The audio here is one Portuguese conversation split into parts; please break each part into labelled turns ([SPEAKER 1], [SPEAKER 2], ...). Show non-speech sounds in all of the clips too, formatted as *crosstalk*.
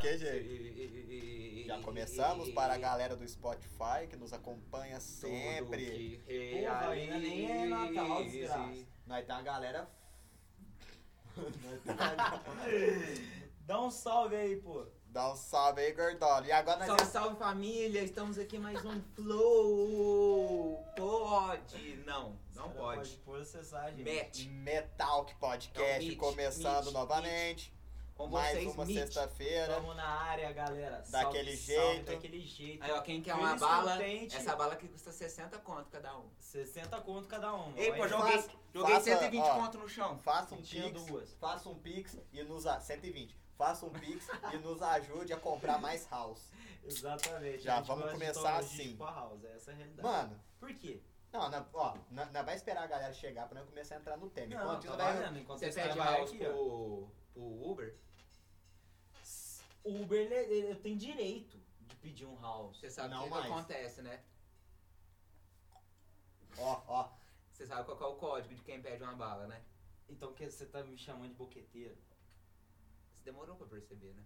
[SPEAKER 1] Que jeito? Já começamos para a galera do Spotify que nos acompanha sempre.
[SPEAKER 2] Porra, ainda nem é Natal, desgraça.
[SPEAKER 1] Nós tá a galera. *laughs* Nós tá-
[SPEAKER 2] Dá um salve aí, pô.
[SPEAKER 1] Dá um salve aí, Gordolo. E agora nós.
[SPEAKER 3] Salve, salve família, estamos aqui mais um Flow. Pode? Não, não pode.
[SPEAKER 2] Pode processar, gente.
[SPEAKER 3] Match.
[SPEAKER 1] Metal que
[SPEAKER 3] É o
[SPEAKER 1] podcast
[SPEAKER 3] Meet,
[SPEAKER 1] começando
[SPEAKER 3] Meet,
[SPEAKER 1] novamente.
[SPEAKER 3] Com
[SPEAKER 1] Mais
[SPEAKER 3] vocês,
[SPEAKER 1] uma
[SPEAKER 3] Mitch.
[SPEAKER 1] sexta-feira.
[SPEAKER 2] Vamos na área, galera.
[SPEAKER 1] Daquele
[SPEAKER 2] Salve, salve,
[SPEAKER 1] jeito.
[SPEAKER 2] Daquele jeito.
[SPEAKER 3] Aí, ó, quem quer
[SPEAKER 2] Feliz
[SPEAKER 3] uma bala,
[SPEAKER 2] contente.
[SPEAKER 3] essa bala que custa 60 conto cada um.
[SPEAKER 2] 60 conto cada um.
[SPEAKER 3] Ei, pô,
[SPEAKER 2] Olha,
[SPEAKER 1] João,
[SPEAKER 3] joguei,
[SPEAKER 1] faça-
[SPEAKER 3] joguei
[SPEAKER 1] faça,
[SPEAKER 3] 120
[SPEAKER 1] ó.
[SPEAKER 3] conto no chão.
[SPEAKER 1] Faça um
[SPEAKER 2] Tinha
[SPEAKER 1] pix.
[SPEAKER 2] duas.
[SPEAKER 1] Faça um pix e nos. a- 120. Faça um pix e nos ajude a comprar mais house.
[SPEAKER 2] Exatamente.
[SPEAKER 1] Já
[SPEAKER 2] a gente
[SPEAKER 1] vamos
[SPEAKER 2] gosta de
[SPEAKER 1] começar
[SPEAKER 2] tomar gente
[SPEAKER 1] assim.
[SPEAKER 2] pro house, essa é a realidade.
[SPEAKER 1] Mano.
[SPEAKER 2] Por quê?
[SPEAKER 1] Não, na- ó, na, na- vai esperar a galera chegar pra nós começar a entrar no tema. Enquanto isso,
[SPEAKER 2] tá
[SPEAKER 1] vai-
[SPEAKER 2] valendo, enquanto
[SPEAKER 3] um Você
[SPEAKER 2] esse
[SPEAKER 3] pede
[SPEAKER 2] cara vai
[SPEAKER 3] house
[SPEAKER 2] aqui, ó.
[SPEAKER 3] pro, pro Uber?
[SPEAKER 2] O Uber, ele- é, ele- eu tenho direito de pedir um house.
[SPEAKER 3] Você sabe
[SPEAKER 1] Não
[SPEAKER 3] o que, que
[SPEAKER 1] mais.
[SPEAKER 3] acontece, né?
[SPEAKER 1] Ó, ó.
[SPEAKER 3] Você sabe qual que é o código de quem pede uma bala, né?
[SPEAKER 2] Então que você tá me chamando de boqueteiro?
[SPEAKER 3] Você demorou pra perceber, né?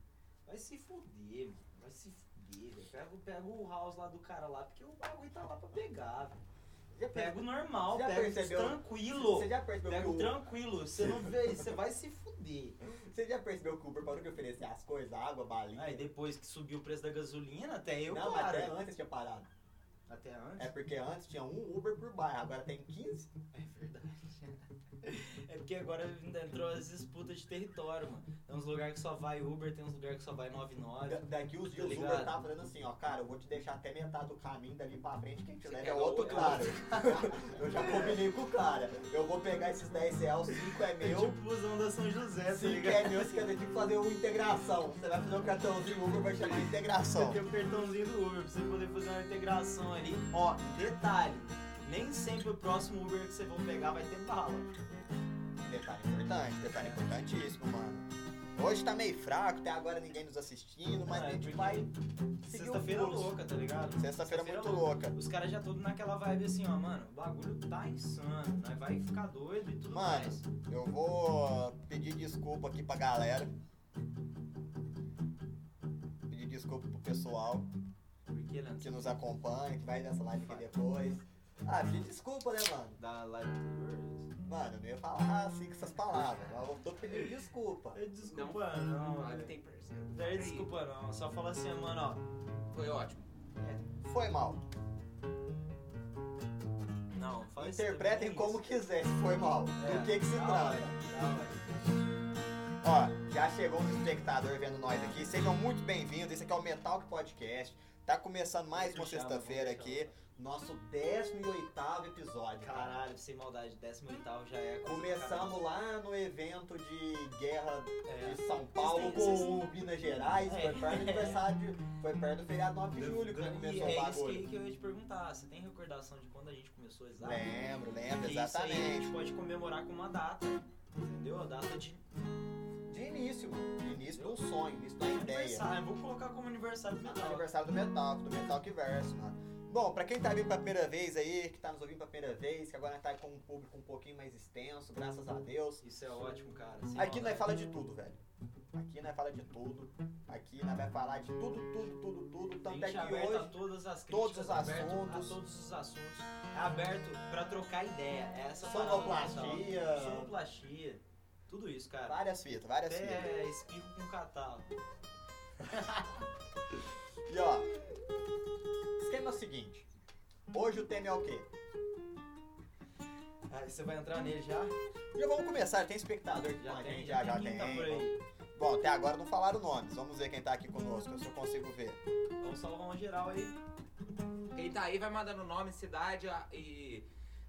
[SPEAKER 2] Vai se fuder, mano. Vai se fuder, velho. Pega, o- pega o house lá do cara lá, porque o bagulho tá lá pra pegar, velho.
[SPEAKER 1] Já
[SPEAKER 2] Pega o normal,
[SPEAKER 1] Já
[SPEAKER 2] pega
[SPEAKER 1] percebeu?
[SPEAKER 2] o tranquilo.
[SPEAKER 1] Você já percebeu
[SPEAKER 2] Pega um
[SPEAKER 1] que
[SPEAKER 2] o
[SPEAKER 1] o
[SPEAKER 2] tranquilo. Você não vê, você vai se fuder.
[SPEAKER 1] Você já percebeu que o Uber parou de oferecer as coisas, água, balinha?
[SPEAKER 2] Aí depois que subiu o preço da gasolina, até eu,
[SPEAKER 1] não, mas
[SPEAKER 2] cara.
[SPEAKER 1] até antes tinha parado.
[SPEAKER 2] Até antes.
[SPEAKER 1] É porque antes tinha um Uber por bairro, agora tem 15.
[SPEAKER 2] É verdade. *laughs* É porque agora ainda entrou as disputas de território, mano. Tem uns lugares que só vai Uber, tem uns lugares que só vai 99.
[SPEAKER 1] Da- daqui os dias o
[SPEAKER 2] ligado?
[SPEAKER 1] Uber tá falando assim, ó, cara, eu vou te deixar até metade do caminho dali pra frente, quem te
[SPEAKER 3] Você
[SPEAKER 1] leva é
[SPEAKER 3] pega
[SPEAKER 1] outro
[SPEAKER 3] outro,
[SPEAKER 1] cara. *laughs* eu já combinei com o cara. Eu vou pegar esses 10 reais, 5 é
[SPEAKER 2] É
[SPEAKER 1] meu.
[SPEAKER 2] tipo busão da São José, tá
[SPEAKER 1] 5
[SPEAKER 2] ligado?
[SPEAKER 1] é meu, 50 tem que fazer uma integração. Você vai fazer um cartãozinho Uber, vai chamar
[SPEAKER 2] Você
[SPEAKER 1] integração.
[SPEAKER 2] tem o cartãozinho do Uber pra você poder fazer uma integração ali. Ó, detalhe, nem sempre o próximo Uber que você for pegar vai ter bala.
[SPEAKER 1] Detalhe importante, detalhe importantíssimo, mano. Hoje tá meio fraco, até agora ninguém nos assistindo, mas
[SPEAKER 2] Ah,
[SPEAKER 1] a gente
[SPEAKER 2] porque
[SPEAKER 1] vai. seguir o
[SPEAKER 2] Sexta-feira
[SPEAKER 1] pulso.
[SPEAKER 2] louca, tá ligado?
[SPEAKER 1] Sexta-feira é muito louca.
[SPEAKER 2] Os caras já todos naquela vibe assim, ó, mano, o bagulho tá insano, nós vai ficar doido e tudo
[SPEAKER 1] Mano.
[SPEAKER 2] mais.
[SPEAKER 1] Eu vou uh, pedir desculpa aqui pra galera. Pedir desculpa pro pessoal
[SPEAKER 2] Porque, Leandro,
[SPEAKER 1] que nos acompanha, que vai nessa live aqui depois. Ah, pedir desculpa, né, mano?
[SPEAKER 2] da live do
[SPEAKER 1] Mano, eu não ia falar assim com essas palavras, mas eu tô pedindo desculpa.
[SPEAKER 2] Uber. Desculpa
[SPEAKER 3] não,
[SPEAKER 2] não,
[SPEAKER 3] fala que
[SPEAKER 2] velho.
[SPEAKER 3] tem parceiro.
[SPEAKER 2] Daí desculpa não, só fala assim, mano, ó,
[SPEAKER 3] Foi ótimo.
[SPEAKER 1] Foi mal.
[SPEAKER 2] não, fala isso
[SPEAKER 1] Interpretem
[SPEAKER 2] também, é
[SPEAKER 1] como
[SPEAKER 2] isso.
[SPEAKER 1] quiser, se foi mal.
[SPEAKER 2] É,
[SPEAKER 1] Do que que se
[SPEAKER 2] da
[SPEAKER 1] trata?
[SPEAKER 2] hora, da hora.
[SPEAKER 1] Ó, já chegou um espectador vendo nós aqui. Sejam muito bem-vindos. Esse aqui é o Metal que Podcast. Tá começando mais uma
[SPEAKER 2] Puxa,
[SPEAKER 1] sexta-feira
[SPEAKER 2] puxa,
[SPEAKER 1] aqui. Nosso 18º episódio. cara.
[SPEAKER 2] Caralho, sem maldade, 18 já é. coisa pra caralho.
[SPEAKER 1] Começamos lá no evento de guerra
[SPEAKER 2] É.
[SPEAKER 1] de São Paulo
[SPEAKER 2] Vocês- vocês-
[SPEAKER 1] com Minas Gerais. Foi
[SPEAKER 2] É.
[SPEAKER 1] perto do aniversário de- Foi perto do feriado 9 de julho que
[SPEAKER 2] E
[SPEAKER 1] começou o
[SPEAKER 2] é isso
[SPEAKER 1] bagulho.
[SPEAKER 2] que, que eu ia te perguntar. Você tem recordação de quando a gente começou exato?
[SPEAKER 1] Lembro, lembro,
[SPEAKER 2] Porque isso aí a
[SPEAKER 1] É, exatamente.
[SPEAKER 2] gente pode comemorar com uma data. Entendeu? A data de
[SPEAKER 1] De início, mano. De início de um sonho, início da ideia. Ah,
[SPEAKER 2] aniversário. Eu vou colocar como aniversário do metal.
[SPEAKER 1] é Aniversário do Metal, do Metal que Verso, mano. Bom, pra quem tá vindo pra primeira vez aí, que tá nos ouvindo pra primeira vez, que agora tá com um público um pouquinho mais extenso, graças a Deus.
[SPEAKER 2] Isso é ótimo, cara. sem
[SPEAKER 1] Aqui nós
[SPEAKER 2] maldade.
[SPEAKER 1] fala de tudo, velho. Aqui nós fala de tudo. Aqui nós vai falar de tudo, tudo, tudo, tudo. Tanto
[SPEAKER 2] A
[SPEAKER 1] é
[SPEAKER 2] gente
[SPEAKER 1] que
[SPEAKER 2] é aberto a
[SPEAKER 1] hoje.
[SPEAKER 2] todas as
[SPEAKER 1] todos
[SPEAKER 2] críticas,
[SPEAKER 1] os
[SPEAKER 2] aberto
[SPEAKER 1] assuntos.
[SPEAKER 2] A todos os assuntos. É aberto pra trocar ideia. É essa parada do metal.
[SPEAKER 1] Sonoplastia,
[SPEAKER 2] Sonoplastia. Tudo isso, cara. É.
[SPEAKER 1] várias fitas, várias fitas.
[SPEAKER 2] Até espirro com catarro.
[SPEAKER 1] E ó, esquema é o seguinte. Hoje o tema é o quê?
[SPEAKER 2] Aí você vai entrar nele já?
[SPEAKER 1] Já vamos começar, tem espectador aqui com
[SPEAKER 2] Já
[SPEAKER 1] a
[SPEAKER 2] tem,
[SPEAKER 1] gente,
[SPEAKER 2] já,
[SPEAKER 1] já, já
[SPEAKER 2] tem. quem tá por
[SPEAKER 1] tem.
[SPEAKER 2] aí.
[SPEAKER 1] Bom, até agora não falaram nomes, vamos ver quem tá aqui conosco, se eu consigo ver.
[SPEAKER 2] Vamos salvar uma geral aí.
[SPEAKER 3] Quem tá aí vai mandando nome, cidade a- e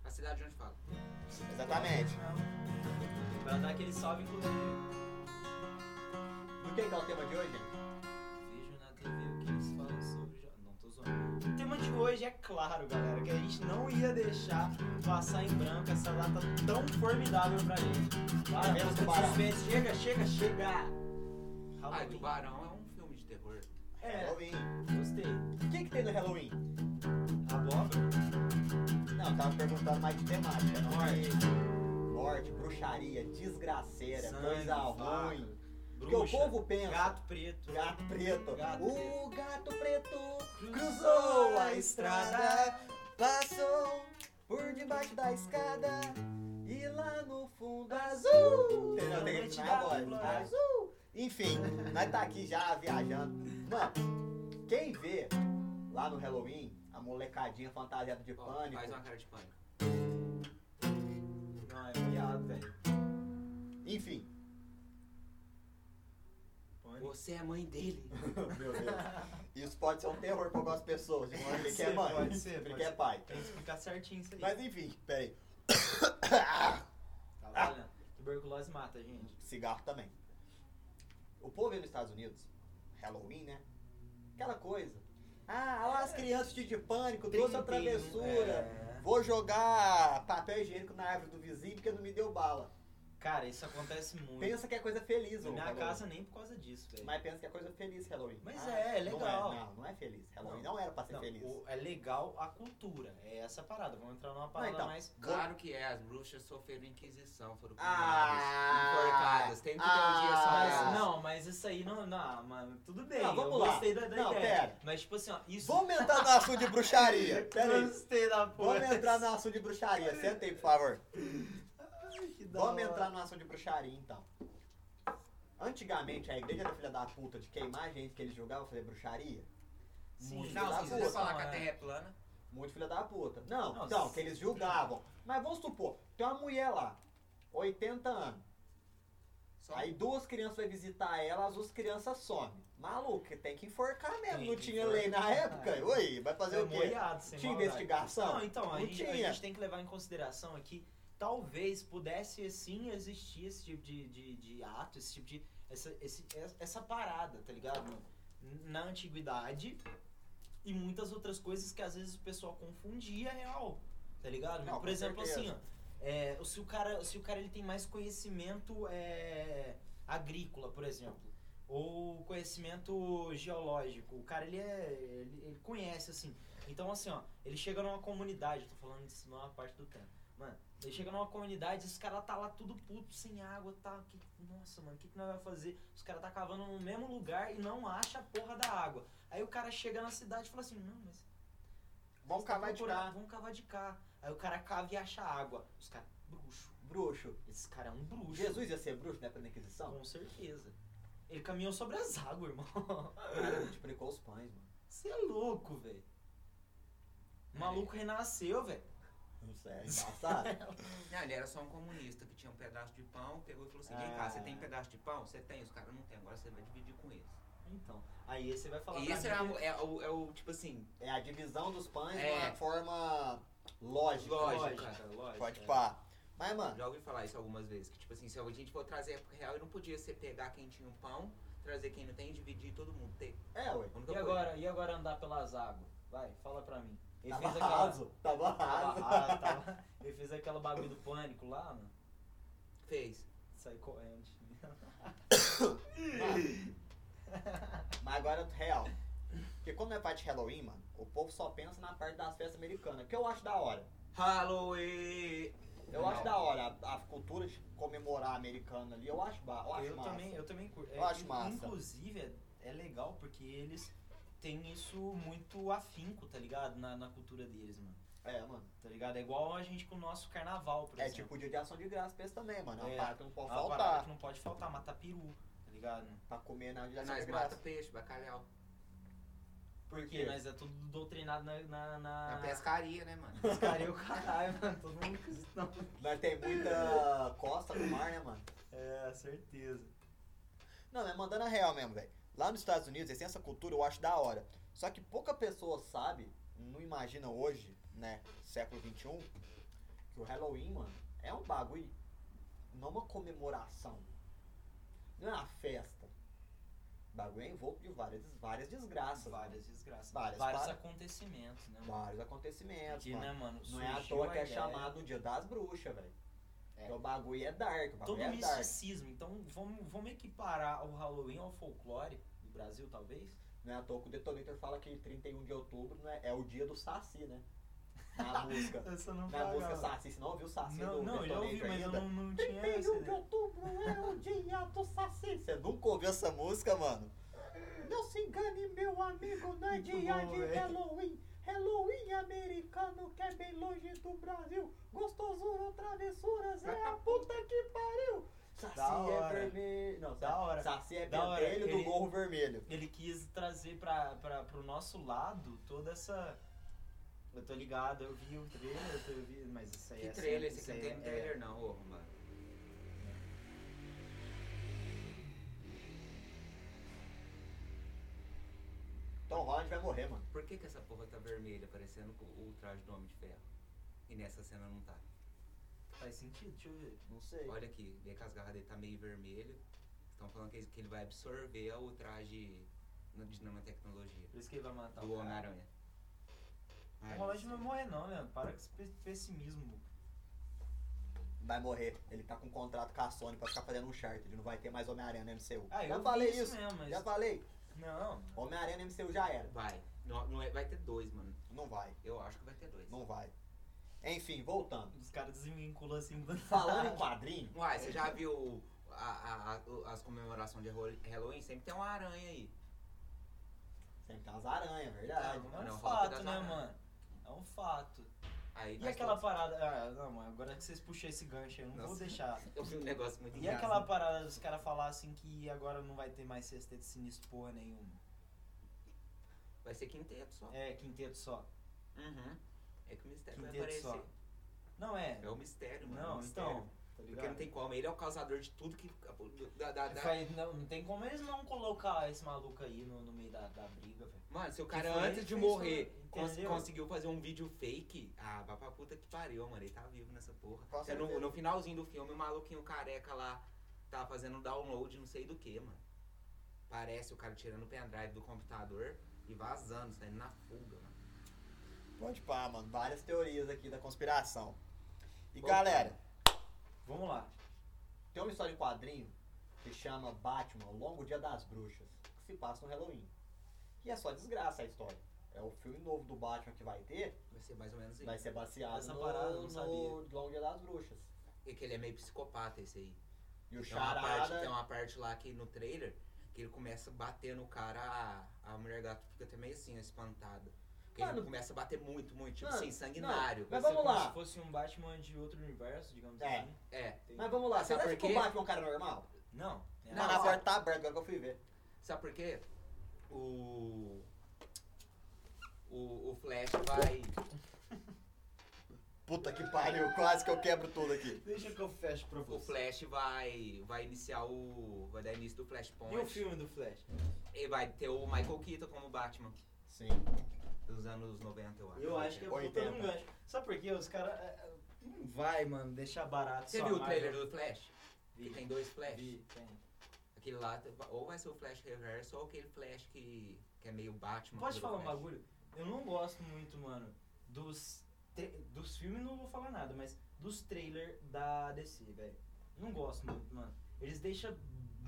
[SPEAKER 3] a cidade onde
[SPEAKER 2] Tá
[SPEAKER 3] fala.
[SPEAKER 1] Exatamente.
[SPEAKER 2] Pra dar aquele salve, inclusive.
[SPEAKER 1] Do que que é o tema de hoje, gente?
[SPEAKER 2] Vejo na TV o que eles falam sobre. jo- Não, tô zoando. O tema de hoje é claro, galera, que a gente não ia deixar passar em branco essa data tão formidável pra gente. Para,
[SPEAKER 1] Menos
[SPEAKER 2] música de
[SPEAKER 1] tubarão.
[SPEAKER 2] suspense. Chega, chega, chega!
[SPEAKER 3] Ah,
[SPEAKER 2] Halloween.
[SPEAKER 3] Tubarão é um filme de terror.
[SPEAKER 2] É,
[SPEAKER 1] Halloween.
[SPEAKER 2] gostei.
[SPEAKER 1] O que, que tem no Halloween?
[SPEAKER 2] Abóbora?
[SPEAKER 1] Não, eu tava perguntando mais de temática. Não é?
[SPEAKER 2] Morte.
[SPEAKER 1] Morte, bruxaria, desgraceira,
[SPEAKER 2] Sangue,
[SPEAKER 1] coisa
[SPEAKER 2] faca,
[SPEAKER 1] ruim. Porque o
[SPEAKER 2] bruxa,
[SPEAKER 1] povo pensa.
[SPEAKER 2] é um gato preto.
[SPEAKER 1] Gato preto.
[SPEAKER 2] Gato
[SPEAKER 1] o gato preto cruzou a estrada, passou por debaixo da escada e lá no fundo azul. Entendeu? Tem que
[SPEAKER 2] Noite
[SPEAKER 1] continuar
[SPEAKER 2] da
[SPEAKER 1] agora.
[SPEAKER 2] floresta.
[SPEAKER 1] Azul. Enfim, nós tá aqui já viajando. Mano, quem vê lá no Halloween a molecadinha fantasiada de
[SPEAKER 3] Ó,
[SPEAKER 1] pânico.
[SPEAKER 3] faz uma cara de pânico.
[SPEAKER 2] Não, é piada, velho.
[SPEAKER 1] Enfim.
[SPEAKER 2] *laughs* Pânico.
[SPEAKER 3] Você é a mãe dele.
[SPEAKER 1] Meu Deus. Isso pode ser um terror pra algumas pessoas. De modo que é
[SPEAKER 2] ser,
[SPEAKER 1] mãe.
[SPEAKER 2] pode ser,
[SPEAKER 1] Porque
[SPEAKER 2] pode
[SPEAKER 1] é
[SPEAKER 2] ser.
[SPEAKER 1] pai.
[SPEAKER 2] Tem que explicar certinho isso aí.
[SPEAKER 1] Mas enfim, peraí.
[SPEAKER 2] Tá valendo. Tuberculose mata, gente.
[SPEAKER 1] cigarro também. O povo aí nos Estados Unidos, Halloween, né? Aquela coisa. Ah, olha lá as crianças vestidas de pânico, trouxe a travessura.
[SPEAKER 2] É.
[SPEAKER 1] Vou jogar papel higiênico na árvore do vizinho porque não me deu bala.
[SPEAKER 2] Cara, isso acontece muito.
[SPEAKER 1] Pensa que é coisa feliz,
[SPEAKER 2] Na
[SPEAKER 1] o
[SPEAKER 2] minha
[SPEAKER 1] Halloween.
[SPEAKER 2] casa nem por causa disso, velho.
[SPEAKER 1] Mas pensa que é coisa feliz Halloween.
[SPEAKER 2] Mas é, é legal.
[SPEAKER 1] Não é, não, não é feliz. Halloween não, era pra ser
[SPEAKER 2] Não,
[SPEAKER 1] feliz.
[SPEAKER 2] o- é legal a cultura. É essa a parada. Vamos entrar numa parada
[SPEAKER 1] então.
[SPEAKER 2] mais.
[SPEAKER 3] Claro que é, as bruxas sofreram Inquisição, foram
[SPEAKER 1] Ah,
[SPEAKER 3] queimadas, enforcadas. Tem que ter um dia só
[SPEAKER 1] ah,
[SPEAKER 2] Mas,
[SPEAKER 3] delas.
[SPEAKER 2] não, mas isso aí não. Não, mano, tudo bem.
[SPEAKER 1] Não, vamos
[SPEAKER 2] eu
[SPEAKER 1] lá.
[SPEAKER 2] gostei da, da
[SPEAKER 1] Não,
[SPEAKER 2] ideia.
[SPEAKER 1] pera.
[SPEAKER 2] Mas tipo assim, ó, isso.
[SPEAKER 1] Vamos entrar no assunto de
[SPEAKER 2] *laughs*
[SPEAKER 1] bruxaria. Pera aí.
[SPEAKER 2] Gostei da porra.
[SPEAKER 1] Vamos entrar no assunto de bruxaria. Senta aí, por favor.
[SPEAKER 2] Ai, *laughs* que da
[SPEAKER 1] Vamos
[SPEAKER 2] hora.
[SPEAKER 1] entrar no ação de bruxaria então. Antigamente a igreja da filha da puta de queimar gente que eles julgavam fazer bruxaria.
[SPEAKER 2] Sim.
[SPEAKER 1] Muito
[SPEAKER 3] Não,
[SPEAKER 1] filha
[SPEAKER 3] se
[SPEAKER 1] da
[SPEAKER 2] Não,
[SPEAKER 3] quiser
[SPEAKER 1] puta.
[SPEAKER 3] falar
[SPEAKER 2] não,
[SPEAKER 3] que a
[SPEAKER 2] é.
[SPEAKER 3] terra é plana,
[SPEAKER 1] Muito filha da puta. Não,
[SPEAKER 2] Não,
[SPEAKER 1] não,
[SPEAKER 2] se-
[SPEAKER 1] que eles julgavam. Mas vamos supor, tem uma mulher lá, 80 anos.
[SPEAKER 2] Tá.
[SPEAKER 3] só
[SPEAKER 1] Aí duas crianças vai visitar ela, as duas crianças somem. Maluco, tem que enforcar mesmo.
[SPEAKER 3] Tem
[SPEAKER 1] não
[SPEAKER 3] que
[SPEAKER 1] tinha lei na época.
[SPEAKER 2] É.
[SPEAKER 1] Oi, vai fazer
[SPEAKER 2] É
[SPEAKER 1] o quê?
[SPEAKER 2] molhado, sem
[SPEAKER 1] Tinha
[SPEAKER 2] maldade.
[SPEAKER 1] investigação?
[SPEAKER 2] Não, então, a
[SPEAKER 1] Não
[SPEAKER 2] gente, a
[SPEAKER 1] tinha.
[SPEAKER 2] gente tem que levar em consideração aqui, talvez pudesse sim existir esse tipo de, de, de ato, esse tipo de. Essa, esse- essa parada, tá ligado? Na antiguidade e muitas outras coisas que às vezes o pessoal confundia real, tá ligado?
[SPEAKER 1] Não,
[SPEAKER 2] Por
[SPEAKER 1] com
[SPEAKER 2] exemplo,
[SPEAKER 1] certeza.
[SPEAKER 2] assim, ó. é, se o cara, se o cara ele tem mais conhecimento é, agrícola, por exemplo ou conhecimento geológico. O cara ele é. ele, ele conhece, assim. Então, assim, ó, ele chega numa comunidade, eu tô falando disso numa parte do tempo. Mano, ele chega numa comunidade, os caras tá lá tudo puto, sem água, tá. que- nossa, mano, o que, que nós vamos fazer? Os caras tá cavando no mesmo lugar e não acha a porra da água. Aí o cara chega na cidade e fala assim, não, mas
[SPEAKER 1] Vamos
[SPEAKER 2] tá
[SPEAKER 1] cavar de
[SPEAKER 2] procurando,
[SPEAKER 1] cá.
[SPEAKER 2] Vamos cavar de cá. Aí o cara cava e acha água. Os caras, bruxo.
[SPEAKER 1] Bruxo.
[SPEAKER 2] Esse cara é um bruxo.
[SPEAKER 1] Jesus ia ser bruxo, né, pra Inquisição?
[SPEAKER 2] Com certeza. Ele caminhou sobre as águas, *laughs* irmão.
[SPEAKER 1] Cara, multiplicou os pães, mano.
[SPEAKER 2] Você é louco, velho.
[SPEAKER 3] um
[SPEAKER 2] O
[SPEAKER 1] É.
[SPEAKER 2] maluco renasceu, velho.
[SPEAKER 1] Não sei, é embaçado.
[SPEAKER 3] Não, ele era só um comunista que tinha um pedaço de pão, pegou e falou assim: vem
[SPEAKER 1] Ah.
[SPEAKER 3] cá, você tem pedaço de pão? Você tem, os caras não tem, agora você vai dividir com eles.
[SPEAKER 2] Então, aí você vai falar
[SPEAKER 3] E
[SPEAKER 2] pra
[SPEAKER 3] isso
[SPEAKER 2] mim
[SPEAKER 3] era,
[SPEAKER 2] que-
[SPEAKER 3] é, o, é o, tipo assim,
[SPEAKER 1] É a divisão dos pães de
[SPEAKER 3] É.
[SPEAKER 1] uma forma lógica. né?
[SPEAKER 3] Lógica.
[SPEAKER 2] lógica.
[SPEAKER 1] Pode
[SPEAKER 2] é.
[SPEAKER 1] pá. ah, Mas, mano,
[SPEAKER 3] já ouvi falar isso algumas vezes, que tipo assim, se a gente for trazer a época real, não podia ser pegar quem tinha um pão, trazer quem não tem e dividir e todo mundo ter.
[SPEAKER 1] é, ué.
[SPEAKER 3] A única
[SPEAKER 2] E
[SPEAKER 3] coisa-
[SPEAKER 2] agora, e agora andar pelas águas? Vai, fala pra mim. Ele
[SPEAKER 1] Tava
[SPEAKER 2] fez aquela.
[SPEAKER 1] raso. Tava
[SPEAKER 2] *laughs* Tava
[SPEAKER 1] raso.
[SPEAKER 2] raso, tava- Ele fez aquela bagulho do pânico lá, mano.
[SPEAKER 3] Fez.
[SPEAKER 2] Saiu correndo.
[SPEAKER 1] Mano, Mas agora, real. Porque quando é parte de Halloween, mano, o povo só pensa na parte das festas americanas. Que eu acho da hora.
[SPEAKER 3] Halloween!
[SPEAKER 1] Eu
[SPEAKER 3] Não.
[SPEAKER 1] acho da hora a, a cultura de comemorar a americana ali. Eu acho, ba- eu acho
[SPEAKER 2] eu
[SPEAKER 1] massa.
[SPEAKER 2] também, eu também curto.
[SPEAKER 1] Eu acho
[SPEAKER 2] in-
[SPEAKER 1] massa.
[SPEAKER 2] Inclusive, é, é legal porque eles têm isso muito afinco, tá ligado? Na, na cultura deles, mano.
[SPEAKER 1] É, mano.
[SPEAKER 2] Tá ligado? É igual a gente com o nosso carnaval, por
[SPEAKER 1] É
[SPEAKER 2] exemplo.
[SPEAKER 1] tipo o dia de ação de graça pra eles também, mano. É uma
[SPEAKER 2] É.
[SPEAKER 1] parada que não pode
[SPEAKER 2] É uma parada
[SPEAKER 1] faltar.
[SPEAKER 2] que não pode faltar, matar peru, tá ligado?
[SPEAKER 1] Pra comer na dia de ação de
[SPEAKER 3] Nós
[SPEAKER 1] graça.
[SPEAKER 3] mata peixe, bacalhau.
[SPEAKER 2] Porque nós é tudo doutrinado na, na, na...
[SPEAKER 3] Na pescaria, né, mano?
[SPEAKER 2] *laughs* pescaria o caralho, mano. Todo mundo com isso
[SPEAKER 1] *laughs*
[SPEAKER 2] não.
[SPEAKER 1] Nós tem
[SPEAKER 2] *laughs*
[SPEAKER 1] muita costa no mar, né, mano?
[SPEAKER 2] É, certeza.
[SPEAKER 1] Não, é mandando a real mesmo, velho. Lá nos Estados Unidos, eles têm essa cultura, eu acho da hora. Só que pouca pessoa sabe, não imagina hoje, né, século XXI, que o Halloween, mano, é um bagulho, não é uma comemoração. Não é uma festa. O bagulho é envolto de várias, várias desgraças. Várias.
[SPEAKER 2] Várias desgraças.
[SPEAKER 1] Várias,
[SPEAKER 2] Vários
[SPEAKER 1] para-
[SPEAKER 2] acontecimentos, né, mano?
[SPEAKER 1] Vários acontecimentos,
[SPEAKER 2] Que,
[SPEAKER 1] mano.
[SPEAKER 2] né, mano?
[SPEAKER 1] Não é à
[SPEAKER 2] surgiu
[SPEAKER 1] toa
[SPEAKER 2] a
[SPEAKER 1] que é
[SPEAKER 2] ideia.
[SPEAKER 1] chamado o Dia das Bruxas, velho.
[SPEAKER 3] É.
[SPEAKER 1] Porque o bagulho é dark, o bagulho
[SPEAKER 2] Todo
[SPEAKER 1] é dark.
[SPEAKER 2] misticismo. Então, vamos, vamos equiparar o Halloween ao folclore do Brasil, talvez?
[SPEAKER 1] um Não é à toa que o Detonator fala que 31 de outubro né, é o dia do Saci, né? *laughs* na música.
[SPEAKER 2] Essa não
[SPEAKER 1] Na
[SPEAKER 2] pagava.
[SPEAKER 1] música Saci, você não ouviu Saci
[SPEAKER 2] Não,
[SPEAKER 1] do
[SPEAKER 2] não, eu já ouvi,
[SPEAKER 1] Sertanejo
[SPEAKER 2] mas eu
[SPEAKER 1] ainda?
[SPEAKER 2] não, não tinha essa
[SPEAKER 1] 31 de
[SPEAKER 2] ideia.
[SPEAKER 1] outubro é o dia do Saci. Você nunca ouviu essa música, mano? Não se engane, meu amigo, não é
[SPEAKER 2] Muito
[SPEAKER 1] dia
[SPEAKER 2] bom,
[SPEAKER 1] de
[SPEAKER 2] velho.
[SPEAKER 1] Halloween. Halloween americano que é bem longe do Brasil. Gostosura, travessuras, *laughs* é a puta que pariu. Saci
[SPEAKER 2] Da hora.
[SPEAKER 1] é vermelho. Não,
[SPEAKER 2] Da hora.
[SPEAKER 1] Saci é
[SPEAKER 2] Da hora.
[SPEAKER 1] vermelho do
[SPEAKER 2] Ele-
[SPEAKER 1] Morro Vermelho.
[SPEAKER 2] Ele quis trazer pra, pra, pro nosso lado toda essa. Eu tô ligado, eu vi o trailer, eu tô- eu vi, mas isso aí
[SPEAKER 3] Que
[SPEAKER 2] é.
[SPEAKER 3] trailer?
[SPEAKER 2] sempre-
[SPEAKER 3] Esse aqui
[SPEAKER 2] isso
[SPEAKER 3] não
[SPEAKER 2] aí
[SPEAKER 3] tem
[SPEAKER 2] é-
[SPEAKER 3] trailer não, ô arrombado.
[SPEAKER 1] Tom Então Holland vai morrer, mano.
[SPEAKER 3] Por que que essa porra tá vermelha, parecendo com o traje do Homem de Ferro? E nessa cena não tá.
[SPEAKER 2] Faz sentido, deixa eu ver.
[SPEAKER 1] Não sei.
[SPEAKER 3] Olha aqui, vê que as garras dele tá meio vermelho. Estão falando que ele- que ele vai absorver o traje na- de nanotecnologia
[SPEAKER 2] Por isso que ele vai matar
[SPEAKER 3] do
[SPEAKER 2] o cara.
[SPEAKER 3] Homem-Aranha.
[SPEAKER 2] O Holland não vai morrer não, Leandro. Para com esse pe- pessimismo.
[SPEAKER 1] Vai morrer. Ele tá com um contrato com a Sony pra ficar fazendo um chart. Ele não vai ter mais Homem-Aranha no MCU.
[SPEAKER 2] Ah, eu
[SPEAKER 1] já
[SPEAKER 2] vi
[SPEAKER 1] falei
[SPEAKER 2] isso
[SPEAKER 1] isso.
[SPEAKER 2] mesmo, mas-
[SPEAKER 1] Já falei.
[SPEAKER 2] Não.
[SPEAKER 1] Homem-Aranha no MCU já era.
[SPEAKER 3] Vai. Não, não é, vai ter dois, mano.
[SPEAKER 1] Não vai.
[SPEAKER 3] Eu acho que vai ter dois.
[SPEAKER 1] Não vai. Enfim, voltando.
[SPEAKER 2] Os caras desvinculam assim do
[SPEAKER 1] *laughs* Falando em quadrinho,
[SPEAKER 3] Uai, você já viu a- a- a- o- as comemorações de Hall- Halloween? Sempre tem uma aranha aí.
[SPEAKER 1] sempre tem umas aranhas, é
[SPEAKER 2] Ah,
[SPEAKER 1] verdade.
[SPEAKER 2] mano, é um
[SPEAKER 3] Não, fala
[SPEAKER 2] fato,
[SPEAKER 3] das
[SPEAKER 2] né,
[SPEAKER 3] aranhas.
[SPEAKER 2] mano? É um fato.
[SPEAKER 3] aí
[SPEAKER 2] E
[SPEAKER 3] nós
[SPEAKER 2] aquela
[SPEAKER 3] todos-
[SPEAKER 2] parada. Ah, não, mano, agora que vocês puxaram esse gancho, eu não vou
[SPEAKER 3] Nossa.
[SPEAKER 2] deixar.
[SPEAKER 3] Eu vi um negócio muito
[SPEAKER 2] E
[SPEAKER 3] engraçado.
[SPEAKER 2] aquela parada dos caras falar assim que agora não vai ter mais sexteto sinistro porra nenhuma.
[SPEAKER 3] Vai ser quinteto só.
[SPEAKER 2] É, quinteto só.
[SPEAKER 3] Uhum. É que o mistério vai
[SPEAKER 2] Quinteto
[SPEAKER 3] aparecer.
[SPEAKER 2] só. Não é.
[SPEAKER 3] É o mistério, mano. é o
[SPEAKER 2] Não,
[SPEAKER 3] mistério.
[SPEAKER 2] então. Tá
[SPEAKER 3] Porque não
[SPEAKER 2] ligado?
[SPEAKER 3] tem como, ele é o causador de tudo que. Da, da, da-
[SPEAKER 2] Vai- Não, não tem como eles não colocar esse maluco aí no, no meio da, da briga, velho.
[SPEAKER 3] Mano, se o
[SPEAKER 2] Que
[SPEAKER 3] cara
[SPEAKER 2] foi
[SPEAKER 3] antes
[SPEAKER 2] ele
[SPEAKER 3] de
[SPEAKER 2] que fez
[SPEAKER 3] morrer
[SPEAKER 1] né?
[SPEAKER 2] tudo,
[SPEAKER 3] cons-
[SPEAKER 2] entendeu?
[SPEAKER 3] conseguiu fazer um vídeo fake, ah, vá pra puta que pariu, mano. Ele tá vivo nessa porra.
[SPEAKER 1] Com
[SPEAKER 3] É no,
[SPEAKER 1] certeza.
[SPEAKER 3] no finalzinho do filme, o maluquinho careca lá tá fazendo download não sei do que, mano. Parece o cara tirando o pendrive do computador e vazando, saindo na fuga, mano.
[SPEAKER 1] Ah, Pode pá, mano. Várias teorias aqui da conspiração. E
[SPEAKER 3] Bom,
[SPEAKER 1] galera,
[SPEAKER 2] Vamos lá.
[SPEAKER 1] tem uma história de quadrinho que chama Batman, O Longo Dia das Bruxas, que se passa no Halloween. E é só desgraça a história. É o filme novo do Batman que vai ter,
[SPEAKER 3] Vai ser mais ou menos isso.
[SPEAKER 1] vai ser é baseado
[SPEAKER 2] Essa
[SPEAKER 1] no,
[SPEAKER 2] parada eu não
[SPEAKER 1] no
[SPEAKER 2] sabia.
[SPEAKER 1] Longo Dia das Bruxas.
[SPEAKER 3] E que ele é meio psicopata esse aí.
[SPEAKER 1] E o
[SPEAKER 3] Tem uma, parte, tem
[SPEAKER 1] Charada...
[SPEAKER 3] uma parte lá que no trailer que ele começa a bater no cara, a, a mulher gato fica até meio assim, espantada. Porque
[SPEAKER 1] Mano,
[SPEAKER 3] ele começa a bater muito, muito, tipo
[SPEAKER 1] mano,
[SPEAKER 3] assim, sanguinário.
[SPEAKER 1] Mas
[SPEAKER 2] Vai ser
[SPEAKER 1] vamos
[SPEAKER 2] como
[SPEAKER 1] lá.
[SPEAKER 2] Se fosse um Batman de outro universo, digamos
[SPEAKER 1] É.
[SPEAKER 2] assim.
[SPEAKER 3] É.
[SPEAKER 2] Tem-
[SPEAKER 1] Mas vamos lá,
[SPEAKER 3] Sabe
[SPEAKER 1] será
[SPEAKER 3] por
[SPEAKER 1] que o
[SPEAKER 3] quê?
[SPEAKER 1] Batman é um cara normal?
[SPEAKER 2] Não.
[SPEAKER 3] Não,
[SPEAKER 1] Mano, a
[SPEAKER 3] sabe-
[SPEAKER 1] porta tá aberta, agora que eu fui ver.
[SPEAKER 3] Sabe por quê? O. O, o Flash vai.
[SPEAKER 1] Puta que pariu, quase que eu quebro tudo aqui.
[SPEAKER 2] Deixa que eu fecho pra
[SPEAKER 3] O Flash vai. Vai iniciar o. Vai dar início do Flashpoint.
[SPEAKER 2] E o filme do Flash?
[SPEAKER 3] E vai ter o Michael Keaton como Batman.
[SPEAKER 1] Sim.
[SPEAKER 3] Dos anos 90, eu acho.
[SPEAKER 2] Eu acho que é
[SPEAKER 1] Oitenta.
[SPEAKER 2] faltando um gancho. Sabe por quê? Os caras. Não vai, mano, deixar barato.
[SPEAKER 3] Você
[SPEAKER 2] só
[SPEAKER 3] viu o
[SPEAKER 2] mais,
[SPEAKER 3] trailer
[SPEAKER 2] né?
[SPEAKER 3] do Flash?
[SPEAKER 2] Vi.
[SPEAKER 3] Que tem dois Flash?
[SPEAKER 2] Vi, tem.
[SPEAKER 3] Aquele lá, ou vai ser o Flash Reverso, ou aquele Flash que, que é meio Batman.
[SPEAKER 2] Posso
[SPEAKER 3] do
[SPEAKER 2] te falar um
[SPEAKER 3] Flash.
[SPEAKER 2] bagulho? Eu não gosto muito, mano, dos. tra- Dos filmes não vou falar nada, mas dos trailers da DC, velho. Não gosto muito, mano. Eles deixam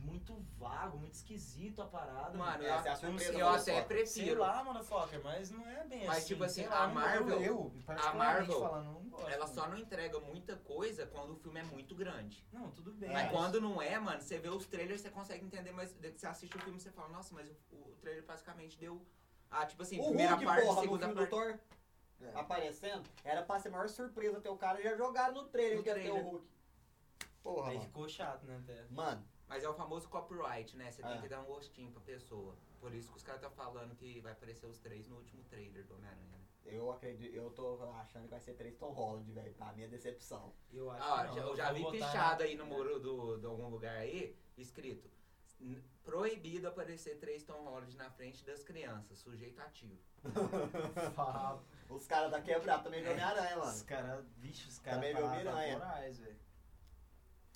[SPEAKER 2] muito vago, muito esquisito a parada.
[SPEAKER 3] Mano,
[SPEAKER 1] Essa é a
[SPEAKER 3] eu,
[SPEAKER 1] surpresa
[SPEAKER 3] eu
[SPEAKER 1] do
[SPEAKER 3] até
[SPEAKER 1] Fox.
[SPEAKER 2] Sei
[SPEAKER 3] prefiro.
[SPEAKER 2] lá, motherfucker, mas não é bem
[SPEAKER 3] Mas,
[SPEAKER 2] assim.
[SPEAKER 3] tipo assim,
[SPEAKER 2] sei lá, é
[SPEAKER 3] a
[SPEAKER 2] eu-
[SPEAKER 3] Marvel-
[SPEAKER 2] eu, particularmente
[SPEAKER 3] Marvel,
[SPEAKER 2] falando, não gosto
[SPEAKER 3] Ela
[SPEAKER 2] muito.
[SPEAKER 3] só não entrega muita coisa quando o filme é muito grande.
[SPEAKER 2] Não, tudo bem.
[SPEAKER 1] É.
[SPEAKER 3] Mas quando não é, mano, você vê os trailers, você consegue entender, mas de- você assiste o filme você fala, nossa, mas o, o trailer basicamente deu. Ah, tipo assim,
[SPEAKER 1] o
[SPEAKER 3] primeira
[SPEAKER 1] Hulk,
[SPEAKER 3] parte,
[SPEAKER 1] porra, no
[SPEAKER 3] segunda
[SPEAKER 1] filme
[SPEAKER 3] parte.
[SPEAKER 1] do Thor É. aparecendo, era pra ser a maior surpresa ter o cara já jogaram no trailer
[SPEAKER 3] No
[SPEAKER 1] que ia ter o
[SPEAKER 3] trailer.
[SPEAKER 1] Hulk. Porra,
[SPEAKER 2] Aí
[SPEAKER 1] mano.
[SPEAKER 2] ficou chato, né, até.
[SPEAKER 1] Mano,
[SPEAKER 3] Mas é o famoso copyright, né? Você
[SPEAKER 1] É.
[SPEAKER 3] tem que dar um gostinho pra pessoa. Por isso que os caras tá falando que vai aparecer os três no último trailer do Homem-Aranha. né?
[SPEAKER 1] eu acredito, eu tô achando que vai ser três Tom Holland, velho, pra minha decepção.
[SPEAKER 2] Eu acho
[SPEAKER 3] Ah,
[SPEAKER 2] que não,
[SPEAKER 3] já- eu já
[SPEAKER 2] vou
[SPEAKER 3] vi
[SPEAKER 2] botar-
[SPEAKER 3] pichado aí no
[SPEAKER 1] né?
[SPEAKER 3] muro do, de algum lugar aí, escrito. "N- Proibido aparecer três Tom Holland na frente das crianças,
[SPEAKER 1] *coughs*
[SPEAKER 3] sujeito ativo.
[SPEAKER 2] Fala,
[SPEAKER 1] Os caras da quebrada também viram Homem-Aranha,
[SPEAKER 2] Os
[SPEAKER 1] mano.
[SPEAKER 2] caras, bicho, os caras
[SPEAKER 1] Também viu Miranha.
[SPEAKER 2] morais, velho.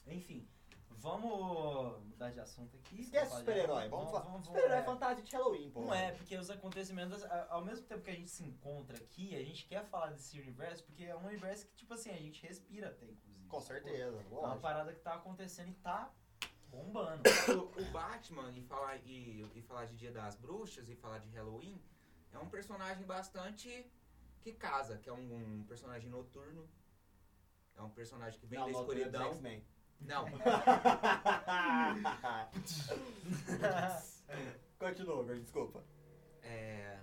[SPEAKER 2] Enfim, vamos mudar de assunto aqui.
[SPEAKER 1] Esquece o
[SPEAKER 2] rapaziada.
[SPEAKER 1] É super-herói, vamos falar.
[SPEAKER 2] vamos-
[SPEAKER 1] Super-herói é
[SPEAKER 2] é.
[SPEAKER 1] fantasia de Halloween, porra.
[SPEAKER 2] Não é, porque os acontecimentos, a- ao mesmo tempo que a gente se encontra aqui, a gente quer falar desse universo, porque é um universo que, tipo assim, a gente respira até, inclusive.
[SPEAKER 1] Com certeza,
[SPEAKER 2] Pô, É uma
[SPEAKER 1] lógico.
[SPEAKER 2] parada que tá acontecendo e tá
[SPEAKER 1] *laughs*
[SPEAKER 2] bombando.
[SPEAKER 3] o, o Batman, e falar, e, e falar de Dia das Bruxas, e falar de Halloween, é um personagem bastante que casa, que é um, um personagem noturno. É um personagem que vem da
[SPEAKER 1] não, Noturno é dos
[SPEAKER 3] escuridão.
[SPEAKER 1] X-Men.
[SPEAKER 3] Não,
[SPEAKER 1] *laughs*
[SPEAKER 2] É
[SPEAKER 1] Continua, Gordon, desculpa.
[SPEAKER 3] é.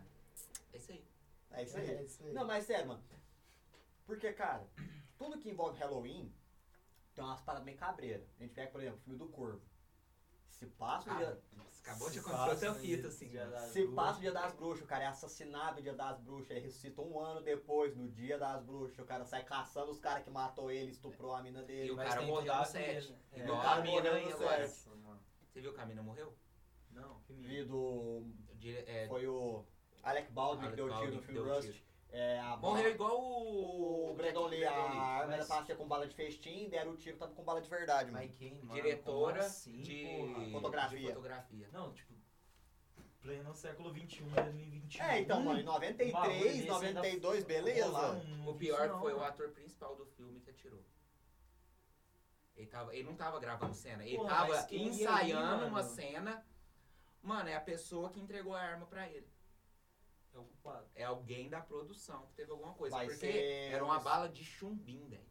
[SPEAKER 3] É isso aí.
[SPEAKER 1] É isso aí.
[SPEAKER 2] É, isso aí.
[SPEAKER 1] Não, mas sério, mano. Porque, cara, tudo que envolve Halloween tem umas paradas meio cabreiras. A gente pega, por exemplo, o filme do Corvo. Se passa o dia,
[SPEAKER 3] Ah, acabou de acontecer
[SPEAKER 2] Se
[SPEAKER 3] o
[SPEAKER 2] passa,
[SPEAKER 3] seu
[SPEAKER 2] né,
[SPEAKER 3] fito,
[SPEAKER 2] de-
[SPEAKER 3] assim.
[SPEAKER 2] de andar-
[SPEAKER 1] se
[SPEAKER 2] das
[SPEAKER 1] passa
[SPEAKER 2] bruxas.
[SPEAKER 1] o dia das bruxas, o cara é assassinado no dia das bruxas, aí ressuscita um ano depois, no dia das bruxas, o cara sai caçando os caras que matou ele, estuprou a mina
[SPEAKER 3] E o
[SPEAKER 1] dele.
[SPEAKER 2] Mas
[SPEAKER 3] cara
[SPEAKER 2] tem
[SPEAKER 3] morreu
[SPEAKER 2] cuidado
[SPEAKER 3] no set.
[SPEAKER 2] mesmo. É.
[SPEAKER 3] Igual
[SPEAKER 1] O cara
[SPEAKER 3] a mina
[SPEAKER 1] morreu no
[SPEAKER 3] aí agora.
[SPEAKER 1] set.
[SPEAKER 3] Você viu que a mina morreu?
[SPEAKER 2] Não, que
[SPEAKER 1] Vi
[SPEAKER 2] menino.
[SPEAKER 1] do.
[SPEAKER 3] Dire- é,
[SPEAKER 1] Foi o Alec Baldwin que
[SPEAKER 3] Alec
[SPEAKER 1] deu o tiro
[SPEAKER 3] Baldwin
[SPEAKER 1] no
[SPEAKER 3] que
[SPEAKER 1] filme
[SPEAKER 3] deu o
[SPEAKER 1] Rust. É, a
[SPEAKER 3] Morreu igual o.
[SPEAKER 1] O Brandon Lee, a arma
[SPEAKER 2] mas-
[SPEAKER 1] parecia com bala de festim, deram o tiro, tava com bala de verdade, mano.
[SPEAKER 2] Mas quem, mano?
[SPEAKER 3] Diretora
[SPEAKER 2] Como assim,
[SPEAKER 3] de
[SPEAKER 2] porra?
[SPEAKER 1] Fotografia.
[SPEAKER 3] de fotografia.
[SPEAKER 2] Não, tipo, pleno século um, XXI, 2021.
[SPEAKER 1] É, então, mano, em
[SPEAKER 2] Um bagulho
[SPEAKER 1] 93,
[SPEAKER 2] desse
[SPEAKER 1] 92,
[SPEAKER 2] ainda rolar
[SPEAKER 1] beleza.
[SPEAKER 2] um-
[SPEAKER 3] O
[SPEAKER 2] um
[SPEAKER 3] pior
[SPEAKER 2] isso não,
[SPEAKER 3] foi o
[SPEAKER 2] mano.
[SPEAKER 3] ator principal do filme que atirou. Ele, tava, ele não tava gravando cena, ele
[SPEAKER 2] Porra, mas
[SPEAKER 3] tava
[SPEAKER 2] quem ia
[SPEAKER 3] ensaiando
[SPEAKER 2] ali,
[SPEAKER 3] uma
[SPEAKER 2] mano?
[SPEAKER 3] cena. Mano, é a pessoa que entregou a arma pra ele.
[SPEAKER 2] É o culpado.
[SPEAKER 3] É alguém da produção que teve alguma coisa.
[SPEAKER 1] Vai
[SPEAKER 3] porque
[SPEAKER 1] ser-
[SPEAKER 3] era uma bala de chumbim, velho.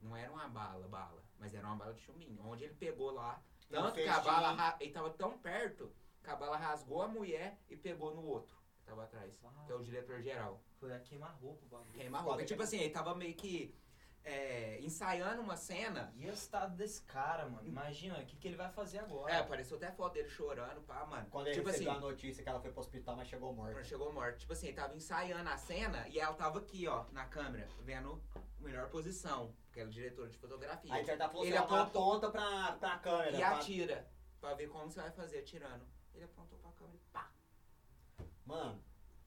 [SPEAKER 3] Não era uma bala, bala, mas era uma bala de chumbim. Onde ele pegou lá.
[SPEAKER 1] Não
[SPEAKER 3] Tanto que
[SPEAKER 1] fez
[SPEAKER 3] a bala.
[SPEAKER 1] de-
[SPEAKER 3] ra- Ele tava tão perto que a bala rasgou a mulher e pegou no outro que tava atrás. Que
[SPEAKER 1] Ah.
[SPEAKER 3] é o diretor geral.
[SPEAKER 2] Foi a queima-roupa o bagulho.
[SPEAKER 3] Queima-roupa.
[SPEAKER 1] né?
[SPEAKER 3] Tipo assim, ele tava meio que é, ensaiando uma cena.
[SPEAKER 2] E o estado desse cara, mano? Imagina, o que, que ele vai fazer agora?
[SPEAKER 3] É, apareceu até foto dele chorando, pá, mano.
[SPEAKER 1] Quando ele
[SPEAKER 3] tipo assim,
[SPEAKER 1] recebeu a notícia que ela foi pro hospital, mas chegou
[SPEAKER 3] quando
[SPEAKER 1] morta.
[SPEAKER 3] chegou morto. Tipo assim, ele tava ensaiando a cena e ela tava aqui, ó, na câmera, vendo a melhor posição. Porque ela é diretora de fotografia.
[SPEAKER 1] Aí já tá falando
[SPEAKER 3] Ele
[SPEAKER 1] assim, ela tá
[SPEAKER 3] apontou-
[SPEAKER 1] tonta pra, pra câmera.
[SPEAKER 3] e
[SPEAKER 1] pra-
[SPEAKER 3] atira. Pra ver como você vai fazer atirando. Ele apontou pra câmera e pá.
[SPEAKER 1] Mano,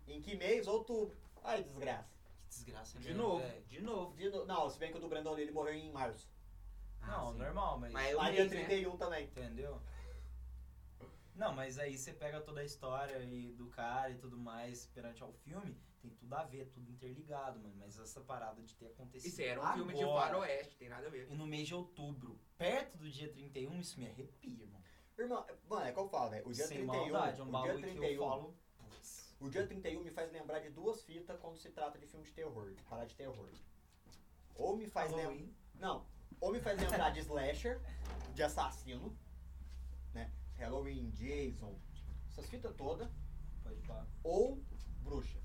[SPEAKER 1] em que mês? Outubro. Ai, desgraça.
[SPEAKER 2] Que desgraça,
[SPEAKER 3] De
[SPEAKER 2] mesmo,
[SPEAKER 3] novo,
[SPEAKER 2] velho.
[SPEAKER 3] É, de novo.
[SPEAKER 1] De no- Não, se bem que o do Brandon Lee, ele morreu em março.
[SPEAKER 2] Não,
[SPEAKER 3] sim.
[SPEAKER 2] normal, Ah, mas.
[SPEAKER 3] Mas eu
[SPEAKER 1] Aí dia
[SPEAKER 3] vi, né?
[SPEAKER 1] 31 também.
[SPEAKER 2] Entendeu? Não, mas aí você pega toda a história e do cara e tudo mais perante ao filme, tem tudo a ver, tudo interligado, mano. Mas essa parada de ter acontecido.
[SPEAKER 3] Isso era um filme de
[SPEAKER 2] agora,
[SPEAKER 3] faroeste, tem nada a ver.
[SPEAKER 2] E no mês de outubro, perto do dia 31, isso me arrepia, irmão.
[SPEAKER 1] Irmão, mano, é que eu falo, velho. O dia
[SPEAKER 2] Sem
[SPEAKER 1] 31.
[SPEAKER 2] maldade, é um
[SPEAKER 1] o dia
[SPEAKER 2] bagulho que eu
[SPEAKER 1] 31.
[SPEAKER 2] falo. Putz.
[SPEAKER 1] O dia 31 me faz lembrar de duas fitas quando se trata de filme de terror, de parar de terror. Ou me faz lembrar.
[SPEAKER 2] Halloween.
[SPEAKER 1] Não, ou me faz lembrar de slasher, de assassino, né? Halloween, Jason, essas fitas todas,
[SPEAKER 2] Pode falar.
[SPEAKER 1] ou bruxa.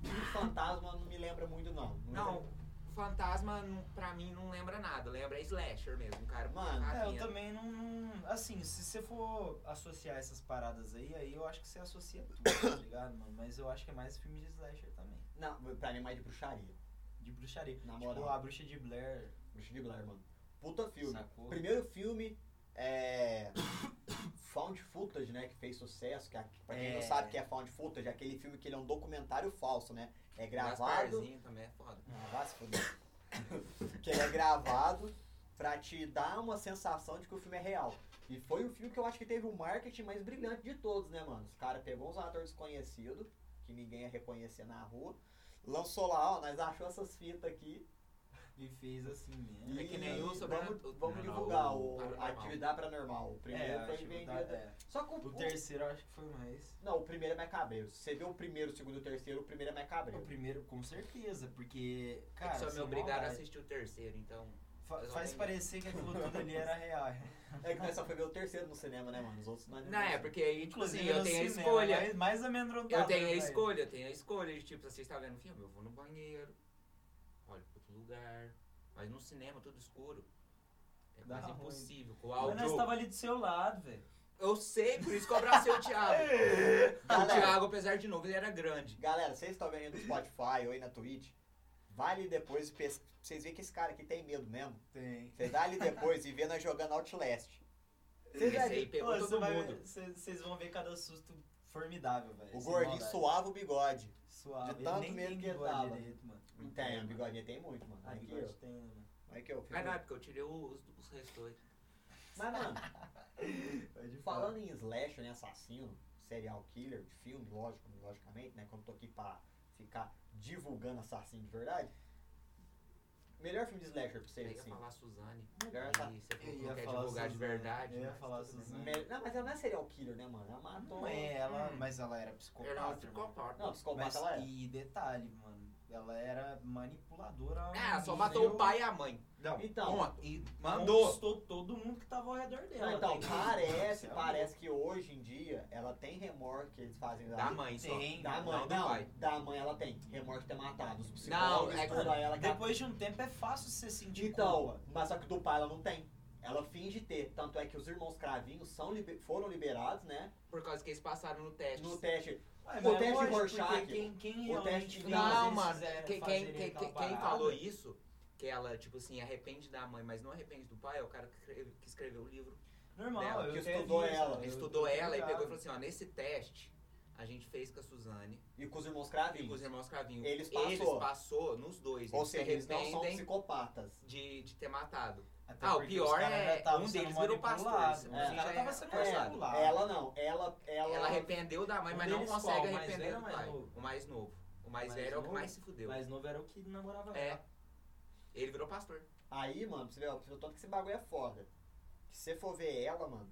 [SPEAKER 1] Filme de fantasma não me lembra muito, não. me
[SPEAKER 3] Não,
[SPEAKER 1] lembra.
[SPEAKER 3] fantasma não- pra mim não lembra nada. Lembra slasher mesmo, um cara. com
[SPEAKER 1] Mano,
[SPEAKER 2] É, eu
[SPEAKER 3] capinha.
[SPEAKER 2] também não- não. Assim, se você for associar essas paradas aí, aí eu acho que você associa tudo,
[SPEAKER 1] *coughs*
[SPEAKER 2] tá ligado, mano? Mas eu acho que é mais filme de slasher também.
[SPEAKER 1] Não, pra mim é mais de bruxaria.
[SPEAKER 2] De bruxaria.
[SPEAKER 1] Na
[SPEAKER 2] Tipo,
[SPEAKER 1] moral.
[SPEAKER 2] a bruxa de Blair,
[SPEAKER 1] Bruxa de Blair, mano. Puta filme.
[SPEAKER 2] sacou?
[SPEAKER 1] Primeiro filme é. Found Footage, né? Que fez sucesso. Que, a- pra quem
[SPEAKER 2] É.
[SPEAKER 1] não sabe o que é Found Footage, é aquele filme que ele é um documentário falso, né? É gravado.
[SPEAKER 3] Gasparzinho também é foda.
[SPEAKER 1] Ah, vai se fuder. *laughs* que ele é gravado pra te dar uma sensação de que o filme é real. E foi o filme que eu acho que teve o marketing mais brilhante de todos, né, mano? Os caras pegou uns atores desconhecidos, que ninguém ia reconhecer na rua, lançou lá, ó, nós achou essas fitas aqui.
[SPEAKER 2] E fez assim mesmo.
[SPEAKER 3] É que nem
[SPEAKER 1] e
[SPEAKER 3] o sobrenatu-
[SPEAKER 1] Vamos, vamos
[SPEAKER 3] não, não,
[SPEAKER 1] divulgar
[SPEAKER 3] o
[SPEAKER 1] o,
[SPEAKER 3] paranormal.
[SPEAKER 1] Atividade Paranormal. O primeiro
[SPEAKER 2] é,
[SPEAKER 1] foi
[SPEAKER 2] acho que
[SPEAKER 1] vendido.
[SPEAKER 2] dá- é.
[SPEAKER 1] Só que o,
[SPEAKER 2] O terceiro eu acho que foi mais.
[SPEAKER 1] Não, o primeiro é mais cabreiro. Se você vê o primeiro, o segundo e o terceiro, o primeiro é mais
[SPEAKER 2] O
[SPEAKER 1] cabreiro.
[SPEAKER 2] primeiro, com certeza, porque.
[SPEAKER 3] É que
[SPEAKER 2] Cara,
[SPEAKER 3] só me
[SPEAKER 2] sem
[SPEAKER 3] obrigaram a
[SPEAKER 2] maldade,
[SPEAKER 3] assistir o terceiro, então.
[SPEAKER 2] fa-
[SPEAKER 3] Eu não
[SPEAKER 2] faz
[SPEAKER 3] lembro.
[SPEAKER 2] parecer que aquilo tudo ali era
[SPEAKER 3] *laughs*
[SPEAKER 2] real.
[SPEAKER 1] É que nós só foi ver o terceiro no cinema, né, mano? Os outros nós
[SPEAKER 3] Não, é,
[SPEAKER 1] vimos.
[SPEAKER 3] porque aí, tipo assim,
[SPEAKER 2] Inclusive,
[SPEAKER 3] eu
[SPEAKER 2] no
[SPEAKER 3] tenho a
[SPEAKER 2] cinema, né?
[SPEAKER 3] escolha.
[SPEAKER 2] Mais, mais amedrontado.
[SPEAKER 3] Eu tenho a
[SPEAKER 2] né, velho?
[SPEAKER 3] escolha, eu tenho a escolha. de, Tipo, você está vendo filme, eu vou no banheiro, olho pra outro lugar. Mas no cinema, tudo escuro. É
[SPEAKER 2] Dá
[SPEAKER 3] quase
[SPEAKER 2] ruim.
[SPEAKER 3] impossível. Com o
[SPEAKER 2] Mas nós
[SPEAKER 3] áudio.
[SPEAKER 2] tava ali do seu lado, velho.
[SPEAKER 3] Eu sei, por isso que eu abracei o
[SPEAKER 2] *laughs*
[SPEAKER 3] Thiago. o
[SPEAKER 1] Galera.
[SPEAKER 3] Thiago, apesar de novo, ele era grande.
[SPEAKER 1] Galera, vocês estão vendo aí no Spotify ou aí na Twitch, vai ali depois e pes- vocês veem que esse cara aqui tem medo mesmo.
[SPEAKER 2] Tem.
[SPEAKER 1] Vocês dá ali depois e vê nós jogando Outlast. Vocês
[SPEAKER 3] Esse
[SPEAKER 1] já
[SPEAKER 3] aí
[SPEAKER 1] viram?
[SPEAKER 3] pegou todo mundo.
[SPEAKER 2] Vocês vão ver cada susto formidável, velho.
[SPEAKER 1] O
[SPEAKER 2] sem
[SPEAKER 1] gordinho
[SPEAKER 2] maldade.
[SPEAKER 1] suava o bigode.
[SPEAKER 2] Suave.
[SPEAKER 1] de
[SPEAKER 2] Ele
[SPEAKER 1] tanto
[SPEAKER 2] nem
[SPEAKER 1] medo
[SPEAKER 2] tem
[SPEAKER 1] que ele
[SPEAKER 2] bigode
[SPEAKER 1] tava.
[SPEAKER 2] direito, mano.
[SPEAKER 1] Tem, o bigodinho tem muito, mano.
[SPEAKER 2] Ah,
[SPEAKER 1] Olha aqui,
[SPEAKER 2] bigode
[SPEAKER 1] ó.
[SPEAKER 2] tem, né, mano?
[SPEAKER 1] Olha aqui, ó. o
[SPEAKER 3] Mas
[SPEAKER 1] filme-
[SPEAKER 3] não, é porque eu tirei os, os restos.
[SPEAKER 1] Mas, mano,
[SPEAKER 2] Pode falar.
[SPEAKER 1] Falando em slasher, né, assassino, serial killer, de filme, lógico, logicamente, né, quando tô aqui pra ficar divulgando assassino de verdade, Melhor filme de slasher pra
[SPEAKER 3] Eu
[SPEAKER 1] vocês,
[SPEAKER 3] ia
[SPEAKER 1] assim.
[SPEAKER 3] falar Suzane.
[SPEAKER 1] Melhor, tá?
[SPEAKER 3] E você falou
[SPEAKER 2] Eu
[SPEAKER 3] que
[SPEAKER 2] ia
[SPEAKER 3] não quer
[SPEAKER 2] falar
[SPEAKER 3] divulgar de
[SPEAKER 2] Suzane.
[SPEAKER 3] verdade.
[SPEAKER 2] Eu ia
[SPEAKER 3] mas
[SPEAKER 2] falar
[SPEAKER 3] tudo bem.
[SPEAKER 2] Suzane.
[SPEAKER 1] Me- Não, mas ela não é serial killer, né, mano? Ela matou.
[SPEAKER 2] Não é ela,
[SPEAKER 3] Hum.
[SPEAKER 2] mas ela
[SPEAKER 3] Ela
[SPEAKER 2] era
[SPEAKER 3] é uma
[SPEAKER 2] psicopata. mano.
[SPEAKER 3] psicopata.
[SPEAKER 1] Não, psicopata
[SPEAKER 2] Mas,
[SPEAKER 1] ela é.
[SPEAKER 2] e detalhe, mano, ela era manipuladora.
[SPEAKER 3] É, ela só matou o pai e a mãe.
[SPEAKER 2] Não,
[SPEAKER 1] Então,
[SPEAKER 3] Ponto. Mandou.
[SPEAKER 2] Conquistou todo mundo que tava ao redor dela.
[SPEAKER 1] não, então
[SPEAKER 2] Tem-
[SPEAKER 1] parece,
[SPEAKER 2] Ela-
[SPEAKER 1] parece que hoje em dia ela tem remorque que eles fazem lá.
[SPEAKER 3] Da mãe só.
[SPEAKER 2] Tem.
[SPEAKER 1] Da mãe,
[SPEAKER 3] Não,
[SPEAKER 1] não,
[SPEAKER 3] do pai.
[SPEAKER 1] da mãe ela tem. Remorso de ter matado. Os psicólogos,
[SPEAKER 3] Não, é que-
[SPEAKER 1] toda ela. que ela-
[SPEAKER 2] Depois de um tempo é fácil você sentir culpa.
[SPEAKER 1] Então, mas só que do pai ela não tem. Ela finge ter. Tanto é que os irmãos cravinhos são liber- foram liberados, né?
[SPEAKER 3] Por causa que eles passaram no teste.
[SPEAKER 1] No teste.
[SPEAKER 2] Ué,
[SPEAKER 1] o
[SPEAKER 2] mas
[SPEAKER 1] teste de
[SPEAKER 2] lógico, porque
[SPEAKER 1] Rorschach,
[SPEAKER 2] Quem, quem
[SPEAKER 1] o
[SPEAKER 2] realmente
[SPEAKER 1] teste de-
[SPEAKER 2] fez
[SPEAKER 3] Não,
[SPEAKER 2] eles
[SPEAKER 3] mano.
[SPEAKER 2] fizeram-
[SPEAKER 3] Quem,
[SPEAKER 2] fazerem
[SPEAKER 3] quem, quem,
[SPEAKER 2] aquela
[SPEAKER 3] quem- quem
[SPEAKER 2] parada?
[SPEAKER 3] falou isso, que ela, tipo assim, arrepende da mãe, mas não arrepende do pai, é o cara que escreve- que escreveu o livro.
[SPEAKER 2] Normal,
[SPEAKER 3] dela,
[SPEAKER 2] eu
[SPEAKER 1] que
[SPEAKER 2] até
[SPEAKER 1] estudou
[SPEAKER 2] vi isso,
[SPEAKER 1] ela.
[SPEAKER 2] eu-
[SPEAKER 3] Ele estudou
[SPEAKER 2] eu tô
[SPEAKER 3] ela e
[SPEAKER 2] ligado.
[SPEAKER 3] pegou e falou assim, ó, nesse teste a gente fez com a Suzane
[SPEAKER 1] E com os irmãos
[SPEAKER 3] e com
[SPEAKER 1] cravinhos.
[SPEAKER 3] os irmãos Cravinho.
[SPEAKER 1] Eles
[SPEAKER 3] Eles
[SPEAKER 1] passou.
[SPEAKER 3] passou nos dois.
[SPEAKER 1] Ou
[SPEAKER 3] eles
[SPEAKER 1] seja, eles
[SPEAKER 3] se
[SPEAKER 1] não são
[SPEAKER 3] arrependem
[SPEAKER 1] psicopatas.
[SPEAKER 3] de, de ter matado.
[SPEAKER 2] Até
[SPEAKER 3] Ah, o
[SPEAKER 2] porque
[SPEAKER 3] pior
[SPEAKER 2] os caras
[SPEAKER 3] é-
[SPEAKER 2] já tavam
[SPEAKER 3] um
[SPEAKER 2] sendo
[SPEAKER 3] deles virou pastor,
[SPEAKER 2] manipulados,
[SPEAKER 3] esse
[SPEAKER 2] Os
[SPEAKER 1] moleque
[SPEAKER 3] já
[SPEAKER 2] caras estavam
[SPEAKER 3] é-
[SPEAKER 2] sendo
[SPEAKER 3] é,
[SPEAKER 2] manipulados.
[SPEAKER 1] né? Ela não. Ela. Ela.
[SPEAKER 3] Ela, arrependeu da mãe,
[SPEAKER 2] Um
[SPEAKER 3] mas não
[SPEAKER 2] deles
[SPEAKER 3] consegue
[SPEAKER 2] qual? O mais
[SPEAKER 3] arrepender
[SPEAKER 2] velho
[SPEAKER 3] do
[SPEAKER 2] ou o mais
[SPEAKER 3] pai.
[SPEAKER 2] novo?
[SPEAKER 3] O mais novo. O mais,
[SPEAKER 2] Mais
[SPEAKER 3] velho é o que
[SPEAKER 2] novo?
[SPEAKER 3] mais se fudeu.
[SPEAKER 2] Mais novo era o que namorava
[SPEAKER 3] É.
[SPEAKER 2] ela.
[SPEAKER 3] Ele virou pastor.
[SPEAKER 1] Aí, mano, você vê, ó, tanto que esse bagulho é foda. Se você for ver ela, mano,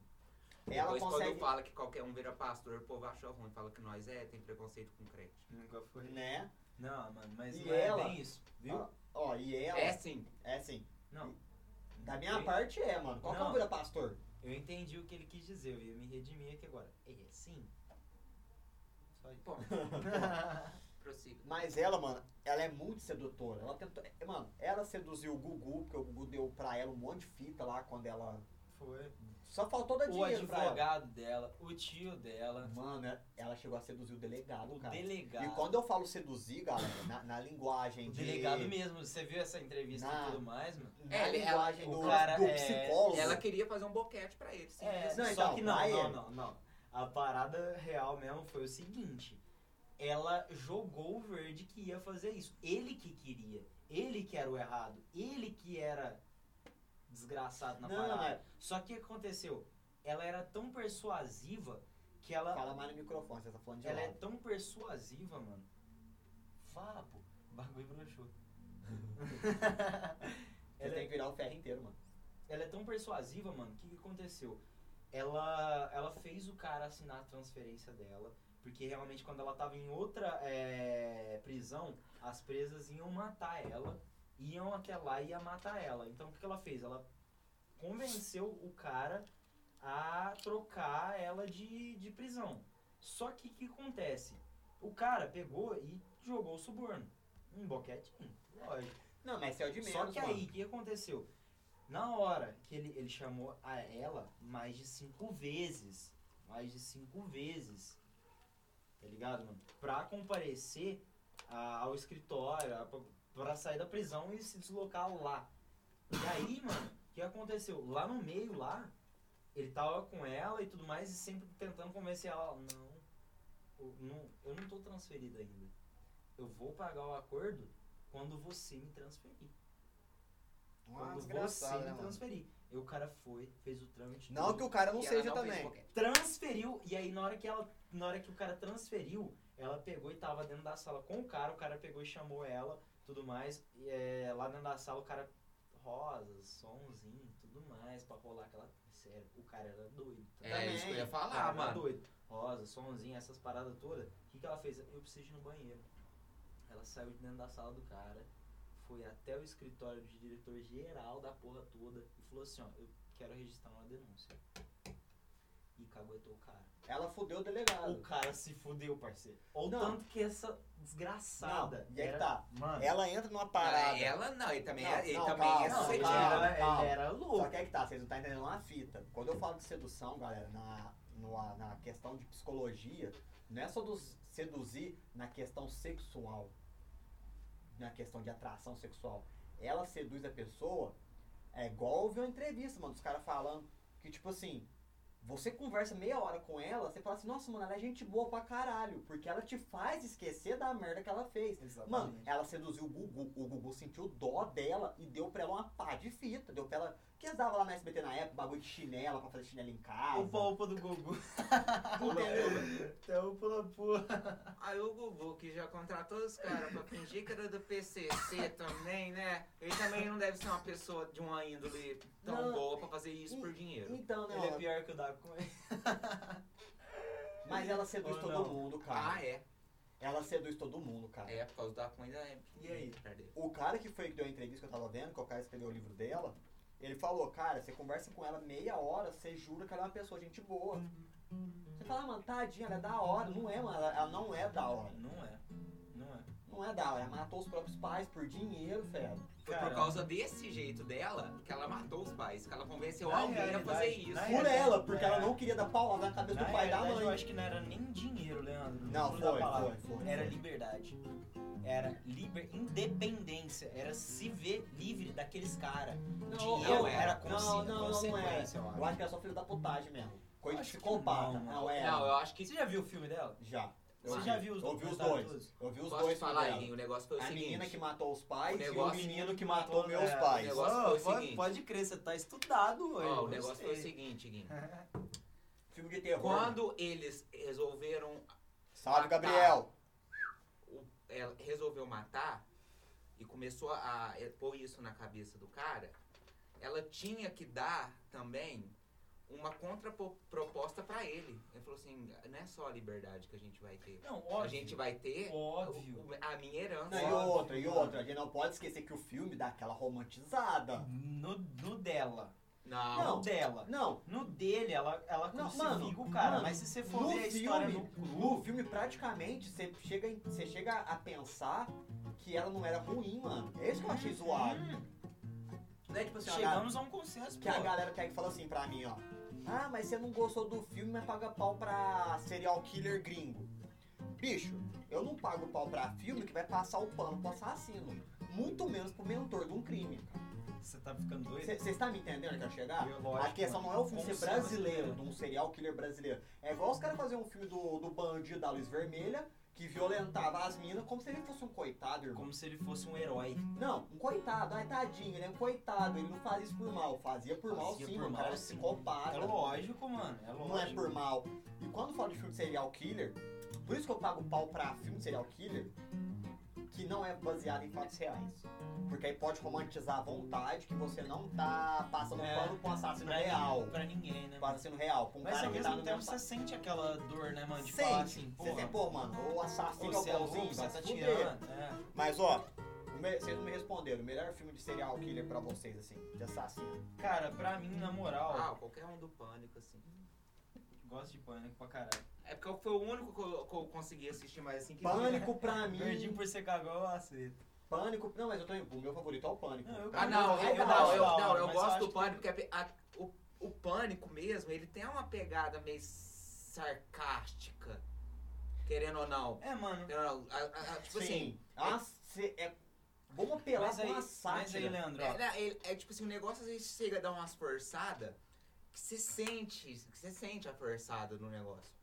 [SPEAKER 1] ela
[SPEAKER 3] Depois
[SPEAKER 1] consegue.
[SPEAKER 3] quando fala que qualquer um vira pastor, o povo acha ruim. Fala que nós é, tem preconceito com crente.
[SPEAKER 2] Nunca foi.
[SPEAKER 1] Né?
[SPEAKER 2] Não, mano, mas
[SPEAKER 1] E
[SPEAKER 2] não é
[SPEAKER 1] ela?
[SPEAKER 2] bem isso, viu?
[SPEAKER 1] Ó, ó, e ela.
[SPEAKER 3] É
[SPEAKER 1] É,
[SPEAKER 3] sim.
[SPEAKER 1] assim.
[SPEAKER 2] Não.
[SPEAKER 1] Da minha
[SPEAKER 2] eu,
[SPEAKER 1] parte é, mano. Qual que é o
[SPEAKER 2] Não.
[SPEAKER 1] vira pastor?
[SPEAKER 2] Eu entendi o que ele quis dizer, eu ia me redimir aqui agora. É sim. Só isso.
[SPEAKER 3] Bom, prossiga.
[SPEAKER 1] Mas ela, mano, ela é muito sedutora. Ela tentou. é, Mano, ela seduziu o Gugu, porque o Gugu deu pra ela um monte de fita lá quando ela.
[SPEAKER 2] *laughs* foi.
[SPEAKER 1] Só faltou dar
[SPEAKER 2] O
[SPEAKER 1] dinheiro pra ela.
[SPEAKER 2] advogado dela, o tio dela,
[SPEAKER 1] Mano, ela- ela chegou a seduzir o delegado,
[SPEAKER 2] o
[SPEAKER 1] cara.
[SPEAKER 2] delegado.
[SPEAKER 1] E quando eu falo seduzir, galera, na, na linguagem
[SPEAKER 2] O
[SPEAKER 1] de.
[SPEAKER 2] delegado mesmo, você viu essa entrevista
[SPEAKER 1] Na-
[SPEAKER 2] e tudo mais, mano?
[SPEAKER 1] Na
[SPEAKER 3] É, ele-
[SPEAKER 1] linguagem
[SPEAKER 2] ela-
[SPEAKER 1] do,
[SPEAKER 2] o cara
[SPEAKER 1] do
[SPEAKER 2] é-
[SPEAKER 1] psicólogo.
[SPEAKER 3] Ela queria fazer um boquete pra ele, sim.
[SPEAKER 2] É,
[SPEAKER 1] Não,
[SPEAKER 2] só
[SPEAKER 1] então,
[SPEAKER 2] que não,
[SPEAKER 1] aí é.
[SPEAKER 2] não, não, não. A parada real mesmo foi o seguinte. Ela jogou o verde que ia fazer isso. Ele que queria. Ele que era o errado. Ele que era desgraçado tá na
[SPEAKER 1] Não, é
[SPEAKER 2] parada.
[SPEAKER 1] mas-
[SPEAKER 2] Só que o que aconteceu? Ela era tão persuasiva que ela.
[SPEAKER 1] é, Fala mais no microfone, você tá falando de
[SPEAKER 2] ela é
[SPEAKER 1] lado.
[SPEAKER 2] tão persuasiva, mano. Fala, pô. O bagulho
[SPEAKER 1] *laughs*
[SPEAKER 2] broxou. é
[SPEAKER 1] Você tem que virar o ferro inteiro, mano.
[SPEAKER 2] ela é tão persuasiva, mano, o que, que aconteceu? Ela, ela fez o cara assinar a transferência dela, porque realmente quando ela tava em outra é, prisão, as presas iam matar ela, iam até lá e ia matar ela. Então o que, que ela fez? Ela convenceu o cara a trocar ela de, de prisão. Só que o que acontece? O cara pegou e jogou o suborno. Um boquetinho, lógico.
[SPEAKER 1] Não, mas isso é o de menos,
[SPEAKER 2] Só que
[SPEAKER 1] mano.
[SPEAKER 2] aí, o que aconteceu? Na hora que ele, ele chamou a ela mais de cinco vezes. Mais de cinco vezes. Tá ligado, mano? Pra comparecer a- ao escritório, a- pra, pra sair da prisão e se deslocar lá. E aí, mano, o que aconteceu? Lá no meio, lá, ele tava com ela e tudo mais, e sempre tentando convencer ela, não, eu não, eu não tô transferido ainda. Eu vou pagar o acordo quando você me transferir.
[SPEAKER 1] Uma
[SPEAKER 2] Quando
[SPEAKER 1] desgraçada, né,
[SPEAKER 2] você me
[SPEAKER 1] um mano?
[SPEAKER 2] transferir. E o cara foi, fez o trâmite.
[SPEAKER 1] Não
[SPEAKER 2] tudo.
[SPEAKER 1] que o cara não
[SPEAKER 3] E ela
[SPEAKER 1] seja
[SPEAKER 3] fez
[SPEAKER 1] também.
[SPEAKER 3] boquete.
[SPEAKER 2] Transferiu. E aí na hora que ela. Na hora que o cara transferiu, ela pegou e tava dentro da sala com o cara, o cara pegou e chamou ela, tudo mais. E, é, lá dentro da sala o cara. Rosas, sonzinho, tudo mais, pra rolar aquela. Sério, o cara era doido. tá?
[SPEAKER 3] É isso que eu ia falar,
[SPEAKER 2] Cara,
[SPEAKER 3] mano.
[SPEAKER 2] doido. Rosa, sonzinho, essas paradas todas. O que, que ela fez? Eu preciso ir no banheiro. Ela saiu de dentro da sala do cara, foi até o escritório do diretor geral da porra toda e falou assim, ó, eu quero registrar uma denúncia. E caguetou o cara.
[SPEAKER 1] Ela fudeu o
[SPEAKER 2] O
[SPEAKER 1] delegado.
[SPEAKER 2] cara se fudeu, parceiro. Ou
[SPEAKER 1] Não.
[SPEAKER 2] tanto que essa desgraçada.
[SPEAKER 1] Não, e aí
[SPEAKER 2] era-
[SPEAKER 1] tá.
[SPEAKER 2] Mano,
[SPEAKER 1] Ela entra numa
[SPEAKER 3] Ela,
[SPEAKER 1] parada.
[SPEAKER 3] Ah, ela não, ele também
[SPEAKER 1] Não,
[SPEAKER 3] é, ele
[SPEAKER 1] não,
[SPEAKER 3] também
[SPEAKER 1] calma,
[SPEAKER 3] é
[SPEAKER 2] não, ele
[SPEAKER 3] suscetível.
[SPEAKER 1] calma.
[SPEAKER 2] era, ele era
[SPEAKER 1] Só
[SPEAKER 2] louco.
[SPEAKER 1] que aí que tá, vocês não tá entendendo uma fita. Quando eu falo de sedução, galera, na, no- na questão de psicologia, não é só dos- seduzir na questão sexual, na questão de atração sexual. Ela seduz a pessoa, é igual eu vi uma entrevista, mano, dos caras falando que, tipo assim, você conversa meia hora com ela, você fala assim, nossa, mano, ela é gente boa pra caralho, porque ela te faz esquecer da merda que ela fez. Mano, ela seduziu o Gugu. O Gugu sentiu dó dela e deu pra ela uma pá de fita. Deu pra ela que eles davam lá no SBT na época, bagulho de chinela pra fazer chinela em casa.
[SPEAKER 2] Upa, upa do Gugu.
[SPEAKER 1] Entendeu?
[SPEAKER 2] Então, pula, pula.
[SPEAKER 3] Aí o Gugu, que já contratou os caras pra fingir que era do PCC também, né? Ele também não deve ser uma pessoa de uma índole tão
[SPEAKER 1] Não.
[SPEAKER 3] boa pra fazer isso por dinheiro.
[SPEAKER 1] Então, né,
[SPEAKER 2] Ele é
[SPEAKER 1] ó,
[SPEAKER 2] pior que o da Cunha.
[SPEAKER 1] mas ela seduz
[SPEAKER 2] Ou
[SPEAKER 1] todo
[SPEAKER 2] não.
[SPEAKER 1] mundo, cara.
[SPEAKER 3] Ah, é.
[SPEAKER 1] Ela seduz todo mundo, cara.
[SPEAKER 3] É, por causa da Cunha é.
[SPEAKER 2] E aí?
[SPEAKER 3] Tadeu.
[SPEAKER 1] O cara que foi que deu a entrevista que eu tava vendo, que é o cara que escreveu o livro dela, ele falou, cara, você conversa com ela meia hora, você jura que ela é uma pessoa, gente boa. Você fala, "Ah, mano, tadinha, ela é da hora. Não é, mano, ela ela não é da hora.
[SPEAKER 2] Não é. Não é.
[SPEAKER 1] Não é da hora, ela matou os próprios pais por dinheiro, velho.
[SPEAKER 3] Foi
[SPEAKER 2] Cara.
[SPEAKER 3] por causa desse jeito dela que ela matou os pais, que ela convenceu
[SPEAKER 2] Na
[SPEAKER 3] alguém a
[SPEAKER 2] realidade,
[SPEAKER 3] fazer isso.
[SPEAKER 2] na
[SPEAKER 1] Por
[SPEAKER 2] realidade,
[SPEAKER 1] ela, porque
[SPEAKER 2] é.
[SPEAKER 1] ela não queria dar paulada na cabeça do
[SPEAKER 2] Na
[SPEAKER 1] pai e da
[SPEAKER 2] realidade, eu
[SPEAKER 1] mãe.
[SPEAKER 2] acho que não era nem dinheiro, Leandro.
[SPEAKER 1] é Não,
[SPEAKER 2] Vamos dar
[SPEAKER 1] foi,
[SPEAKER 2] a palavra.
[SPEAKER 1] foi, foi.
[SPEAKER 2] Era liberdade. Era liber... independência. Era se ver livre daqueles caras.
[SPEAKER 1] Não,
[SPEAKER 2] Dinheiro
[SPEAKER 1] não,
[SPEAKER 2] era
[SPEAKER 1] não,
[SPEAKER 2] conse-
[SPEAKER 1] não, não,
[SPEAKER 3] é.
[SPEAKER 1] não
[SPEAKER 2] consequência, eu acho.
[SPEAKER 1] Eu acho que era só filho da putagem mesmo. Coisa de
[SPEAKER 2] Acho que
[SPEAKER 1] psicopata.
[SPEAKER 2] não,
[SPEAKER 1] Não,
[SPEAKER 2] mano.
[SPEAKER 1] é.
[SPEAKER 3] Não, eu acho que.
[SPEAKER 2] Você já viu o filme dela?
[SPEAKER 1] Já. Eu
[SPEAKER 2] Você
[SPEAKER 1] vi.
[SPEAKER 2] já viu os
[SPEAKER 1] Eu vi os
[SPEAKER 2] documentários
[SPEAKER 1] dois.
[SPEAKER 2] todos?
[SPEAKER 1] Eu vi os
[SPEAKER 3] Posso
[SPEAKER 1] dois.
[SPEAKER 3] te falar,
[SPEAKER 1] dela.
[SPEAKER 3] Henrique, o negócio foi o
[SPEAKER 1] A
[SPEAKER 3] seguinte.
[SPEAKER 1] menina que matou os pais
[SPEAKER 3] o negócio- é
[SPEAKER 1] e o menino que matou meus
[SPEAKER 2] É,
[SPEAKER 1] pais.
[SPEAKER 3] o negócio foi o
[SPEAKER 2] Ô, pode-
[SPEAKER 3] seguinte.
[SPEAKER 2] Pode crer, você tá estudado hoje.
[SPEAKER 3] Ó, o negócio foi o
[SPEAKER 2] gostei. É.
[SPEAKER 3] seguinte, Guinho.
[SPEAKER 1] Filme de terror.
[SPEAKER 3] Quando tá eles resolveram
[SPEAKER 1] Salve, Gabriel.
[SPEAKER 3] o- ela é, resolveu matar e começou a eh, pôr isso na cabeça do cara, ela tinha que dar também uma contraproposta pra ele. Ele falou assim, não é só a liberdade que a gente vai ter.
[SPEAKER 2] Não,
[SPEAKER 3] A
[SPEAKER 2] óbvio.
[SPEAKER 3] gente vai ter
[SPEAKER 2] Óbvio.
[SPEAKER 3] o- a minha herança.
[SPEAKER 1] Não, e
[SPEAKER 2] Óbvio,
[SPEAKER 1] outra, e
[SPEAKER 2] mano.
[SPEAKER 1] outra. A gente não pode esquecer que o filme dá aquela romantizada.
[SPEAKER 2] No, no dela.
[SPEAKER 3] Não,
[SPEAKER 2] No dela.
[SPEAKER 1] Não,
[SPEAKER 2] No dele, ela, ela
[SPEAKER 1] Não,
[SPEAKER 2] crucifica
[SPEAKER 1] mano,
[SPEAKER 2] o cara.
[SPEAKER 1] mano,
[SPEAKER 2] mas se você for
[SPEAKER 1] no
[SPEAKER 2] ver a história
[SPEAKER 1] filme,
[SPEAKER 2] no cru...
[SPEAKER 1] no filme praticamente você chega, em- você chega a pensar que ela não era ruim, mano. É isso que eu
[SPEAKER 3] Uhum.
[SPEAKER 1] achei zoado.
[SPEAKER 2] Hum,
[SPEAKER 1] Não é tipo assim, ó,
[SPEAKER 2] chegamos a um consenso,
[SPEAKER 1] Que a
[SPEAKER 2] pô.
[SPEAKER 1] galera pega e fala assim pra mim, ó. Ah, mas você não gostou do filme, mas paga pau pra serial killer gringo. Bicho, eu não pago pau pra filme que vai passar o pano pro assassino. Muito menos pro mentor de um crime.
[SPEAKER 2] Você tá ficando doido?
[SPEAKER 1] Vocês estão me entendendo onde eu quero chegar?
[SPEAKER 2] Eu, lógico,
[SPEAKER 1] a questão
[SPEAKER 2] mano.
[SPEAKER 1] não é o filme ser
[SPEAKER 2] Como
[SPEAKER 1] brasileiro, de um serial killer brasileiro. É igual os caras fazerem um filme do, do bandido da luz vermelha, que violentava as minas como se ele fosse um coitado, irmão.
[SPEAKER 2] Como se ele fosse um herói.
[SPEAKER 1] Não, um coitado, ai tadinho, ele é um coitado, ele não faz isso por mal. Fazia por mal
[SPEAKER 2] Fazia
[SPEAKER 1] sim,
[SPEAKER 2] por
[SPEAKER 1] mano, o
[SPEAKER 2] mal,
[SPEAKER 1] cara era
[SPEAKER 2] sim.
[SPEAKER 1] psicopata.
[SPEAKER 2] É lógico, mano. É lógico.
[SPEAKER 1] Ah, não é por mal. E quando fala de filme de serial killer, por isso que eu pago pau pra filme de serial killer que não é baseado em fatos reais. Porque aí pode romantizar à vontade que você não tá passando
[SPEAKER 2] É.
[SPEAKER 1] pano pra um assassino
[SPEAKER 2] Pra-
[SPEAKER 1] real.
[SPEAKER 2] Pra ninguém, né?
[SPEAKER 1] Pra um assassino real, pra um
[SPEAKER 2] Mas
[SPEAKER 1] cara
[SPEAKER 2] ao
[SPEAKER 1] que tá
[SPEAKER 2] mesmo
[SPEAKER 1] no
[SPEAKER 2] tempo
[SPEAKER 1] mesmo
[SPEAKER 2] você sente aquela dor, né, mano? De
[SPEAKER 1] Sente.
[SPEAKER 2] falar assim,
[SPEAKER 1] Você
[SPEAKER 2] porra,
[SPEAKER 1] tem, pô, mano, o assassino é o
[SPEAKER 2] você é
[SPEAKER 1] bonzinho,
[SPEAKER 2] louco,
[SPEAKER 1] vai
[SPEAKER 2] você tá
[SPEAKER 1] se fuder.
[SPEAKER 2] tirando. É.
[SPEAKER 1] Mas ó, o me- vocês não me responderam. O melhor filme de serial killer pra vocês, assim, de assassino.
[SPEAKER 2] Cara, pra mim, na moral,
[SPEAKER 3] Ah, qualquer um do pânico, assim.
[SPEAKER 2] gosto de pânico pra caralho.
[SPEAKER 3] É porque foi o único que eu, que eu consegui assistir, mas assim que.
[SPEAKER 1] Pânico pra mim.
[SPEAKER 2] Verdinho por ser cagão, eu aceito.
[SPEAKER 1] Pânico. Não, mas eu tô em. O meu favorito é o pânico. é
[SPEAKER 2] Não, eu-
[SPEAKER 3] Ah, não, eu, eu- não, eu, não, eu
[SPEAKER 2] Mas eu
[SPEAKER 3] gosto
[SPEAKER 2] acho
[SPEAKER 3] do
[SPEAKER 2] que-
[SPEAKER 3] pânico, porque a pe- a- o, o pânico mesmo, ele tem uma pegada meio sarcástica. Querendo ou não.
[SPEAKER 2] É, mano.
[SPEAKER 3] Querendo ou não, a- a- a- tipo assim.
[SPEAKER 1] Ah, cê é. Vamos apelar
[SPEAKER 2] Mas
[SPEAKER 1] pra
[SPEAKER 2] aí,
[SPEAKER 1] é uma
[SPEAKER 2] mas aí, né?
[SPEAKER 1] sátira. né?
[SPEAKER 2] Leandro, ó,
[SPEAKER 3] É, é- é tipo assim, o negócio às vezes chega a dar umas forçadas que você sente. Que você sente a forçada no negócio.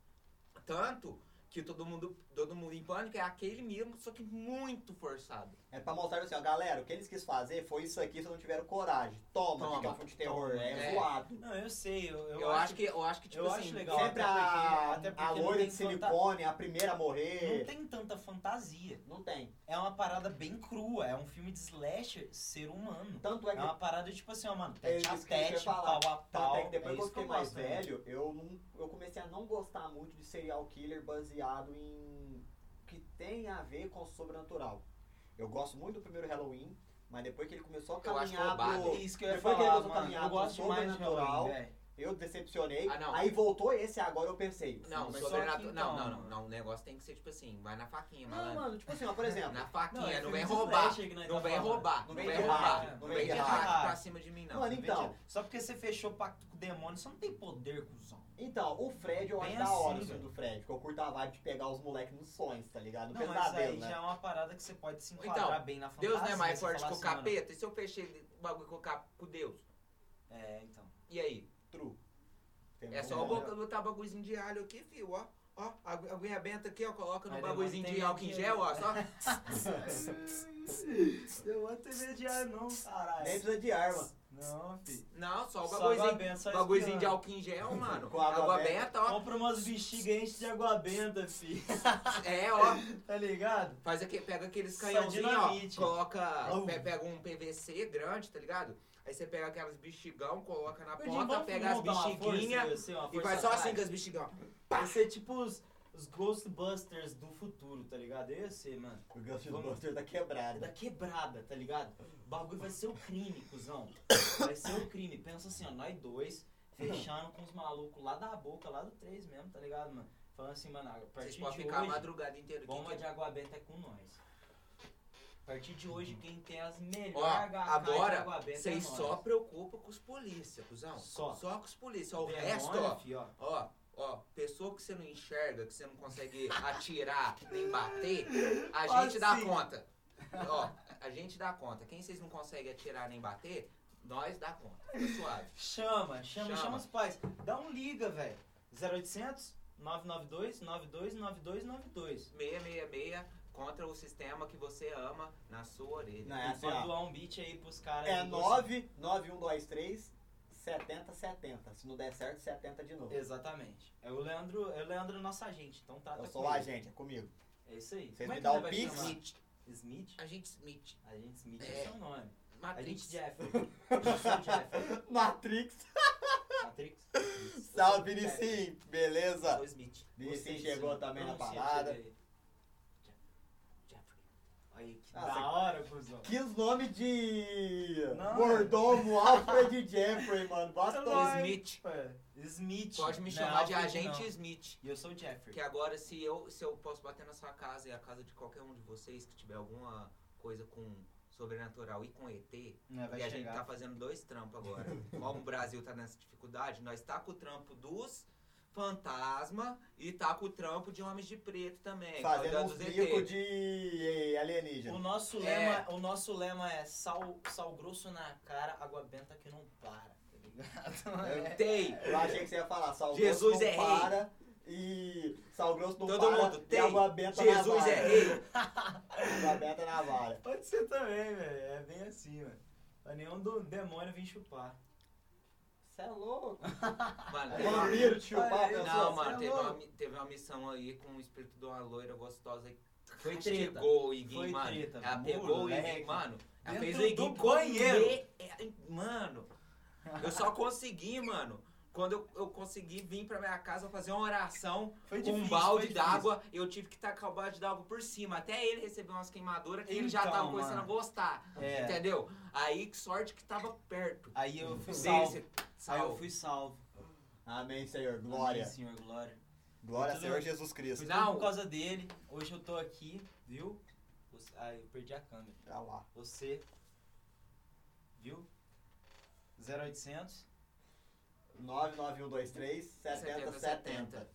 [SPEAKER 3] Tanto que todo mundo, todo mundo em pânico é aquele mesmo, só que muito forçado.
[SPEAKER 1] É pra mostrar assim, ó, galera, o que eles quis fazer foi isso aqui, vocês não tiveram coragem. Toma,
[SPEAKER 3] Toma,
[SPEAKER 1] que é um filme de terror,
[SPEAKER 2] toma.
[SPEAKER 1] é,
[SPEAKER 3] É.
[SPEAKER 1] zoado.
[SPEAKER 2] Não, eu sei, eu,
[SPEAKER 3] Eu,
[SPEAKER 2] eu
[SPEAKER 3] acho que, eu acho que, tipo
[SPEAKER 2] eu
[SPEAKER 3] assim.
[SPEAKER 2] acho legal. Não,
[SPEAKER 1] Sempre
[SPEAKER 2] até
[SPEAKER 1] a,
[SPEAKER 2] porque- até porque
[SPEAKER 1] a
[SPEAKER 2] não
[SPEAKER 1] loira
[SPEAKER 2] tem
[SPEAKER 1] de silicone, a primeira a
[SPEAKER 2] Não
[SPEAKER 1] morrer.
[SPEAKER 2] tem tanta fantasia.
[SPEAKER 1] Não tem.
[SPEAKER 2] É uma parada bem crua. É um filme de slasher ser humano.
[SPEAKER 1] Tanto é
[SPEAKER 2] É
[SPEAKER 1] que
[SPEAKER 2] uma parada, tipo assim, ó, mano,
[SPEAKER 1] É
[SPEAKER 2] tete a
[SPEAKER 1] isso que eu ia
[SPEAKER 2] tete,
[SPEAKER 1] falar.
[SPEAKER 2] pau a
[SPEAKER 1] Tanto
[SPEAKER 2] pau.
[SPEAKER 1] é que depois
[SPEAKER 2] é
[SPEAKER 1] que eu
[SPEAKER 2] isso que
[SPEAKER 1] fiquei
[SPEAKER 2] eu
[SPEAKER 1] mais
[SPEAKER 2] gosto, né?
[SPEAKER 1] velho, eu, não, eu comecei a não gostar muito de serial killer baseado em que tem a ver com o sobrenatural. Eu gosto muito do primeiro Halloween, mas depois que ele começou a
[SPEAKER 3] Eu acho
[SPEAKER 1] caminhar
[SPEAKER 3] roubado.
[SPEAKER 1] pro...
[SPEAKER 2] É isso que eu ia
[SPEAKER 1] Depois que ele começou a
[SPEAKER 2] falar, mano.
[SPEAKER 1] caminhar
[SPEAKER 2] Eu
[SPEAKER 1] pro
[SPEAKER 2] gosto mais de
[SPEAKER 1] sobrenatural,
[SPEAKER 2] Halloween, velho.
[SPEAKER 1] Eu decepcionei.
[SPEAKER 3] Ah, não.
[SPEAKER 1] Aí voltou esse agora eu pensei. Ah,
[SPEAKER 3] Não,
[SPEAKER 2] Mas só que
[SPEAKER 3] sobrenatural.
[SPEAKER 2] então,
[SPEAKER 3] Não, não, não,
[SPEAKER 2] mano.
[SPEAKER 3] não. O negócio tem que ser tipo assim, vai na faquinha,
[SPEAKER 1] Não,
[SPEAKER 3] malandro.
[SPEAKER 1] mano, tipo assim, ó, por exemplo.
[SPEAKER 3] Na faquinha,
[SPEAKER 2] é
[SPEAKER 3] não,
[SPEAKER 2] filme
[SPEAKER 3] vem
[SPEAKER 2] de
[SPEAKER 3] roubar.
[SPEAKER 2] slasher que nós
[SPEAKER 3] Não
[SPEAKER 2] tá
[SPEAKER 3] vem
[SPEAKER 2] falando.
[SPEAKER 3] roubar.
[SPEAKER 1] Não
[SPEAKER 3] Não
[SPEAKER 1] vem
[SPEAKER 3] vem
[SPEAKER 1] errar,
[SPEAKER 3] roubar.
[SPEAKER 1] não
[SPEAKER 3] Não
[SPEAKER 1] vem
[SPEAKER 3] vem de
[SPEAKER 1] errar.
[SPEAKER 3] hack pra cima de mim, não.
[SPEAKER 1] Mano, então,
[SPEAKER 2] Veja, Só porque você fechou pacto com o demônio, você não tem poder, cuzão.
[SPEAKER 1] então, o Fred eu acho
[SPEAKER 2] Bem
[SPEAKER 1] da hora
[SPEAKER 2] assim,
[SPEAKER 1] o filme
[SPEAKER 2] velho.
[SPEAKER 1] do Fred, porque eu curto a vibe de pegar os moleques nos sonhos, tá ligado? No
[SPEAKER 2] Não, mas
[SPEAKER 1] pesadelo,
[SPEAKER 2] aí
[SPEAKER 1] né?
[SPEAKER 2] já é uma parada que você pode se enquadrar
[SPEAKER 3] Então,
[SPEAKER 2] bem na fantasia.
[SPEAKER 3] Deus não é mais
[SPEAKER 2] você
[SPEAKER 3] forte
[SPEAKER 2] falar
[SPEAKER 3] que o
[SPEAKER 2] assim, mano,
[SPEAKER 3] capeta. E se eu fechei o bagulho com o cap com Deus?
[SPEAKER 2] É, então.
[SPEAKER 3] E aí?
[SPEAKER 1] True. Tem
[SPEAKER 3] É
[SPEAKER 1] um-
[SPEAKER 3] só eu botar- botar bagulhozinho de alho aqui, fio, ó. Ó, agu- aguinha benta aqui, ó. Coloca no
[SPEAKER 2] Aí
[SPEAKER 3] bagulhozinho de
[SPEAKER 2] levanta e
[SPEAKER 3] álcool em gel, ó. Só.
[SPEAKER 2] *laughs* Eu vou ter medo de ar não, caralho.
[SPEAKER 1] Nem precisa de arma.
[SPEAKER 2] Não, filho.
[SPEAKER 3] Não, só o
[SPEAKER 2] Só
[SPEAKER 3] bagulhozinho.
[SPEAKER 2] aguabenta, só
[SPEAKER 3] Bagulhozinho
[SPEAKER 2] espirrando.
[SPEAKER 3] de álcool em
[SPEAKER 2] *laughs*
[SPEAKER 3] gel, mano.
[SPEAKER 1] Com água
[SPEAKER 3] água
[SPEAKER 1] benta.
[SPEAKER 3] benta, ó.
[SPEAKER 2] Compra umas bexigas e enche de água benta, fi.
[SPEAKER 3] É, ó.
[SPEAKER 2] *laughs* tá ligado?
[SPEAKER 3] Faz aqui, pega aqueles
[SPEAKER 2] Só
[SPEAKER 3] canhãozinhos, ó.
[SPEAKER 2] dinamite.
[SPEAKER 3] Coloca.
[SPEAKER 2] Au.
[SPEAKER 3] pe- Pega um PVC grande, tá ligado? Aí você pega aquelas bexigão, coloca na
[SPEAKER 2] Gordinho,
[SPEAKER 3] ponta,
[SPEAKER 2] vamos-
[SPEAKER 3] pega as
[SPEAKER 2] vamos dar uma força,
[SPEAKER 3] bexiguinhas
[SPEAKER 2] eu sei, uma
[SPEAKER 3] e
[SPEAKER 2] força
[SPEAKER 3] faz só
[SPEAKER 2] atrás.
[SPEAKER 3] assim com as bexigão.
[SPEAKER 2] Vai ser tipo os, os Ghostbusters do futuro, tá ligado? Eu ia ser, mano.
[SPEAKER 1] O Ghostbuster tá quebrado.
[SPEAKER 2] Da quebrada, tá ligado? O bagulho vai ser o crime, cuzão. Vai ser o crime. Pensa assim, ó, nós dois fechando com os malucos lá da boca, lá do 3 mesmo, tá ligado, mano? Falando assim, mano, a
[SPEAKER 3] Vocês
[SPEAKER 2] partir
[SPEAKER 3] podem
[SPEAKER 2] de
[SPEAKER 3] ficar a
[SPEAKER 2] hoje,
[SPEAKER 3] madrugada inteira aqui.
[SPEAKER 2] bomba
[SPEAKER 3] que-
[SPEAKER 2] de água benta é com nós. A partir de hoje, quem tem as melhores
[SPEAKER 3] Uhum. Ó,
[SPEAKER 2] HK de
[SPEAKER 3] agora,
[SPEAKER 2] água benta é
[SPEAKER 3] vocês
[SPEAKER 2] nós.
[SPEAKER 3] só preocupam com os polícia, cuzão.
[SPEAKER 2] Só.
[SPEAKER 3] Só com os polícia. O
[SPEAKER 2] Vergonha,
[SPEAKER 3] resto, ó.
[SPEAKER 2] fi, É ó.
[SPEAKER 3] Ó, ó, pessoa que você não enxerga, que você não consegue atirar nem bater, a
[SPEAKER 2] Ó,
[SPEAKER 3] gente dá
[SPEAKER 2] sim.
[SPEAKER 3] conta. Ó, a gente dá conta. Quem vocês não conseguem atirar nem bater, nós dá conta. Tá suave.
[SPEAKER 2] Chama, chama,
[SPEAKER 3] Chama.
[SPEAKER 2] chama os pais. Dá um liga, velho. 0800 992 929292.
[SPEAKER 3] 666 contra o sistema que você ama na sua orelha.
[SPEAKER 1] Não, é assim,
[SPEAKER 2] Pode
[SPEAKER 1] ó.
[SPEAKER 2] doar um beat aí pros caras.
[SPEAKER 1] É um,
[SPEAKER 2] aí,
[SPEAKER 1] 9, 9, 1, 2, 3, 70, 70. Se não der certo, 70 de novo.
[SPEAKER 2] você- Exatamente. É o Leandro, é o Leandro nosso agente, então trata
[SPEAKER 1] Eu
[SPEAKER 2] com
[SPEAKER 1] sou o
[SPEAKER 2] ele.
[SPEAKER 1] agente, é comigo. *laughs*
[SPEAKER 2] É isso aí.
[SPEAKER 1] Vocês
[SPEAKER 2] Como
[SPEAKER 1] me
[SPEAKER 2] é que
[SPEAKER 1] dão
[SPEAKER 2] ele
[SPEAKER 1] o
[SPEAKER 3] um
[SPEAKER 2] vai
[SPEAKER 1] Pix?
[SPEAKER 2] chamar?
[SPEAKER 3] Smith,
[SPEAKER 2] Smith?
[SPEAKER 3] agente Smith,
[SPEAKER 2] Agente Smith é,
[SPEAKER 3] É.
[SPEAKER 2] seu nome.
[SPEAKER 3] Matrix.
[SPEAKER 2] Agente Jeff. Eu sou o Jeff.
[SPEAKER 3] *laughs*
[SPEAKER 1] Matrix.
[SPEAKER 2] Matrix.
[SPEAKER 1] Salve,
[SPEAKER 2] Eu sou o Jeff.
[SPEAKER 1] Vinicim. Beleza?
[SPEAKER 3] Sou Smith.
[SPEAKER 1] Vinicim
[SPEAKER 2] Você
[SPEAKER 1] chegou
[SPEAKER 2] disse,
[SPEAKER 1] também na
[SPEAKER 2] pronuncia,
[SPEAKER 1] parada.
[SPEAKER 2] chega aí. Jeffrey. Aí, que
[SPEAKER 1] Ah, você-
[SPEAKER 2] da hora, cuzão.
[SPEAKER 1] Que os nomes de
[SPEAKER 2] Não.
[SPEAKER 3] *laughs*
[SPEAKER 1] mordomo Alfred Jeffrey, mano. Basta
[SPEAKER 2] Lógico.
[SPEAKER 3] Smith.
[SPEAKER 2] É, Smith.
[SPEAKER 3] Pode me
[SPEAKER 2] Não, é
[SPEAKER 3] chamar de
[SPEAKER 2] Alfred,
[SPEAKER 3] agente
[SPEAKER 2] não.
[SPEAKER 3] Smith.
[SPEAKER 2] E eu sou o Jeffrey.
[SPEAKER 3] Que é- agora, se eu, se eu posso bater na sua casa e a casa de qualquer um de vocês que tiver alguma coisa com sobrenatural e com ET, e
[SPEAKER 2] Né, vai
[SPEAKER 3] a gente
[SPEAKER 2] chegar.
[SPEAKER 3] tá fazendo dois trampos agora. Como o Brasil tá nessa dificuldade, nós tá com o trampo dos fantasma e tá com o trampo de homens de preto também.
[SPEAKER 1] Fazendo
[SPEAKER 3] cuidando
[SPEAKER 1] uns
[SPEAKER 3] dos
[SPEAKER 1] bico
[SPEAKER 3] ET.
[SPEAKER 1] de eh,
[SPEAKER 2] O
[SPEAKER 1] alienígena.
[SPEAKER 2] nosso,
[SPEAKER 3] É.
[SPEAKER 2] lema, o nosso lema é sal, sal grosso na cara, água benta que não para, tá ligado?
[SPEAKER 3] Eu Tem!
[SPEAKER 1] Eu achei que você ia falar, sal
[SPEAKER 3] é. Jesus
[SPEAKER 1] grosso
[SPEAKER 3] é
[SPEAKER 1] não
[SPEAKER 3] rei.
[SPEAKER 1] para e sal grosso não
[SPEAKER 3] Todo
[SPEAKER 1] para
[SPEAKER 3] mundo
[SPEAKER 1] e
[SPEAKER 3] tem.
[SPEAKER 1] água benta na
[SPEAKER 3] Jesus
[SPEAKER 1] vara.
[SPEAKER 3] é rei!
[SPEAKER 1] Água benta na vara.
[SPEAKER 2] Pode ser também, velho. É bem assim, mano. Pra nenhum do demônio vir chupar.
[SPEAKER 1] Você é louco.
[SPEAKER 3] Mano, tem
[SPEAKER 2] um
[SPEAKER 3] uma-
[SPEAKER 1] Vampiro, tio,
[SPEAKER 2] Olha
[SPEAKER 1] pá,
[SPEAKER 2] aí.
[SPEAKER 1] pessoal.
[SPEAKER 3] Não,
[SPEAKER 2] Você é
[SPEAKER 3] mano, teve uma,
[SPEAKER 2] louco.
[SPEAKER 3] teve uma missão aí com o espírito de uma loira gostosa que
[SPEAKER 2] Foi treta.
[SPEAKER 3] castigou o Iguinho,
[SPEAKER 2] Foi
[SPEAKER 3] mano.
[SPEAKER 2] treta.
[SPEAKER 3] Ela
[SPEAKER 2] Muro,
[SPEAKER 3] pegou o
[SPEAKER 2] leque.
[SPEAKER 3] Iguinho, mano. Ela
[SPEAKER 2] Dentro
[SPEAKER 3] fez o
[SPEAKER 2] do
[SPEAKER 3] Iguinho
[SPEAKER 2] banheiro.
[SPEAKER 3] comer. É, Mano, eu só consegui, mano. Quando eu, eu consegui vir pra minha casa fazer uma oração
[SPEAKER 2] Foi
[SPEAKER 3] com um
[SPEAKER 2] difícil,
[SPEAKER 3] balde
[SPEAKER 2] foi
[SPEAKER 3] d'água, eu tive que tacar o balde d'água por cima. Até ele recebeu umas queimaduras que ele já
[SPEAKER 2] Então,
[SPEAKER 3] tava começando a
[SPEAKER 2] mano.
[SPEAKER 3] gostar.
[SPEAKER 2] difícil. É.
[SPEAKER 3] Entendeu? Aí que sorte que tava perto.
[SPEAKER 2] Aí eu fui
[SPEAKER 3] Desse-
[SPEAKER 2] salvo. Aí eu
[SPEAKER 3] salvo.
[SPEAKER 2] fui salvo.
[SPEAKER 1] Amém, Senhor. Glória.
[SPEAKER 2] Amém, Senhor, glória.
[SPEAKER 1] Glória
[SPEAKER 2] Tudo
[SPEAKER 1] Senhor
[SPEAKER 2] bem.
[SPEAKER 1] Jesus
[SPEAKER 2] Foi
[SPEAKER 1] Cristo.
[SPEAKER 2] tudo
[SPEAKER 3] Não.
[SPEAKER 2] por causa dele. Hoje eu tô aqui, viu? Você- Ai, eu perdi a câmera.
[SPEAKER 1] Tá lá.
[SPEAKER 2] Você viu? 0800.
[SPEAKER 1] 99123 7070. 70.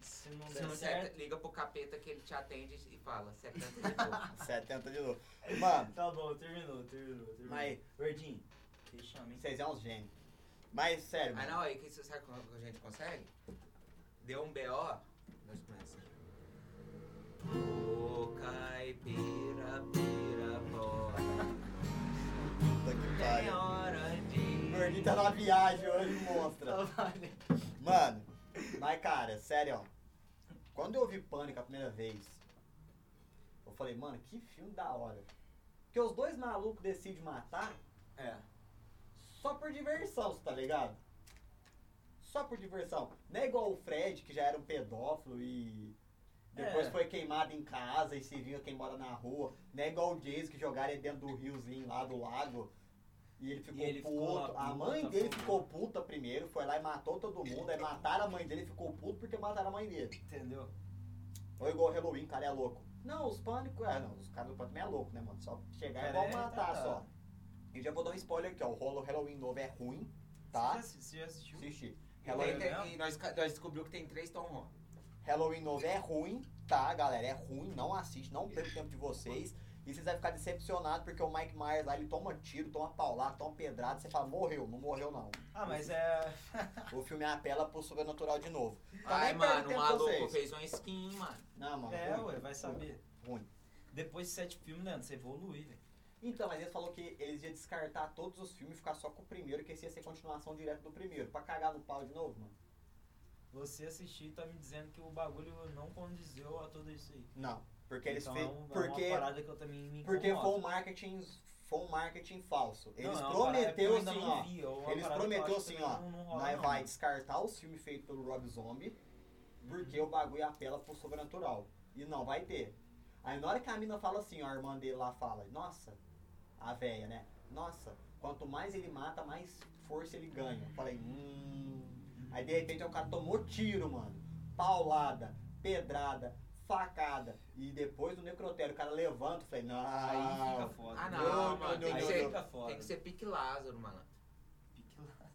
[SPEAKER 2] Se não
[SPEAKER 3] Se
[SPEAKER 2] der
[SPEAKER 3] não
[SPEAKER 2] certo,
[SPEAKER 3] certo, liga pro capeta que ele te atende e fala, 70 de
[SPEAKER 1] *laughs*
[SPEAKER 3] novo.
[SPEAKER 1] 70 de novo. Mano,
[SPEAKER 2] Tá bom, terminou, terminou, terminou.
[SPEAKER 1] Mas-
[SPEAKER 2] Verdinho, fechamos, hein?
[SPEAKER 1] vocês é uns gênios. Mas sério,
[SPEAKER 3] Aí
[SPEAKER 1] mano.
[SPEAKER 3] não, aí que você sabe como que a gente consegue? Deu um BO, nós começamos. Ô caipira, pira,
[SPEAKER 1] *laughs*
[SPEAKER 3] bora.
[SPEAKER 1] Puta que
[SPEAKER 3] Tem
[SPEAKER 1] pariu.
[SPEAKER 3] hora
[SPEAKER 1] O
[SPEAKER 3] de.
[SPEAKER 1] Gordinho tá na viagem hoje, monstra.
[SPEAKER 2] Tá, vale.
[SPEAKER 1] Mano, mas cara, sério, ó. Quando eu vi Pânico a primeira vez, eu falei, mano, que filme da hora. Porque os dois malucos decidem matar
[SPEAKER 2] É.
[SPEAKER 1] só por diversão, cê tá ligado? Só por diversão. Não é igual o Fred, que já era um pedófilo e depois
[SPEAKER 2] É.
[SPEAKER 1] foi queimado em casa e se vinha quem mora na rua. Não é igual o Jason, que jogaram ele dentro do riozinho lá do lago. E ele ficou
[SPEAKER 2] ele
[SPEAKER 1] puto.
[SPEAKER 2] ficou lá,
[SPEAKER 1] a
[SPEAKER 2] puta,
[SPEAKER 1] mãe dele
[SPEAKER 2] puta.
[SPEAKER 1] ficou puta primeiro, foi lá e matou todo mundo. Aí mataram a mãe dele e ficou puto porque mataram a mãe dele.
[SPEAKER 2] *laughs* Entendeu?
[SPEAKER 1] Ou igual o Halloween, o cara é louco. Não, os pânico. É, não, os caras do pânico é louco, né, mano? Só chegar é
[SPEAKER 2] Cara,
[SPEAKER 1] igual
[SPEAKER 2] é,
[SPEAKER 1] matar
[SPEAKER 2] tá, tá.
[SPEAKER 1] só. E já vou dar um spoiler aqui, ó. O rolo Halloween novo é ruim, tá?
[SPEAKER 2] Você já assi- Você já assistiu?
[SPEAKER 1] Assisti.
[SPEAKER 3] Tem-
[SPEAKER 1] Halloween,
[SPEAKER 3] tem- e nós, ca- nós descobriu que tem três Tom Ron.
[SPEAKER 1] Halloween novo é ruim, tá, galera? É ruim, não assiste, não perca o tempo de vocês. E vocês vão ficar decepcionados porque o Mike Myers lá, ele toma tiro, toma paulada, toma pedrada. Você fala, morreu, não morreu
[SPEAKER 2] *laughs*
[SPEAKER 1] não.
[SPEAKER 2] Ah, mas é.
[SPEAKER 1] O filme apela pro sobrenatural de novo.
[SPEAKER 3] Ai,
[SPEAKER 1] perco
[SPEAKER 3] mano, o
[SPEAKER 1] tempo
[SPEAKER 3] maluco
[SPEAKER 1] vocês.
[SPEAKER 3] fez uma skin, mano.
[SPEAKER 1] Não, mano,
[SPEAKER 2] É,
[SPEAKER 1] ruim,
[SPEAKER 2] ué, vai saber.
[SPEAKER 1] ruim.
[SPEAKER 2] Depois de sete filmes, Leandro, você evolui, velho.
[SPEAKER 1] Então, mas eles falou que eles iam descartar todos os filmes e ficar só com o primeiro, que esse ia ser continuação direto do primeiro. Pra cagar no pau de novo, mano?
[SPEAKER 2] Você assistiu e tá me dizendo que o bagulho não condizeu a tudo isso aí.
[SPEAKER 1] Não. Porque eles
[SPEAKER 2] então,
[SPEAKER 1] fe-
[SPEAKER 2] é um- é
[SPEAKER 1] porque
[SPEAKER 2] uma parada que eu também me
[SPEAKER 1] Porque
[SPEAKER 2] incomodo.
[SPEAKER 1] foi um marketing. Foi um marketing falso.
[SPEAKER 2] Não,
[SPEAKER 1] Eles
[SPEAKER 2] é uma parada que eu
[SPEAKER 1] prometeu
[SPEAKER 2] ainda
[SPEAKER 1] assim,
[SPEAKER 2] não
[SPEAKER 1] ó.
[SPEAKER 2] vi, é uma
[SPEAKER 1] eles
[SPEAKER 2] parada que eu
[SPEAKER 1] prometeu
[SPEAKER 2] acho que
[SPEAKER 1] assim,
[SPEAKER 2] também
[SPEAKER 1] ó,
[SPEAKER 2] não- não rola,
[SPEAKER 1] Nós
[SPEAKER 2] não.
[SPEAKER 1] vai descartar os filmes feitos pelo Rob Zombie, porque o bagulho apela pro sobrenatural. E não vai ter. Aí na hora que a mina fala assim, ó, a irmã dele lá fala, nossa, a véia, né? Nossa, quanto mais ele mata, mais força ele ganha. Eu falei, hum. Aí de repente o cara tomou tiro, mano. Paulada, pedrada, facada. E depois do necrotério, o cara levanta, eu falei, não.
[SPEAKER 2] Aí fica foda.
[SPEAKER 3] Ah,
[SPEAKER 1] Não,
[SPEAKER 3] não,
[SPEAKER 1] não,
[SPEAKER 3] mano.
[SPEAKER 1] não,
[SPEAKER 3] Tem que
[SPEAKER 1] não,
[SPEAKER 2] Aí
[SPEAKER 3] ser-
[SPEAKER 2] fica foda.
[SPEAKER 3] tem que ser pique Lázaro, mano.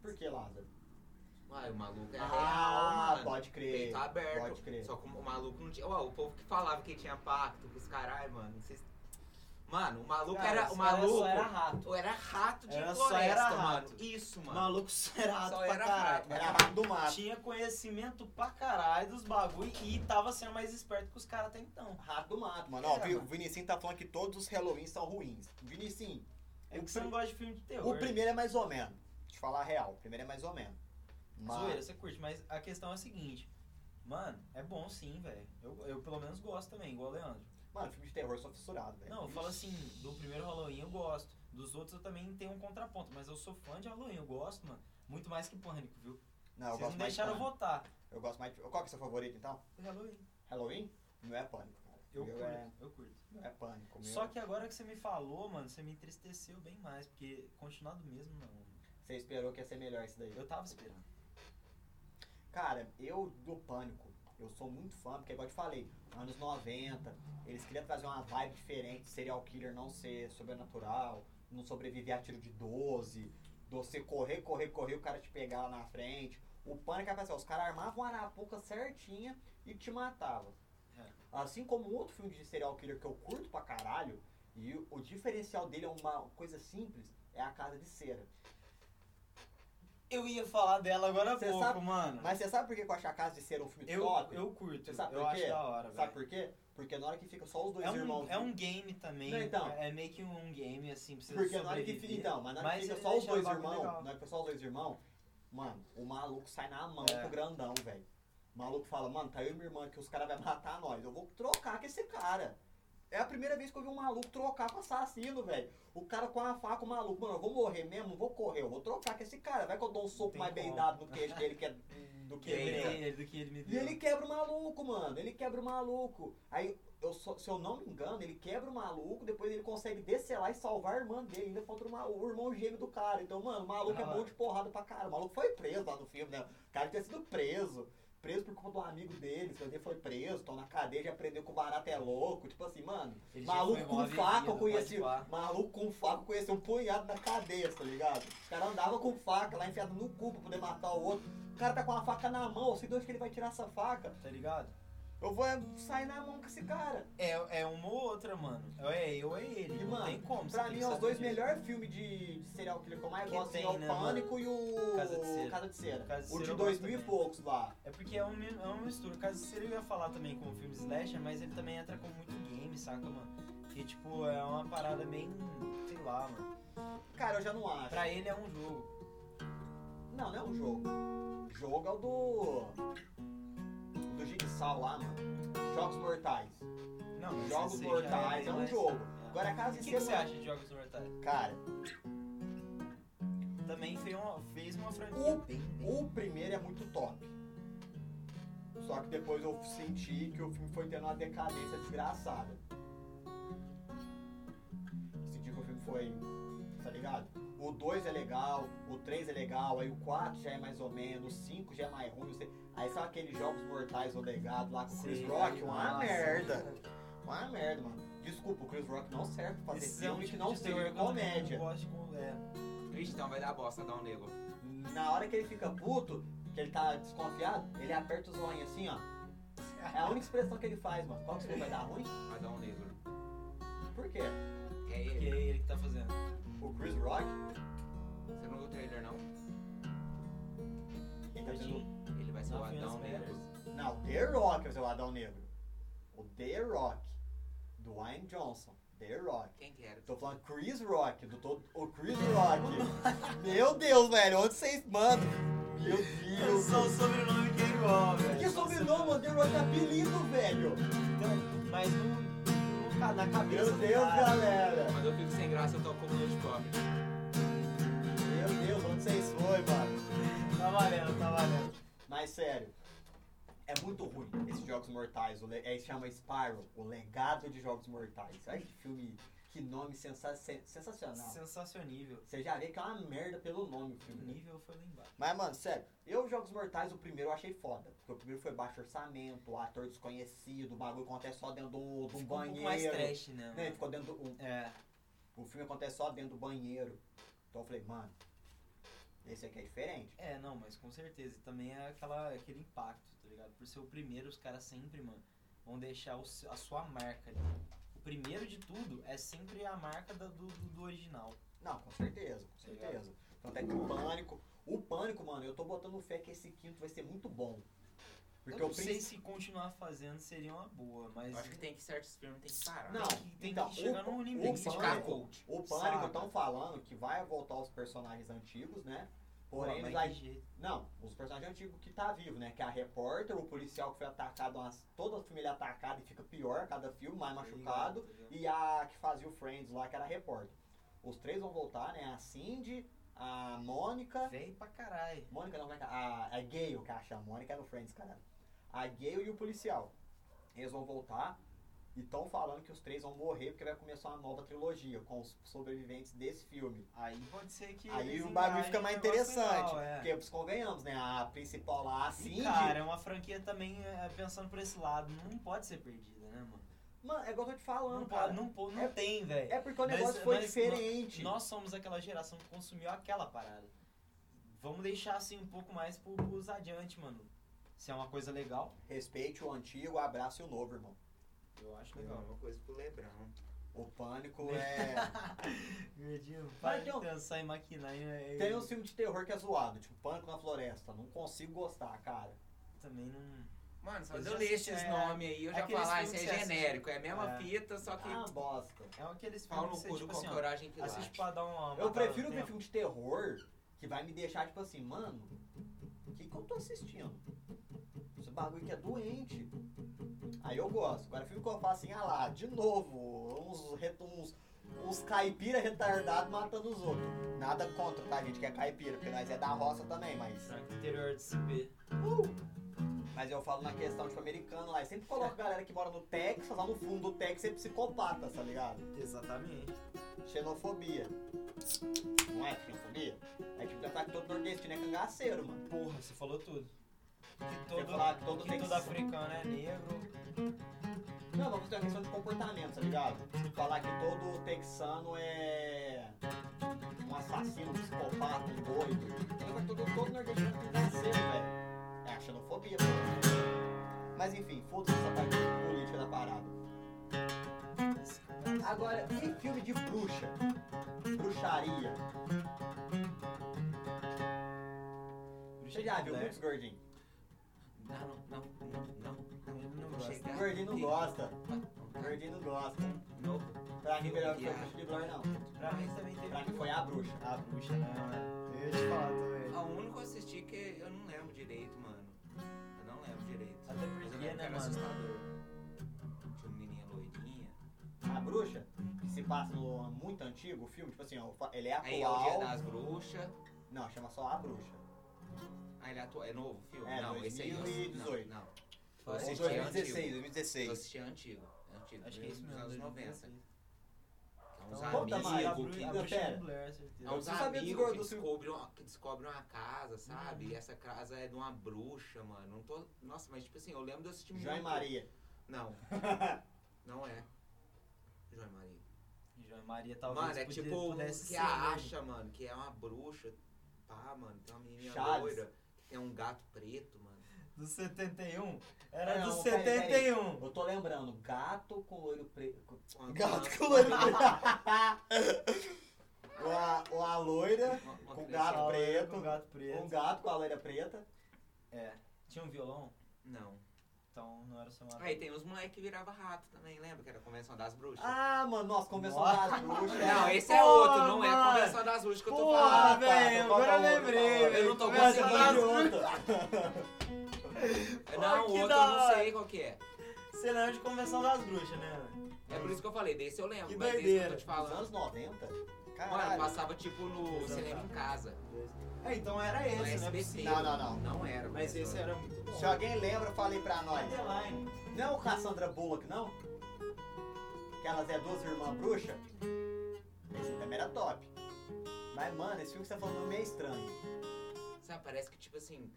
[SPEAKER 1] Por que, Lázaro?
[SPEAKER 3] Uai, o maluco é
[SPEAKER 1] ah,
[SPEAKER 3] real, mano.
[SPEAKER 1] pode crer.
[SPEAKER 3] Peito aberto.
[SPEAKER 1] Pode crer.
[SPEAKER 3] Só que o maluco não tinha. Ué, o povo que falava que tinha pacto com os caralho, mano. Vocês... Mano, o maluco
[SPEAKER 2] Cara,
[SPEAKER 3] era. O
[SPEAKER 2] os caras
[SPEAKER 3] maluco.
[SPEAKER 2] só era rato.
[SPEAKER 3] Era rato de
[SPEAKER 2] Era só
[SPEAKER 3] floresta,
[SPEAKER 2] era
[SPEAKER 3] mano.
[SPEAKER 2] rato.
[SPEAKER 3] Isso,
[SPEAKER 2] O
[SPEAKER 3] mano.
[SPEAKER 2] maluco só era rato
[SPEAKER 3] Só
[SPEAKER 2] pra
[SPEAKER 3] era né?
[SPEAKER 2] caralho.
[SPEAKER 3] rato.
[SPEAKER 1] Era rato do mato.
[SPEAKER 2] Tinha conhecimento pra caralho dos bagulho e tava sendo mais esperto que os caras até então.
[SPEAKER 1] Rato do mato, mano. Ó,
[SPEAKER 2] É,
[SPEAKER 1] viu?
[SPEAKER 2] mano.
[SPEAKER 1] O Vinicinho tá falando que todos os Halloween são ruins. Vinicinho,
[SPEAKER 2] É
[SPEAKER 1] O
[SPEAKER 2] que você
[SPEAKER 1] pri-
[SPEAKER 2] não gosta de filme de terror.
[SPEAKER 1] o primeiro é mais ou menos. Te falar a real, o primeiro é mais ou menos.
[SPEAKER 2] Zoeira,
[SPEAKER 1] Mas,
[SPEAKER 2] você curte, mas a questão é a seguinte. Mano, é bom sim, velho. Eu, eu pelo menos gosto também, igual o Leandro.
[SPEAKER 1] mano, filme de terror eu sou fissurado, velho.
[SPEAKER 2] Não, eu falo assim, do primeiro Halloween eu gosto. Dos outros eu também tenho um contraponto, mas eu sou fã de Halloween, eu gosto, mano. Muito mais que Pânico, viu?
[SPEAKER 1] Não, Ah, eu
[SPEAKER 2] assim, Vocês
[SPEAKER 1] gosto
[SPEAKER 2] não
[SPEAKER 1] mais de
[SPEAKER 2] deixaram eu
[SPEAKER 1] Pânico.
[SPEAKER 2] votar.
[SPEAKER 1] Eu gosto mais de... Qual que é o seu favorito, então?
[SPEAKER 2] Halloween.
[SPEAKER 1] Halloween? O meu é Pânico, cara.
[SPEAKER 2] Eu
[SPEAKER 1] O meu
[SPEAKER 2] curto,
[SPEAKER 1] é...
[SPEAKER 2] eu curto.
[SPEAKER 1] o meu é Pânico. o meu-
[SPEAKER 2] Só que agora que você me falou, mano, você me entristeceu bem mais, porque continuar do mesmo, não.
[SPEAKER 1] Você esperou que ia ser melhor isso daí.
[SPEAKER 2] Eu tava esperando.
[SPEAKER 1] Cara, eu do Pânico, eu sou muito fã, porque igual eu te falei, anos 90, eles queriam trazer uma vibe diferente, serial killer não ser sobrenatural, não sobreviver a tiro de 12, de você correr, correr, correr, o cara te pegar lá na frente. O Pânico era pra ser, ó, os caras armavam a arapuca certinha e te matavam.
[SPEAKER 2] É.
[SPEAKER 1] Assim como outro filme de serial killer que eu curto pra caralho, e o, o diferencial dele é uma coisa simples, é a casa de cera.
[SPEAKER 2] Eu ia falar dela agora há
[SPEAKER 1] Você
[SPEAKER 2] pouco,
[SPEAKER 1] sabe-
[SPEAKER 2] mano.
[SPEAKER 1] Mas você sabe por que que eu acho a casa de cera um filme
[SPEAKER 2] Hum. eu,
[SPEAKER 1] top?
[SPEAKER 2] eu curto,
[SPEAKER 1] Você sabe
[SPEAKER 2] eu
[SPEAKER 1] por
[SPEAKER 2] acho
[SPEAKER 1] quê?
[SPEAKER 2] da hora,
[SPEAKER 1] Sabe
[SPEAKER 2] velho.
[SPEAKER 1] por quê? Porque na hora que fica só os dois
[SPEAKER 2] Tá É um,
[SPEAKER 1] irmãos. né?
[SPEAKER 2] é um game também.
[SPEAKER 1] Não, então.
[SPEAKER 2] É meio que um game, assim, pra você
[SPEAKER 1] Porque na hora que
[SPEAKER 2] sobreviver.
[SPEAKER 1] fica. Então, mas na hora
[SPEAKER 2] Mas
[SPEAKER 1] que fica
[SPEAKER 2] ele
[SPEAKER 1] só os
[SPEAKER 2] deixa o
[SPEAKER 1] dois
[SPEAKER 2] bagulho
[SPEAKER 1] irmãos. Na
[SPEAKER 2] legal.
[SPEAKER 1] hora que fica só os dois irmãos, mano, o maluco sai na mão
[SPEAKER 2] É.
[SPEAKER 1] pro grandão, velho. O maluco fala, mano, tá eu e minha irmã que os caras vão matar nós. Eu vou trocar com esse cara. É a primeira vez que eu vi um maluco trocar com assassino, velho. O cara com a faca, o maluco, mano, eu vou morrer mesmo, não vou correr, eu vou trocar com esse cara. Vai que eu dou um soco
[SPEAKER 2] Tem
[SPEAKER 1] mais
[SPEAKER 2] como.
[SPEAKER 1] bem dado no queixo dele
[SPEAKER 2] *laughs*
[SPEAKER 1] que é do que
[SPEAKER 2] Quebrei
[SPEAKER 1] ele. é.
[SPEAKER 2] ele do que ele me
[SPEAKER 1] E
[SPEAKER 2] deu.
[SPEAKER 1] ele quebra o maluco, mano. Ele quebra o maluco. Aí, eu só- se eu não me engano, ele quebra o maluco, depois ele consegue descer lá e salvar a irmã dele, ainda contra o, ma- o irmão gêmeo do cara. Então, mano, o maluco é
[SPEAKER 2] Ah.
[SPEAKER 1] bom de porrada pra caralho. O maluco foi preso lá no filme, né? O cara tinha sido preso. Preso por culpa do amigo dele, se ele foi preso, tô na cadeia, já aprendeu que o barato é louco. Tipo assim, mano,
[SPEAKER 2] Ele já
[SPEAKER 1] maluco
[SPEAKER 2] foi
[SPEAKER 1] com
[SPEAKER 2] mó
[SPEAKER 1] faca eu
[SPEAKER 2] vendido,
[SPEAKER 1] conheci.
[SPEAKER 2] pode pá.
[SPEAKER 1] Maluco com faca conheceu um punhado na cadeia, tá ligado? O cara andava com faca lá enfiado no cu pra poder matar o outro. O cara tá com a faca na mão, eu sei de onde que ele vai tirar essa faca.
[SPEAKER 2] Tá ligado?
[SPEAKER 1] Eu vou é sair na mão com esse cara.
[SPEAKER 2] É, é uma ou outra, mano. Ou é eu ou é ele.
[SPEAKER 1] E,
[SPEAKER 2] não
[SPEAKER 1] mano,
[SPEAKER 2] tem como. você
[SPEAKER 1] Pra
[SPEAKER 2] tem
[SPEAKER 1] mim,
[SPEAKER 2] que
[SPEAKER 1] é os
[SPEAKER 2] saber
[SPEAKER 1] dois
[SPEAKER 2] disso.
[SPEAKER 1] melhores filmes de, de serial killer que eu mais
[SPEAKER 2] Que
[SPEAKER 1] gosto
[SPEAKER 2] tem,
[SPEAKER 1] é o
[SPEAKER 2] né,
[SPEAKER 1] Pânico e o
[SPEAKER 2] Casa de Cera.
[SPEAKER 1] Casa de Cera.
[SPEAKER 2] Casa de
[SPEAKER 1] o
[SPEAKER 2] Cera
[SPEAKER 1] de
[SPEAKER 2] eu
[SPEAKER 1] dois
[SPEAKER 2] gosto
[SPEAKER 1] mil e
[SPEAKER 2] também.
[SPEAKER 1] poucos lá.
[SPEAKER 2] É porque é, um, mi- é uma mistura. Caso seria eu ia falar também com o filme Slasher, mas ele também entra com muito game, saca, mano? Que, tipo, é uma parada bem. sei lá, mano.
[SPEAKER 1] Cara, eu já não acho.
[SPEAKER 2] Pra ele é um jogo.
[SPEAKER 1] Não, não é um jogo. Jogo é o do. Do Jigsaw lá, mano. Jogos Mortais.
[SPEAKER 2] Não, mas
[SPEAKER 1] Jogos
[SPEAKER 2] esse aí já
[SPEAKER 1] Mortais
[SPEAKER 2] bem
[SPEAKER 1] é um
[SPEAKER 2] mais-
[SPEAKER 1] jogo.
[SPEAKER 2] É.
[SPEAKER 1] Agora, a Casa
[SPEAKER 2] O
[SPEAKER 1] de Cera.
[SPEAKER 2] que, que você acha de Jogos Mortais?
[SPEAKER 1] Cara,
[SPEAKER 2] Também fez uma, fez uma franquia
[SPEAKER 1] O-
[SPEAKER 2] bem, bem.
[SPEAKER 1] O primeiro é muito top. Só que depois eu senti que o filme foi tendo uma decadência desgraçada. Senti que o filme foi. Tá ligado? O 2 é legal, o 3 é legal, aí o 4 já é mais ou menos, o 5 já é mais ruim. você- Aí são aqueles jogos mortais o legado lá com o Chris
[SPEAKER 2] Sim,
[SPEAKER 1] Rock, uma
[SPEAKER 2] nossa.
[SPEAKER 1] merda. Uma merda, mano. Desculpa, o Chris Rock não serve pra fazer
[SPEAKER 2] Esse é um
[SPEAKER 1] filme
[SPEAKER 2] tipo
[SPEAKER 1] que não
[SPEAKER 2] de terror
[SPEAKER 1] seja
[SPEAKER 2] que eu também não
[SPEAKER 1] comédia.
[SPEAKER 2] gosto de com- é.
[SPEAKER 3] Cristão vai dar bosta, dá um nego.
[SPEAKER 1] Na hora que ele fica puto, que ele tá desconfiado, ele aperta o zoinho assim, ó. É a única expressão que ele faz, mano. Qual que você vai dar ruim?
[SPEAKER 3] Vai dar um negro.
[SPEAKER 1] Por quê?
[SPEAKER 3] É
[SPEAKER 2] Porque
[SPEAKER 3] ele.
[SPEAKER 2] é ele que tá fazendo.
[SPEAKER 1] O Chris Rock,
[SPEAKER 3] Você não viu o trailer, não?
[SPEAKER 1] ele tá tendo...
[SPEAKER 3] Ele vai ser o
[SPEAKER 2] Não, foi
[SPEAKER 3] Adão
[SPEAKER 2] antes,
[SPEAKER 3] Negro.
[SPEAKER 1] Não, The Rock é o seu Adão Negro. O The Rock, do Wayne Johnson. The Rock.
[SPEAKER 3] Quem que era?
[SPEAKER 1] Tô falando Chris Rock, do todo. O Chris *laughs* Rock. Meu Deus, velho, onde vocês mandam? Meu Deus.
[SPEAKER 2] Só o sobrenome que é igual, velho.
[SPEAKER 1] Que sobrenome, mano? The Rock é apelido, velho.
[SPEAKER 2] Então, mas no, no, ca- na cabeça
[SPEAKER 1] Meu
[SPEAKER 2] do
[SPEAKER 1] Deus,
[SPEAKER 2] cara.
[SPEAKER 1] galera.
[SPEAKER 3] Quando eu fico sem graça, eu toco o Blood Comedy.
[SPEAKER 1] Meu Deus, onde vocês foi, mano?
[SPEAKER 2] Tá valendo, tá valendo.
[SPEAKER 1] Mas sério, é muito ruim esses Jogos Mortais. O le- é, chama Spiral, o legado de Jogos Mortais. Olha que filme, que nome sensa- sen-
[SPEAKER 2] Tá,
[SPEAKER 1] sensacional.
[SPEAKER 2] Sensacionível.
[SPEAKER 1] Você já vê que é uma merda pelo nome o
[SPEAKER 2] O
[SPEAKER 1] filme. né?
[SPEAKER 2] nível foi lá embaixo.
[SPEAKER 1] Mas, mano, sério, eu Jogos Mortais, o primeiro eu achei foda. Porque o primeiro foi baixo orçamento, ator desconhecido, o bagulho acontece só dentro de um, de um
[SPEAKER 2] Ficou
[SPEAKER 1] banheiro.
[SPEAKER 2] pouco mais trash, né?
[SPEAKER 1] né?
[SPEAKER 2] mano?
[SPEAKER 1] Ficou dentro do,
[SPEAKER 2] É.
[SPEAKER 1] o, o filme acontece só dentro do banheiro. Então eu falei, mano, esse aqui é diferente.
[SPEAKER 2] É, não, mas com certeza. E Também é aquela, aquele impacto, tá ligado? Por ser o primeiro, os caras sempre, mano, vão deixar o seu- a sua marca ali. O primeiro de tudo é sempre a marca da- do, do, do original.
[SPEAKER 1] Não, com certeza, com certeza. Tanto é que o pânico. O pânico, mano, eu tô botando fé que esse quinto vai ser muito bom. Porque
[SPEAKER 2] eu
[SPEAKER 1] o
[SPEAKER 2] não
[SPEAKER 1] prin-
[SPEAKER 2] sei se continuar fazendo seria uma boa, mas
[SPEAKER 3] Eu acho que tem que certos filmes tem que parar.
[SPEAKER 1] Não,
[SPEAKER 2] tem que, tem
[SPEAKER 1] então,
[SPEAKER 2] que chegar
[SPEAKER 1] o-
[SPEAKER 2] num
[SPEAKER 1] o
[SPEAKER 2] limite.
[SPEAKER 3] tem que ficar
[SPEAKER 1] pânico-
[SPEAKER 3] cult.
[SPEAKER 1] O pânico
[SPEAKER 2] Saga.
[SPEAKER 1] estão falando que vai voltar os personagens antigos, né? Porém,
[SPEAKER 2] Pô,
[SPEAKER 1] eles
[SPEAKER 2] mas
[SPEAKER 1] vai
[SPEAKER 2] que jeito.
[SPEAKER 1] Não, os personagens antigos que tá vivo, né? Que é a repórter, o policial que foi atacado, umas- toda a família atacada e fica pior a cada filme, mais machucado.
[SPEAKER 2] Tá ligado?
[SPEAKER 1] E a que fazia o Friends lá, que era a repórter. Os três vão voltar, né? A Cindy, a Mônica.
[SPEAKER 2] Velho pra caralho.
[SPEAKER 1] Mônica não é vai. A, a Gale, que acha a Mônica é no Friends, cara. A Gale e o policial. Eles vão voltar e estão falando que os três vão morrer porque vai começar uma nova trilogia com os sobreviventes desse filme.
[SPEAKER 2] Aí pode ser que.
[SPEAKER 1] Aí
[SPEAKER 2] eles
[SPEAKER 1] o bagulho
[SPEAKER 2] engajem
[SPEAKER 1] fica
[SPEAKER 2] um
[SPEAKER 1] mais
[SPEAKER 2] negócio
[SPEAKER 1] interessante.
[SPEAKER 2] legal, é.
[SPEAKER 1] Porque, assim convenhamos, né? A principal lá, a Cindy.
[SPEAKER 2] E, cara, é uma franquia também, é, pensando por esse lado, não pode ser perdida, né, mano?
[SPEAKER 1] Mano, é igual eu tô te falando,
[SPEAKER 2] Não,
[SPEAKER 1] cara.
[SPEAKER 2] pode, não, po- não
[SPEAKER 1] É-
[SPEAKER 2] tem, velho.
[SPEAKER 1] É porque o
[SPEAKER 2] Mas-
[SPEAKER 1] negócio foi
[SPEAKER 2] mas
[SPEAKER 1] diferente.
[SPEAKER 2] Nós somos aquela geração que consumiu aquela parada. Vamos deixar assim um pouco mais pro, pros adiante, mano. Se é uma coisa legal,
[SPEAKER 1] Respeite o antigo, abrace o novo, irmão.
[SPEAKER 2] eu acho
[SPEAKER 3] Legal,
[SPEAKER 2] legal.
[SPEAKER 3] uma coisa pro Lebrão.
[SPEAKER 1] O pânico é.
[SPEAKER 2] Verdinho, para
[SPEAKER 1] tem
[SPEAKER 2] de
[SPEAKER 1] um-
[SPEAKER 2] pensar em maquinar. hein,
[SPEAKER 1] Tem
[SPEAKER 2] eu
[SPEAKER 1] uns filmes de terror que é zoado, tipo Pânico na Floresta. Não consigo gostar, cara.
[SPEAKER 2] Também não.
[SPEAKER 3] Mano, só
[SPEAKER 2] Eles
[SPEAKER 3] eu
[SPEAKER 2] já
[SPEAKER 3] li
[SPEAKER 2] assistem,
[SPEAKER 3] esses
[SPEAKER 2] é,
[SPEAKER 3] nomes aí, eu já
[SPEAKER 2] aqueles
[SPEAKER 3] falar, isso
[SPEAKER 2] filmes
[SPEAKER 3] é
[SPEAKER 2] que você
[SPEAKER 3] genérico. É a mesma
[SPEAKER 2] É.
[SPEAKER 3] fita, só que
[SPEAKER 1] É uma bosta.
[SPEAKER 2] É aqueles
[SPEAKER 3] pau no
[SPEAKER 2] filmes
[SPEAKER 3] cu
[SPEAKER 2] que você,
[SPEAKER 3] do
[SPEAKER 2] tipo assim, ó,
[SPEAKER 3] coragem que late.
[SPEAKER 2] assiste pra dar uma.
[SPEAKER 1] Eu
[SPEAKER 2] matada no
[SPEAKER 1] prefiro ver
[SPEAKER 2] um tempo.
[SPEAKER 1] filme de terror que vai me deixar, tipo assim, mano, o que, que eu tô assistindo? Esse bagulho que é doente. Aí eu gosto. Agora filme que eu faço assim, ah lá, de novo, uns, re- uns, uns caipira retardado matando os outros. Nada contra, tá, gente, que é caipira, porque nós é da roça também, mas. uh!
[SPEAKER 2] *laughs* Franco interior de CB.
[SPEAKER 1] Mas eu falo na questão, tipo, americano lá. Eu sempre coloco galera que mora no Texas, lá no fundo do Texas é psicopata, tá ligado?
[SPEAKER 2] Exatamente.
[SPEAKER 1] Xenofobia. Não é xenofobia? É tipo pensar que todo nordestino é cangaceiro, mano.
[SPEAKER 2] Porra, você falou tudo. Que todo,
[SPEAKER 1] falar que todo
[SPEAKER 2] que
[SPEAKER 1] tem que
[SPEAKER 2] todo
[SPEAKER 1] ser-
[SPEAKER 2] africano é negro.
[SPEAKER 1] Não, vamos ter uma questão de comportamento, tá ligado? Falar que todo texano é um assassino, um psicopata, um doido. Não, mas todo, todo nordestino é cangaceiro, velho. É a xenofobia, pô. Mas enfim, foda-se essa parte política da parada.
[SPEAKER 2] Esse cara-
[SPEAKER 1] Agora, e filme de bruxa? Bruxaria. Você já
[SPEAKER 2] Né?
[SPEAKER 1] viu muitos gordinhos?
[SPEAKER 3] Não, não, não, não, não, não,
[SPEAKER 2] Não
[SPEAKER 3] não
[SPEAKER 2] gosto.
[SPEAKER 3] chegar.
[SPEAKER 1] Gordinho não
[SPEAKER 3] aqui.
[SPEAKER 1] gosta.
[SPEAKER 3] Não,
[SPEAKER 1] Gordinho não gosta.
[SPEAKER 3] não,
[SPEAKER 1] Pra mim, melhor que foi o Bruxa de Blair, não.
[SPEAKER 2] Pra mim também teve.
[SPEAKER 1] Pra mim foi a bruxa.
[SPEAKER 2] A bruxa, né? Eu ia te falar também.
[SPEAKER 3] não. A única que eu assisti que eu não lembro direito, mano. Eu não lembro direito.
[SPEAKER 2] Até
[SPEAKER 3] Mas eu
[SPEAKER 2] porque,
[SPEAKER 3] lembro que
[SPEAKER 2] né,
[SPEAKER 3] era
[SPEAKER 2] mano?
[SPEAKER 3] assustador. Tinha uma menina loirinha.
[SPEAKER 1] A bruxa, que se passa no muito antigo o filme, tipo assim, ó, ele é
[SPEAKER 3] Aí é o Dia
[SPEAKER 1] atual.
[SPEAKER 3] das Bruxas.
[SPEAKER 1] Não, chama só a bruxa.
[SPEAKER 3] Aí ele atua. É novo o filme?
[SPEAKER 1] É,
[SPEAKER 3] não, esse aí. eu-
[SPEAKER 1] 2018.
[SPEAKER 3] Não, não. Eu
[SPEAKER 1] Ou
[SPEAKER 2] é
[SPEAKER 3] assisti
[SPEAKER 1] 2016,
[SPEAKER 3] antigo. Eu
[SPEAKER 1] 2016.
[SPEAKER 3] assisti antigo. Antigo.
[SPEAKER 2] Acho que é isso mesmo.
[SPEAKER 3] Dos anos 90. É
[SPEAKER 2] Então,
[SPEAKER 3] uns
[SPEAKER 1] Conta mais, a
[SPEAKER 3] amigos
[SPEAKER 1] Bru-
[SPEAKER 3] que
[SPEAKER 1] a
[SPEAKER 2] A
[SPEAKER 1] Não,
[SPEAKER 2] bruxa
[SPEAKER 1] pera.
[SPEAKER 2] de Blair, certeza.
[SPEAKER 3] É
[SPEAKER 1] Você
[SPEAKER 3] uns
[SPEAKER 1] sabia dos
[SPEAKER 3] amigos que
[SPEAKER 1] gordos do filme?
[SPEAKER 3] descobrem, uma- que descobrem uma casa, sabe?
[SPEAKER 2] Uhum.
[SPEAKER 3] E essa casa é de uma bruxa, mano. Não tô... Nossa, mas tipo assim, eu lembro de eu assistir
[SPEAKER 1] João e
[SPEAKER 3] muito.
[SPEAKER 1] Maria. *laughs*
[SPEAKER 3] Não. Não é. João e Maria.
[SPEAKER 2] João e Maria talvez
[SPEAKER 3] mano, é
[SPEAKER 2] podia-
[SPEAKER 3] tipo o
[SPEAKER 2] pudesse
[SPEAKER 3] que
[SPEAKER 2] ser,
[SPEAKER 3] a
[SPEAKER 2] né?
[SPEAKER 3] acha, mano, que é uma bruxa. Pá, mano, tem uma menina
[SPEAKER 1] Chaves.
[SPEAKER 3] loira que tem um gato preto, mano.
[SPEAKER 2] Do 71? Era
[SPEAKER 1] Não,
[SPEAKER 2] do
[SPEAKER 1] pera aí, pera aí.
[SPEAKER 2] 71.
[SPEAKER 1] Eu tô lembrando, gato com olho preto.
[SPEAKER 3] Uma-
[SPEAKER 1] Gato
[SPEAKER 3] uma-
[SPEAKER 1] com olho preto. *laughs* ou, a, ou a loira,
[SPEAKER 3] uma- uma
[SPEAKER 1] com
[SPEAKER 3] criança-
[SPEAKER 1] gato
[SPEAKER 2] Ela era
[SPEAKER 1] preto,
[SPEAKER 2] né, Com gato
[SPEAKER 1] um
[SPEAKER 2] preto.
[SPEAKER 1] gato com a loira preta.
[SPEAKER 2] Tinha um violão?
[SPEAKER 3] Não.
[SPEAKER 2] Então não era semana.
[SPEAKER 3] Aí tem os moleques que virava rato também, lembra? Que era a convenção das bruxas.
[SPEAKER 1] Ah, mano, nossa, convenção
[SPEAKER 2] Nossa.
[SPEAKER 1] das bruxas.
[SPEAKER 3] não, esse é
[SPEAKER 2] Pô,
[SPEAKER 3] outro, não é
[SPEAKER 2] mano.
[SPEAKER 3] a convenção das bruxas que eu tô
[SPEAKER 2] Porra,
[SPEAKER 3] falando.
[SPEAKER 1] Ah, tá,
[SPEAKER 2] velho,
[SPEAKER 1] qual que é
[SPEAKER 2] agora
[SPEAKER 1] o outro?
[SPEAKER 2] lembrei,
[SPEAKER 1] Qual que é o outro?
[SPEAKER 3] velho.
[SPEAKER 1] Eu não tô
[SPEAKER 3] Convenção
[SPEAKER 1] conseguindo
[SPEAKER 2] das
[SPEAKER 1] junto.
[SPEAKER 3] Não,
[SPEAKER 2] Pô,
[SPEAKER 3] o
[SPEAKER 2] que
[SPEAKER 3] outro
[SPEAKER 2] da
[SPEAKER 3] eu não
[SPEAKER 2] hora.
[SPEAKER 3] sei qual que é.
[SPEAKER 2] Cenário de convenção das bruxas, né?
[SPEAKER 3] É por isso que eu falei, desse eu lembro,
[SPEAKER 2] Que
[SPEAKER 3] mas desse que eu tô
[SPEAKER 2] doideira.
[SPEAKER 3] te
[SPEAKER 1] Dos
[SPEAKER 3] falando.
[SPEAKER 1] anos 90?
[SPEAKER 3] Mano,
[SPEAKER 1] Caralho.
[SPEAKER 3] passava tipo no cinema em casa.
[SPEAKER 2] É, então era
[SPEAKER 3] No
[SPEAKER 2] esse, né?
[SPEAKER 3] SBT.
[SPEAKER 1] Não, não, não.
[SPEAKER 3] Não era.
[SPEAKER 2] Mas esse era muito bom.
[SPEAKER 1] Se alguém lembra, falei pra nós.
[SPEAKER 2] Underline.
[SPEAKER 1] Não é o Cassandra Bullock, não? Que elas é duas irmãs bruxas? Esse também era top. Mas, mano, esse filme que você tá falando é meio estranho.
[SPEAKER 3] Sabe, parece que tipo assim,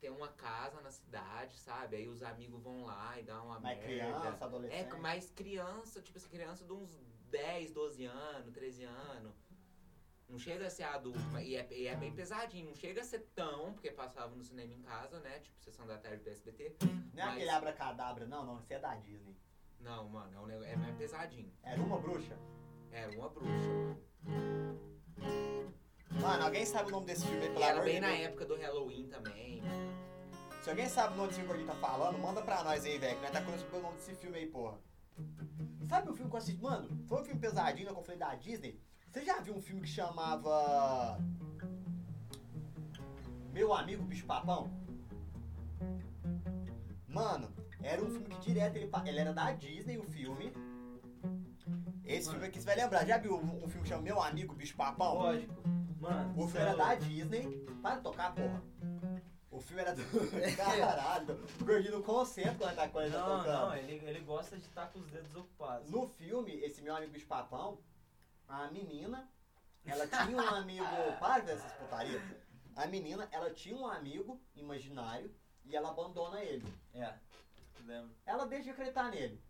[SPEAKER 3] tem uma casa na cidade, sabe? Aí os amigos vão lá e dão uma
[SPEAKER 1] Mas
[SPEAKER 3] merda.
[SPEAKER 1] criança,
[SPEAKER 3] É,
[SPEAKER 1] adolescente.
[SPEAKER 3] mas criança, tipo assim, criança de uns 10, 12 anos, 13 anos. Não chega a ser adulto, mas- e é, e é bem pesadinho. Não chega a ser tão, porque passava no cinema em casa, né? Tipo, sessão da tarde do SBT.
[SPEAKER 1] Não é
[SPEAKER 3] mas-
[SPEAKER 1] aquele abracadabra, não, não. Esse é da Disney.
[SPEAKER 3] Não, mano, é, um nego- é mais pesadinho.
[SPEAKER 1] Era uma bruxa.
[SPEAKER 3] Era É, uma bruxa.
[SPEAKER 1] Mano, alguém sabe o nome desse filme aí,
[SPEAKER 3] E
[SPEAKER 1] pelo
[SPEAKER 3] era
[SPEAKER 1] amor
[SPEAKER 3] bem
[SPEAKER 1] de
[SPEAKER 3] na
[SPEAKER 1] Deus?
[SPEAKER 3] época do Halloween também.
[SPEAKER 1] Se alguém sabe o nome desse filme que a gente tá falando, manda pra nós aí, velho. Que nós tá curioso pelo nome desse filme aí, porra. Sabe o filme que eu assisti? Mano, foi um filme pesadinho, né, que eu falei da Disney. Você já viu um filme que chamava. Meu amigo Bicho Papão? Mano, era um filme que direto ele. pa- Ele era da Disney, o filme. Esse filme aqui você vai lembrar. Já viu um um filme que chama Meu Amigo Bicho Papão?
[SPEAKER 4] Lógico. Mano,
[SPEAKER 1] O
[SPEAKER 4] cê
[SPEAKER 1] filme
[SPEAKER 4] é
[SPEAKER 1] era da
[SPEAKER 4] louco.
[SPEAKER 1] Disney. Para de tocar, porra. O filme era do. *laughs* Caralho. O gordinho não concentra quando tá coisa
[SPEAKER 2] Não,
[SPEAKER 1] tocando.
[SPEAKER 2] não, é ele, ele gosta de estar com os dedos ocupados.
[SPEAKER 1] No filme, esse meu amigo Espapão, a menina, ela tinha um
[SPEAKER 2] *laughs*
[SPEAKER 1] amigo. Para dessas putarias. A menina, ela tinha um amigo imaginário e ela abandona ele.
[SPEAKER 2] É, lembro.
[SPEAKER 1] Ela deixa acreditar nele.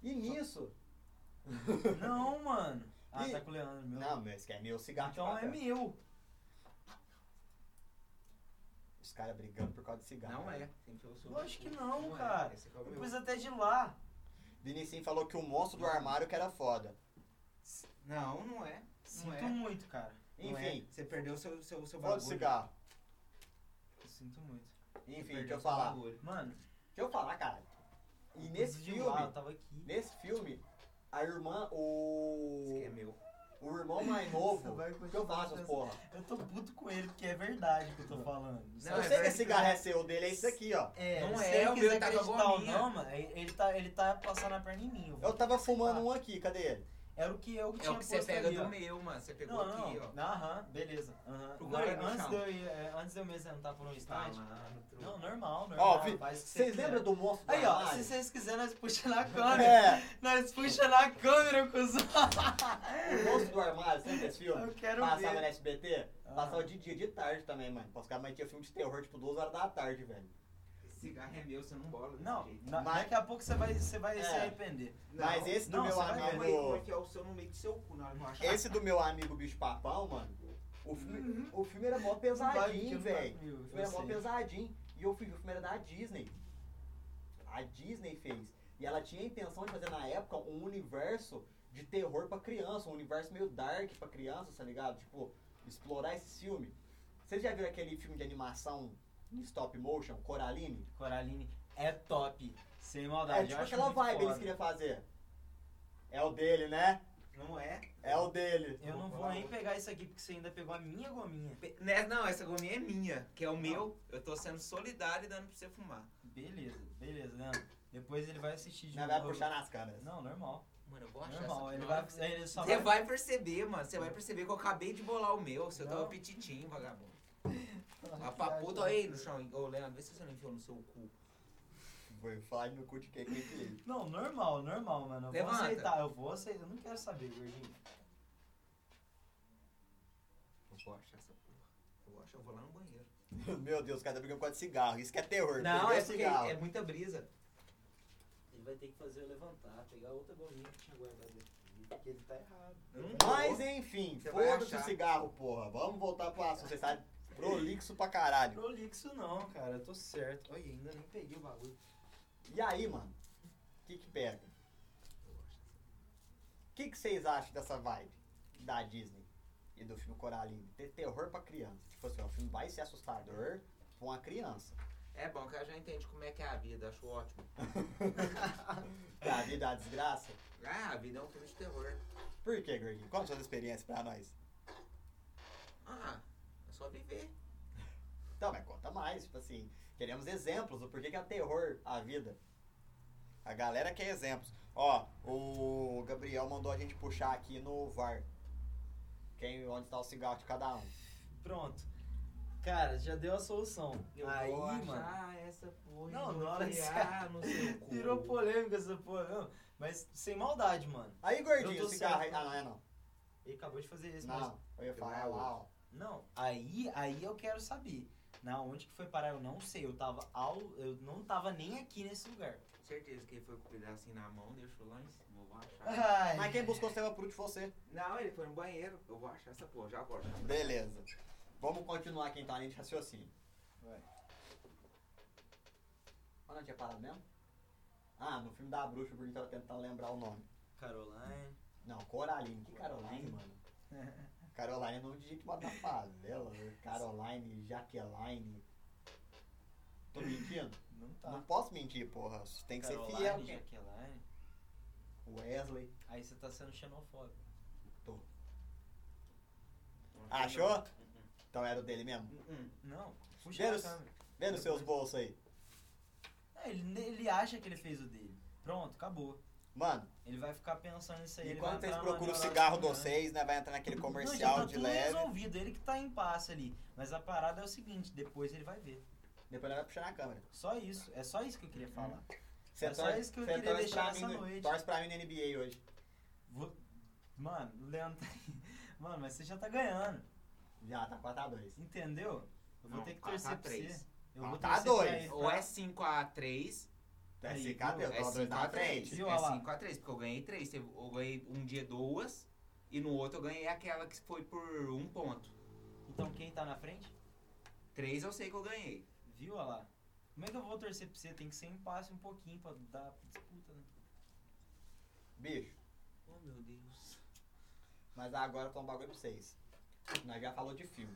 [SPEAKER 1] E nisso.
[SPEAKER 2] Não, mano. Ah,
[SPEAKER 1] Ih.
[SPEAKER 2] tá com o Leandro, meu.
[SPEAKER 1] Não, meu, esse aqui é meu cigarro. de
[SPEAKER 2] Então é
[SPEAKER 1] papel.
[SPEAKER 2] meu.
[SPEAKER 1] Os caras brigando por causa de cigarro.
[SPEAKER 3] Não é. Sempre eu sou.
[SPEAKER 2] Lógico que não,
[SPEAKER 3] é.
[SPEAKER 2] cara.
[SPEAKER 3] Esse aqui é o
[SPEAKER 2] Eu
[SPEAKER 3] meu.
[SPEAKER 2] pus até de lá.
[SPEAKER 1] Vinicinho falou que o monstro do armário que era foda.
[SPEAKER 3] Não, não é.
[SPEAKER 2] Sinto
[SPEAKER 3] é.
[SPEAKER 2] muito, cara.
[SPEAKER 3] Não é.
[SPEAKER 1] Enfim,
[SPEAKER 3] Você perdeu seu, seu, seu
[SPEAKER 1] foda o
[SPEAKER 3] bagulho.
[SPEAKER 1] cigarro.
[SPEAKER 2] Sinto muito.
[SPEAKER 1] Enfim,
[SPEAKER 3] Perdeu
[SPEAKER 1] deixa eu
[SPEAKER 3] seu
[SPEAKER 1] falar.
[SPEAKER 3] bagulho.
[SPEAKER 2] Mano,
[SPEAKER 1] Deixa eu falar, caralho. E
[SPEAKER 2] eu
[SPEAKER 1] nesse
[SPEAKER 2] pus de
[SPEAKER 1] filme,
[SPEAKER 2] lá, eu tava aqui.
[SPEAKER 1] nesse filme, a irmã,
[SPEAKER 3] Esse aqui é
[SPEAKER 1] o.
[SPEAKER 3] meu.
[SPEAKER 1] O irmão
[SPEAKER 2] *laughs*
[SPEAKER 1] mais
[SPEAKER 2] Você
[SPEAKER 1] novo.
[SPEAKER 2] vai
[SPEAKER 1] O que eu faço, as
[SPEAKER 2] continuar
[SPEAKER 1] porra?
[SPEAKER 2] Eu tô puto com ele, porque é verdade o que eu tô falando.
[SPEAKER 3] Não,
[SPEAKER 1] eu sei
[SPEAKER 3] é
[SPEAKER 1] que
[SPEAKER 3] verdade.
[SPEAKER 1] esse cigarro é seu, o dele é isso aqui, ó.
[SPEAKER 2] É,
[SPEAKER 3] Não
[SPEAKER 2] se
[SPEAKER 3] é,
[SPEAKER 2] ele
[SPEAKER 3] o
[SPEAKER 2] quiser
[SPEAKER 3] meu tá com a
[SPEAKER 2] acreditar ou
[SPEAKER 3] gominha.
[SPEAKER 2] não, mano, ele ele tá, ele tá passando a perna em mim. eu vou
[SPEAKER 1] Eu tava fumando
[SPEAKER 2] aceitar.
[SPEAKER 1] um aqui, cadê ele?
[SPEAKER 2] Era o que eu
[SPEAKER 3] É
[SPEAKER 2] tinha
[SPEAKER 3] o que você
[SPEAKER 2] posto
[SPEAKER 3] pega
[SPEAKER 2] ali, ó.
[SPEAKER 3] do meu, mano. Você pegou
[SPEAKER 2] Não, não,
[SPEAKER 3] aqui, ó.
[SPEAKER 2] não, aham, beleza. aham.
[SPEAKER 3] Procura aí
[SPEAKER 2] Não,
[SPEAKER 3] no
[SPEAKER 2] antes,
[SPEAKER 3] chão. Tá,
[SPEAKER 2] de eu, ir, é, antes de eu me sentar por um instante. não, normal, normal.
[SPEAKER 1] Ó, vi-
[SPEAKER 2] faz o que você
[SPEAKER 1] Vocês
[SPEAKER 2] quiser.
[SPEAKER 1] lembram do monstro do
[SPEAKER 2] Aí, ó,
[SPEAKER 1] armário?
[SPEAKER 2] se vocês quiserem, nós puxa na
[SPEAKER 3] *laughs*
[SPEAKER 2] câmera.
[SPEAKER 1] É,
[SPEAKER 2] nós puxa na câmera, cuzão. *laughs*
[SPEAKER 1] o monstro do armário, sempre esse filme?
[SPEAKER 2] Eu quero
[SPEAKER 1] Passava
[SPEAKER 2] ver.
[SPEAKER 1] na SBT,
[SPEAKER 2] Ah.
[SPEAKER 1] passava de dia de tarde também, mano. Os caras mas tinha filme de terror, tipo, duas horas da tarde, velho.
[SPEAKER 3] Esse cigarro é meu, você não bola. desse
[SPEAKER 2] Ah. Não,
[SPEAKER 3] jeito.
[SPEAKER 2] na-
[SPEAKER 1] Mas-
[SPEAKER 2] daqui a pouco você vai, você vai
[SPEAKER 1] É.
[SPEAKER 2] se arrepender.
[SPEAKER 1] Mas esse do
[SPEAKER 2] não,
[SPEAKER 1] meu
[SPEAKER 2] você vai
[SPEAKER 3] Calma aí, vou
[SPEAKER 1] amigo.
[SPEAKER 3] enfiar o seu no meio do seu cu na hora que eu achar.
[SPEAKER 1] Esse do meu amigo bicho papão, mano. O filme, o filme era mó
[SPEAKER 2] Vai, porque
[SPEAKER 1] pesadinho,
[SPEAKER 2] não vai Tipo
[SPEAKER 1] velho.
[SPEAKER 2] comigo,
[SPEAKER 1] O
[SPEAKER 2] eu assim.
[SPEAKER 1] filme era mó
[SPEAKER 2] sei.
[SPEAKER 1] pesadinho. E eu fui ver o filme era da Disney. A Disney fez. E ela tinha a intenção de fazer na época um universo de terror pra criança, um universo meio dark pra criança, tá ligado? Tipo, explorar esse filme. Vocês já viram aquele filme de animação em stop motion, Coraline?
[SPEAKER 2] Coraline é top. Sem maldade.
[SPEAKER 1] É
[SPEAKER 2] eu
[SPEAKER 1] tipo
[SPEAKER 2] acho
[SPEAKER 1] aquela
[SPEAKER 2] muito
[SPEAKER 1] vibe que eles
[SPEAKER 2] foda.
[SPEAKER 1] queriam fazer. É o dele, né?
[SPEAKER 3] Não é?
[SPEAKER 1] É o dele.
[SPEAKER 2] Eu não vou nem pegar isso aqui, porque você ainda pegou a minha gominha.
[SPEAKER 3] Pe- né, Não, essa gominha é minha, que é o meu. Eu tô sendo solidário e dando pra você fumar.
[SPEAKER 2] Beleza, beleza, Leandro. Depois ele vai assistir de
[SPEAKER 1] Não vai
[SPEAKER 2] novo.
[SPEAKER 1] puxar nas câmeras.
[SPEAKER 2] Não, normal.
[SPEAKER 3] Mano, eu vou achar essa
[SPEAKER 2] normal.
[SPEAKER 3] aqui
[SPEAKER 1] é
[SPEAKER 2] Ele
[SPEAKER 3] na hora
[SPEAKER 2] vai,
[SPEAKER 3] que
[SPEAKER 2] ele só
[SPEAKER 3] Você
[SPEAKER 2] vai... Hum.
[SPEAKER 3] vai perceber, mano. Você vai perceber que eu acabei de bolar o meu. Você tava
[SPEAKER 2] Não.
[SPEAKER 3] petitinho,
[SPEAKER 2] *laughs*
[SPEAKER 3] vagabundo. Tá A paputa aí no chão. Ô, Leandro, vê se você não enfiou no seu cu.
[SPEAKER 1] Vou falar no cu de quem que eu enfiei.
[SPEAKER 2] Não, normal, normal, mano. Eu
[SPEAKER 3] Levanta.
[SPEAKER 2] vou aceitar, eu vou aceitar. Eu não quero saber, gordinho.
[SPEAKER 3] Eu vou achar essa porra. Eu vou achar, eu vou lá no banheiro.
[SPEAKER 1] *laughs* Meu Deus, o cara tá brigando por causa de cigarro. Isso que é terror.
[SPEAKER 3] Não,
[SPEAKER 1] perdeu
[SPEAKER 3] é
[SPEAKER 1] o
[SPEAKER 3] porque
[SPEAKER 1] cigarro.
[SPEAKER 3] é muita brisa.
[SPEAKER 4] Ele vai ter que fazer eu levantar, pegar outra gominha que tinha guardado aqui. Porque ele tá errado.
[SPEAKER 3] Eu não
[SPEAKER 1] Mas
[SPEAKER 3] vou.
[SPEAKER 1] enfim,
[SPEAKER 3] Você vai
[SPEAKER 1] foda-se o
[SPEAKER 3] achar.
[SPEAKER 1] cigarro, porra. Vamos voltar pro assunto. Você tá prolixo pra caralho.
[SPEAKER 2] Prolixo não, cara. Eu tô certo.
[SPEAKER 3] Olha, ainda nem peguei o bagulho.
[SPEAKER 1] E aí, mano? O que que pega? O que que vocês acham dessa vibe da Disney e do filme Coraline? Ter terror pra criança. *laughs* Tipo assim, ó, o filme vai ser assustador pra uma criança.
[SPEAKER 3] É bom que ela já entende como é que é a vida, acho ótimo.
[SPEAKER 1] Tá, a vida é uma desgraça.
[SPEAKER 3] Ah, a vida é um filme de terror.
[SPEAKER 1] Por quê, Gordinho? Conta suas experiências pra nós.
[SPEAKER 3] Ah, é só viver.
[SPEAKER 1] Então, mas conta mais, tipo assim. Queremos exemplos do porquê que é terror a vida. A galera quer exemplos. Ó, o Gabriel mandou a gente puxar aqui no VAR. Quem, onde está o cigarro de cada um.
[SPEAKER 2] Pronto. Cara, já deu a solução.
[SPEAKER 3] Eu
[SPEAKER 2] Aí,
[SPEAKER 3] vou
[SPEAKER 2] mano.
[SPEAKER 3] achar essa porra e
[SPEAKER 2] Não,
[SPEAKER 3] vou
[SPEAKER 2] nossa.
[SPEAKER 3] enfiar no
[SPEAKER 2] *laughs*
[SPEAKER 3] seu cu.
[SPEAKER 2] Virou polêmica essa porra. Não, mas sem maldade, mano.
[SPEAKER 1] Aí,
[SPEAKER 2] Eu
[SPEAKER 1] gordinho,
[SPEAKER 2] tô
[SPEAKER 1] o cigarro aí.
[SPEAKER 2] certo.
[SPEAKER 1] Ah, não é não.
[SPEAKER 2] Ele acabou de fazer isso, mas.
[SPEAKER 1] Não, eu ia falar lá, ó.
[SPEAKER 2] Não, aí, aí eu quero saber. Na onde que foi parar, eu não sei. Eu tava ao, eu não tava nem aqui nesse lugar.
[SPEAKER 3] Certeza que ele foi com o pedacinho na mão, deixou lá em cima, eu vou
[SPEAKER 2] *laughs*
[SPEAKER 3] achar.
[SPEAKER 2] Ai.
[SPEAKER 1] Mas quem buscou o tema por de você.
[SPEAKER 3] Não, ele foi no banheiro, eu vou achar essa porra, já vou achar.
[SPEAKER 1] Beleza. Vamos continuar aqui então, a linha de raciocínio. Vai. Onde eu tinha parado mesmo? Ah, no filme da bruxa, porque eu tava tentando lembrar o nome.
[SPEAKER 2] Caroline.
[SPEAKER 1] Não, Coraline. Que Caroline,
[SPEAKER 2] *laughs*
[SPEAKER 1] mano? Caroline é nome de gente que bota na favela. né? Caroline, Jaqueline. Tô mentindo?
[SPEAKER 2] Não tá.
[SPEAKER 1] Não posso mentir, porra. Você tem que ser fiel.
[SPEAKER 2] Caroline, Jaqueline.
[SPEAKER 1] Wesley.
[SPEAKER 2] Aí você tá sendo xenofóbico.
[SPEAKER 1] Achou? Então era o dele mesmo.
[SPEAKER 3] Uhum.
[SPEAKER 2] Não, puxa a
[SPEAKER 1] Deus.
[SPEAKER 2] câmera.
[SPEAKER 1] Vê nos seus bolsos aí.
[SPEAKER 2] Não, ele, ele acha que ele fez o dele. Pronto, acabou.
[SPEAKER 1] Mano,
[SPEAKER 2] Ele vai ficar pensando nisso aí.
[SPEAKER 1] e
[SPEAKER 2] ele
[SPEAKER 1] quando
[SPEAKER 2] vai
[SPEAKER 1] vocês
[SPEAKER 2] entrar numa
[SPEAKER 1] procuram o
[SPEAKER 2] neurose
[SPEAKER 1] cigarro de
[SPEAKER 2] fulminante.
[SPEAKER 1] vocês, né? Vai entrar naquele
[SPEAKER 2] não,
[SPEAKER 1] comercial
[SPEAKER 2] já tá
[SPEAKER 1] de
[SPEAKER 2] tudo
[SPEAKER 1] leve.
[SPEAKER 2] resolvido, ele que tá em passe ali. Mas a parada é o seguinte, depois ele vai ver.
[SPEAKER 1] Depois ele vai puxar na câmera.
[SPEAKER 2] Só isso, é só isso que eu queria falar.
[SPEAKER 1] Você
[SPEAKER 2] É só
[SPEAKER 1] torce-
[SPEAKER 2] isso que eu
[SPEAKER 1] você
[SPEAKER 2] queria
[SPEAKER 1] torce
[SPEAKER 2] deixar
[SPEAKER 1] pra
[SPEAKER 2] nessa
[SPEAKER 1] mim no-
[SPEAKER 2] noite.
[SPEAKER 1] Torce pra mim na NBA hoje.
[SPEAKER 2] Vou- Mano, o Leandro tá... *laughs* Mano, mas você já tá ganhando,
[SPEAKER 1] Já, tá 4x2.
[SPEAKER 2] entendeu? Eu vou
[SPEAKER 3] Não,
[SPEAKER 2] ter que
[SPEAKER 3] quatro
[SPEAKER 2] torcer
[SPEAKER 3] a
[SPEAKER 2] pra
[SPEAKER 3] três.
[SPEAKER 2] você. Eu vou
[SPEAKER 1] Tá
[SPEAKER 2] torcer
[SPEAKER 1] dois.
[SPEAKER 2] pra ele,
[SPEAKER 3] Ou
[SPEAKER 2] tá?
[SPEAKER 3] é 5x3,
[SPEAKER 1] Tá
[SPEAKER 2] Aí,
[SPEAKER 1] esse cadê?
[SPEAKER 2] viu?
[SPEAKER 1] Eu
[SPEAKER 3] é
[SPEAKER 1] tô dois na frente.
[SPEAKER 3] 5x3.
[SPEAKER 2] Viu,
[SPEAKER 3] É
[SPEAKER 2] olha lá.
[SPEAKER 3] 5x3, porque eu ganhei 3. Eu ganhei um dia duas, e no outro eu ganhei aquela que foi por um ponto.
[SPEAKER 2] Então quem tá na frente,
[SPEAKER 3] 3 eu sei que eu ganhei.
[SPEAKER 2] viu, olha lá. Como é que eu vou torcer pra você? Tem que ser em passe um pouquinho pra dar disputa, né?
[SPEAKER 1] Bicho,
[SPEAKER 3] Oh, meu Deus.
[SPEAKER 1] mas agora eu vou falar um bagulho pra vocês. Nós já falou de filme.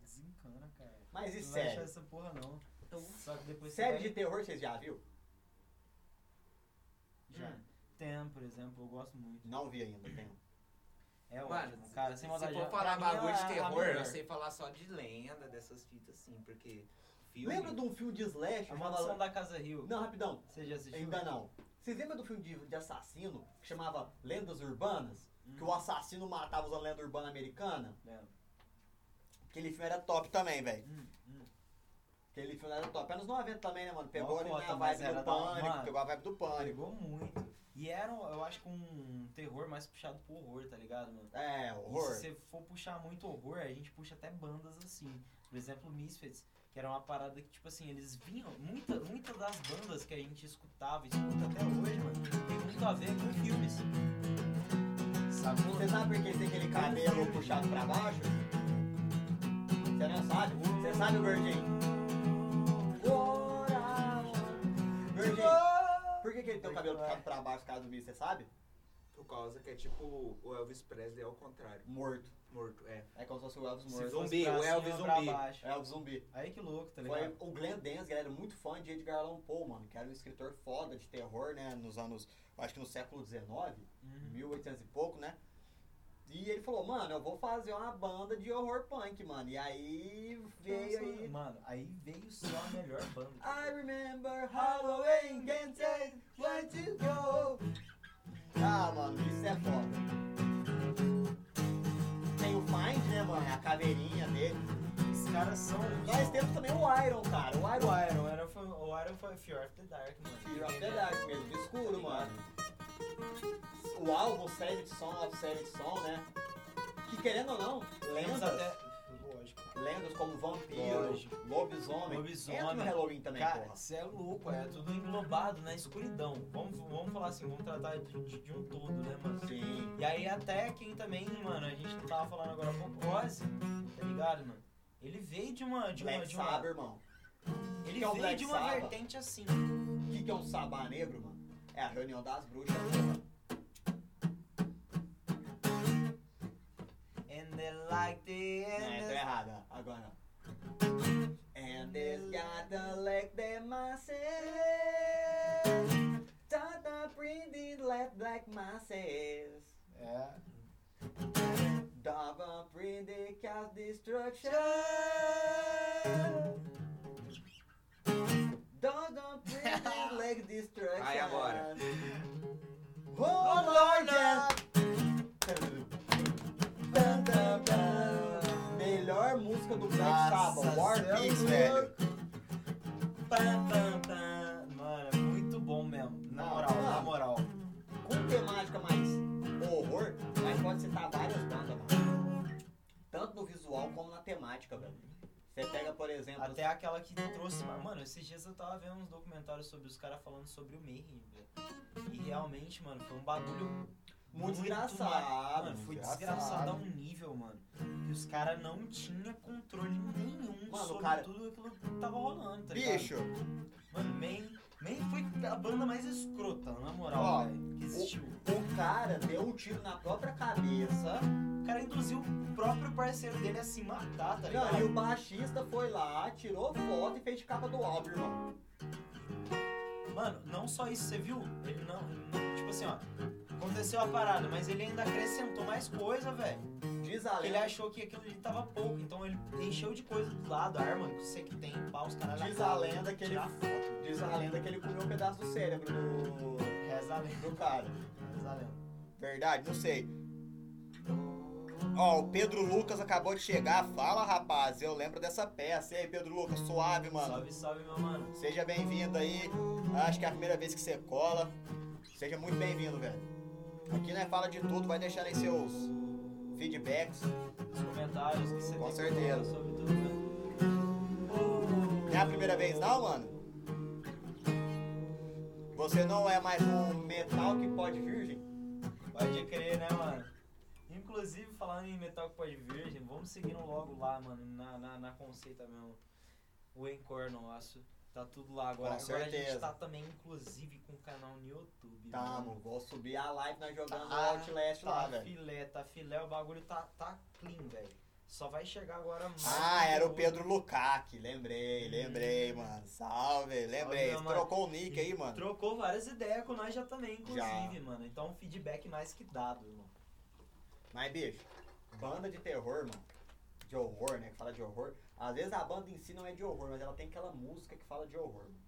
[SPEAKER 2] Desencana, cara.
[SPEAKER 1] Mas e
[SPEAKER 2] não vai achar
[SPEAKER 1] série?
[SPEAKER 2] essa porra, não.
[SPEAKER 3] Então,
[SPEAKER 2] Só que depois
[SPEAKER 1] Série
[SPEAKER 2] você
[SPEAKER 1] de terror vocês já viu?
[SPEAKER 2] vai... *laughs* Já.
[SPEAKER 3] Hum.
[SPEAKER 2] Tem, por exemplo, eu gosto muito.
[SPEAKER 1] Não vi ainda, um. tenho.
[SPEAKER 2] É
[SPEAKER 3] Mano,
[SPEAKER 2] ótimo, cara. Sem
[SPEAKER 3] se
[SPEAKER 2] maldade.
[SPEAKER 3] for
[SPEAKER 2] pra
[SPEAKER 3] falar
[SPEAKER 2] mim, é
[SPEAKER 3] bagulho de
[SPEAKER 2] a- a
[SPEAKER 3] terror,
[SPEAKER 2] melhor.
[SPEAKER 3] eu sei falar só de lenda, dessas fitas assim, porque filme...
[SPEAKER 1] Lembra de um filme de slash?
[SPEAKER 2] A
[SPEAKER 1] chamava-
[SPEAKER 2] Maldição da Casa Rio.
[SPEAKER 1] Não, rapidão.
[SPEAKER 2] Você já assistiu?
[SPEAKER 1] Ainda não. Vocês lembram do filme de, de assassino que chamava Lendas Urbanas?
[SPEAKER 2] Hum.
[SPEAKER 1] Que o assassino matava usando lenda urbana americana?
[SPEAKER 2] Lembro.
[SPEAKER 1] Aquele filme era top também, velho.
[SPEAKER 2] Hum, hum.
[SPEAKER 1] Aquele filme era top. Anos 90 também, né, mano? Pegou ali
[SPEAKER 2] Mó
[SPEAKER 1] né, a
[SPEAKER 2] cota, mas
[SPEAKER 1] vibe do
[SPEAKER 2] era da-
[SPEAKER 1] pânico.
[SPEAKER 2] mano.
[SPEAKER 1] Pegou a vibe do pânico.
[SPEAKER 2] Pegou muito. E era, eu acho que um terror mais puxado pro horror, tá ligado, mano?
[SPEAKER 1] É,
[SPEAKER 2] E
[SPEAKER 1] horror.
[SPEAKER 2] se você for puxar muito horror, a gente puxa até bandas assim. Por exemplo, Misfits, que era uma parada que, tipo assim, eles vinham. Muita, muita das bandas que a gente escutava, e escuta até hoje, mano, tem muito a ver com filmes. Sacou?
[SPEAKER 1] Você sabe por que tem aquele cabelo puxado pra baixo? Você não sabe? Você sabe, Gordinho? Gordinho, por que, que ele tem o cabelo puxado pra baixo, caso do bicho, você sabe?
[SPEAKER 3] Por causa que é tipo o Elvis Presley ao contrário.
[SPEAKER 1] Morto.
[SPEAKER 3] Morto, é.
[SPEAKER 1] É como se fosse o Elvis
[SPEAKER 2] Se
[SPEAKER 1] morto.
[SPEAKER 3] Zumbi,
[SPEAKER 2] fosse pra
[SPEAKER 3] o
[SPEAKER 2] cima,
[SPEAKER 3] Elvis
[SPEAKER 2] pra
[SPEAKER 3] zumbi.
[SPEAKER 2] baixo.
[SPEAKER 1] Elvis zumbi.
[SPEAKER 2] Aí que louco, tá ligado?
[SPEAKER 1] Foi o Glenn Danzig, ele era muito fã de Edgar Allan Poe, mano, que era um escritor foda de terror, né, nos anos, acho que no século XIX.
[SPEAKER 2] Uhum.
[SPEAKER 1] 1800 e pouco, né? E ele falou, mano, eu vou fazer uma banda de horror punk, mano. E aí veio aí.
[SPEAKER 2] Mano, aí veio só a melhor banda.
[SPEAKER 1] I remember Halloween, can't say where to go. Ah, mano, isso é foda. Tem o Find, né, mano? A caveirinha dele.
[SPEAKER 2] Os caras são.
[SPEAKER 1] Nós temos também o Iron, cara. O Iron
[SPEAKER 2] O Iron, era, foi, o Iron foi Fear of the Dark, mano.
[SPEAKER 1] Fear of the Dark, mesmo do escuro, mano. O álbum Savage Song of Savage Song, né? Que querendo ou não,
[SPEAKER 2] Temos
[SPEAKER 1] lendas,
[SPEAKER 2] até. Lógico.
[SPEAKER 1] lendas como vampiro,
[SPEAKER 2] né? Lógico.
[SPEAKER 1] lobisomem,
[SPEAKER 2] Lobisomem.
[SPEAKER 1] entra no Halloween também,
[SPEAKER 2] Cara,
[SPEAKER 1] porra.
[SPEAKER 2] isso é louco, é tudo englobado na escuridão. Vamos, vamos falar assim, vamos tratar de, de- de um todo, né, mano?
[SPEAKER 1] Sim.
[SPEAKER 2] E aí até quem também, mano, a gente não tava falando agora com o Ozzy, tá ligado, mano? Ele veio de uma. De uma,
[SPEAKER 1] Black
[SPEAKER 2] de uma-
[SPEAKER 1] Sabbath, irmão.
[SPEAKER 2] ele
[SPEAKER 1] que é o
[SPEAKER 2] veio
[SPEAKER 1] Black
[SPEAKER 2] de uma
[SPEAKER 1] Sabbath?
[SPEAKER 2] vertente assim.
[SPEAKER 1] O que, que é um sabá negro, mano? É a reunião das bruxas, porra.
[SPEAKER 2] And they like the
[SPEAKER 1] Não, então
[SPEAKER 2] end.
[SPEAKER 1] entrou errada. Agora. And it's got the lick like myself.
[SPEAKER 5] É.
[SPEAKER 1] Dava pretty cause destruction. Dava pretty like destruction.
[SPEAKER 3] Vai agora.
[SPEAKER 1] Oh Lord, yes. Tan, tan, tan. Melhor música do Black Sabbath.
[SPEAKER 5] Nossa,
[SPEAKER 1] é War
[SPEAKER 5] cê é
[SPEAKER 1] Pigs,
[SPEAKER 5] louco.
[SPEAKER 1] velho.
[SPEAKER 2] Pam, pam, pam. Mano, é muito bom mesmo. Na
[SPEAKER 5] Não,
[SPEAKER 2] moral, na
[SPEAKER 1] não.
[SPEAKER 2] moral.
[SPEAKER 1] Com temática mais horror, mas pode citar várias bandas, mano. Tanto no visual como na temática, velho. Você pega, por exemplo,
[SPEAKER 2] Até aquela que trouxe. mas, Mano, esses dias eu tava vendo uns documentários sobre os caras falando sobre o Mayhem, velho. E realmente, mano, foi um bagulho
[SPEAKER 1] muito
[SPEAKER 2] ma-
[SPEAKER 1] desgraçado.
[SPEAKER 2] Mano, foi
[SPEAKER 5] desgraçado.
[SPEAKER 2] desgraçado a um nível, mano. Que os caras não tinham controle nenhum
[SPEAKER 1] Mano, o
[SPEAKER 2] sobre
[SPEAKER 1] cara-
[SPEAKER 2] tudo aquilo que tava rolando, tá ligado?
[SPEAKER 1] Bicho,
[SPEAKER 2] Mano, Mayhem, Mayhem foi a banda mais escrota, na
[SPEAKER 1] Ó,
[SPEAKER 2] moral, velho. Que existiu.
[SPEAKER 1] o cara deu um tiro na própria cabeça.
[SPEAKER 2] O cara induziu o próprio parceiro dele a se matar, tá ligado?
[SPEAKER 1] Não, e o baixista foi lá, tirou foto e fez de capa do álbum, irmão.
[SPEAKER 2] Mano, não só isso, você viu? Ele não, ele não- Tipo assim, ó. Aconteceu a parada, mas ele ainda acrescentou mais coisa, velho.
[SPEAKER 1] Diz a
[SPEAKER 2] Ele
[SPEAKER 1] lenda,
[SPEAKER 2] achou que aquilo ali tava pouco, então ele encheu de coisa do lado, arma, que você que tem, pau, os caras
[SPEAKER 1] diz a lenda que ele.
[SPEAKER 2] Tirar foto.
[SPEAKER 1] Diz a lenda que ele comeu um pedaço do cérebro do,
[SPEAKER 2] Reza a lenda,
[SPEAKER 1] do cara.
[SPEAKER 2] reza a lenda.
[SPEAKER 1] Verdade, não sei. Ó, o Pedro Lucas acabou de chegar. Fala, rapaz, eu lembro dessa peça. E aí, Pedro Lucas, suave, mano.
[SPEAKER 2] Salve, salve, meu mano.
[SPEAKER 1] Seja bem-vindo aí. Acho que é a primeira vez que você cola. Seja muito bem-vindo, velho. Aqui né, fala de tudo, vai deixar aí seus feedbacks.
[SPEAKER 2] Os comentários que você
[SPEAKER 1] Com
[SPEAKER 2] tem
[SPEAKER 1] certeza.
[SPEAKER 2] sobre tudo, né? velho.
[SPEAKER 1] Não é a primeira vez não, mano? Você não é mais um metal que pode virgem?
[SPEAKER 2] Pode crer, né, mano? Inclusive, falando em Metal que Pode Virgem, vamos seguindo logo lá, mano, na, na, na conceita mesmo. O Encore nosso. Tá tudo lá agora.
[SPEAKER 1] Com
[SPEAKER 2] agora a gente
[SPEAKER 1] certeza. Tá,
[SPEAKER 2] tá também, inclusive, com o canal no YouTube.
[SPEAKER 1] Tamo,
[SPEAKER 2] mano.
[SPEAKER 1] vou subir a live nós jogando
[SPEAKER 2] Tá,
[SPEAKER 1] Outlast lá,
[SPEAKER 2] Tá
[SPEAKER 1] velho.
[SPEAKER 2] filé, tá filé, o bagulho tá, tá clean, velho. Só vai chegar agora mais.
[SPEAKER 1] Ah, era o
[SPEAKER 2] conteúdo.
[SPEAKER 1] Pedro Lukac, lembrei, lembrei, mano. Salve, lembrei.
[SPEAKER 2] meu
[SPEAKER 1] Você
[SPEAKER 2] mano.
[SPEAKER 1] trocou o nick aí, mano.
[SPEAKER 2] Trocou várias ideias com nós já também, inclusive,
[SPEAKER 1] Já.
[SPEAKER 2] mano. Então, um feedback mais que dado, irmão.
[SPEAKER 1] Mas, bicho, banda de terror, mano. De horror, né? Que fala de horror. Às vezes a banda em si não é de horror, mas ela tem aquela música que fala de horror, mano.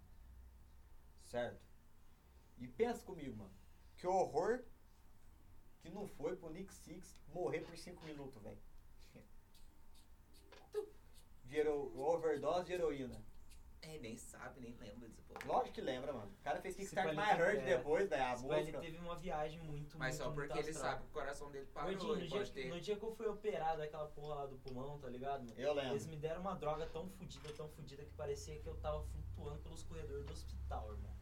[SPEAKER 1] Certo? E pensa comigo, mano. Que horror que não foi pro Nick Six morrer por 5 minutos, velho. *laughs* De hero- overdose de heroína.
[SPEAKER 3] É, nem sabe, nem lembra desse povo.
[SPEAKER 1] Lógico que lembra, mano. O cara fez Kickstart
[SPEAKER 2] Se
[SPEAKER 1] My
[SPEAKER 2] qualifica-
[SPEAKER 1] Heart
[SPEAKER 2] é.
[SPEAKER 1] depois, velho. A
[SPEAKER 2] Mas ele
[SPEAKER 1] música.
[SPEAKER 2] teve uma viagem muito,
[SPEAKER 3] Mas
[SPEAKER 2] muito,
[SPEAKER 3] só
[SPEAKER 2] muito
[SPEAKER 3] porque ele
[SPEAKER 2] astral.
[SPEAKER 3] sabe que o coração dele parou
[SPEAKER 2] tá Gordinho,
[SPEAKER 3] e
[SPEAKER 2] no, dia,
[SPEAKER 3] pode
[SPEAKER 2] que-
[SPEAKER 3] ter.
[SPEAKER 2] no dia que eu fui operado aquela porra lá do pulmão, tá ligado? mano?
[SPEAKER 1] Eu lembro.
[SPEAKER 2] Eles me deram uma droga tão fodida, tão fodida que parecia que eu tava flutuando pelos corredores do hospital, irmão.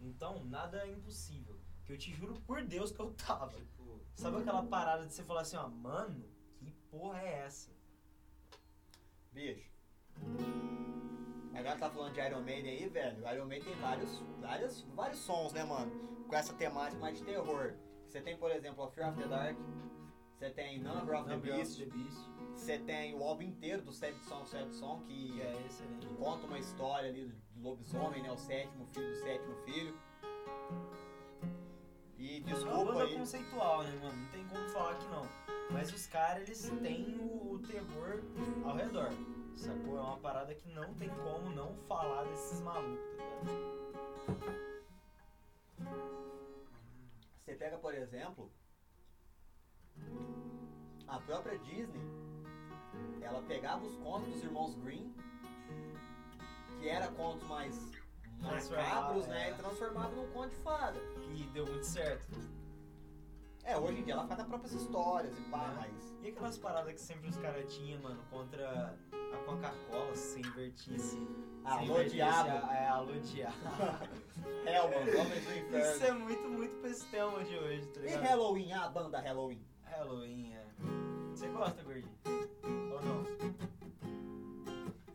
[SPEAKER 2] Então, nada é impossível. Que eu te juro por Deus que eu tava.
[SPEAKER 3] Tipo,
[SPEAKER 2] Sabe aquela parada de você falar assim, ó, mano, que porra é essa?
[SPEAKER 1] Bicho. Agora tá falando de Iron Maiden aí, velho. O Iron Maiden tem vários, vários, vários sons, né, mano? Com essa temática mais de terror. Você tem, por exemplo, o Fear of the Dark. Você tem Number of the
[SPEAKER 2] Não,
[SPEAKER 1] Beast.
[SPEAKER 2] The Beast.
[SPEAKER 1] Você tem o álbum inteiro do Sad Song, Sad Song, que
[SPEAKER 2] Que é excelente.
[SPEAKER 1] conta uma história ali do lobisomem, né? O sétimo filho do sétimo filho. E
[SPEAKER 2] É uma
[SPEAKER 1] desculpa
[SPEAKER 2] banda
[SPEAKER 1] aí.
[SPEAKER 2] conceitual, né, mano? Não tem como falar que não. Mas os caras, eles têm o, o terror ao redor. Sacou? É uma parada que não tem como não falar desses malucos, tá ligado?
[SPEAKER 1] Você pega, por exemplo, a própria Disney, ela pegava os contos dos irmãos Green, que era contos mais macabros,
[SPEAKER 2] Transformava,
[SPEAKER 1] né,
[SPEAKER 2] é.
[SPEAKER 1] e transformava num conto de fada.
[SPEAKER 2] E deu muito certo.
[SPEAKER 1] É, hoje em dia ela faz as próprias histórias e pá,
[SPEAKER 2] É.
[SPEAKER 1] mas
[SPEAKER 2] E aquelas paradas que sempre os caras tinham, mano, contra a Coca-Cola, se invertisse. se
[SPEAKER 1] alô
[SPEAKER 2] invertisse
[SPEAKER 1] diabo,
[SPEAKER 2] a- É, alô diabo.
[SPEAKER 1] *laughs* é, mano, homens do
[SPEAKER 2] Isso
[SPEAKER 1] inferno.
[SPEAKER 2] é muito, muito pra esse tema de hoje, tá
[SPEAKER 1] E
[SPEAKER 2] ligado?
[SPEAKER 1] Halloween, ah, a banda Halloween.
[SPEAKER 2] Halloween, é. Você gosta, gordinho? Ou não?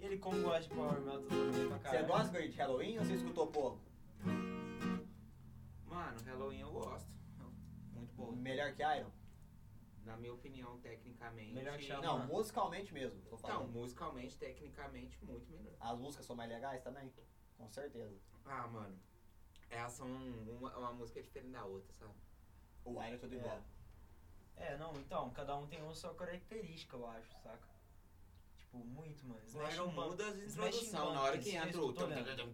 [SPEAKER 2] Ele como gosta de Power Metal também né, pra
[SPEAKER 1] Você
[SPEAKER 2] caralho.
[SPEAKER 1] gosta Guri, de Halloween ou você escutou pouco?
[SPEAKER 3] mano, Halloween eu gosto. Muito bom.
[SPEAKER 1] Melhor que Iron?
[SPEAKER 3] Na minha opinião, tecnicamente.
[SPEAKER 2] Melhor que Shaman.
[SPEAKER 1] Não, musicalmente mesmo, tô
[SPEAKER 3] Então,
[SPEAKER 1] falando.
[SPEAKER 3] musicalmente, tecnicamente, muito melhor.
[SPEAKER 1] As músicas são mais legais também? Com certeza.
[SPEAKER 3] É Ah, mano. Elas são uma, uma música diferente da outra, sabe?
[SPEAKER 1] O Wine é todo
[SPEAKER 2] É.
[SPEAKER 1] igual.
[SPEAKER 2] É, não, então, cada um tem uma sua característica, eu acho, saca? Tipo, muito, mano. Smashing
[SPEAKER 1] um
[SPEAKER 3] Não
[SPEAKER 2] Pumpkins-
[SPEAKER 3] muda as
[SPEAKER 2] Smashing
[SPEAKER 3] introdução na hora que
[SPEAKER 2] Pumpkins,
[SPEAKER 3] entra
[SPEAKER 2] você
[SPEAKER 3] o...
[SPEAKER 2] escutou, Leandro?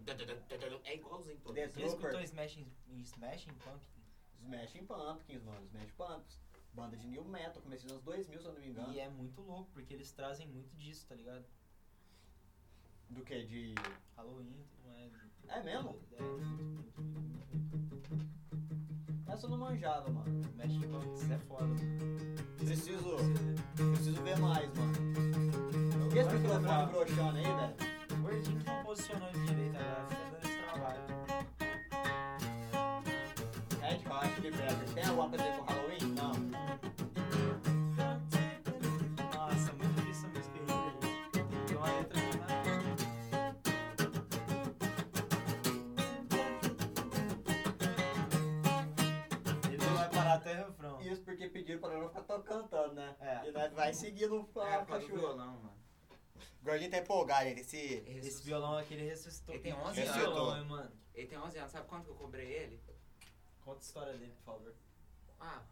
[SPEAKER 3] É igualzinho todo.
[SPEAKER 1] Dentro.
[SPEAKER 2] Você escutou Smashing, Smashing Pumpkins?
[SPEAKER 1] Tá Smashing Pumpkins, mano. Smashing Pumpkins. Banda de New Metal, comecei nos anos 2000, se eu não me engano.
[SPEAKER 2] E é muito louco, porque eles trazem muito disso, tá ligado?
[SPEAKER 1] Do que? De.
[SPEAKER 2] Halloween e tudo mais. né?
[SPEAKER 1] É mesmo?
[SPEAKER 2] É.
[SPEAKER 1] Essa eu não manjava, mano.
[SPEAKER 2] Smashing Pumpkins é foda. mano.
[SPEAKER 1] Preciso.
[SPEAKER 2] Você-
[SPEAKER 1] Preciso ver mais, mano. E esse
[SPEAKER 2] Vai cobrar.
[SPEAKER 1] microfone broxando aí, velho?
[SPEAKER 2] O gordinho que não posicionou direito agora, tá dando esse trabalho.
[SPEAKER 1] Red Hot Chili Peppers. Tem alguma coisa a ver com Halloween? Não.
[SPEAKER 2] Nossa, muito difícil essa música aí, velho. Tem uma letra que nada. Ele não vai parar até o refrão.
[SPEAKER 1] Isso porque pediram pra eu não ficar tão cantando, né?
[SPEAKER 2] É.
[SPEAKER 1] E nós vai seguindo o
[SPEAKER 3] É,
[SPEAKER 1] a
[SPEAKER 3] por causa do
[SPEAKER 1] cachorro.
[SPEAKER 3] violão, mano.
[SPEAKER 1] O Gordinho tá empolgado, ele se.
[SPEAKER 3] Ele
[SPEAKER 2] Esse
[SPEAKER 3] ressusc-
[SPEAKER 2] violão aqui, ele ressuscitou.
[SPEAKER 3] Ele tem
[SPEAKER 2] Que
[SPEAKER 3] 11
[SPEAKER 1] anos.
[SPEAKER 2] violão, hein, mano?
[SPEAKER 3] Ele tem 11 anos, sabe quanto que eu cobrei ele?
[SPEAKER 2] Conta a história dele, por favor.
[SPEAKER 3] Ah,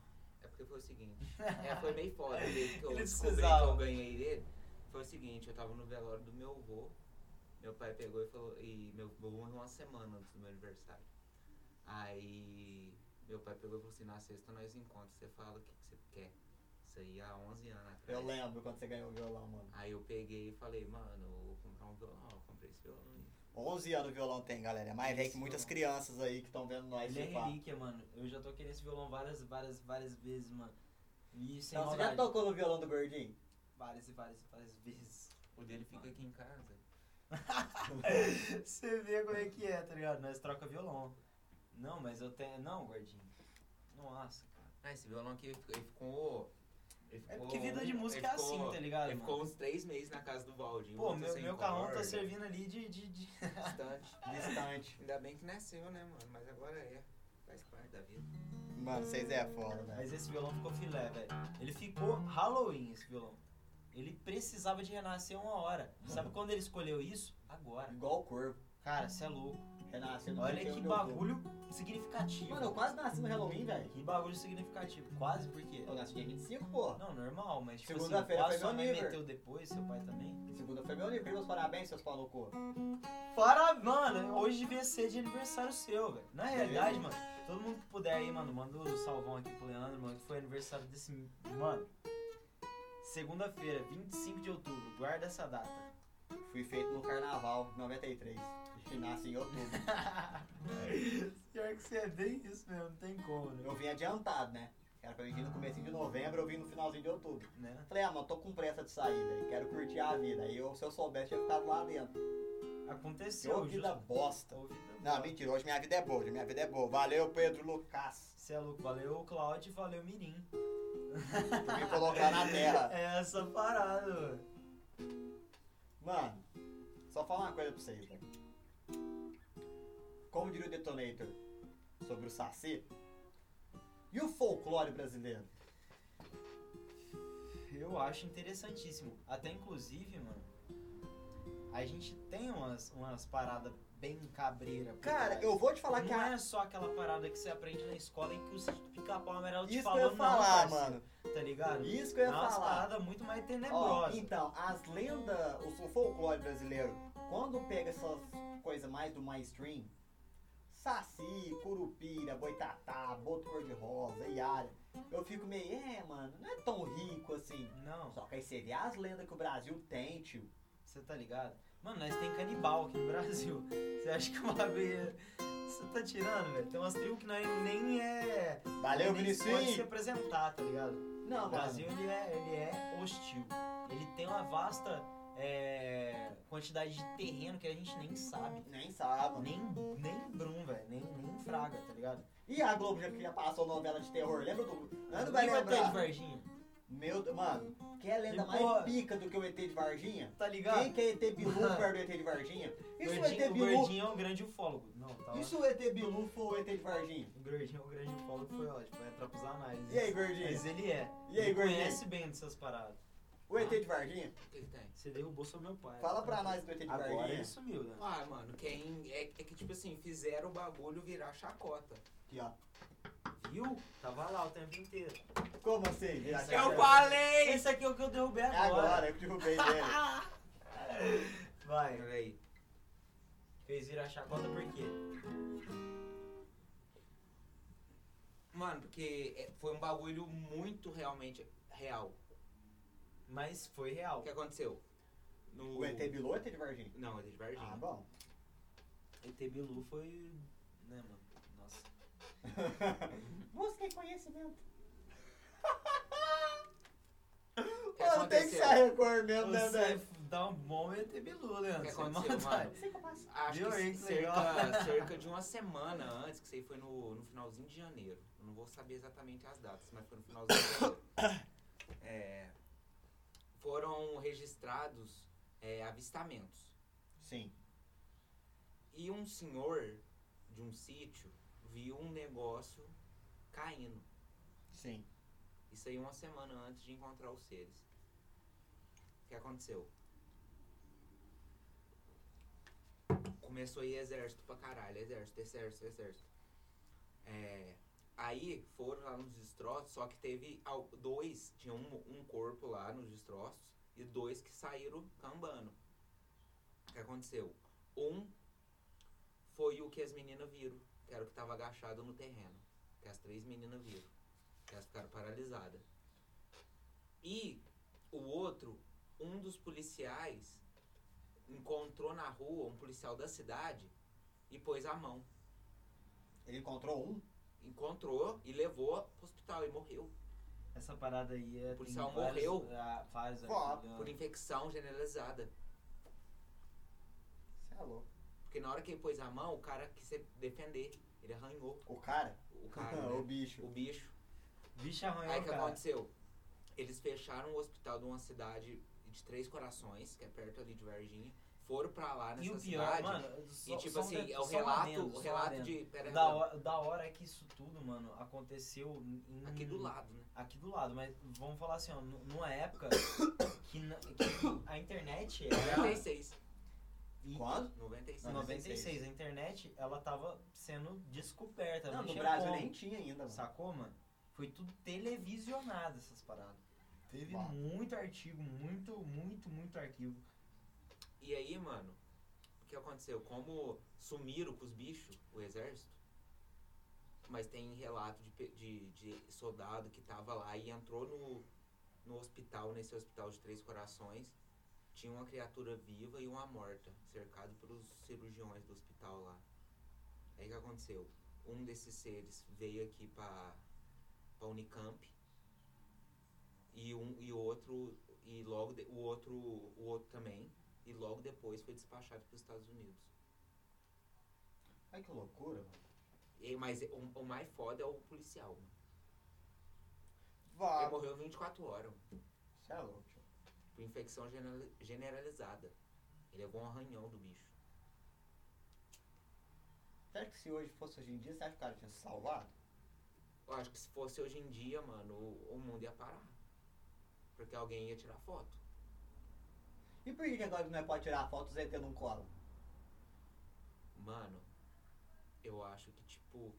[SPEAKER 3] é porque foi o seguinte. É, foi meio
[SPEAKER 2] *laughs*
[SPEAKER 3] foda dele que eu
[SPEAKER 2] Ele
[SPEAKER 3] descobri que
[SPEAKER 2] precisava.
[SPEAKER 3] eu ganhei dele. Foi o seguinte, eu tava no velório do meu avô. Meu pai pegou e falou. E meu avô morreu uma semana antes do meu aniversário. Aí meu pai pegou e falou assim, na sexta nós encontramos, você fala o que, que você quer. Isso aí há 11 anos atrás.
[SPEAKER 1] Eu lembro quando você ganhou o violão, mano.
[SPEAKER 3] Aí eu peguei e falei, mano, eu vou comprar um violão, eu comprei esse violão. aí.
[SPEAKER 1] 11 anos o violão tem, galera. É mais velho que
[SPEAKER 2] Isso,
[SPEAKER 1] muitas
[SPEAKER 2] mano.
[SPEAKER 1] crianças aí que estão vendo nós
[SPEAKER 2] Ele é
[SPEAKER 1] de pá.
[SPEAKER 2] relíquia, mano. Eu já toquei nesse violão várias, várias, várias vezes, mano. E sem
[SPEAKER 1] Então, você já
[SPEAKER 2] maldade.
[SPEAKER 1] tocou no violão do Gordinho?
[SPEAKER 2] Várias e várias, e várias vezes.
[SPEAKER 3] O dele fica aqui em casa.
[SPEAKER 2] *laughs* Você vê como é que é, tá ligado? Nós troca violão. Não, mas eu tenho. Não, gordinho. Nossa, cara.
[SPEAKER 3] Ah, esse violão aqui ele ficou- ele ficou. Ele ficou
[SPEAKER 2] É porque vida de
[SPEAKER 3] um-
[SPEAKER 2] música
[SPEAKER 3] ele
[SPEAKER 2] é
[SPEAKER 3] ficou-
[SPEAKER 2] assim, tá ligado?
[SPEAKER 3] Ele
[SPEAKER 2] mano?
[SPEAKER 3] ficou uns três meses na casa do Valdir.
[SPEAKER 2] Pô,
[SPEAKER 3] muito
[SPEAKER 2] meu,
[SPEAKER 3] sem
[SPEAKER 2] meu carrão tá
[SPEAKER 3] corda,
[SPEAKER 2] servindo ali de. de, de-
[SPEAKER 3] Distante.
[SPEAKER 1] Distante.
[SPEAKER 3] Ainda bem que não é seu, né, mano? Mas agora é. Faz parte da vida.
[SPEAKER 1] Mano, vocês é foda, velho.
[SPEAKER 2] Mas esse violão ficou filé, velho. Ele ficou Halloween, esse violão. Ele precisava de renascer uma hora. Sabe quando ele escolheu isso? Agora.
[SPEAKER 1] é Igual o corpo.
[SPEAKER 2] Cara, você é louco.
[SPEAKER 1] Renasce no
[SPEAKER 2] Olha
[SPEAKER 1] 31
[SPEAKER 2] que
[SPEAKER 1] de outubro.
[SPEAKER 2] bagulho significativo.
[SPEAKER 1] Mano, eu quase nasci no Halloween, velho.
[SPEAKER 2] Que bagulho significativo. Quase porque.
[SPEAKER 1] Eu nasci dia 25, pô.
[SPEAKER 2] Não, normal, mas tipo assim,
[SPEAKER 1] Segunda-feira
[SPEAKER 2] quase
[SPEAKER 1] foi
[SPEAKER 2] sua
[SPEAKER 1] meu
[SPEAKER 2] mãe
[SPEAKER 1] aniversário.
[SPEAKER 2] meteu depois, seu pai também.
[SPEAKER 1] Segunda foi meu aniversário. Meus parabéns, seus pau no cu.
[SPEAKER 2] Para, mano, hoje devia ser de aniversário seu, velho. Na realidade, mano, todo mundo que puder aí, mano, manda o salvão aqui pro Leandro, mano, que foi aniversário desse. Mano, segunda-feira, 25 de outubro, guarda essa data.
[SPEAKER 1] Fui feito no carnaval, 93. E nasci em outubro.
[SPEAKER 2] *laughs* Pior que você é bem isso mesmo, não tem como,
[SPEAKER 1] Eu vim adiantado, né? Era pra mim vir no começo de novembro, eu vim no finalzinho de outubro.
[SPEAKER 2] Né?
[SPEAKER 1] Falei, ah, mano, tô com pressa de sair, velho. Quero curtir a vida. Aí eu, se eu soubesse, tinha ficado lá dentro. Que
[SPEAKER 2] Aconteceu,
[SPEAKER 1] vida bosta.
[SPEAKER 2] Ô, vida
[SPEAKER 1] Não,
[SPEAKER 2] boa.
[SPEAKER 1] mentira, hoje minha vida é boa, hoje minha vida é boa. Valeu, Pedro Lucas,
[SPEAKER 2] Você é louco, valeu Cláudio, valeu Mirim.
[SPEAKER 1] por me colocar na terra.
[SPEAKER 2] É essa parada, mano.
[SPEAKER 1] Mano, só falar uma coisa pra vocês, velho. Como diria o Detonator sobre o Saci? E o folclore brasileiro?
[SPEAKER 2] Eu acho interessantíssimo. Até inclusive, mano, a gente tem umas, umas paradas bem cabreira. por
[SPEAKER 1] Cara,
[SPEAKER 2] trás.
[SPEAKER 1] eu vou te falar que
[SPEAKER 2] Não
[SPEAKER 1] a...
[SPEAKER 2] é só aquela parada que você aprende na escola e que o sítio do pica-pau amarelo te
[SPEAKER 1] Isso que eu ia
[SPEAKER 2] falou, não,
[SPEAKER 1] falar,
[SPEAKER 2] parceiro,
[SPEAKER 1] mano.
[SPEAKER 2] Tá ligado?
[SPEAKER 1] Isso que eu ia
[SPEAKER 2] é umas
[SPEAKER 1] falar.
[SPEAKER 2] paradas muito mais
[SPEAKER 1] Ó,
[SPEAKER 2] tenebrosas.
[SPEAKER 1] então, as lendas, o fol- folclore brasileiro, quando pega essas coisas mais do mainstream, Saci, Curupira, Boitatá, Boto Cor-de-Rosa, Iara, eu fico meio, é, mano, não é tão rico assim.
[SPEAKER 2] Não,
[SPEAKER 1] Só que aí você vê as lendas que o Brasil tem, tio.
[SPEAKER 2] você tá ligado? Mano, nós tem canibal aqui no Brasil. *laughs* Você acha que uma abelha. Você tá tirando, velho? Tem umas tribos que nós nem é.
[SPEAKER 1] Valeu,
[SPEAKER 2] nem pode se
[SPEAKER 1] Vinicius!
[SPEAKER 2] apresentar, tá ligado?
[SPEAKER 1] Não,
[SPEAKER 2] O Brasil ele é, ele é hostil. Ele tem uma vasta é, quantidade de terreno que a gente nem sabe.
[SPEAKER 1] mano, nem sabe.
[SPEAKER 2] Nem, nem Brum, velho. Nem, nem Fraga, tá ligado?
[SPEAKER 1] E a Globo já que já passou novela de terror, lembra do... Não vai
[SPEAKER 2] Ninguém vai ter de
[SPEAKER 1] lembrar.
[SPEAKER 2] Varginha.
[SPEAKER 1] Meu, Deus, mano, que é lenda
[SPEAKER 2] E,
[SPEAKER 1] mais
[SPEAKER 2] porra,
[SPEAKER 1] pica do que o ET de Varginha?
[SPEAKER 2] Tá ligado?
[SPEAKER 1] Quem que é ET
[SPEAKER 2] *laughs*
[SPEAKER 1] Bilu
[SPEAKER 2] Mano.
[SPEAKER 1] perto do ET de Varginha? E se o
[SPEAKER 2] Gordinho-
[SPEAKER 1] ET
[SPEAKER 2] o
[SPEAKER 1] Bilu
[SPEAKER 2] Gordinho é um grande ufólogo. Não, tá lá.
[SPEAKER 1] E se o ET Bilu for o ET de Varginha?
[SPEAKER 2] O Gordinho é um grande ufólogo, foi ótimo. Vai entrar pros análises.
[SPEAKER 1] E aí, Gordinho?
[SPEAKER 2] Mas ele é.
[SPEAKER 1] E aí,
[SPEAKER 2] ele
[SPEAKER 1] Gordinho?
[SPEAKER 2] conhece bem dessas paradas.
[SPEAKER 1] O ET de Varginha?
[SPEAKER 3] O que, que tem?
[SPEAKER 2] Você derrubou seu meu pai.
[SPEAKER 1] Fala
[SPEAKER 2] tá?
[SPEAKER 1] pra nós do ET de
[SPEAKER 2] Agora
[SPEAKER 1] Varginha.
[SPEAKER 2] ele sumiu, né?
[SPEAKER 3] Ah, mano, quem. É, é que, tipo assim, fizeram o bagulho virar chacota.
[SPEAKER 1] Aqui, ó.
[SPEAKER 4] Viu? Tava lá o tempo inteiro.
[SPEAKER 1] Como assim?
[SPEAKER 2] é
[SPEAKER 1] Virar
[SPEAKER 4] Esse
[SPEAKER 1] chapéu?
[SPEAKER 3] Eu falei!
[SPEAKER 4] Esse aqui é o que eu derrubei
[SPEAKER 1] É
[SPEAKER 4] agora.
[SPEAKER 1] agora, eu que
[SPEAKER 2] *laughs*
[SPEAKER 1] derrubei dele.
[SPEAKER 4] Vai.
[SPEAKER 3] Peraí.
[SPEAKER 4] Fez virar chacota por quê?
[SPEAKER 3] Mano, porque é, foi um bagulho muito realmente real.
[SPEAKER 4] Mas foi
[SPEAKER 3] O
[SPEAKER 4] real.
[SPEAKER 3] que aconteceu? No...
[SPEAKER 1] O ET Bilu ou ET de Varginha?
[SPEAKER 3] Não, ele é de Varginha.
[SPEAKER 1] Ah, bom.
[SPEAKER 4] ET Bilu foi. né, mano? Nossa.
[SPEAKER 1] *laughs* Busquem conhecimento.
[SPEAKER 3] O que
[SPEAKER 1] Mano, tem que
[SPEAKER 3] aconteceu?
[SPEAKER 1] ser a Record mesmo, né,
[SPEAKER 4] Você
[SPEAKER 1] velho?
[SPEAKER 4] dá um bom ET Bilu,
[SPEAKER 3] O que
[SPEAKER 2] é
[SPEAKER 4] Leandro. Sem
[SPEAKER 3] aconteceu,
[SPEAKER 4] maldade.
[SPEAKER 3] mano?
[SPEAKER 1] Sei que eu passo.
[SPEAKER 3] Acho
[SPEAKER 4] Viu
[SPEAKER 3] que
[SPEAKER 4] aí que
[SPEAKER 3] cerca,
[SPEAKER 4] legal?
[SPEAKER 3] *laughs* cerca de uma semana antes, que isso aí foi no, no finalzinho de janeiro. Eu não vou saber exatamente as datas, mas foi no finalzinho de janeiro. É, foram registrados é, avistamentos.
[SPEAKER 1] Sim.
[SPEAKER 3] E um senhor de um sítio viu um negócio caindo.
[SPEAKER 1] Sim.
[SPEAKER 3] Isso aí uma semana antes de encontrar os seres. O que aconteceu? Começou aí exército pra caralho, exército, exército, exército. É, aí foram lá nos destroços, só que teve al- dois, tinha um, um corpo lá nos destroços e dois que saíram cambando. O que aconteceu? Um foi o que as meninas viram, que era o que tava agachado no terreno. Que as três meninas viram. Elas ficaram paralisadas. E o outro, um dos policiais, encontrou na rua um policial da cidade e pôs a mão.
[SPEAKER 1] Ele encontrou um?
[SPEAKER 3] Encontrou e levou pro hospital e morreu.
[SPEAKER 2] Essa parada aí é.
[SPEAKER 3] O policial
[SPEAKER 2] tem vários-
[SPEAKER 3] morreu.
[SPEAKER 2] Ah, vários
[SPEAKER 1] Pô,
[SPEAKER 2] aqui, ó.
[SPEAKER 3] Por infecção generalizada.
[SPEAKER 1] Você é louco.
[SPEAKER 3] Porque na hora que ele pôs a mão, o cara quis se defender. Ele arranhou
[SPEAKER 1] O cara?
[SPEAKER 3] o cara,
[SPEAKER 1] *laughs* o
[SPEAKER 3] né?
[SPEAKER 1] bicho.
[SPEAKER 3] o bicho.
[SPEAKER 2] Bicho Ah, arranhou,
[SPEAKER 3] Aí o que
[SPEAKER 2] cara.
[SPEAKER 3] aconteceu? Eles fecharam o hospital de uma cidade de Três Corações, que é perto ali de Varginha. Foram pra lá nessa
[SPEAKER 2] E o pior,
[SPEAKER 3] cidade.
[SPEAKER 2] mano. Só,
[SPEAKER 3] E tipo
[SPEAKER 2] só um
[SPEAKER 3] assim,
[SPEAKER 2] de-
[SPEAKER 3] é o
[SPEAKER 2] só um
[SPEAKER 3] relato,
[SPEAKER 2] adendo,
[SPEAKER 3] o
[SPEAKER 2] só um
[SPEAKER 3] relato
[SPEAKER 2] adendo.
[SPEAKER 3] de. Pera,
[SPEAKER 2] Da
[SPEAKER 3] pera,
[SPEAKER 2] hora, da hora é que isso tudo, mano, aconteceu em-
[SPEAKER 3] aqui do lado, né?
[SPEAKER 2] Aqui do lado, mas vamos falar assim, ó, nu- numa época *coughs* que, na- que a internet era.
[SPEAKER 3] 96.
[SPEAKER 2] e-
[SPEAKER 1] Quando?
[SPEAKER 3] 96.
[SPEAKER 2] Em 96,
[SPEAKER 1] 96,
[SPEAKER 2] a internet, ela tava sendo descoberta.
[SPEAKER 1] Não, no
[SPEAKER 2] tinha
[SPEAKER 1] Brasil
[SPEAKER 2] como.
[SPEAKER 1] nem tinha ainda, mano.
[SPEAKER 2] Sacou, mano? Foi tudo televisionado essas paradas. Teve
[SPEAKER 1] Bah.
[SPEAKER 2] muito artigo, muito, muito, muito arquivo.
[SPEAKER 3] E aí, mano, o que aconteceu? Como sumiram com os bichos, o exército. Mas tem relato de, pe- de, de soldado que tava lá e entrou no, no hospital, nesse hospital de Três Corações. Tinha uma criatura viva e uma morta, cercado pelos cirurgiões do hospital lá. Aí o que aconteceu? Um desses seres veio aqui pra, pra Unicamp. E um e o outro e logo de- o outro o outro também e logo depois foi despachado para os Estados Unidos.
[SPEAKER 1] Ai, que loucura, mano.
[SPEAKER 3] E, mas o, o mais foda é o policial. mano.
[SPEAKER 1] Vá. Ah.
[SPEAKER 3] Ele morreu em 24 horas, mano,
[SPEAKER 1] Você é louco, tio.
[SPEAKER 3] por infecção genera- generalizada. Ele levou um arranhão do bicho.
[SPEAKER 1] Será que se hoje fosse hoje em dia, você acha que o cara tinha se salvado?
[SPEAKER 3] Eu acho que se fosse hoje em dia, mano, o, o mundo ia parar. Porque alguém ia tirar foto.
[SPEAKER 1] E por que que agora não é pode tirar foto do ET não cola?
[SPEAKER 3] Mano, eu acho que, tipo.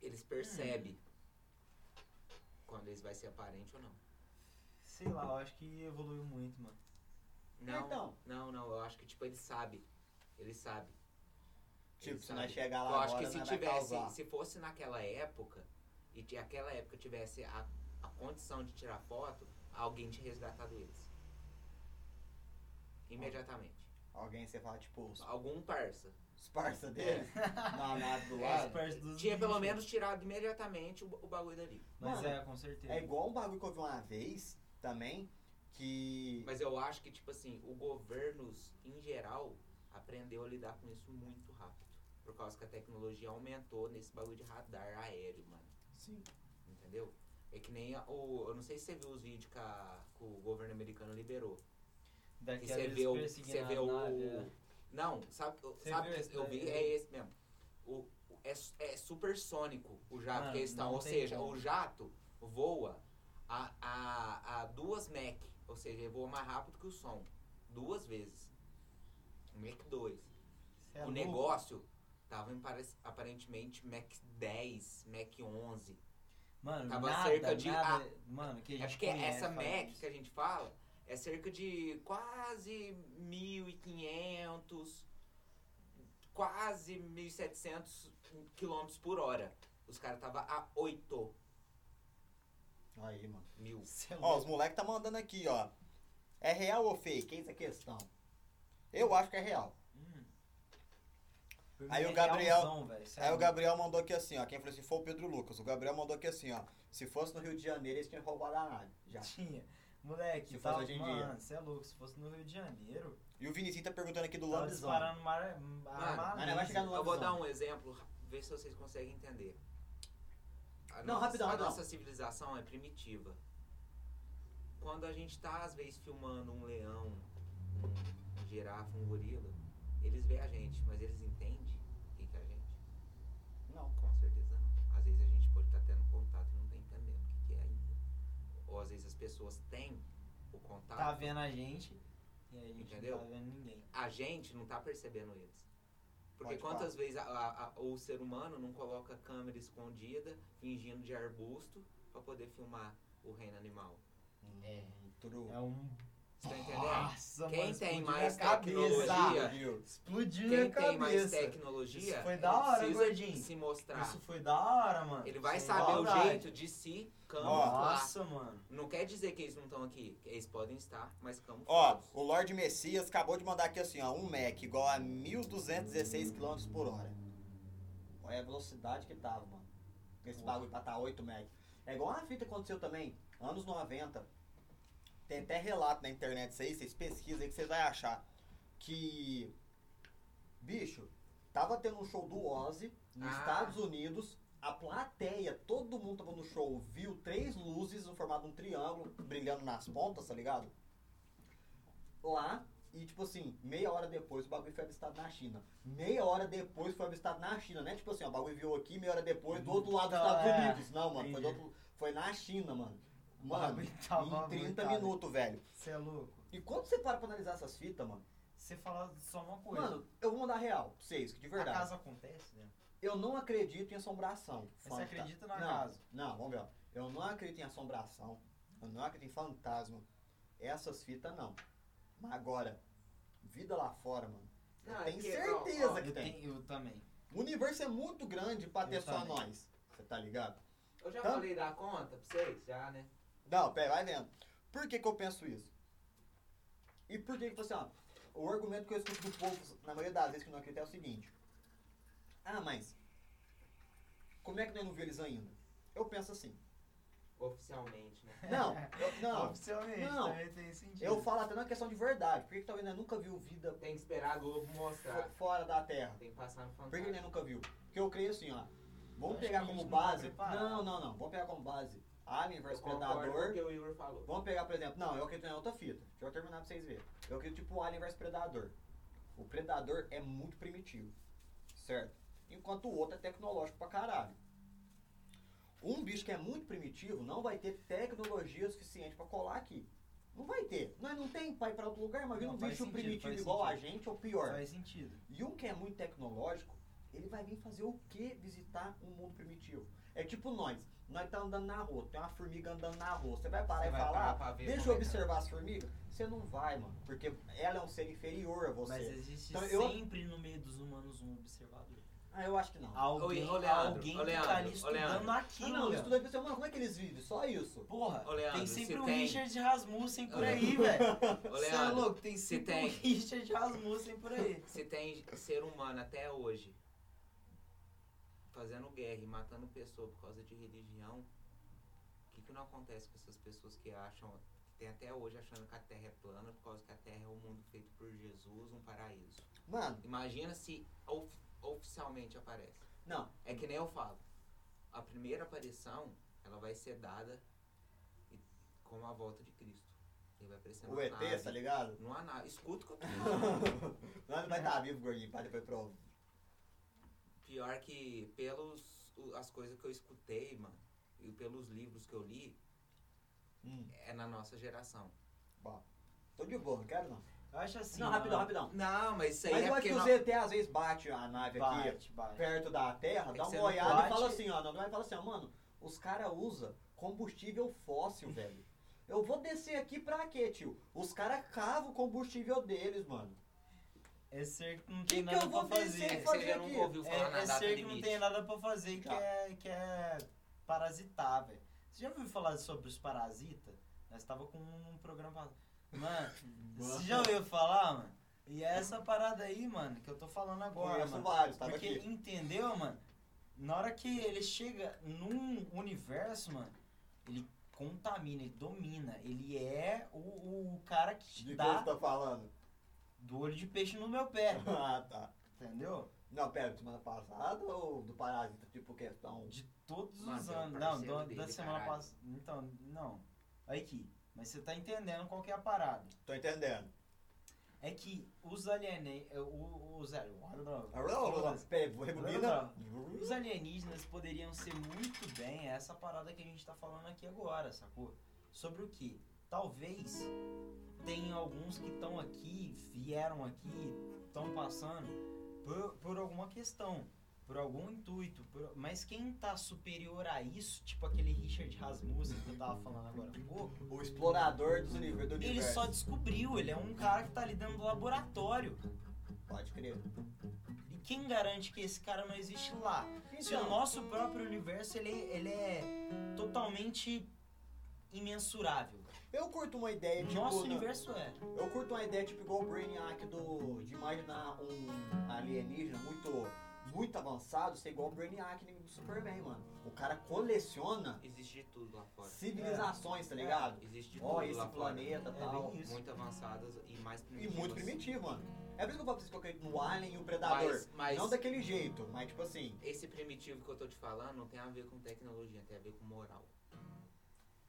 [SPEAKER 3] Eles percebem quando eles vai ser aparente ou não.
[SPEAKER 2] Sei lá, eu acho que evoluiu muito, mano.
[SPEAKER 3] Não,
[SPEAKER 1] Então.
[SPEAKER 3] não, não. Eu acho que, tipo, ele sabe. Ele sabe.
[SPEAKER 1] Tipo,
[SPEAKER 3] Ele
[SPEAKER 1] se nós
[SPEAKER 3] sabe.
[SPEAKER 1] chegar lá
[SPEAKER 3] Eu acho
[SPEAKER 1] agora,
[SPEAKER 3] que se
[SPEAKER 1] nós vai
[SPEAKER 3] tivesse,
[SPEAKER 1] causar.
[SPEAKER 3] se fosse naquela época, e ti- aquela época tivesse a, a condição de tirar foto, alguém tinha resgatado eles. Imediatamente.
[SPEAKER 1] Alguém você fala, tipo, os,
[SPEAKER 3] Algum parça.
[SPEAKER 1] os parça dele, na nave do
[SPEAKER 3] É,
[SPEAKER 2] As
[SPEAKER 1] lado.
[SPEAKER 2] pernas dos
[SPEAKER 3] Tinha pelo
[SPEAKER 2] bichos.
[SPEAKER 3] menos tirado imediatamente o, o bagulho dali.
[SPEAKER 2] Mas
[SPEAKER 1] Mano,
[SPEAKER 2] é, com certeza.
[SPEAKER 1] É igual um bagulho que eu vi uma vez, também, que...
[SPEAKER 3] Mas eu acho que, tipo assim, o governo, em geral, aprendeu a lidar com isso muito rápido. Por causa que a tecnologia aumentou nesse bagulho de radar aéreo, mano.
[SPEAKER 1] Sim.
[SPEAKER 3] Entendeu? É que nem a- o. Eu não sei se você viu os vídeos que, a- que o governo americano liberou. Que você
[SPEAKER 2] Daqueles
[SPEAKER 3] vê o.
[SPEAKER 2] perseguindo
[SPEAKER 3] Você vê
[SPEAKER 2] as naves,
[SPEAKER 3] o.
[SPEAKER 2] é.
[SPEAKER 3] Não, sabe,
[SPEAKER 2] Você
[SPEAKER 3] sabe
[SPEAKER 2] viu
[SPEAKER 3] que
[SPEAKER 2] esse
[SPEAKER 3] eu
[SPEAKER 2] daí?
[SPEAKER 3] vi? É esse mesmo. O, o- é, su- é supersônico o jato
[SPEAKER 2] Mano,
[SPEAKER 3] que eles estão.
[SPEAKER 2] Ah, não
[SPEAKER 3] Ou
[SPEAKER 2] tem
[SPEAKER 3] seja,
[SPEAKER 2] como.
[SPEAKER 3] o jato voa a, a, a duas Mach. Ou seja, ele voa mais rápido que o som. Duas vezes. Mach 2.
[SPEAKER 2] Cê é
[SPEAKER 3] o
[SPEAKER 2] louco.
[SPEAKER 3] negócio Tava em, parece- aparentemente Mac 10, Mac 11.
[SPEAKER 2] Mano,
[SPEAKER 3] Tava
[SPEAKER 2] nada,
[SPEAKER 3] cerca de-
[SPEAKER 2] nada, mano, que a gente
[SPEAKER 3] É porque
[SPEAKER 2] conhece,
[SPEAKER 3] essa
[SPEAKER 2] fala
[SPEAKER 3] Mac
[SPEAKER 2] isso.
[SPEAKER 3] que a gente fala é cerca de quase 1.500, quase 1.700 quilômetros por hora. Os caras tava a 8
[SPEAKER 1] Aí, mano.
[SPEAKER 3] mil.
[SPEAKER 2] Cê é
[SPEAKER 1] Ó,
[SPEAKER 2] louco.
[SPEAKER 1] os moleques tá mandando aqui, ó. É real ou fake? Eis a questão. Eu acho que é real.
[SPEAKER 2] Hum. Por
[SPEAKER 1] Aí
[SPEAKER 2] mim
[SPEAKER 1] o
[SPEAKER 2] é
[SPEAKER 1] Gabriel-
[SPEAKER 2] realzão, velho, cê é
[SPEAKER 1] Aí o
[SPEAKER 2] louco.
[SPEAKER 1] Gabriel mandou aqui assim, ó. Quem falou assim foi o Pedro Lucas. O Gabriel mandou aqui assim, ó. Se fosse no Rio de Janeiro, eles tinham roubado a nave. Já.
[SPEAKER 2] Tinha. Moleque,
[SPEAKER 1] Se fosse
[SPEAKER 2] tava,
[SPEAKER 1] hoje em dia.
[SPEAKER 2] mano, você é louco. Se fosse no Rio de Janeiro,
[SPEAKER 1] E o Vinicinho tá perguntando aqui do
[SPEAKER 2] tava
[SPEAKER 1] Lambizão.
[SPEAKER 2] disparando mar, armamento.
[SPEAKER 1] mas não vai chegar no-
[SPEAKER 3] Eu vou dar um exemplo, ver se vocês conseguem entender. A
[SPEAKER 1] Não,
[SPEAKER 3] nossa,
[SPEAKER 1] rapidão,
[SPEAKER 3] A
[SPEAKER 1] rapidão.
[SPEAKER 3] nossa civilização é primitiva. Quando a gente tá, às vezes, filmando um leão, um, um girafa, um gorila, eles veem a gente, mas eles entendem o que, que é a gente?
[SPEAKER 1] Não.
[SPEAKER 3] Com certeza não. Às vezes a gente pode estar tendo contato e não tá entendendo o que, que é ainda. Ou às vezes as pessoas têm o contato,
[SPEAKER 2] Tá vendo a gente e a gente
[SPEAKER 3] Entendeu?
[SPEAKER 2] não tá vendo ninguém.
[SPEAKER 3] a gente não tá percebendo eles. Porque
[SPEAKER 1] Pode
[SPEAKER 3] quantas vezes a- a- a- o ser humano não coloca câmera escondida, fingindo de arbusto, pra poder filmar o reino animal?
[SPEAKER 1] É. True.
[SPEAKER 2] É um.
[SPEAKER 3] Você tá entendendo?
[SPEAKER 2] Nossa,
[SPEAKER 3] Quem
[SPEAKER 2] mano,
[SPEAKER 3] tem
[SPEAKER 2] explodiu
[SPEAKER 3] mais
[SPEAKER 2] minha
[SPEAKER 1] É
[SPEAKER 2] cabeça.
[SPEAKER 3] tecnologia?
[SPEAKER 2] Explodiu
[SPEAKER 3] Quem
[SPEAKER 2] minha cabeça.
[SPEAKER 3] tem mais tecnologia
[SPEAKER 2] Isso foi da hora,
[SPEAKER 3] precisa
[SPEAKER 2] gordinho.
[SPEAKER 3] se mostrar.
[SPEAKER 2] Isso foi da hora, mano.
[SPEAKER 3] Ele vai
[SPEAKER 2] Sem
[SPEAKER 3] saber
[SPEAKER 2] maldade.
[SPEAKER 3] o jeito de se camuflar.
[SPEAKER 2] Nossa, mano.
[SPEAKER 3] Não quer dizer que eles não estão aqui. Eles podem estar, mas
[SPEAKER 1] Ó,
[SPEAKER 3] camuflados.
[SPEAKER 1] o Lorde Messias acabou de mandar aqui assim, ó, um Mac igual a 1.216 km por hora. Olha a velocidade que tava, mano. Esse bagulho pra tá 8 Mac. É igual uma fita que aconteceu também, anos 90. Tem até relato na internet isso aí, vocês pesquisam aí que vocês vão achar. Que. Bicho, tava tendo um show do Ozzy nos
[SPEAKER 3] Ah.
[SPEAKER 1] Estados Unidos. A plateia, todo mundo tava no show, viu três luzes no formato de um triângulo, brilhando nas pontas, tá ligado? lá e, tipo assim, meia hora depois o bagulho foi avistado na China. Meia hora depois foi avistado na China, né? Tipo assim, ó, o bagulho viu aqui, meia hora depois, do outro lado dos
[SPEAKER 2] Tá,
[SPEAKER 1] Estados
[SPEAKER 2] é.
[SPEAKER 1] Unidos. Não, mano, foi, do
[SPEAKER 2] Entendi.
[SPEAKER 1] outro, foi na China, mano.
[SPEAKER 2] Mano,
[SPEAKER 1] Mano, em 30 minutos, velho.
[SPEAKER 2] Você é louco.
[SPEAKER 1] E quando você para pra analisar essas fitas, mano,
[SPEAKER 2] Você fala só uma coisa.
[SPEAKER 1] mano, eu vou mandar real pra vocês, que de
[SPEAKER 2] a
[SPEAKER 1] verdade.
[SPEAKER 2] casa acontece, né?
[SPEAKER 1] Eu não acredito em assombração.
[SPEAKER 2] Mas Você
[SPEAKER 1] Fanta.
[SPEAKER 2] acredita no
[SPEAKER 1] não,
[SPEAKER 2] acaso.
[SPEAKER 1] Não, vamos ver, ó. Eu não acredito em assombração. Eu não acredito em fantasma. Essas fitas, não. Mas agora, vida lá fora, mano.
[SPEAKER 3] Não, é
[SPEAKER 1] eu tenho
[SPEAKER 3] que, ó,
[SPEAKER 1] certeza
[SPEAKER 3] ó,
[SPEAKER 1] que
[SPEAKER 2] Eu,
[SPEAKER 1] tem.
[SPEAKER 2] tenho, eu também.
[SPEAKER 1] O universo é muito grande pra
[SPEAKER 2] Eu
[SPEAKER 1] ter só
[SPEAKER 2] também.
[SPEAKER 1] nós. Você tá ligado?
[SPEAKER 3] Eu já
[SPEAKER 1] Tanto-
[SPEAKER 3] falei da conta pra vocês, já, né?
[SPEAKER 1] Não, pera, vai vendo. Por que que eu penso isso? E por que que você, ó, o argumento que eu escuto do povo, na maioria das vezes que não acredita, é o seguinte. Ah, mas, como é que nós não vimos eles ainda? Eu penso assim.
[SPEAKER 3] Oficialmente, né?
[SPEAKER 1] Não,
[SPEAKER 2] *laughs*
[SPEAKER 1] eu- não.
[SPEAKER 2] Oficialmente,
[SPEAKER 1] Não.
[SPEAKER 2] também tem sentido.
[SPEAKER 1] Eu falo até na questão de verdade. Por que, que talvez nós nunca viu vida
[SPEAKER 3] Tem que esperar a Globo
[SPEAKER 2] Tá.
[SPEAKER 3] mostrar.
[SPEAKER 1] fo- fora da Terra?
[SPEAKER 3] Tem que passar no
[SPEAKER 1] Por que, que nós
[SPEAKER 3] fantástico.
[SPEAKER 1] nunca viu? Porque eu creio assim, ó. Vamos
[SPEAKER 2] Acho
[SPEAKER 1] pegar
[SPEAKER 2] que a gente
[SPEAKER 1] como
[SPEAKER 2] não tá
[SPEAKER 1] base.
[SPEAKER 2] preparado.
[SPEAKER 1] Não, não, não. Vamos pegar como base Alien
[SPEAKER 3] Eu
[SPEAKER 1] versus
[SPEAKER 3] concordo com o
[SPEAKER 1] Predador.
[SPEAKER 3] que o Igor falou.
[SPEAKER 1] Vamos pegar, por exemplo. Não, eu acredito em outra fita. Deixa eu terminar pra vocês verem. Eu acredito tipo Alien versus Predador. O Predador é muito primitivo. Certo? Enquanto o outro é tecnológico pra caralho. Um bicho que é muito primitivo não vai ter tecnologia suficiente pra colar aqui. Não vai ter. Nós não tem pra ir pra outro lugar, mas vem
[SPEAKER 2] Não,
[SPEAKER 1] um
[SPEAKER 2] faz
[SPEAKER 1] bicho
[SPEAKER 2] sentido,
[SPEAKER 1] primitivo
[SPEAKER 2] faz
[SPEAKER 1] igual a
[SPEAKER 2] sentido.
[SPEAKER 1] gente ou pior.
[SPEAKER 2] Faz sentido.
[SPEAKER 1] E um que é muito tecnológico, ele vai vir fazer o que visitar um mundo primitivo? É tipo nós. Nós tá andando na rua, tem uma formiga andando na rua. Você vai parar
[SPEAKER 3] Você
[SPEAKER 1] e
[SPEAKER 3] vai
[SPEAKER 1] falar,
[SPEAKER 3] parar pra ver
[SPEAKER 1] deixa
[SPEAKER 3] como
[SPEAKER 1] eu
[SPEAKER 3] é que
[SPEAKER 1] observar as formigas? Você não vai, mano. Porque ela é um ser inferior a você.
[SPEAKER 2] Mas é- existe
[SPEAKER 1] Então, eu-
[SPEAKER 2] sempre no meio dos humanos um observador.
[SPEAKER 1] Ah, eu acho que não.
[SPEAKER 2] Alguém,
[SPEAKER 3] Ô, ô, Leandro,
[SPEAKER 2] alguém
[SPEAKER 3] ô,
[SPEAKER 2] que tá
[SPEAKER 3] Leandro,
[SPEAKER 2] ali
[SPEAKER 3] ô,
[SPEAKER 2] estudando
[SPEAKER 3] Leandro.
[SPEAKER 1] Ah,
[SPEAKER 2] aquilo.
[SPEAKER 1] não, os
[SPEAKER 2] Leandro.
[SPEAKER 1] estudantes pensam, mano, como é que eles vivem? Só isso.
[SPEAKER 2] Porra,
[SPEAKER 3] Ô, Leandro,
[SPEAKER 2] tem
[SPEAKER 3] se
[SPEAKER 2] sempre um
[SPEAKER 3] tem-
[SPEAKER 2] Richard Rasmussen por
[SPEAKER 3] Ô,
[SPEAKER 2] aí, velho.
[SPEAKER 3] Ô,
[SPEAKER 2] Você é
[SPEAKER 3] Leandro,
[SPEAKER 2] louco, tem
[SPEAKER 3] se
[SPEAKER 2] sempre
[SPEAKER 3] tem.
[SPEAKER 2] um Richard Rasmussen por aí.
[SPEAKER 3] Se tem ser humano até hoje fazendo guerra e matando pessoa por causa de religião, o que, que não acontece com essas pessoas que acham, que tem até hoje achando que a Terra é plana por causa que a Terra é um mundo feito por Jesus, um paraíso?
[SPEAKER 1] Mano,
[SPEAKER 3] Imagina se of- oficialmente aparece.
[SPEAKER 1] não.
[SPEAKER 3] É que nem eu falo. A primeira aparição, ela vai ser dada e- com a volta de Cristo. Ele vai aparecer
[SPEAKER 1] O
[SPEAKER 3] numa
[SPEAKER 1] ET,
[SPEAKER 3] nave.
[SPEAKER 1] tá ligado? *laughs*
[SPEAKER 3] Numa nave. Escuta o que eu tô falando.
[SPEAKER 1] Nós não vai estar vivo, gordinho, pra depois prova.
[SPEAKER 3] Pior que pelos o- as coisas que eu escutei, mano, e pelos livros que eu li,
[SPEAKER 1] Hum,
[SPEAKER 3] é na nossa geração.
[SPEAKER 1] bom. Tô de boa, não quero não.
[SPEAKER 2] Eu acho assim.
[SPEAKER 1] não, rapidão,
[SPEAKER 2] mano.
[SPEAKER 1] rapidão.
[SPEAKER 3] Não, mas isso aí
[SPEAKER 1] Mas
[SPEAKER 3] é
[SPEAKER 1] eu acho
[SPEAKER 3] porque
[SPEAKER 1] que o
[SPEAKER 3] não-
[SPEAKER 1] ZT às vezes bate a nave aqui,
[SPEAKER 2] Bate, bate.
[SPEAKER 1] perto da Terra,
[SPEAKER 3] que
[SPEAKER 1] dá
[SPEAKER 3] você
[SPEAKER 1] uma
[SPEAKER 3] não
[SPEAKER 1] olhada e
[SPEAKER 2] bate.
[SPEAKER 1] fala assim, ó, não vai falar assim, ó, mano, os caras usam combustível fóssil, velho. Eu vou descer aqui pra quê, tio? Os caras cavam o combustível deles, mano.
[SPEAKER 2] É ser que não
[SPEAKER 1] Que
[SPEAKER 2] tem
[SPEAKER 1] que
[SPEAKER 2] nada
[SPEAKER 1] eu vou
[SPEAKER 2] pra
[SPEAKER 1] vencer
[SPEAKER 3] é
[SPEAKER 1] tem
[SPEAKER 2] fazer.
[SPEAKER 3] que
[SPEAKER 1] fazer
[SPEAKER 3] você
[SPEAKER 1] aqui.
[SPEAKER 3] não ouviu falar
[SPEAKER 2] É,
[SPEAKER 3] na
[SPEAKER 2] é
[SPEAKER 3] data
[SPEAKER 2] ser que não
[SPEAKER 3] limite.
[SPEAKER 2] tem nada pra fazer que
[SPEAKER 1] Tá.
[SPEAKER 2] é, que é parasitar, velho. Você já ouviu falar sobre os parasitas? Nós tava com um programa. pra- Mano, você já ouviu falar, mano? E é essa parada aí, mano, que eu tô falando agora,
[SPEAKER 1] Conheço
[SPEAKER 2] mano.
[SPEAKER 1] vários, tá tava
[SPEAKER 2] Porque
[SPEAKER 1] aqui.
[SPEAKER 2] entendeu, mano? Na hora que ele chega num universo, mano, ele contamina, ele domina. Ele é o, o cara que te
[SPEAKER 1] De que
[SPEAKER 2] dá
[SPEAKER 1] você tá falando? *laughs*
[SPEAKER 2] do olho de peixe no meu pé.
[SPEAKER 1] Ah, tá.
[SPEAKER 2] entendeu?
[SPEAKER 1] Não, pera, semana passada ou do Parasita, tipo, questão...
[SPEAKER 2] De todos os
[SPEAKER 3] Mas é um
[SPEAKER 2] anos. Não,
[SPEAKER 3] parceiro
[SPEAKER 2] do- da
[SPEAKER 3] dele,
[SPEAKER 2] semana
[SPEAKER 3] caralho.
[SPEAKER 2] passada. Então, não. Aí que. Mas você tá entendendo qual que é a parada.
[SPEAKER 1] Tô entendendo.
[SPEAKER 2] É que os alienígenas. Os, ali- Foda-se.
[SPEAKER 1] Pera, vou rebobina.
[SPEAKER 2] os alienígenas poderiam ser muito bem essa parada que a gente tá falando aqui agora, sacou? Sobre o que? Talvez tenha alguns que estão aqui, vieram aqui, estão passando por, por alguma questão, por algum intuito. por- mas quem tá superior a isso, tipo aquele Richard Rasmussen que eu tava falando agora há pouco.
[SPEAKER 1] O explorador dos universos do
[SPEAKER 2] Ele
[SPEAKER 1] universo.
[SPEAKER 2] só descobriu, ele é um cara que tá ali dentro do laboratório.
[SPEAKER 1] Pode crer.
[SPEAKER 2] E quem garante que esse cara não existe lá? Se
[SPEAKER 3] Então.
[SPEAKER 2] o nosso próprio universo ele, ele é totalmente imensurável.
[SPEAKER 1] eu curto uma ideia, tipo...
[SPEAKER 2] Nosso
[SPEAKER 1] na-
[SPEAKER 2] universo é.
[SPEAKER 1] Eu curto uma ideia tipo igual o Brainiac do, de imaginar um alienígena muito, muito avançado ser igual o Brainiac do Superman, mano. O cara coleciona
[SPEAKER 3] Existe de tudo lá fora.
[SPEAKER 1] civilizações, tá ligado?
[SPEAKER 3] Existe É. de tudo
[SPEAKER 1] Ó,
[SPEAKER 3] lá
[SPEAKER 1] esse
[SPEAKER 3] fora.
[SPEAKER 1] planeta
[SPEAKER 2] É
[SPEAKER 1] tal.
[SPEAKER 2] bem isso.
[SPEAKER 3] Muito avançadas e mais
[SPEAKER 1] E
[SPEAKER 3] primitivas.
[SPEAKER 1] muito primitivo, mano. É por isso que eu falo pra vocês que eu acredito no Alien e o Predador.
[SPEAKER 3] assim. Mas, mas
[SPEAKER 1] Não daquele jeito, mas tipo assim,
[SPEAKER 3] esse primitivo que eu tô te falando não tem a ver com tecnologia, tem a ver com moral.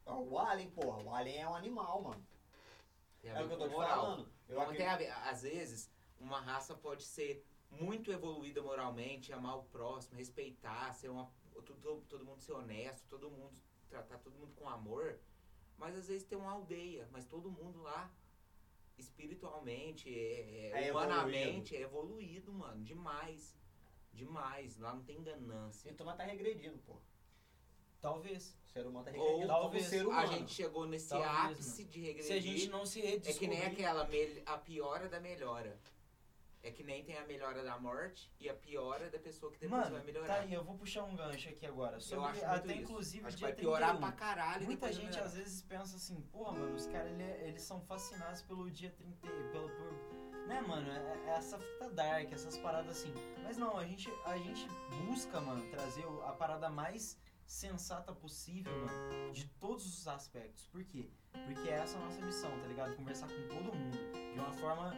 [SPEAKER 1] ó, o Alien, porra, o Alien é um animal, mano.
[SPEAKER 3] Tem a
[SPEAKER 1] É
[SPEAKER 3] ver
[SPEAKER 1] o que eu
[SPEAKER 3] com
[SPEAKER 1] tô te
[SPEAKER 3] moral.
[SPEAKER 1] falando. Eu
[SPEAKER 3] Não tem
[SPEAKER 1] acredito.
[SPEAKER 3] a ver. Às vezes, uma raça pode ser muito evoluída moralmente, amar o próximo, respeitar, ser uma. Todo, todo mundo ser honesto, todo mundo tratar todo mundo com amor. Mas às vezes tem uma aldeia, mas todo mundo lá espiritualmente, é- é-
[SPEAKER 1] É
[SPEAKER 3] humanamente, é evoluído, mano. Demais. Demais. Lá não tem ganância.
[SPEAKER 1] Então, mas tá regredindo, pô.
[SPEAKER 2] Talvez.
[SPEAKER 1] O ser humano tá
[SPEAKER 3] Ou
[SPEAKER 1] regredindo como
[SPEAKER 2] talvez
[SPEAKER 1] ser humano.
[SPEAKER 3] A gente chegou nesse
[SPEAKER 2] Talvez,
[SPEAKER 3] ápice de regredir.
[SPEAKER 2] Se a gente não se
[SPEAKER 3] É que
[SPEAKER 2] redescobrir,
[SPEAKER 3] nem aquela, mel- a piora da melhora. É que nem tem a melhora da morte e a piora da pessoa que depois vai
[SPEAKER 2] Mano, tá
[SPEAKER 3] melhorar.
[SPEAKER 2] aí, eu vou puxar um gancho aqui agora. Sobre,
[SPEAKER 3] acho muito
[SPEAKER 2] até
[SPEAKER 3] isso.
[SPEAKER 2] inclusive
[SPEAKER 3] Acho que
[SPEAKER 2] dia
[SPEAKER 3] vai piorar
[SPEAKER 2] 31.
[SPEAKER 3] pra caralho. e
[SPEAKER 2] Muita
[SPEAKER 3] depois
[SPEAKER 2] gente
[SPEAKER 3] melhorar.
[SPEAKER 2] às vezes pensa assim, porra, mano, os caras ele- é, eles são fascinados pelo dia 30, e pelo por, né, mano, é- é essa fita dark, essas paradas assim. Mas não, a gente a gente busca, mano, trazer o- a parada mais sensata possível, mano, de todos os aspectos. Por quê? Porque essa é a nossa missão, tá ligado? Conversar com todo mundo de uma forma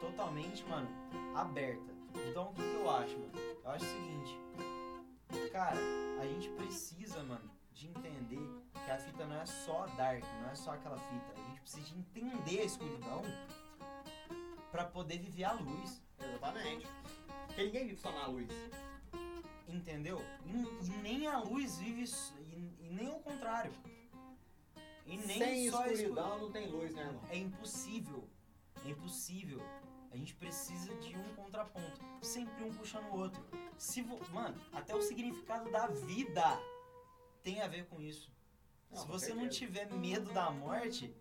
[SPEAKER 2] totalmente, mano, aberta. Então, o que, que eu acho, mano? Eu acho o seguinte, cara, a gente precisa, mano, de entender que a fita não é só dark, não é só aquela fita. A gente precisa de entender a escuridão pra poder viver a luz,
[SPEAKER 1] Exatamente. Porque ninguém vive só na luz.
[SPEAKER 2] entendeu? E, e nem a luz vive, s- e, e nem o contrário. E nem
[SPEAKER 1] Sem
[SPEAKER 2] só a escu-
[SPEAKER 1] escuridão não tem luz, né, irmão?
[SPEAKER 2] É impossível. É impossível. A gente precisa de um contraponto. Sempre um puxando o outro. Se vo... Mano, até o significado da vida tem a ver com isso.
[SPEAKER 1] Não,
[SPEAKER 2] Se
[SPEAKER 1] com
[SPEAKER 2] você não
[SPEAKER 1] certeza.
[SPEAKER 2] tiver medo da morte,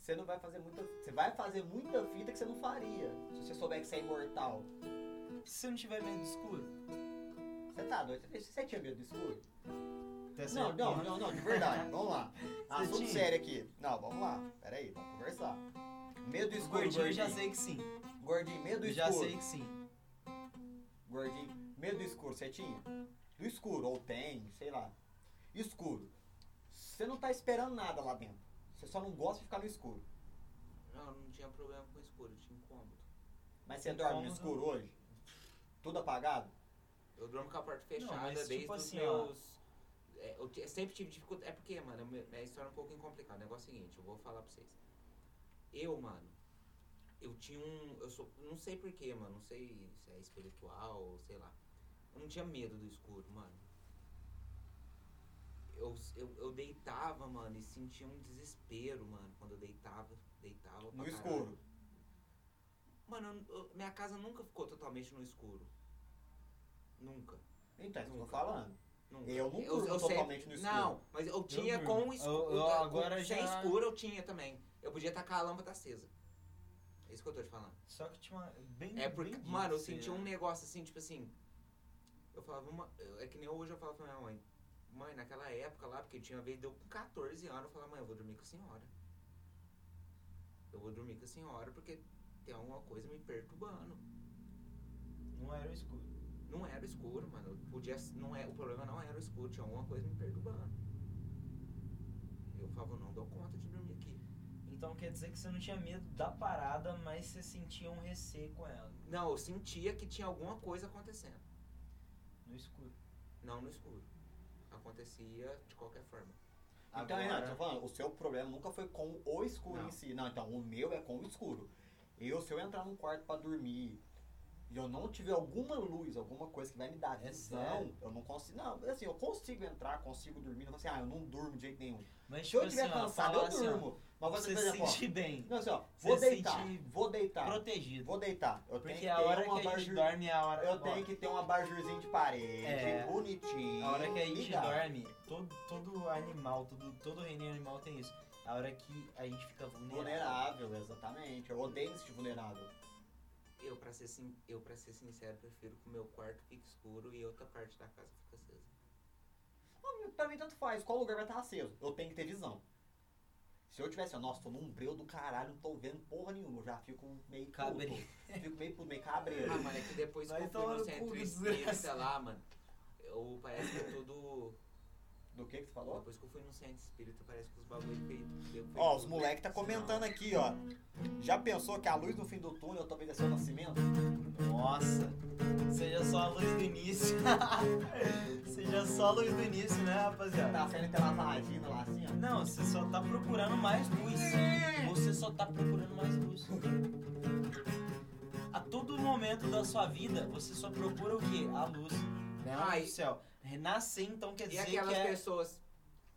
[SPEAKER 1] Você não vai fazer muita. Você vai fazer muita fita que você não faria. Se você souber que você é imortal.
[SPEAKER 2] se você não tiver medo do escuro,
[SPEAKER 1] Você tá doido? Você, você tinha medo do escuro? Não,
[SPEAKER 2] até Tá certo Uhum.
[SPEAKER 1] não,
[SPEAKER 2] ponto.
[SPEAKER 1] não, não, de verdade. Vamos lá. Assunto
[SPEAKER 2] tinha?
[SPEAKER 1] sério aqui. Não, vamos lá. Pera aí, vamos conversar. Medo do escuro.
[SPEAKER 2] Gordinho, eu
[SPEAKER 1] Gordinho,
[SPEAKER 2] já sei que sim.
[SPEAKER 1] Gordinho, medo do
[SPEAKER 2] Eu já
[SPEAKER 1] escuro.
[SPEAKER 2] sei que sim.
[SPEAKER 1] Gordinho, medo do escuro, você tinha? Do escuro, ou tem, sei lá. Escuro. Você não tá esperando nada lá dentro. Você só não gosta de ficar no escuro.
[SPEAKER 3] Não, eu não tinha problema com escuro, eu tinha um incômodo.
[SPEAKER 1] Mas você dorme no
[SPEAKER 2] Incômodo.
[SPEAKER 1] escuro hoje? Tudo apagado?
[SPEAKER 3] Eu durmo com a porta fechada
[SPEAKER 2] mas, tipo
[SPEAKER 3] desde os
[SPEAKER 2] assim, ó.
[SPEAKER 3] meus. É, eu, ti- eu sempre tive dificuldade. É porque, mano, me- minha história é um pouquinho complicada. O negócio é o seguinte, eu vou falar pra vocês. Eu, mano, eu tinha um. Eu sou. Não sei porquê, mano. Não sei se é espiritual, sei lá. Eu não tinha medo do escuro, mano. Eu eu, eu, eu deitava, mano, e sentia um desespero, mano, quando eu deitava, deitava. pra
[SPEAKER 1] No
[SPEAKER 3] caralho.
[SPEAKER 1] escuro.
[SPEAKER 3] Mano, eu- eu- minha casa nunca ficou totalmente no escuro. Nunca.
[SPEAKER 1] Então, isso que eu tô
[SPEAKER 3] Nunca.
[SPEAKER 1] falando.
[SPEAKER 3] Nunca.
[SPEAKER 1] Eu nunca durmo totalmente no escuro.
[SPEAKER 3] Não, mas eu tinha
[SPEAKER 2] durmo.
[SPEAKER 3] com o escuro.
[SPEAKER 2] Eu- eu
[SPEAKER 3] com-
[SPEAKER 2] agora
[SPEAKER 3] sem
[SPEAKER 2] já-
[SPEAKER 3] escuro eu tinha também. Eu podia tacar a lâmpada acesa. É isso que eu tô te falando.
[SPEAKER 2] Só que tinha uma. Bem,
[SPEAKER 3] É porque,
[SPEAKER 2] bem
[SPEAKER 3] mano, eu
[SPEAKER 2] disso,
[SPEAKER 3] senti
[SPEAKER 2] né?
[SPEAKER 3] um negócio assim, tipo assim. Eu falava, uma, é que nem hoje eu falo pra minha mãe. Mãe, naquela época lá, porque tinha uma vez, deu com 14 anos, eu falava, mãe, eu vou dormir com a senhora. Eu vou dormir com a senhora porque tem alguma coisa me perturbando.
[SPEAKER 2] Não era o escuro.
[SPEAKER 3] Não era o escuro, mano. eu Podia, não é, o problema não era o escuro, tinha alguma coisa me perturbando. Eu falava, não dou conta de dormir aqui.
[SPEAKER 2] Então quer dizer que você não tinha medo da parada, mas você sentia um receio com ela.
[SPEAKER 3] Não, eu sentia que tinha alguma coisa acontecendo.
[SPEAKER 2] No escuro.
[SPEAKER 3] Não no escuro. Acontecia de qualquer forma.
[SPEAKER 1] Então,
[SPEAKER 2] Agora-
[SPEAKER 1] Renato, eu tô falando, o seu problema nunca foi com o escuro
[SPEAKER 3] Não.
[SPEAKER 1] em si. Não, então, o meu é com o escuro. Eu, se eu entrar num quarto pra dormir e eu não tiver alguma luz, alguma coisa que vai me dar
[SPEAKER 2] É
[SPEAKER 1] visão,
[SPEAKER 2] sério?
[SPEAKER 1] eu não consigo. Não, assim, eu consigo entrar, consigo dormir, não vou assim, ah, eu não durmo de jeito nenhum.
[SPEAKER 2] Mas
[SPEAKER 1] Se eu
[SPEAKER 2] tipo
[SPEAKER 1] estiver
[SPEAKER 2] assim, ó,
[SPEAKER 1] cansado,
[SPEAKER 2] falar
[SPEAKER 1] eu
[SPEAKER 2] assim, ó,
[SPEAKER 1] durmo. Mas você,
[SPEAKER 2] você
[SPEAKER 1] por exemplo,
[SPEAKER 2] se
[SPEAKER 1] ó,
[SPEAKER 2] sentir bem, *laughs*
[SPEAKER 1] não, assim, ó, vou
[SPEAKER 2] se
[SPEAKER 1] deitar,
[SPEAKER 2] sentir
[SPEAKER 1] vou deitar,
[SPEAKER 2] protegido.
[SPEAKER 1] vou deitar. Eu tenho
[SPEAKER 2] Porque
[SPEAKER 1] que
[SPEAKER 2] a
[SPEAKER 1] ter uma
[SPEAKER 2] hora que a gente
[SPEAKER 1] abajur-
[SPEAKER 2] dorme é a hora
[SPEAKER 1] Eu
[SPEAKER 2] ó,
[SPEAKER 1] tenho que ter um abajurzinho de parede,
[SPEAKER 2] É.
[SPEAKER 1] bonitinho.
[SPEAKER 2] A hora que a gente
[SPEAKER 1] ligado.
[SPEAKER 2] dorme, né? todo, todo animal, todo, todo reino animal tem isso. A hora que a gente fica vulnerável.
[SPEAKER 1] Vulnerável, exatamente. Eu odeio esse tipo vulnerável.
[SPEAKER 3] Eu, pra ser, sin- eu, pra ser sincero, prefiro que o meu quarto fique escuro e outra parte da casa fique acesa.
[SPEAKER 1] Pra mim, tanto faz. Qual lugar vai estar aceso? Eu tenho que ter visão. Se eu tivesse, ó, nossa, tô num breu do caralho, não tô vendo porra nenhuma. Eu já fico meio puto.
[SPEAKER 2] Cabreiro.
[SPEAKER 1] Fico meio puto, meio cabreiro.
[SPEAKER 3] Ah, mano, é que depois que
[SPEAKER 2] Vai
[SPEAKER 3] eu fui
[SPEAKER 2] tomar
[SPEAKER 3] no
[SPEAKER 2] no cu,
[SPEAKER 3] centro
[SPEAKER 2] desgraça.
[SPEAKER 3] espírita lá, mano, eu, parece que tudo...
[SPEAKER 1] Do que que você falou?
[SPEAKER 3] Depois que eu fui no centro espírita, parece que os bagulho feito. deu- foi
[SPEAKER 1] Ó, os
[SPEAKER 3] tudo,
[SPEAKER 1] moleque tá
[SPEAKER 3] né?
[SPEAKER 1] comentando aqui, ó. Já pensou que a luz no fim do túnel talvez é seu nascimento?
[SPEAKER 2] Nossa, seja só a luz do início. *laughs* seja só a luz do início, né,
[SPEAKER 1] Tá
[SPEAKER 2] rapaziada?
[SPEAKER 1] saindo pela sarragina lá assim, ó.
[SPEAKER 2] Não, você só tá procurando mais luz.
[SPEAKER 1] É.
[SPEAKER 2] Você só tá procurando mais luz. A todo momento da sua vida, você só procura o quê? A luz. Né?
[SPEAKER 3] Ah,
[SPEAKER 2] Ai,
[SPEAKER 3] e-
[SPEAKER 2] do céu. Renascer, então, quer
[SPEAKER 3] E
[SPEAKER 2] dizer que
[SPEAKER 3] aquelas
[SPEAKER 2] é...
[SPEAKER 3] pessoas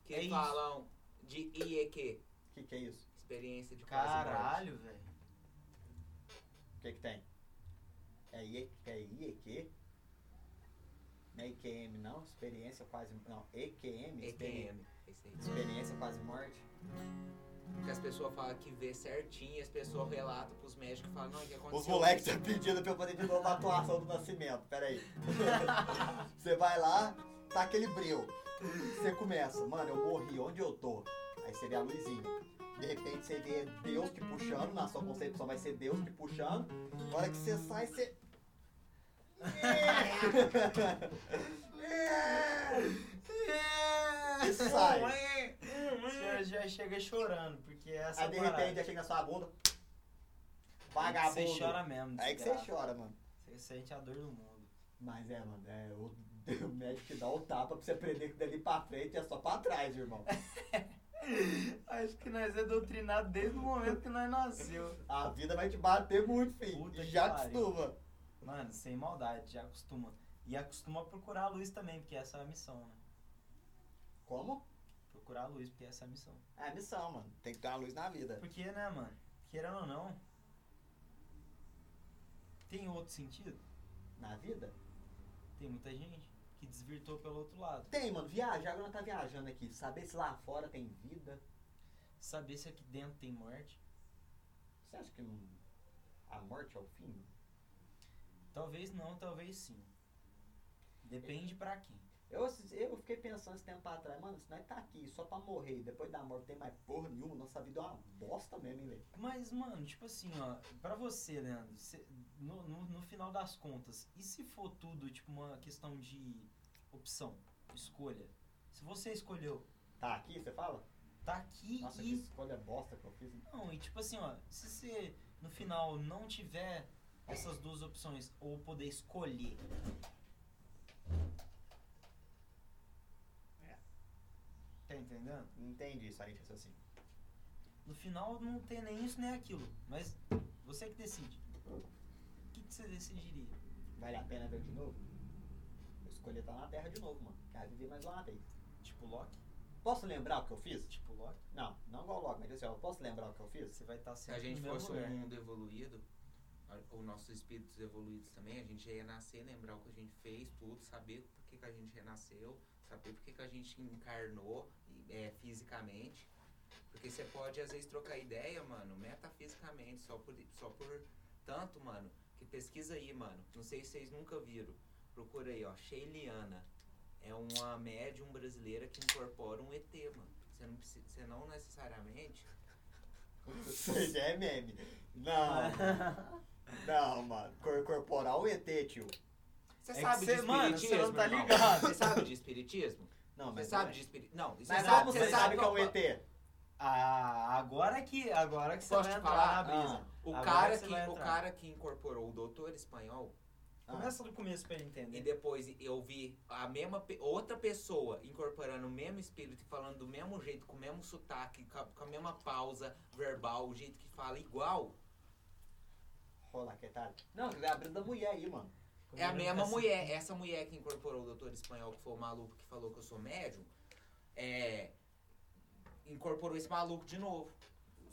[SPEAKER 3] que
[SPEAKER 2] é isso.
[SPEAKER 3] falam de IEQ,
[SPEAKER 1] Que que é isso?
[SPEAKER 3] experiência de quase morte.
[SPEAKER 2] Caralho, velho.
[SPEAKER 1] O que que tem? É IE, é IEQ? Não é IQM, não? Experiência quase... Não, EQM? experi-
[SPEAKER 3] EQM, esse É aí.
[SPEAKER 1] Experiência quase morte.
[SPEAKER 3] Que as pessoas falam que vê certinho, as pessoas relatam pros médicos e falam, não, o que aconteceu?
[SPEAKER 1] Os moleques estão
[SPEAKER 2] né?
[SPEAKER 1] pedindo pra eu fazer de novo a atuação do nascimento. Pera aí. *laughs* Você vai lá, tá aquele breu. Você começa, mano, eu morri, onde eu tô? Aí você vê a luzinha. De repente você vê Deus te puxando, na sua concepção vai ser Deus te puxando. Na hora que você sai, você. *laughs*
[SPEAKER 3] É,
[SPEAKER 1] E
[SPEAKER 2] é
[SPEAKER 1] sai.
[SPEAKER 2] O senhor já chega chorando, porque é essa
[SPEAKER 1] Aí de
[SPEAKER 2] parada.
[SPEAKER 1] repente já chega na sua bunda.
[SPEAKER 2] Aí
[SPEAKER 1] Vagabundo.
[SPEAKER 2] que Você chora mesmo.
[SPEAKER 1] Aí que você
[SPEAKER 2] desgraça.
[SPEAKER 1] chora, mano.
[SPEAKER 2] Você sente a dor do mundo.
[SPEAKER 1] Mas é, mano, é, o, *laughs* o médico te dá o tapa pra você aprender que dali pra frente é só pra trás, irmão.
[SPEAKER 2] Acho que nós é doutrinado desde o momento que nós nasceu.
[SPEAKER 1] A vida vai te bater muito, filho.
[SPEAKER 2] Puta que
[SPEAKER 1] Já
[SPEAKER 2] pariu.
[SPEAKER 1] acostuma.
[SPEAKER 2] Mano, sem maldade, já acostuma. E acostuma a procurar a luz também, porque essa é a missão, né?
[SPEAKER 1] Como?
[SPEAKER 2] Procurar a luz, porque essa é a missão.
[SPEAKER 1] É a missão, mano. Tem que ter uma luz na vida.
[SPEAKER 2] Porque, né, mano? Querendo ou não, tem outro sentido?
[SPEAKER 1] Na vida?
[SPEAKER 2] Tem muita gente que desvirtou pelo outro lado.
[SPEAKER 1] Tem, mano. Viajar, agora tá viajando aqui. Saber se lá fora tem vida.
[SPEAKER 2] Saber se aqui dentro tem morte.
[SPEAKER 1] Você acha que não... a morte é o fim?
[SPEAKER 2] Talvez não, talvez sim. Depende pra quem.
[SPEAKER 1] Eu, eu fiquei pensando esse tempo atrás, mano, se nós tá aqui só pra morrer e depois da morte tem mais porra nenhuma, nossa vida é uma bosta mesmo, hein, velho?
[SPEAKER 2] Mas, mano, tipo assim, ó, pra você, Leandro, cê- no, no, no final das contas, e se for tudo, tipo, uma questão de opção, escolha? Se você escolheu,
[SPEAKER 1] Tá aqui, você fala?
[SPEAKER 2] tá aqui
[SPEAKER 1] Nossa, que
[SPEAKER 2] e.
[SPEAKER 1] escolha bosta que eu fiz. hein?
[SPEAKER 2] Não, e tipo assim, ó, se você no final não tiver essas duas opções, ou poder escolher.
[SPEAKER 1] É.
[SPEAKER 2] Tá entendendo?
[SPEAKER 1] Entendi, isso aí, assim.
[SPEAKER 2] No final não tem nem isso nem aquilo. Mas você que decide. O que, que você decidiria?
[SPEAKER 1] Vale a pena ver de novo? Eu escolhi estar na Terra de novo, mano. Quero viver mais lá na Terra.
[SPEAKER 2] Tipo Loki?
[SPEAKER 1] Posso lembrar o que eu fiz?
[SPEAKER 2] Tipo, Loki,
[SPEAKER 1] Não, não igual logo, mas assim, ó, eu posso lembrar o que eu fiz?
[SPEAKER 2] *laughs* você vai estar
[SPEAKER 3] Se a
[SPEAKER 2] sempre
[SPEAKER 3] gente
[SPEAKER 2] no É mesmo
[SPEAKER 3] fosse um
[SPEAKER 2] lugar.
[SPEAKER 3] mundo evoluído, a- os nossos espíritos evoluídos também, a gente ia nascer, lembrar o que a gente fez, tudo, saber por que, que a gente renasceu, saber por que, que a gente encarnou e, é, fisicamente. Porque você pode, às vezes, trocar ideia, mano, metafisicamente, só por, só por tanto, mano, que pesquisa aí, mano. Não sei se vocês nunca viram. Procura aí, ó, Sheiliana. É uma médium brasileira que incorpora um ET, mano. Você não, precisa- você não necessariamente
[SPEAKER 1] Pois é, meme. Não, não, mano. Cor- corporal ET, tio.
[SPEAKER 3] Você
[SPEAKER 2] É que
[SPEAKER 3] sabe de
[SPEAKER 2] cê- mano,
[SPEAKER 3] espiritismo,
[SPEAKER 2] cê não tá
[SPEAKER 3] irmão?
[SPEAKER 2] ligado.
[SPEAKER 3] Você sabe de
[SPEAKER 2] *laughs*
[SPEAKER 3] espiritismo?
[SPEAKER 1] Não,
[SPEAKER 3] Você
[SPEAKER 1] mas.
[SPEAKER 3] sabe
[SPEAKER 2] é.
[SPEAKER 3] de espiritismo? Não, você
[SPEAKER 1] Mas
[SPEAKER 3] sabe,
[SPEAKER 1] como
[SPEAKER 3] você sabe
[SPEAKER 1] que é um ET?
[SPEAKER 2] *laughs* Ah, agora que, agora que você
[SPEAKER 3] Posso
[SPEAKER 2] vai
[SPEAKER 3] te
[SPEAKER 2] entrar
[SPEAKER 3] falar?
[SPEAKER 2] na brisa.
[SPEAKER 1] Ah,
[SPEAKER 3] O
[SPEAKER 2] Agora
[SPEAKER 3] cara,
[SPEAKER 2] você
[SPEAKER 3] que,
[SPEAKER 2] vai
[SPEAKER 3] o
[SPEAKER 2] entrar.
[SPEAKER 3] cara que incorporou o doutor espanhol
[SPEAKER 1] ah.
[SPEAKER 2] Começa do começo pra ele
[SPEAKER 3] e
[SPEAKER 2] entender.
[SPEAKER 3] depois eu vi a mesma pe- outra pessoa incorporando o mesmo espírito e falando do mesmo jeito, com o mesmo sotaque, com a, com a mesma pausa verbal, o jeito que fala igual.
[SPEAKER 1] Rola, que tal? Não,
[SPEAKER 3] tá
[SPEAKER 1] é a brisa da mulher aí, mano.
[SPEAKER 3] É a mesma mulher. Essa mulher que incorporou o doutor espanhol, que foi o maluco que falou que eu sou médium, é, incorporou esse maluco de novo.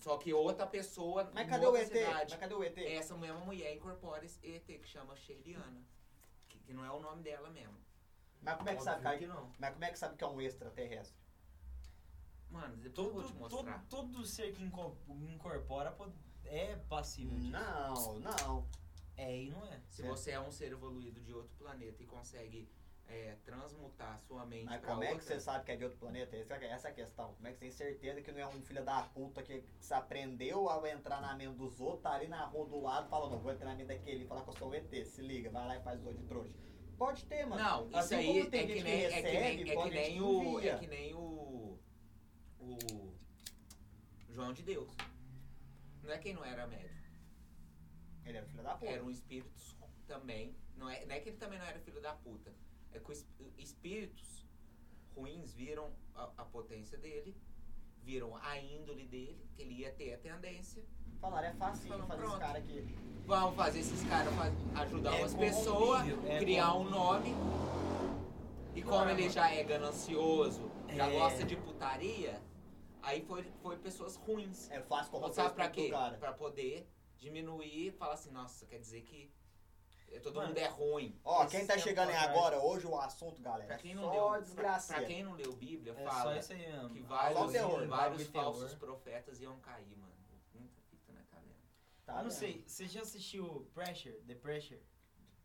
[SPEAKER 3] Só que outra pessoa.
[SPEAKER 1] Mas
[SPEAKER 3] em
[SPEAKER 1] cadê o
[SPEAKER 3] outra
[SPEAKER 1] ET?
[SPEAKER 3] cidade.
[SPEAKER 1] Mas cadê o ET?
[SPEAKER 3] Essa mesma mulher incorpora esse ET que chama Sheiliana. Que, que não é o nome dela mesmo.
[SPEAKER 1] Mas como é que sabe,
[SPEAKER 2] Óbvio
[SPEAKER 1] cara?
[SPEAKER 2] que não.
[SPEAKER 1] Mas como é que sabe que é um extraterrestre?
[SPEAKER 3] Mano, depois eu vou te
[SPEAKER 2] Todo,
[SPEAKER 3] mostrar.
[SPEAKER 2] todo, todo ser que inco- incorpora pode- é passível
[SPEAKER 3] Uhum.
[SPEAKER 2] disso.
[SPEAKER 1] Não, não.
[SPEAKER 2] É e não é.
[SPEAKER 3] Se
[SPEAKER 1] É.
[SPEAKER 3] você é um ser evoluído de outro planeta e consegue é, transmutar sua mente
[SPEAKER 1] Mas
[SPEAKER 3] pra
[SPEAKER 1] como é que
[SPEAKER 3] outra,
[SPEAKER 1] você sabe que é de outro planeta? Essa, essa é a questão. Como é que você tem certeza que não é um filho da puta que se aprendeu a entrar na mente dos outros, tá ali na rua do lado, fala, não, vou entrar na mente daquele e falar que eu sou um ET, se liga, vai lá e faz o de trouxa. Pode ter, mano.
[SPEAKER 3] Não, isso
[SPEAKER 1] Assim
[SPEAKER 3] aí
[SPEAKER 1] como
[SPEAKER 3] é
[SPEAKER 1] tem
[SPEAKER 3] que
[SPEAKER 1] gente que
[SPEAKER 3] nem, é que nem,
[SPEAKER 1] recebe,
[SPEAKER 3] é que
[SPEAKER 1] pode
[SPEAKER 3] nem
[SPEAKER 1] gente
[SPEAKER 3] o.
[SPEAKER 1] que
[SPEAKER 3] É
[SPEAKER 1] via.
[SPEAKER 3] que nem o. O. João de Deus. Não é quem não era médium.
[SPEAKER 1] Ele é um filho da puta.
[SPEAKER 3] Era um espírito também. Não é, não é que ele também não era filho da puta. É que os espíritos ruins viram a, a potência dele, viram a índole dele, que ele ia ter a tendência.
[SPEAKER 1] Falaram, é facinho
[SPEAKER 3] Falam,
[SPEAKER 1] fazer esse
[SPEAKER 3] um- pronto.
[SPEAKER 1] cara aqui.
[SPEAKER 3] Vamos fazer esses caras faz- ajudar
[SPEAKER 2] É
[SPEAKER 3] umas
[SPEAKER 1] um
[SPEAKER 2] corrompível,
[SPEAKER 3] pessoas,
[SPEAKER 2] é
[SPEAKER 3] criar um nome. E como
[SPEAKER 2] Não,
[SPEAKER 3] ele
[SPEAKER 2] mano.
[SPEAKER 3] já é ganancioso, já
[SPEAKER 2] É.
[SPEAKER 3] gosta de putaria, aí foi, foi pessoas ruins.
[SPEAKER 1] É fácil corromper
[SPEAKER 3] Sabe pra
[SPEAKER 1] espírito do
[SPEAKER 3] quê?
[SPEAKER 1] cara.
[SPEAKER 3] Pra poder diminuir e falar assim, nossa, quer dizer que eh, todo
[SPEAKER 2] Mano,
[SPEAKER 3] mundo é ruim.
[SPEAKER 1] Ó,
[SPEAKER 2] Esse
[SPEAKER 1] quem tá
[SPEAKER 2] tempo
[SPEAKER 1] chegando aí
[SPEAKER 2] atrás-
[SPEAKER 1] agora, hoje o assunto, galera,
[SPEAKER 3] Pra
[SPEAKER 1] é
[SPEAKER 3] quem não
[SPEAKER 1] só
[SPEAKER 3] leu, pra,
[SPEAKER 1] desgraça.
[SPEAKER 3] pra quem não leu Bíblia,
[SPEAKER 2] É só
[SPEAKER 3] fala
[SPEAKER 2] isso aí mesmo.
[SPEAKER 3] que
[SPEAKER 1] Só né?
[SPEAKER 3] vários,
[SPEAKER 1] terror,
[SPEAKER 3] vários
[SPEAKER 2] bagulho de terror.
[SPEAKER 3] falsos profetas iam cair, mano. Muita fita, né, tá vendo?
[SPEAKER 1] Tá
[SPEAKER 2] Eu não
[SPEAKER 1] vendo?
[SPEAKER 2] sei, você já assistiu Pressure? The Pressure?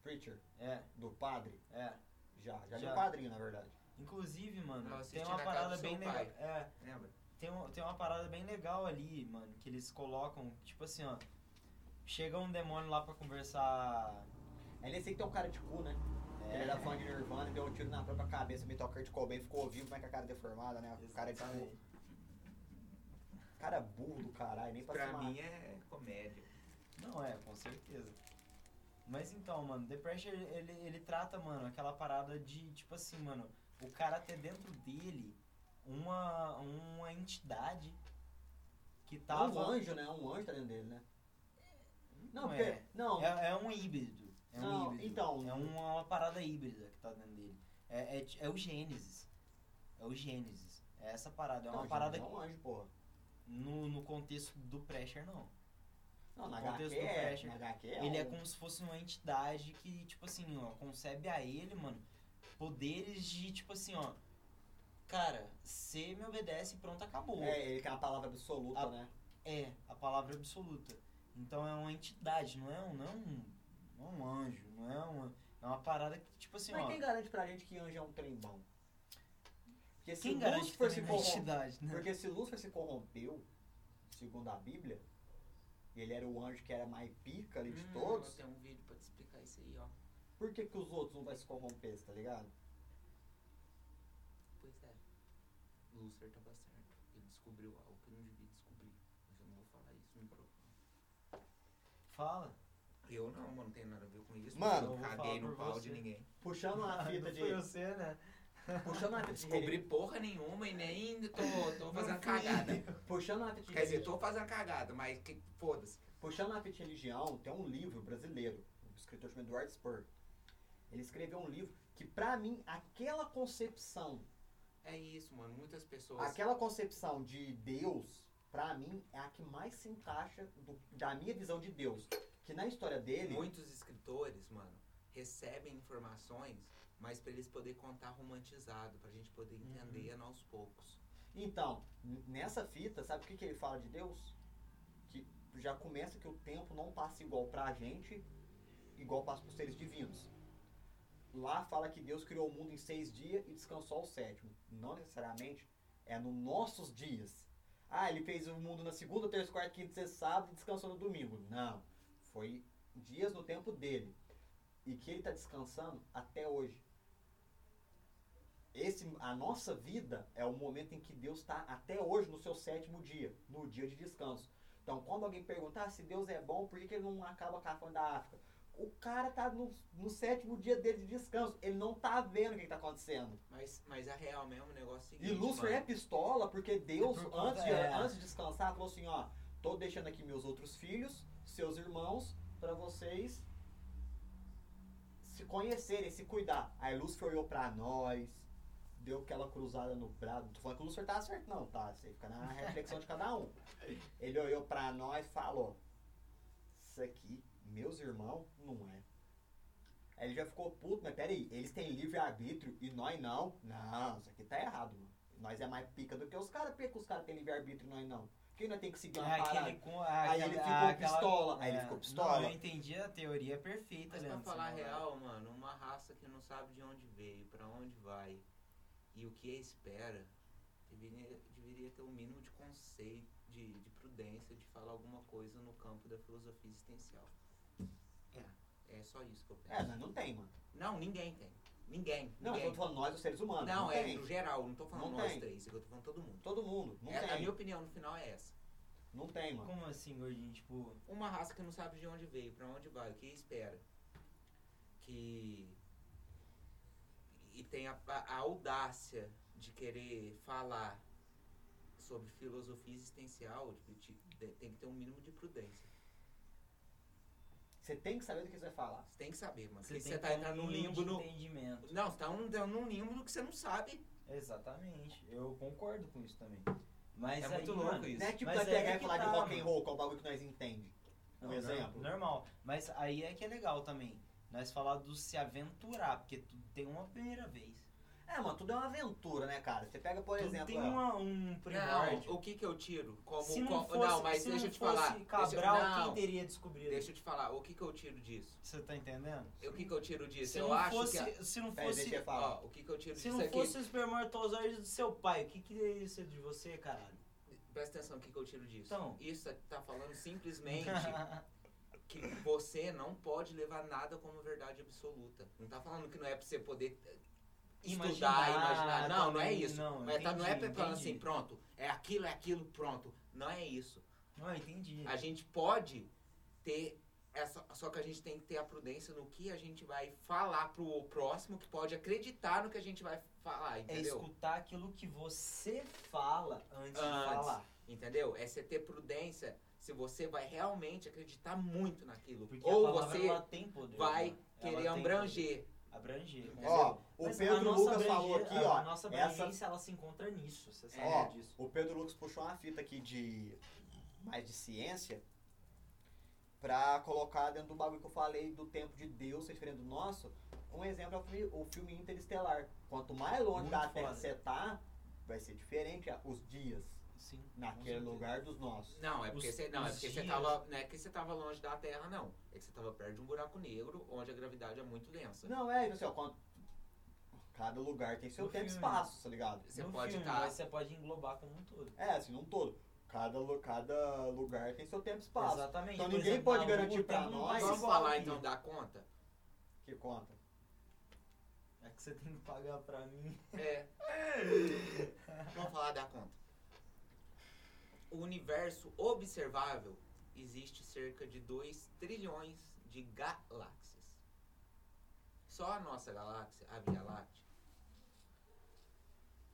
[SPEAKER 1] Preacher,
[SPEAKER 2] É,
[SPEAKER 1] do padre,
[SPEAKER 2] é.
[SPEAKER 1] já. Já,
[SPEAKER 2] Já.
[SPEAKER 1] deu padrinho, na verdade.
[SPEAKER 2] Inclusive, mano,
[SPEAKER 3] Eu assisti
[SPEAKER 2] tem
[SPEAKER 3] na
[SPEAKER 2] uma
[SPEAKER 3] casa
[SPEAKER 2] parada
[SPEAKER 3] do
[SPEAKER 2] bem
[SPEAKER 3] seu
[SPEAKER 2] legal.
[SPEAKER 3] pai.
[SPEAKER 2] É,
[SPEAKER 3] Lembra?
[SPEAKER 2] tem, um, tem uma parada bem legal ali, mano, que eles colocam, tipo assim, ó. Chega um demônio lá pra conversar. é,
[SPEAKER 1] É nesse aí que tem um cara de cu, né? Ele
[SPEAKER 2] *laughs*
[SPEAKER 1] era fã de Nirvana, deu um tiro na própria cabeça, me tocou de bem, ficou vivo, mas com a cara deformada, né? O cara de cu.
[SPEAKER 2] Exatamente.
[SPEAKER 1] Cara burro do caralho, nem pra, se
[SPEAKER 3] Pra
[SPEAKER 1] matar.
[SPEAKER 3] mim é comédia.
[SPEAKER 2] Não é, com certeza. Mas então, mano, The Pressure, ele, ele trata, mano, aquela parada de, tipo assim, mano, o cara ter dentro dele uma, uma entidade que tava.
[SPEAKER 1] Um anjo, né? Um anjo tá dentro dele, né? Não,
[SPEAKER 2] Não
[SPEAKER 1] porque.
[SPEAKER 2] é.
[SPEAKER 1] Não,
[SPEAKER 2] É, é um híbrido. É um
[SPEAKER 1] Não,
[SPEAKER 2] híbrido.
[SPEAKER 1] então-
[SPEAKER 2] É uma, uma parada híbrida que tá dentro dele. É, é, ti- é o Gênesis. É o Gênesis. É essa parada. É uma
[SPEAKER 1] não,
[SPEAKER 2] parada
[SPEAKER 1] gente,
[SPEAKER 2] que,
[SPEAKER 1] É um anjo, porra.
[SPEAKER 2] no, no contexto do Pressure, não.
[SPEAKER 1] Não, na
[SPEAKER 2] No
[SPEAKER 1] HQ,
[SPEAKER 2] contexto do
[SPEAKER 1] é,
[SPEAKER 2] Pressure.
[SPEAKER 1] na HQ é.
[SPEAKER 2] Ele é
[SPEAKER 1] um-
[SPEAKER 2] como se fosse uma entidade que, tipo assim, ó, concebe a ele, mano, poderes de, tipo assim, ó. Cara, você me obedece e pronto, acabou.
[SPEAKER 1] É, ele que é uma palavra absoluta,
[SPEAKER 2] A-
[SPEAKER 1] né?
[SPEAKER 2] É, a palavra absoluta. Então é uma entidade, não é um, não é um, não é um anjo, não é uma, é uma parada que, tipo assim,
[SPEAKER 1] Mas
[SPEAKER 2] ó.
[SPEAKER 1] quem garante pra gente que anjo é um trem bom? Porque se
[SPEAKER 2] Quem garante que
[SPEAKER 1] Lúcifer se
[SPEAKER 2] também não é
[SPEAKER 1] corrom-
[SPEAKER 2] entidade, né?
[SPEAKER 1] Porque se Lúcifer se corrompeu, segundo a Bíblia, e ele era o anjo que era mais pica ali de
[SPEAKER 3] Hum,
[SPEAKER 1] todos,
[SPEAKER 3] Eu tenho um vídeo pra te explicar isso aí, ó.
[SPEAKER 1] por que, que os outros não vão se corromper, tá ligado?
[SPEAKER 3] Pois é. Lúcifer tava certo. Ele descobriu algo que eu não devia descobrir. Mas eu não vou falar isso no microfone.
[SPEAKER 2] Fala.
[SPEAKER 3] Eu não, mano, não tem nada a ver com isso.
[SPEAKER 1] Mano,
[SPEAKER 3] eu
[SPEAKER 2] eu vou
[SPEAKER 3] caguei
[SPEAKER 2] falar
[SPEAKER 3] no
[SPEAKER 2] por
[SPEAKER 3] pau
[SPEAKER 2] você.
[SPEAKER 3] de ninguém.
[SPEAKER 1] Puxando uma fita
[SPEAKER 2] Ah, Não
[SPEAKER 1] de. É
[SPEAKER 2] foi você, né?
[SPEAKER 1] Puxando uma fita de.
[SPEAKER 3] Descobri
[SPEAKER 1] religi-
[SPEAKER 3] porra nenhuma e nem tô, tô fazendo
[SPEAKER 2] Não fui.
[SPEAKER 3] cagada.
[SPEAKER 2] *laughs*
[SPEAKER 1] *laughs* Puxando uma fita de.
[SPEAKER 3] Quer dizer,
[SPEAKER 1] religi-
[SPEAKER 3] tô fazendo cagada, mas que foda-se.
[SPEAKER 1] Puxando uma fita de religião, tem um livro brasileiro, um escritor chamado Edward Spur. Ele escreveu um livro que, pra mim, aquela concepção
[SPEAKER 3] É isso, mano. Muitas pessoas.
[SPEAKER 1] Aquela concepção de Deus, pra mim, é a que mais se encaixa do- da minha visão de Deus. Que na história dele.
[SPEAKER 3] Muitos escritores, mano, recebem informações, mas pra eles poderem contar romantizado, pra gente poder entender
[SPEAKER 2] Uhum.
[SPEAKER 3] aos poucos.
[SPEAKER 1] Então, n- nessa fita, sabe o que, que ele fala de Deus? Que já começa que o tempo não passa igual pra gente, igual passa pros seres divinos. Lá fala que Deus criou o mundo em seis dias e descansou ao sétimo. Não necessariamente é nos nossos dias. Ah, ele fez o mundo na segunda, terça, quarta, quinta, sexta, sábado e descansou no domingo. Não. Foi dias no tempo dele. E que ele está descansando até hoje esse, a nossa vida é o momento em que Deus está até hoje no seu sétimo dia, no dia de descanso. Então, quando alguém perguntar se Deus é bom, por que, que ele não acaba com a fome da África? O cara tá no, no sétimo dia dele de descanso. Ele não tá vendo o que, que tá acontecendo.
[SPEAKER 3] Mas, mas a real mesmo, o negócio é o
[SPEAKER 1] E
[SPEAKER 3] seguinte.
[SPEAKER 1] Lúcifer é
[SPEAKER 3] mano,
[SPEAKER 1] pistola porque Deus,
[SPEAKER 2] É por conta-
[SPEAKER 1] antes, de,
[SPEAKER 2] é.
[SPEAKER 1] antes de descansar, falou assim: ó, tô deixando aqui meus outros filhos, seus irmãos, pra vocês se conhecerem, se cuidar. Aí Lúcifer olhou pra nós, deu aquela cruzada no braço. Não tô falando que o Lúcifer tá certo, não, tá? Você fica na reflexão de cada um. Ele olhou pra nós e falou: Isso aqui, meus irmãos, não é. Aí ele já ficou puto, mas peraí, eles têm livre-arbítrio e nós não? Não, isso aqui tá errado, mano. Nós é mais pica do que os caras, por que que os caras têm livre-arbítrio e nós não? Por que nós tem que seguir uma parada?
[SPEAKER 2] Aquele com, a-
[SPEAKER 1] Aí ele
[SPEAKER 2] aquela-
[SPEAKER 1] ficou
[SPEAKER 2] aquela-
[SPEAKER 1] pistola, aí
[SPEAKER 2] é.
[SPEAKER 1] ele ficou pistola.
[SPEAKER 2] Não, eu entendi a teoria perfeita, assim,
[SPEAKER 3] Mas pra
[SPEAKER 2] Leandro,
[SPEAKER 3] falar a
[SPEAKER 1] né?
[SPEAKER 2] você não-
[SPEAKER 3] real, mano, uma raça que não sabe de onde veio, pra onde vai e o que espera, deveria, deveria ter o mínimo de conceito, de, de prudência, de falar alguma coisa no campo da filosofia existencial. É. É só isso que eu penso.
[SPEAKER 1] É, nós não tem, mano.
[SPEAKER 3] Não, ninguém tem. Ninguém.
[SPEAKER 1] Não, eu
[SPEAKER 3] ninguém.
[SPEAKER 1] tô falando nós, os seres humanos.
[SPEAKER 3] Não,
[SPEAKER 1] Não,
[SPEAKER 3] é
[SPEAKER 1] tem.
[SPEAKER 3] no geral, não tô falando
[SPEAKER 1] Não
[SPEAKER 3] nós
[SPEAKER 1] tem.
[SPEAKER 3] três, é que eu tô falando todo mundo.
[SPEAKER 1] Todo mundo. Não
[SPEAKER 3] É, a
[SPEAKER 1] tem.
[SPEAKER 3] minha opinião no final é essa.
[SPEAKER 1] Não tem, mano.
[SPEAKER 2] Como assim, gordinho? Tipo,
[SPEAKER 3] Uma raça que não sabe de onde veio, pra onde vai, o que espera. Que. E tem a, a- a audácia de querer falar sobre filosofia existencial, de- de- de- tem que ter um mínimo de prudência.
[SPEAKER 1] Você tem que saber do que você vai falar.
[SPEAKER 3] Você tem que saber, mano.
[SPEAKER 2] você
[SPEAKER 3] Porque você
[SPEAKER 2] tem que
[SPEAKER 3] tá
[SPEAKER 2] ter um
[SPEAKER 3] entrando num
[SPEAKER 2] mínimo
[SPEAKER 3] limbo
[SPEAKER 2] de
[SPEAKER 3] no.
[SPEAKER 2] entendimento.
[SPEAKER 3] Não, você tá entrando num limbo do que você não sabe.
[SPEAKER 2] Exatamente, eu concordo com isso também. Mas
[SPEAKER 3] é
[SPEAKER 2] aí,
[SPEAKER 3] muito
[SPEAKER 2] mano,
[SPEAKER 3] louco isso.
[SPEAKER 1] Não é tipo
[SPEAKER 2] Mas
[SPEAKER 1] nós
[SPEAKER 2] aí
[SPEAKER 1] pegar
[SPEAKER 2] é
[SPEAKER 1] e
[SPEAKER 2] que
[SPEAKER 1] falar de
[SPEAKER 2] tá,
[SPEAKER 1] rock and
[SPEAKER 2] mano.
[SPEAKER 1] roll, que é o bagulho que nós entende. Um
[SPEAKER 2] Não,
[SPEAKER 1] exemplo.
[SPEAKER 2] nor- Normal. Mas aí é que é legal também. Nós falar do se aventurar, porque tudo tem uma primeira vez.
[SPEAKER 1] É, mano, tudo é uma aventura, né, cara? Você pega, por
[SPEAKER 2] tudo
[SPEAKER 1] exemplo. é,
[SPEAKER 2] tem
[SPEAKER 1] ó,
[SPEAKER 2] uma, um primórdio.
[SPEAKER 3] Não, o que que eu tiro? Como,
[SPEAKER 2] se não
[SPEAKER 3] como-
[SPEAKER 2] fosse,
[SPEAKER 3] não, mas
[SPEAKER 2] se
[SPEAKER 3] deixa
[SPEAKER 2] não
[SPEAKER 3] eu te falar.
[SPEAKER 2] fosse
[SPEAKER 3] Deixa eu-
[SPEAKER 2] Cabral,
[SPEAKER 3] não,
[SPEAKER 2] quem teria descobrido?
[SPEAKER 3] Deixa eu te falar, o que que eu tiro disso?
[SPEAKER 2] Você tá entendendo?
[SPEAKER 3] O que que eu tiro disso?
[SPEAKER 2] Se
[SPEAKER 3] eu
[SPEAKER 2] não
[SPEAKER 3] acho
[SPEAKER 2] fosse,
[SPEAKER 3] que. a-
[SPEAKER 2] se não
[SPEAKER 1] Peraí, deixa
[SPEAKER 2] fosse,
[SPEAKER 1] eu falar.
[SPEAKER 3] Ó, o que que eu tiro
[SPEAKER 2] se
[SPEAKER 3] disso
[SPEAKER 2] não
[SPEAKER 3] aqui?
[SPEAKER 2] fosse os espermatozoides do seu pai, o que que é isso de você, caralho?
[SPEAKER 3] Presta atenção, o que que eu tiro disso?
[SPEAKER 2] Então.
[SPEAKER 3] Isso aqui tá falando
[SPEAKER 2] *laughs*
[SPEAKER 3] simplesmente que você não pode levar nada como verdade absoluta. Não tá falando que não é pra você poder eh, estudar, imaginar. Não, não é
[SPEAKER 2] também,
[SPEAKER 3] isso.
[SPEAKER 2] Não,
[SPEAKER 3] Mas tá, não é pra
[SPEAKER 2] entendi,
[SPEAKER 3] falar assim,
[SPEAKER 2] entendi.
[SPEAKER 3] pronto, é aquilo, é aquilo, pronto. Não é isso.
[SPEAKER 2] Não, entendi.
[SPEAKER 3] A gente pode ter essa. Só que a gente tem que ter a prudência no que a gente vai falar pro próximo que pode acreditar no que a gente vai falar,
[SPEAKER 2] É
[SPEAKER 3] entendeu?
[SPEAKER 2] escutar aquilo que você fala antes, de
[SPEAKER 3] Antes.
[SPEAKER 2] falar.
[SPEAKER 3] Entendeu? É você ter prudência se você vai realmente acreditar muito naquilo.
[SPEAKER 2] Porque a
[SPEAKER 3] Ou
[SPEAKER 2] palavra, é
[SPEAKER 3] você
[SPEAKER 2] ela tem poder.
[SPEAKER 3] vai
[SPEAKER 2] né? Ela
[SPEAKER 3] querer
[SPEAKER 2] tem
[SPEAKER 3] abranger.
[SPEAKER 2] poder. Abranger. né?
[SPEAKER 1] Ó, o
[SPEAKER 2] Mas a
[SPEAKER 1] Pedro
[SPEAKER 2] nossa
[SPEAKER 1] Lucas falou
[SPEAKER 2] abranger-
[SPEAKER 1] aqui,
[SPEAKER 2] a
[SPEAKER 1] ó.
[SPEAKER 2] nossa
[SPEAKER 1] essa-
[SPEAKER 2] abrangência, ela se encontra nisso. Você sabe
[SPEAKER 1] Ó,
[SPEAKER 2] disso.
[SPEAKER 1] O Pedro Lucas puxou uma fita aqui de mais de ciência pra colocar dentro do bagulho que eu falei do tempo de Deus ser diferente do nosso. Um exemplo é o filme, o filme Interestelar. Quanto mais longe
[SPEAKER 2] Muito
[SPEAKER 1] da Terra
[SPEAKER 2] foda.
[SPEAKER 1] você tá, vai ser diferente ah, os dias
[SPEAKER 2] Sim.
[SPEAKER 1] naquele
[SPEAKER 2] certeza.
[SPEAKER 1] lugar dos nossos.
[SPEAKER 3] Não, é porque
[SPEAKER 2] Os-
[SPEAKER 3] você. Não, é
[SPEAKER 2] os
[SPEAKER 3] porque você
[SPEAKER 2] dias.
[SPEAKER 3] tava. Não é que você tava longe da Terra, não. É que você tava perto de um buraco negro onde a gravidade é muito densa.
[SPEAKER 1] Não é, assim, ó, quanto- cada lugar tem seu
[SPEAKER 2] No
[SPEAKER 1] tempo e
[SPEAKER 2] filme.
[SPEAKER 1] espaço, tá ligado?
[SPEAKER 3] Você
[SPEAKER 2] No
[SPEAKER 3] pode
[SPEAKER 2] filme,
[SPEAKER 3] tá-
[SPEAKER 2] mas você pode englobar como um todo.
[SPEAKER 1] É, assim, num todo. Cada, lu- cada lugar tem seu tempo e espaço.
[SPEAKER 2] Exatamente.
[SPEAKER 1] Então
[SPEAKER 2] Por
[SPEAKER 1] ninguém
[SPEAKER 2] exemplo,
[SPEAKER 1] pode
[SPEAKER 2] na Lua
[SPEAKER 1] garantir pra
[SPEAKER 2] tem um
[SPEAKER 1] nós.
[SPEAKER 2] lugar
[SPEAKER 3] Vamos
[SPEAKER 2] só
[SPEAKER 3] falar
[SPEAKER 2] aqui.
[SPEAKER 3] então da conta?
[SPEAKER 1] Que conta.
[SPEAKER 2] É que você tem que pagar pra mim.
[SPEAKER 1] *laughs*
[SPEAKER 3] É. Vamos falar da conta. O universo observável existe cerca de 2 trilhões de galáxias. Só a nossa galáxia, a Via Láctea,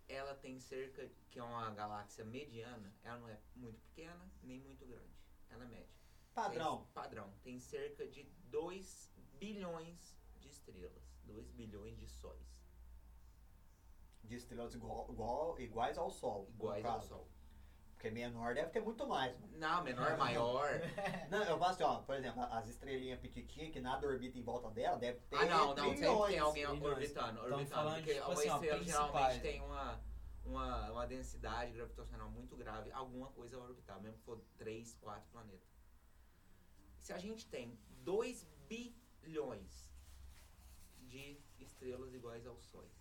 [SPEAKER 3] ela tem cerca, que é uma galáxia mediana, ela não é muito pequena nem muito grande, ela é média.
[SPEAKER 1] Padrão.
[SPEAKER 3] Tem, padrão. Tem cerca de 2 bilhões de estrelas, 2 bilhões de sóis.
[SPEAKER 1] de estrelas igual, igual- iguais ao Sol. no
[SPEAKER 3] Iguais ao
[SPEAKER 1] caso.
[SPEAKER 3] Sol.
[SPEAKER 1] Porque menor deve ter muito mais, né? mano.
[SPEAKER 3] Não, menor,
[SPEAKER 2] *laughs*
[SPEAKER 3] maior.
[SPEAKER 2] É.
[SPEAKER 1] Não, eu falo assim, ó, por exemplo, as estrelinhas petitinhas que nada orbita em volta dela, deve ter
[SPEAKER 3] Ah, não, não, sempre
[SPEAKER 1] trilhões.
[SPEAKER 3] tem alguém
[SPEAKER 2] trilhões.
[SPEAKER 3] orbitando, orbitando.
[SPEAKER 2] falando de,
[SPEAKER 3] Porque
[SPEAKER 2] tipo
[SPEAKER 3] uma
[SPEAKER 2] assim, ó,
[SPEAKER 3] estrela geralmente
[SPEAKER 2] principais.
[SPEAKER 3] tem uma, uma, uma densidade gravitacional muito grave, alguma coisa vai orbitar, mesmo que for 3, 4 planetas. Se a gente tem 2 bilhões de estrelas iguais aos sóis,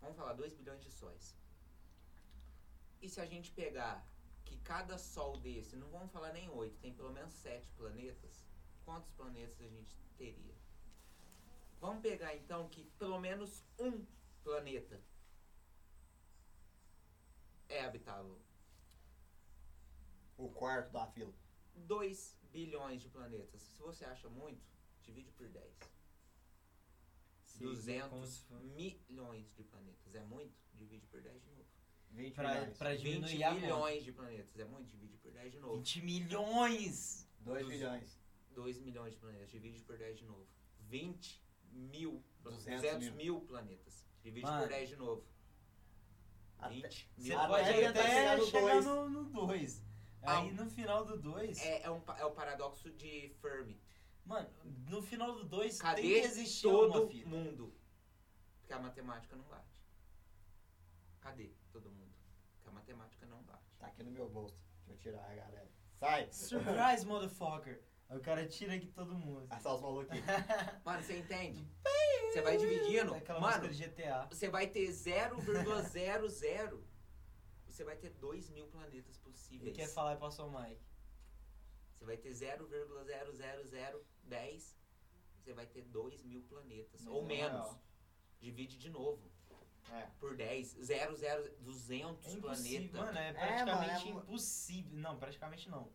[SPEAKER 3] vamos falar 2 bilhões de sóis. E se a gente pegar que cada sol desse, não vamos falar nem 8, tem pelo menos 7 planetas, quantos planetas a gente teria? Vamos pegar então que pelo menos um planeta é habitável.
[SPEAKER 1] O quarto da fila.
[SPEAKER 3] 2 bilhões de planetas. Se você acha muito, divide por 10.
[SPEAKER 2] Sim, é como
[SPEAKER 3] 200
[SPEAKER 2] se fosse-
[SPEAKER 3] milhões de planetas. É muito? Divide por 10 de novo.
[SPEAKER 1] 20
[SPEAKER 2] Pra,
[SPEAKER 1] milhões.
[SPEAKER 2] pra
[SPEAKER 3] 20
[SPEAKER 2] diminuir a conta.
[SPEAKER 3] milhões de planetas. É muito? Divide por 10 de novo.
[SPEAKER 2] 20 milhões!
[SPEAKER 1] 2
[SPEAKER 3] dos-
[SPEAKER 1] bilhões.
[SPEAKER 3] 2 milhões de planetas. Divide por 10 de novo. 20 mil.
[SPEAKER 1] 200
[SPEAKER 3] 200
[SPEAKER 1] mil.
[SPEAKER 3] mil planetas. Divide
[SPEAKER 2] Mano.
[SPEAKER 3] por 10 de novo.
[SPEAKER 1] Até-
[SPEAKER 3] 20
[SPEAKER 2] Você
[SPEAKER 3] mil
[SPEAKER 1] Até
[SPEAKER 2] pode
[SPEAKER 1] tentar chegar
[SPEAKER 2] até
[SPEAKER 1] no
[SPEAKER 2] chegar
[SPEAKER 1] dois.
[SPEAKER 2] no 2. Aí no final do 2.
[SPEAKER 3] É, é, um, pa- é o paradoxo de Fermi.
[SPEAKER 2] Mano, no final do 2 tem
[SPEAKER 3] Cadê
[SPEAKER 2] que existir
[SPEAKER 3] todo
[SPEAKER 2] uma fita.
[SPEAKER 3] mundo? Porque a matemática não bate. Cadê todo mundo? Porque a matemática não bate.
[SPEAKER 1] Tá aqui no meu bolso. Deixa eu tirar a galera. Sai!
[SPEAKER 2] Surprise, motherfucker! Aí O cara tira aqui todo mundo.
[SPEAKER 1] Assar os malucos aqui.
[SPEAKER 3] Mano, você entende? Você vai dividindo.
[SPEAKER 2] Aquela
[SPEAKER 3] Mano,
[SPEAKER 2] música do GTA.
[SPEAKER 3] você vai ter 0,00. Você vai ter 2 mil planetas
[SPEAKER 2] Ele
[SPEAKER 3] possíveis.
[SPEAKER 2] quer falar e passou o mic.
[SPEAKER 3] Você vai ter 0,00010. Você vai ter 2 mil planetas.
[SPEAKER 2] Mas
[SPEAKER 3] ou
[SPEAKER 2] não é
[SPEAKER 3] menos.
[SPEAKER 2] real.
[SPEAKER 3] Divide de novo.
[SPEAKER 1] É.
[SPEAKER 3] Por 10. 0, 0, 200
[SPEAKER 2] É impossível,
[SPEAKER 3] planetas.
[SPEAKER 2] mano, é
[SPEAKER 1] mano,
[SPEAKER 2] praticamente
[SPEAKER 1] é mu-
[SPEAKER 2] impossível. Não, praticamente não.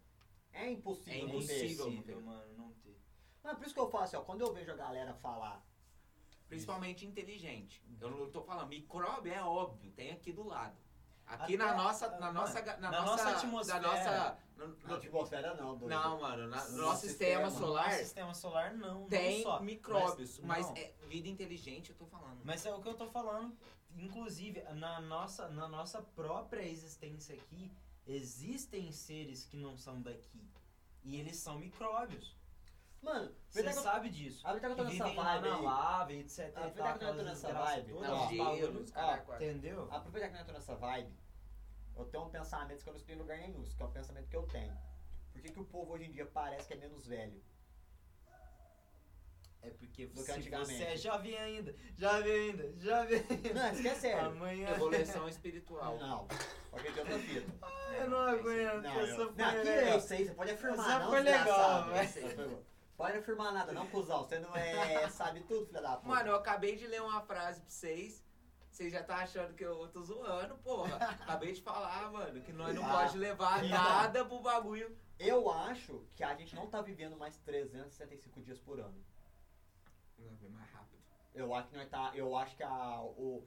[SPEAKER 1] É impossível
[SPEAKER 3] É
[SPEAKER 1] não ter.
[SPEAKER 3] impossível. não ter.
[SPEAKER 2] Impossível, mano, não ter.
[SPEAKER 1] Não, é por isso que eu falo assim, ó, quando eu vejo a galera falar,
[SPEAKER 3] Principalmente inteligente. Eu não tô falando, micróbio é óbvio, tem aqui do lado. Aqui
[SPEAKER 2] Até- ah,
[SPEAKER 3] na nossa. Na
[SPEAKER 2] mano,
[SPEAKER 3] nossa, ga- na
[SPEAKER 2] na
[SPEAKER 3] nossa,
[SPEAKER 2] nossa atmosfera.
[SPEAKER 3] Na nossa, no-
[SPEAKER 1] na
[SPEAKER 3] no-
[SPEAKER 1] atmosfera não, doido.
[SPEAKER 3] não, mano, na- no
[SPEAKER 1] No
[SPEAKER 3] nosso
[SPEAKER 1] sistema.
[SPEAKER 3] sistema, um solar
[SPEAKER 2] No sistema um solar, não.
[SPEAKER 3] tem
[SPEAKER 2] não só.
[SPEAKER 3] micróbios. Mas,
[SPEAKER 2] não.
[SPEAKER 3] é vida inteligente, eu tô falando.
[SPEAKER 2] Mas é o que eu tô falando. Inclusive, na nossa, na nossa própria existência aqui, existem seres que não são daqui. E eles são micróbios.
[SPEAKER 1] Mano, aproveitar
[SPEAKER 2] Você
[SPEAKER 1] é que eu-
[SPEAKER 2] sabe disso.
[SPEAKER 1] aproveitar que eu tô
[SPEAKER 2] Que
[SPEAKER 1] nessa
[SPEAKER 2] vivem lá
[SPEAKER 1] vibe
[SPEAKER 2] na
[SPEAKER 1] aí.
[SPEAKER 2] lava, e tá etc. e
[SPEAKER 1] Ah,
[SPEAKER 2] tal,
[SPEAKER 1] aproveitar que eu tô
[SPEAKER 2] aquelas
[SPEAKER 1] nessa
[SPEAKER 2] desgraças
[SPEAKER 1] vibe.
[SPEAKER 2] todas,
[SPEAKER 1] Não,
[SPEAKER 3] Não, É
[SPEAKER 2] os
[SPEAKER 3] um gelo,
[SPEAKER 2] bagulho.
[SPEAKER 3] os caralho, quatro.
[SPEAKER 2] Entendeu?
[SPEAKER 1] Aproveitar que eu tô nessa vibe, eu tenho um pensamento que eu não estou em lugar nenhum, isso que é o pensamento que eu tenho. Por que, que o povo hoje em dia parece que é menos velho? *laughs*
[SPEAKER 2] É porque
[SPEAKER 1] Do que
[SPEAKER 2] se
[SPEAKER 1] antigamente.
[SPEAKER 2] você é jovem ainda, jovem ainda, jovem ainda.
[SPEAKER 1] Não, esquece
[SPEAKER 2] É.
[SPEAKER 1] sério.
[SPEAKER 2] Amanhã
[SPEAKER 3] Evolução espiritual.
[SPEAKER 1] Não, porque tem outra
[SPEAKER 2] *laughs*
[SPEAKER 1] fita.
[SPEAKER 2] eu não é aguento,
[SPEAKER 1] Não,
[SPEAKER 2] essa
[SPEAKER 1] eu,
[SPEAKER 2] foi
[SPEAKER 1] não, aqui
[SPEAKER 2] legal.
[SPEAKER 1] eu sei, você pode afirmar,
[SPEAKER 2] Essa
[SPEAKER 1] não,
[SPEAKER 2] foi legal,
[SPEAKER 1] desgraçado. né?
[SPEAKER 2] velho.
[SPEAKER 1] Essa foi- Pode afirmar nada, não, cuzão. Você não é. *laughs* sabe tudo, filha da puta.
[SPEAKER 3] Mano, eu acabei de ler uma frase pra vocês. Vocês já tá achando que eu tô zoando, *laughs* porra. Acabei de falar, mano, que nós não
[SPEAKER 1] Ah.
[SPEAKER 3] pode levar
[SPEAKER 1] Ah.
[SPEAKER 3] nada pro bagulho.
[SPEAKER 1] Eu acho que a gente não tá vivendo mais 365 dias por ano.
[SPEAKER 3] Não, foi mais rápido.
[SPEAKER 1] Eu acho que nós tá. Eu acho que a, o,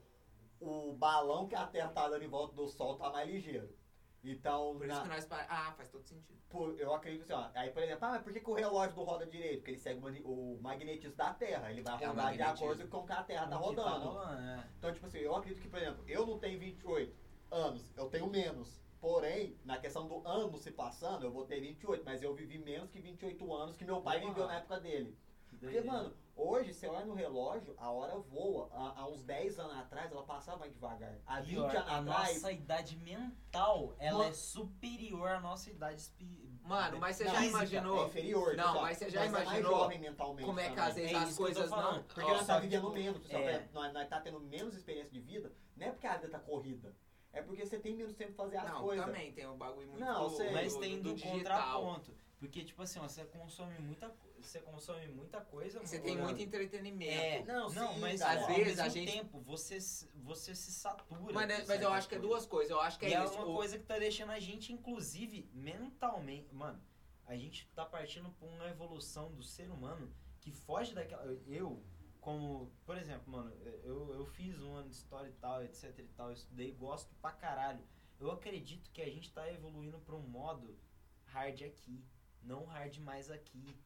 [SPEAKER 1] o balão que a Terra tá dando em volta do Sol tá mais ligeiro. Então,
[SPEAKER 3] Por
[SPEAKER 1] na-
[SPEAKER 3] isso que nós. pa- Ah, faz todo sentido.
[SPEAKER 1] por- eu acredito assim, ó. Aí, por exemplo, ah, mas por que, que o relógio não roda direito? Porque ele segue o mani- o magnetismo da Terra. Ele vai
[SPEAKER 3] É o
[SPEAKER 1] rodar de
[SPEAKER 3] magnetismo.
[SPEAKER 1] acordo com o que a Terra tá
[SPEAKER 2] Que tá
[SPEAKER 1] rodando.
[SPEAKER 2] rolando, né?
[SPEAKER 1] Então, tipo assim, eu acredito que, por exemplo, eu não tenho 28 anos, eu tenho menos. Porém, na questão do ano se passando, eu vou ter 28, mas eu vivi menos que 28 anos que meu pai
[SPEAKER 2] Porra.
[SPEAKER 1] viveu na época dele.
[SPEAKER 2] Que
[SPEAKER 1] Porque,
[SPEAKER 2] doideira.
[SPEAKER 1] mano, hoje você olha no relógio, a hora voa. Há, há uns 10 anos atrás ela passava mais devagar. Há 20
[SPEAKER 2] Pior,
[SPEAKER 1] anos
[SPEAKER 2] a
[SPEAKER 1] atrás.
[SPEAKER 2] nossa idade mental, ela
[SPEAKER 1] Mano.
[SPEAKER 2] é superior à nossa idade espi...
[SPEAKER 3] Mano, mas você
[SPEAKER 1] Não,
[SPEAKER 3] já
[SPEAKER 1] física, É
[SPEAKER 3] imaginou
[SPEAKER 1] inferior,
[SPEAKER 3] Não,
[SPEAKER 1] só.
[SPEAKER 3] mas você já
[SPEAKER 1] é mais
[SPEAKER 3] imaginou
[SPEAKER 1] jovem mentalmente
[SPEAKER 3] como é que
[SPEAKER 1] também.
[SPEAKER 3] às vezes
[SPEAKER 2] É
[SPEAKER 3] as
[SPEAKER 2] isso que eu tô
[SPEAKER 3] coisas não.
[SPEAKER 2] falando,
[SPEAKER 1] Porque
[SPEAKER 3] Ó,
[SPEAKER 1] nós tá
[SPEAKER 2] Só que,
[SPEAKER 1] vivendo
[SPEAKER 2] tipo,
[SPEAKER 1] menos, pessoal.
[SPEAKER 2] é.
[SPEAKER 1] Pra- Nós, nós tá tendo menos experiência de vida. Não é porque a vida tá corrida. É porque você tem menos tempo pra fazer as
[SPEAKER 3] não,
[SPEAKER 1] coisas.
[SPEAKER 3] também tem um bagulho muito
[SPEAKER 1] Não, eu sei.
[SPEAKER 2] Mas
[SPEAKER 3] do-
[SPEAKER 2] tem
[SPEAKER 3] do
[SPEAKER 2] do,
[SPEAKER 3] digital.
[SPEAKER 2] contraponto. Porque, tipo assim, ó, você consome muita, co- você consome muita coisa,
[SPEAKER 3] Você
[SPEAKER 2] mano.
[SPEAKER 3] tem
[SPEAKER 1] Olha.
[SPEAKER 3] muito entretenimento.
[SPEAKER 2] É,
[SPEAKER 1] Não,
[SPEAKER 2] não,
[SPEAKER 1] sim,
[SPEAKER 2] mas
[SPEAKER 1] cara.
[SPEAKER 2] às
[SPEAKER 1] Às
[SPEAKER 3] vezes
[SPEAKER 2] vezes, ao mesmo
[SPEAKER 3] a gente-
[SPEAKER 2] tempo, você, se- você se satura.
[SPEAKER 3] Mas, né, mas eu acho que é duas coisas. Eu acho que
[SPEAKER 2] E
[SPEAKER 3] é,
[SPEAKER 2] é
[SPEAKER 3] isso.
[SPEAKER 2] uma
[SPEAKER 3] O-
[SPEAKER 2] coisa que tá deixando a gente, inclusive, mentalmente. Mano, a gente tá partindo pra uma evolução do ser humano que foge daquela. Eu, como. Por exemplo, mano, eu, eu fiz um ano de história e tal, etc e tal, eu estudei, gosto pra caralho. Eu acredito que a gente tá evoluindo pra um modo hard aqui, não hard mais aqui.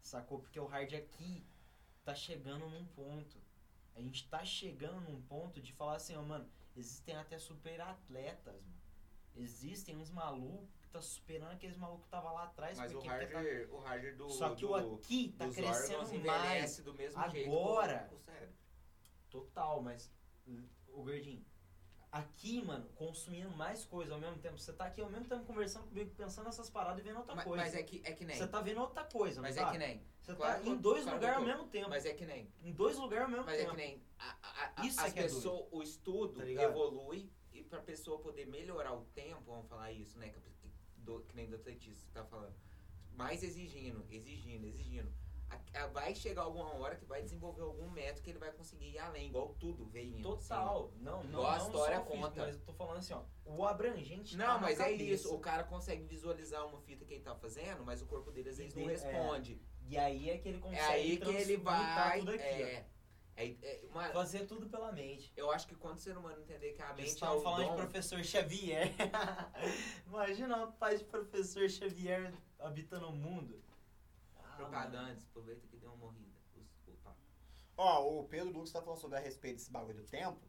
[SPEAKER 2] Sacou? Porque o hard aqui tá chegando num ponto. A gente tá chegando num ponto de falar assim, ó, mano, existem até super atletas, mano. Existem uns malucos que tá superando aqueles malucos que tava lá atrás.
[SPEAKER 3] Mas o
[SPEAKER 2] porque quer tá-
[SPEAKER 3] hardware, o hardware do.
[SPEAKER 2] Só que o
[SPEAKER 3] do,
[SPEAKER 2] aqui tá
[SPEAKER 3] dos órgãos
[SPEAKER 2] crescendo mais.
[SPEAKER 3] envelhece do mesmo jeito.
[SPEAKER 2] Agora.
[SPEAKER 3] que o- o cérebro.
[SPEAKER 2] Total, mas. O Gordinho. Aqui, mano, consumindo mais coisa ao mesmo tempo. Você tá aqui ao mesmo tempo conversando comigo, pensando nessas paradas e vendo outra
[SPEAKER 3] Ma- Mas,
[SPEAKER 2] coisa.
[SPEAKER 3] é que, é que nem.
[SPEAKER 2] Você tá vendo outra coisa,
[SPEAKER 3] mas
[SPEAKER 2] não
[SPEAKER 3] é
[SPEAKER 2] tá?
[SPEAKER 3] que nem.
[SPEAKER 2] Você
[SPEAKER 3] Claro
[SPEAKER 2] tá
[SPEAKER 3] que
[SPEAKER 2] em
[SPEAKER 3] eu-
[SPEAKER 2] dois
[SPEAKER 3] claro
[SPEAKER 2] lugares ao
[SPEAKER 3] que eu-
[SPEAKER 2] mesmo tempo.
[SPEAKER 3] Mas é que nem.
[SPEAKER 2] Em dois lugares ao mesmo
[SPEAKER 3] Mas é
[SPEAKER 2] tempo.
[SPEAKER 3] que nem. a- a- a-
[SPEAKER 2] Isso é
[SPEAKER 3] as
[SPEAKER 2] que é
[SPEAKER 3] pessoas, o estudo
[SPEAKER 2] Tá ligado?
[SPEAKER 3] evolui e pra pessoa poder melhorar o tempo, vamos falar isso, né? Que, que- do, que nem do atletista tá falando. Mais exigindo, exigindo, exigindo. A- a- vai chegar alguma hora que vai desenvolver algum método que ele vai conseguir ir além, igual tudo vem. assim.
[SPEAKER 2] Total. Não, não,
[SPEAKER 3] Igual a
[SPEAKER 2] não
[SPEAKER 3] história
[SPEAKER 2] só o físico,
[SPEAKER 3] conta.
[SPEAKER 2] mas eu tô falando assim, ó. O abrangente tá
[SPEAKER 3] Não,
[SPEAKER 2] na
[SPEAKER 3] mas é
[SPEAKER 2] cabeça.
[SPEAKER 3] isso. O cara consegue visualizar uma fita que ele tá fazendo, mas o corpo dele às vezes
[SPEAKER 2] E
[SPEAKER 3] não
[SPEAKER 2] de- é.
[SPEAKER 3] responde.
[SPEAKER 2] E aí é que ele consegue
[SPEAKER 3] É aí que ele
[SPEAKER 2] transmutar
[SPEAKER 3] vai.
[SPEAKER 2] tudo aqui,
[SPEAKER 3] é, é, é,
[SPEAKER 2] ó.
[SPEAKER 3] mano,
[SPEAKER 2] Fazer tudo pela mente.
[SPEAKER 3] eu acho que quando o ser humano entender que a
[SPEAKER 2] Eles
[SPEAKER 3] mente é
[SPEAKER 2] estavam
[SPEAKER 3] o
[SPEAKER 2] falando de
[SPEAKER 3] dom,
[SPEAKER 2] professor Xavier. *laughs* Imagina o pai de professor Xavier habitando o mundo. Ah, mano.
[SPEAKER 3] propagandas, aproveita que deu uma morrida. Os- o tá. papo.
[SPEAKER 1] Ó, o Pedro Lucas tá falando sobre a respeito desse bagulho do tempo.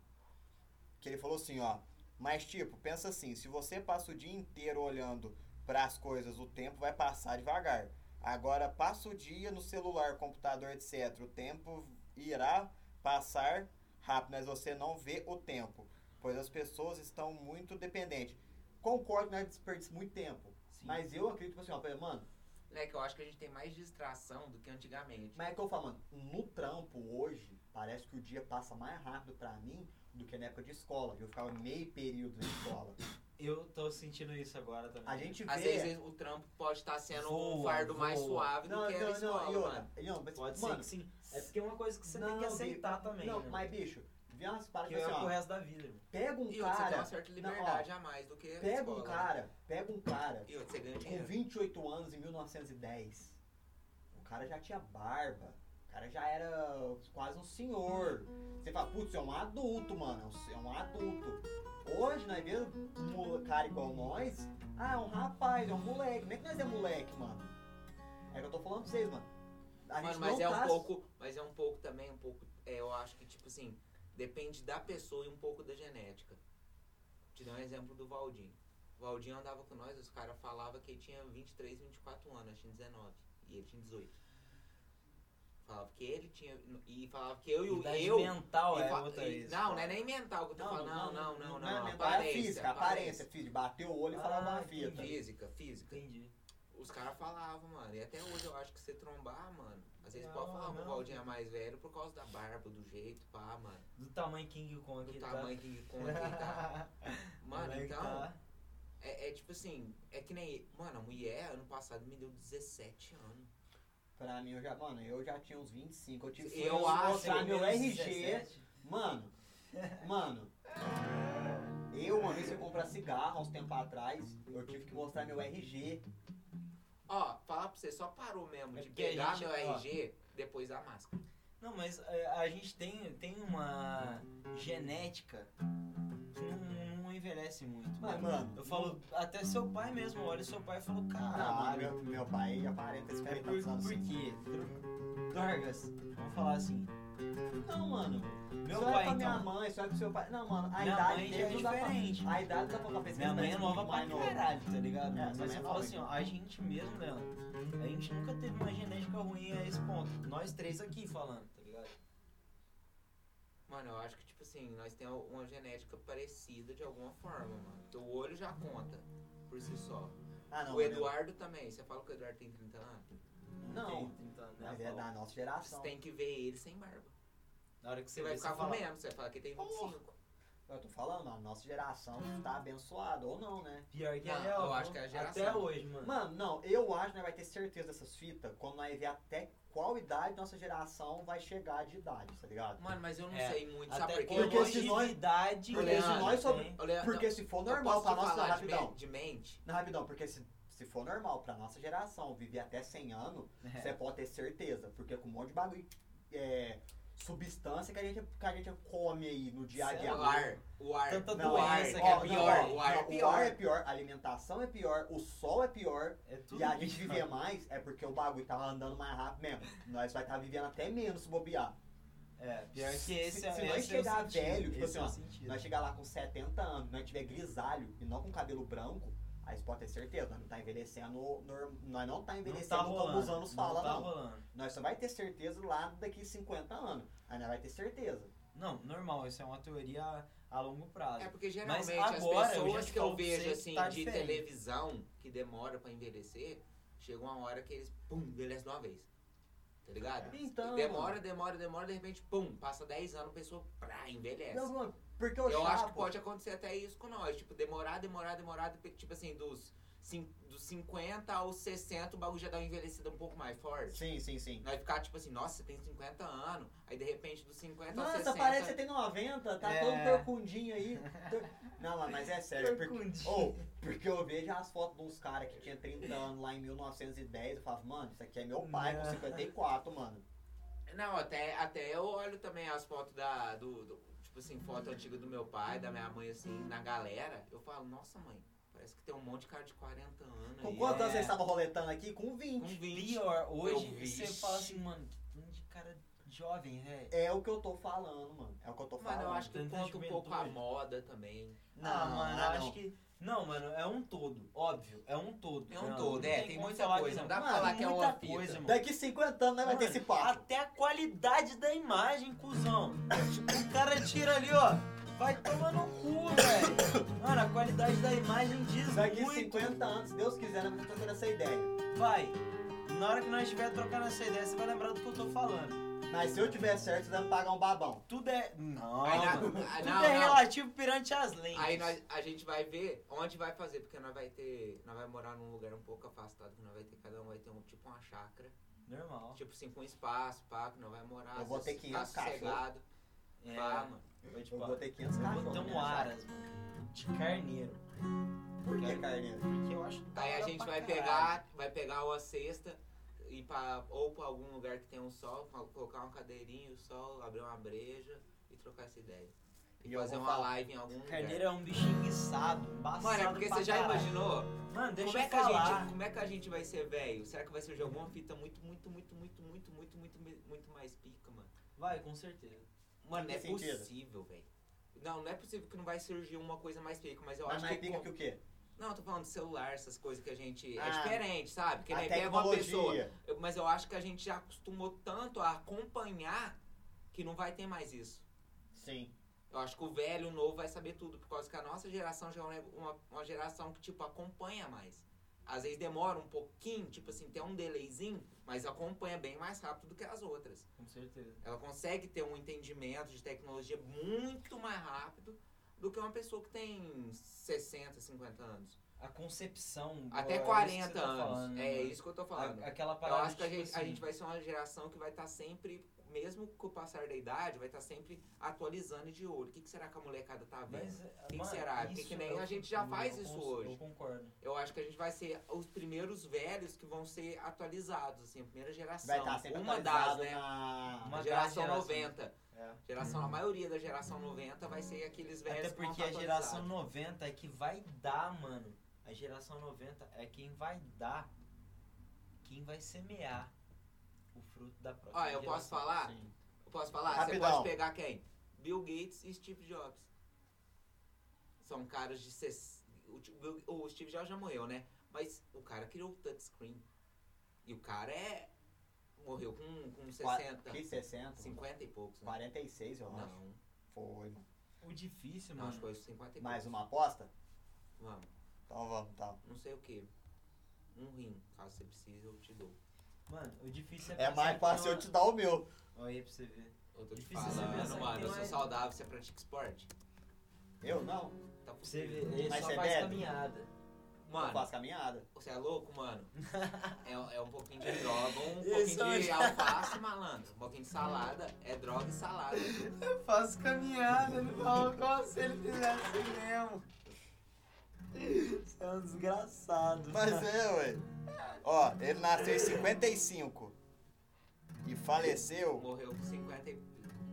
[SPEAKER 1] Que ele falou assim, ó. Mas, tipo, pensa assim: se você passa o dia inteiro olhando para as coisas, o tempo vai passar devagar. Agora, passa o dia no celular, computador, etc. O tempo irá passar rápido, mas você não vê o tempo. Pois as pessoas estão muito dependentes. Concordo que nós desperdiçamos muito tempo.
[SPEAKER 2] Sim.
[SPEAKER 1] Mas eu acredito, tipo assim, ó, por exemplo, mano,
[SPEAKER 3] Né, que eu acho que a gente tem mais distração do que antigamente.
[SPEAKER 1] mas é que eu falo, mano, no trampo hoje, parece que o dia passa mais rápido pra mim do que na época de escola. Eu ficava meio período na escola.
[SPEAKER 2] Ah, Eu tô sentindo isso agora também.
[SPEAKER 1] A gente vê.
[SPEAKER 3] Às vezes o trampo pode estar sendo um
[SPEAKER 2] Voa,
[SPEAKER 3] fardo mais
[SPEAKER 2] voa.
[SPEAKER 3] suave
[SPEAKER 1] não,
[SPEAKER 3] do que a
[SPEAKER 1] não,
[SPEAKER 3] escola,
[SPEAKER 1] não, e outra,
[SPEAKER 3] mano.
[SPEAKER 1] e não, mas,
[SPEAKER 2] Pode
[SPEAKER 1] mano,
[SPEAKER 2] ser que sim. É porque é uma coisa que você tem que
[SPEAKER 1] não,
[SPEAKER 2] aceitar
[SPEAKER 1] bicho,
[SPEAKER 2] também.
[SPEAKER 1] Não,
[SPEAKER 2] né?
[SPEAKER 1] mas bicho, vê umas
[SPEAKER 2] que
[SPEAKER 1] paradas
[SPEAKER 2] é
[SPEAKER 1] assim,
[SPEAKER 2] pro
[SPEAKER 1] ó.
[SPEAKER 2] resto da vida. irmão.
[SPEAKER 1] Pega um
[SPEAKER 3] E outra, você tem uma
[SPEAKER 1] cara.
[SPEAKER 3] certa
[SPEAKER 1] não, ó,
[SPEAKER 3] liberdade a mais do que a
[SPEAKER 1] pega
[SPEAKER 3] escola,
[SPEAKER 1] um
[SPEAKER 3] né?
[SPEAKER 1] cara, pega um cara
[SPEAKER 3] E outra, você ganha
[SPEAKER 1] com
[SPEAKER 3] dinheiro.
[SPEAKER 1] 28 anos em 1910. O cara já tinha barba. O cara já era quase um senhor. Você fala, putz, é um adulto, mano. é um- É um adulto. Hoje, nós vemos um cara igual nós. Ah, é um rapaz, é um moleque. Como é que nós é moleque, mano? É o que eu tô falando pra vocês, mano. A
[SPEAKER 3] Mano,
[SPEAKER 1] gente
[SPEAKER 3] mas
[SPEAKER 1] não
[SPEAKER 3] é
[SPEAKER 1] tá-
[SPEAKER 3] um pouco, mas é um pouco também, um pouco, é, eu acho que tipo assim, depende da pessoa e um pouco da genética. Te dar um exemplo do Valdinho. O Valdinho andava com nós, os caras falavam que ele tinha 23, 24 anos, nós tinha 19 e ele tinha 18. Falava que ele tinha e falava que eu e o
[SPEAKER 2] Idade
[SPEAKER 3] eu
[SPEAKER 2] mental
[SPEAKER 3] e
[SPEAKER 2] é
[SPEAKER 3] fa-
[SPEAKER 2] outra
[SPEAKER 3] e-
[SPEAKER 2] isso.
[SPEAKER 3] não, não é nem mental que eu tô falando, não, não, não, não,
[SPEAKER 1] é mental, é
[SPEAKER 3] aparência,
[SPEAKER 1] física, aparência, física. Bateu o olho e
[SPEAKER 2] Ah,
[SPEAKER 1] falava uma
[SPEAKER 2] entendi.
[SPEAKER 1] fita.
[SPEAKER 3] Física, física.
[SPEAKER 2] Entendi.
[SPEAKER 3] Os caras falavam, mano. E até hoje eu acho que você trombar, mano. Às vezes
[SPEAKER 2] Não,
[SPEAKER 3] pode falar que o
[SPEAKER 2] não.
[SPEAKER 3] Valdinho é mais velho por causa da barba, do jeito, pá, mano.
[SPEAKER 2] Do tamanho King Kong
[SPEAKER 3] Do
[SPEAKER 2] que
[SPEAKER 3] tamanho
[SPEAKER 2] tá.
[SPEAKER 3] que conta e tá. Mano,
[SPEAKER 2] *laughs* Moleque
[SPEAKER 3] então.
[SPEAKER 2] tá-
[SPEAKER 3] É, é tipo assim, é que nem. Mano, a mulher ano passado me deu 17 anos.
[SPEAKER 1] Pra mim, eu já, mano, eu já tinha uns 25. Eu tive que
[SPEAKER 3] Eu acho-
[SPEAKER 1] mostrar meu
[SPEAKER 2] menos
[SPEAKER 1] RG.
[SPEAKER 2] 17.
[SPEAKER 1] Mano, mano, eu uma vez fui comprar cigarro há uns tempos atrás, eu tive que mostrar meu RG.
[SPEAKER 3] Ó, falar pra você, só parou mesmo
[SPEAKER 2] É
[SPEAKER 3] de
[SPEAKER 2] porque a
[SPEAKER 3] pegar
[SPEAKER 2] gente-
[SPEAKER 3] meu
[SPEAKER 2] ó.
[SPEAKER 3] RG depois da máscara.
[SPEAKER 2] Não, mas é, a gente tem, tem uma genética que não, não envelhece muito. né?
[SPEAKER 1] Mas, mano,
[SPEAKER 2] Eu falo, até seu pai mesmo, olha seu pai e falou,
[SPEAKER 1] não, mano,
[SPEAKER 2] caralho.
[SPEAKER 1] meu, meu pai já aparenta esse
[SPEAKER 2] É
[SPEAKER 1] cara
[SPEAKER 2] por,
[SPEAKER 1] tá usando
[SPEAKER 2] por
[SPEAKER 1] assim.
[SPEAKER 2] quê? Dro- Dorgas, vamos falar assim.
[SPEAKER 1] Não, mano.
[SPEAKER 2] Meu
[SPEAKER 1] isso é
[SPEAKER 2] pai,
[SPEAKER 1] pra minha
[SPEAKER 2] então.
[SPEAKER 1] mãe, isso é pro seu pai. Não, mano, a
[SPEAKER 2] Minha
[SPEAKER 1] idade
[SPEAKER 2] mãe já
[SPEAKER 1] dele
[SPEAKER 2] é
[SPEAKER 1] não dá pra-
[SPEAKER 2] diferente.
[SPEAKER 1] A idade dá pra falar pra esse
[SPEAKER 2] Minha
[SPEAKER 1] cara
[SPEAKER 2] mãe é
[SPEAKER 1] muito
[SPEAKER 2] nova pra
[SPEAKER 1] mais novo.
[SPEAKER 2] caralho, tá ligado?
[SPEAKER 1] É,
[SPEAKER 2] Mas
[SPEAKER 1] minha mãe é
[SPEAKER 2] eu
[SPEAKER 1] nova,
[SPEAKER 2] falo assim, ó, a gente mesmo, Leandro, a gente nunca teve uma genética ruim a esse ponto. Nós três aqui falando, tá ligado?
[SPEAKER 3] Mano, eu acho que, tipo assim, nós temos uma genética parecida de alguma forma, mano. Porque o olho já conta, por si só.
[SPEAKER 1] Ah, não.
[SPEAKER 3] o Eduardo também. Você fala que o Eduardo tem 30 anos?
[SPEAKER 1] Não.
[SPEAKER 2] tem 30 anos, né,
[SPEAKER 1] Mas é
[SPEAKER 2] Paulo?
[SPEAKER 1] da nossa
[SPEAKER 3] Você
[SPEAKER 1] geração.
[SPEAKER 3] tem que ver ele sem barba.
[SPEAKER 2] Na hora que
[SPEAKER 3] Você vai
[SPEAKER 2] vê,
[SPEAKER 3] ficar
[SPEAKER 2] fala,
[SPEAKER 3] com menos, você vai falar que tem 25.
[SPEAKER 1] Eu tô falando, mano, nossa geração tá abençoada, ou não, né?
[SPEAKER 2] Pior que
[SPEAKER 3] Não,
[SPEAKER 2] é real.
[SPEAKER 3] eu acho
[SPEAKER 2] viu?
[SPEAKER 3] que é a geração.
[SPEAKER 2] Até hoje, mano.
[SPEAKER 1] Mano, não, eu acho que nós vai ter certeza dessas fitas quando nós ver até qual idade nossa geração vai chegar de idade, tá ligado?
[SPEAKER 3] Mano, mas eu não
[SPEAKER 2] É,
[SPEAKER 3] sei muito, sabe
[SPEAKER 2] Até
[SPEAKER 3] por quê?
[SPEAKER 2] com
[SPEAKER 1] Porque se nós-
[SPEAKER 2] longevidade
[SPEAKER 3] porque
[SPEAKER 2] que
[SPEAKER 3] se
[SPEAKER 2] a gente
[SPEAKER 1] nós sobre-
[SPEAKER 2] tem.
[SPEAKER 3] Eu, Leandro,
[SPEAKER 1] Porque se for
[SPEAKER 3] é, eu
[SPEAKER 1] normal
[SPEAKER 3] posso
[SPEAKER 1] pra
[SPEAKER 3] te
[SPEAKER 1] nossa, é
[SPEAKER 3] falar de,
[SPEAKER 1] rapidão.
[SPEAKER 3] men- de mente.
[SPEAKER 1] Não, rapidão, porque se, se for normal pra nossa geração viver até 100 anos,
[SPEAKER 3] É.
[SPEAKER 1] você pode ter certeza, porque com um monte de bagulho, é, substância que a, gente, que a gente come aí no dia a
[SPEAKER 2] Sei
[SPEAKER 1] dia.
[SPEAKER 3] É, O ar, o ar,
[SPEAKER 2] Tanta
[SPEAKER 3] o ar,
[SPEAKER 2] doença
[SPEAKER 1] ó,
[SPEAKER 2] que é
[SPEAKER 1] não,
[SPEAKER 2] pior,
[SPEAKER 1] ó,
[SPEAKER 3] o ar é
[SPEAKER 1] não,
[SPEAKER 3] pior.
[SPEAKER 1] é pior, a alimentação é pior, o sol é pior,
[SPEAKER 2] É tudo
[SPEAKER 1] e a
[SPEAKER 2] isso,
[SPEAKER 1] gente
[SPEAKER 2] mano.
[SPEAKER 1] viver tá mais é porque o bagulho tava andando mais rápido mesmo. Nós vai estar vivendo até menos se bobear.
[SPEAKER 2] É, pior que esse
[SPEAKER 1] Se-
[SPEAKER 2] é
[SPEAKER 1] se
[SPEAKER 2] esse
[SPEAKER 1] nós
[SPEAKER 2] é o
[SPEAKER 1] chegar
[SPEAKER 2] sentido,
[SPEAKER 1] velho, tipo
[SPEAKER 2] esse é o
[SPEAKER 1] assim,
[SPEAKER 2] sentido.
[SPEAKER 1] Nós chegar lá com 70 anos, nós tiver grisalho e não com cabelo branco, aí você pode ter certeza, nós não tá envelhecendo, nor- nós não tá
[SPEAKER 2] não
[SPEAKER 1] envelhecendo
[SPEAKER 2] tá
[SPEAKER 1] como
[SPEAKER 2] rolando,
[SPEAKER 1] os anos
[SPEAKER 2] não
[SPEAKER 1] falam,
[SPEAKER 2] tá
[SPEAKER 1] não.
[SPEAKER 2] rolando.
[SPEAKER 1] Nós só vai ter certeza lá daqui 50 anos. Aí nós vai ter certeza.
[SPEAKER 2] Não, normal, isso é uma teoria a- a longo prazo.
[SPEAKER 3] É porque geralmente
[SPEAKER 2] agora, eu
[SPEAKER 3] as
[SPEAKER 2] já
[SPEAKER 3] pessoas
[SPEAKER 2] te
[SPEAKER 3] que
[SPEAKER 2] falo
[SPEAKER 3] eu
[SPEAKER 2] pra você
[SPEAKER 3] vejo
[SPEAKER 2] que
[SPEAKER 3] assim
[SPEAKER 2] tá
[SPEAKER 3] de
[SPEAKER 2] diferente.
[SPEAKER 3] televisão que demora pra envelhecer, chega uma hora que eles pum, envelhecem de uma vez. Tá ligado?
[SPEAKER 1] Então-
[SPEAKER 3] Demora, demora, demora, de repente, pum, passa 10 anos, a pessoa pra, envelhece.
[SPEAKER 1] Não, mano, porque o
[SPEAKER 3] Eu acho que
[SPEAKER 1] Chapo-
[SPEAKER 3] pode acontecer até isso com nós. Tipo, demorar, demorar, demorar, de- tipo assim, dos, cin- dos 50 aos 60, o bagulho já dá uma envelhecida um pouco mais forte.
[SPEAKER 1] Sim, sim, sim.
[SPEAKER 3] Nós ficar tipo assim, nossa, você tem 50 anos, aí de repente dos 50 aos
[SPEAKER 1] Nossa,
[SPEAKER 3] 60.
[SPEAKER 1] parece que você tem 90, tá
[SPEAKER 2] É.
[SPEAKER 1] todo percundinho aí. Tu- Não, não, mas é sério. Porque,
[SPEAKER 3] *laughs*
[SPEAKER 2] Percundinho.
[SPEAKER 1] ou, porque eu vejo as fotos de uns caras que tinha 30 anos lá em 1910, eu falava, mano, isso aqui é meu pai com
[SPEAKER 2] Não.
[SPEAKER 1] 54,
[SPEAKER 3] *laughs*
[SPEAKER 1] mano.
[SPEAKER 3] Não, até, até eu olho também as fotos da. Do, do- tipo assim, foto antiga do meu pai, da minha mãe, assim, na galera. Eu falo, nossa mãe, parece que tem um monte de cara de 40 anos.
[SPEAKER 1] Com
[SPEAKER 3] aí.
[SPEAKER 1] quantos
[SPEAKER 2] é.
[SPEAKER 1] anos você estava roletando aqui? Com
[SPEAKER 3] Com
[SPEAKER 1] 20.
[SPEAKER 3] 20.
[SPEAKER 2] Pior,
[SPEAKER 3] Um Eu
[SPEAKER 2] hoje
[SPEAKER 3] vi.
[SPEAKER 2] você fala assim, mano, que tanto de cara jovem, né? velho.
[SPEAKER 1] É o que eu tô falando, mano. É o que eu tô falando.
[SPEAKER 3] Mano, eu acho que
[SPEAKER 2] Tanta
[SPEAKER 3] conta um pouco a
[SPEAKER 2] juventude.
[SPEAKER 3] moda também.
[SPEAKER 1] Não,
[SPEAKER 2] ah, mano, eu
[SPEAKER 3] é
[SPEAKER 1] ah, não.
[SPEAKER 2] acho que. Não, mano, é um todo, óbvio. É um todo.
[SPEAKER 3] É um
[SPEAKER 2] Não,
[SPEAKER 3] todo,
[SPEAKER 2] não
[SPEAKER 3] é, tem
[SPEAKER 2] como
[SPEAKER 3] muita
[SPEAKER 2] falar que
[SPEAKER 3] coisa, não dá pra
[SPEAKER 2] Mano,
[SPEAKER 3] falar que é
[SPEAKER 2] muita
[SPEAKER 3] uma fita.
[SPEAKER 2] coisa, mano.
[SPEAKER 1] Daqui 50 anos nós vai ter
[SPEAKER 2] Mano,
[SPEAKER 1] esse papo.
[SPEAKER 2] Até a qualidade da imagem, cuzão. tipo, o cara tira ali, ó. Vai tomar no cu, velho. Mano, a qualidade da imagem
[SPEAKER 3] é
[SPEAKER 2] diz
[SPEAKER 1] Daqui
[SPEAKER 2] muito.
[SPEAKER 1] 50 anos, se Deus quiser, nós vamos ter essa ideia.
[SPEAKER 2] Vai. Na hora que nós estiver trocando essa ideia, você vai lembrar do que eu tô falando.
[SPEAKER 1] Mas se eu tiver certo, vocês vão me pagar um babão.
[SPEAKER 2] Tudo é. Não.
[SPEAKER 3] Aí na-
[SPEAKER 2] mano.
[SPEAKER 3] ah,
[SPEAKER 2] Tudo
[SPEAKER 3] não,
[SPEAKER 2] é
[SPEAKER 3] não.
[SPEAKER 2] relativo perante as leis.
[SPEAKER 3] Aí nós- a gente vai ver onde vai fazer, porque nós vai ter. Nós vai morar num lugar um pouco afastado, que nós vai ter, cada um vai ter um tipo uma chácara.
[SPEAKER 2] Normal.
[SPEAKER 3] Tipo assim, com espaço, pá, que nós vai morar.
[SPEAKER 1] Eu
[SPEAKER 3] às
[SPEAKER 1] vou
[SPEAKER 3] vezes,
[SPEAKER 1] ter 500
[SPEAKER 3] tá
[SPEAKER 1] cachorro.
[SPEAKER 3] sossegado,
[SPEAKER 2] É.
[SPEAKER 1] né?
[SPEAKER 3] pá, mano.
[SPEAKER 2] Foi tipo,
[SPEAKER 1] Eu vou ter 500
[SPEAKER 2] eu
[SPEAKER 1] cachorros.
[SPEAKER 2] vou ter
[SPEAKER 1] né?
[SPEAKER 2] um aras, mano. De carneiro.
[SPEAKER 1] Por que, Carneiro?
[SPEAKER 2] Porque eu acho da
[SPEAKER 3] Aí a
[SPEAKER 1] Tá
[SPEAKER 2] hora
[SPEAKER 3] gente
[SPEAKER 2] pra
[SPEAKER 3] vai
[SPEAKER 2] caralho.
[SPEAKER 3] pegar, vai pegar uma cesta e pra, ou pra algum lugar que tem um sol, pra colocar uma cadeirinha, o sol, abrir uma breja e trocar essa ideia. E,
[SPEAKER 1] E eu
[SPEAKER 3] fazer
[SPEAKER 1] vou
[SPEAKER 3] uma
[SPEAKER 1] falar.
[SPEAKER 3] live em algum lugar.
[SPEAKER 2] Carneiro é um bicho enguiçado, embaçado.
[SPEAKER 3] Mano, é porque
[SPEAKER 2] pra
[SPEAKER 3] você já
[SPEAKER 2] caralho.
[SPEAKER 3] imaginou?
[SPEAKER 2] Mano, deixa
[SPEAKER 3] como, é
[SPEAKER 2] eu
[SPEAKER 3] que a
[SPEAKER 2] falar.
[SPEAKER 3] gente, como é que a gente vai ser velho? Será que vai ser de alguma fita muito, muito, muito, muito, muito, muito, muito, me- muito mais pica, mano?
[SPEAKER 2] Vai, com certeza.
[SPEAKER 3] Mano, não é
[SPEAKER 1] Que sentido?
[SPEAKER 3] possível, velho. Não, não é possível que não vai surgir uma coisa mais pica, mas eu
[SPEAKER 1] Mas
[SPEAKER 3] acho
[SPEAKER 1] mais
[SPEAKER 3] que.
[SPEAKER 1] pica
[SPEAKER 3] com-
[SPEAKER 1] que o quê?
[SPEAKER 3] Não, eu tô falando de celular, essas coisas que a gente.
[SPEAKER 1] Ah,
[SPEAKER 3] é diferente, sabe? Que
[SPEAKER 1] a
[SPEAKER 3] nem pega uma pessoa.
[SPEAKER 1] tecnologia.
[SPEAKER 3] Eu- Mas eu acho que a gente já acostumou tanto a acompanhar que não vai ter mais isso.
[SPEAKER 1] Sim.
[SPEAKER 3] Eu acho que o velho, o novo vai saber tudo, por causa que a nossa geração já é um neg- uma, uma geração que, tipo, acompanha mais. Às vezes demora um pouquinho, tipo assim, tem um delayzinho, mas acompanha bem mais rápido do que as outras.
[SPEAKER 2] Com certeza.
[SPEAKER 3] Ela consegue ter um entendimento de tecnologia muito mais rápido do que uma pessoa que tem 60, 50 anos.
[SPEAKER 2] A concepção.
[SPEAKER 3] Até
[SPEAKER 2] é isso que
[SPEAKER 3] 40
[SPEAKER 2] você tá
[SPEAKER 3] anos.
[SPEAKER 2] falando,
[SPEAKER 3] é
[SPEAKER 2] né?
[SPEAKER 3] isso que eu tô falando.
[SPEAKER 2] A- Aquela
[SPEAKER 3] Eu
[SPEAKER 2] parada.
[SPEAKER 3] acho que a
[SPEAKER 2] tipo
[SPEAKER 3] gente, a
[SPEAKER 2] assim,
[SPEAKER 3] gente vai ser uma geração que vai estar sempre, mesmo com o passar da idade, vai estar sempre atualizando e de olho. O que, que será que a molecada tá vendo?
[SPEAKER 2] Mas,
[SPEAKER 3] que
[SPEAKER 2] mano,
[SPEAKER 3] será? Porque
[SPEAKER 2] isso
[SPEAKER 3] que nem
[SPEAKER 2] eu
[SPEAKER 3] a gente já
[SPEAKER 2] concordo,
[SPEAKER 3] faz
[SPEAKER 2] eu
[SPEAKER 3] isso
[SPEAKER 2] cons-
[SPEAKER 3] hoje.
[SPEAKER 2] Eu concordo.
[SPEAKER 3] Eu acho que a gente vai ser os primeiros velhos que vão ser atualizados, assim, a primeira geração.
[SPEAKER 1] Vai estar sempre
[SPEAKER 3] uma das,
[SPEAKER 1] atualizado
[SPEAKER 3] né?
[SPEAKER 1] na...
[SPEAKER 3] a
[SPEAKER 2] Uma das
[SPEAKER 3] geração
[SPEAKER 2] gerações.
[SPEAKER 3] 90.
[SPEAKER 2] É.
[SPEAKER 3] Geração, a maioria da geração 90 vai ser aqueles velhos
[SPEAKER 2] Até
[SPEAKER 3] que vão
[SPEAKER 2] porque
[SPEAKER 3] tá
[SPEAKER 2] a geração
[SPEAKER 3] atualizados.
[SPEAKER 2] 90 é que vai dar, mano. A geração 90 é quem vai dar, quem vai semear o fruto da próxima.
[SPEAKER 3] Ó, eu posso
[SPEAKER 2] geração.
[SPEAKER 3] falar?
[SPEAKER 1] Sim.
[SPEAKER 3] Eu posso falar? Você
[SPEAKER 1] Rapidão.
[SPEAKER 3] pode pegar quem? Bill Gates e Steve Jobs. São caras de... ses- O, Ti- Bill- o Steve Jobs já morreu, né? Mas o cara criou o touchscreen. E o cara é... Morreu com, com
[SPEAKER 1] Qua-
[SPEAKER 3] 60,
[SPEAKER 1] Que 60?
[SPEAKER 3] 50 e poucos, né?
[SPEAKER 1] 46, eu acho.
[SPEAKER 3] Não,
[SPEAKER 1] Foi, mano.
[SPEAKER 2] O difícil,
[SPEAKER 3] não,
[SPEAKER 2] mano.
[SPEAKER 3] acho que foi 50 e
[SPEAKER 1] Mais
[SPEAKER 3] poucos.
[SPEAKER 1] uma aposta?
[SPEAKER 3] Vamos,
[SPEAKER 1] Então vamos, então.
[SPEAKER 3] não sei o que. Um rim, caso você precise, eu te dou.
[SPEAKER 2] Mano, o difícil é
[SPEAKER 1] É mais fácil eu te dar o meu.
[SPEAKER 2] Olha aí pra você ver.
[SPEAKER 3] Eu tô te
[SPEAKER 2] Difícil você pensar
[SPEAKER 3] falando,
[SPEAKER 2] que é-
[SPEAKER 3] mano.
[SPEAKER 2] tem
[SPEAKER 3] Eu sou
[SPEAKER 2] mais-
[SPEAKER 3] saudável, você pratica esporte.
[SPEAKER 1] Eu não.
[SPEAKER 3] Tá
[SPEAKER 2] Pra você é
[SPEAKER 3] possível.
[SPEAKER 2] ver, ele
[SPEAKER 1] Mas
[SPEAKER 2] só
[SPEAKER 1] você
[SPEAKER 2] faz
[SPEAKER 1] bebe?
[SPEAKER 2] caminhada.
[SPEAKER 1] Eu
[SPEAKER 3] Mano,
[SPEAKER 1] faço caminhada.
[SPEAKER 3] *laughs* Você é louco, mano?
[SPEAKER 1] *laughs*
[SPEAKER 3] É, é um pouquinho de droga, um
[SPEAKER 2] Esse
[SPEAKER 3] pouquinho de
[SPEAKER 2] é o-
[SPEAKER 3] alface, malandro. Um pouquinho de salada. É droga e salada.
[SPEAKER 2] Eu faço caminhada, ele falou como se ele fizesse mesmo. Você é um desgraçado.
[SPEAKER 1] Mas é, ué. Ó, ele nasceu em 55. E faleceu.
[SPEAKER 3] Morreu com 50 e...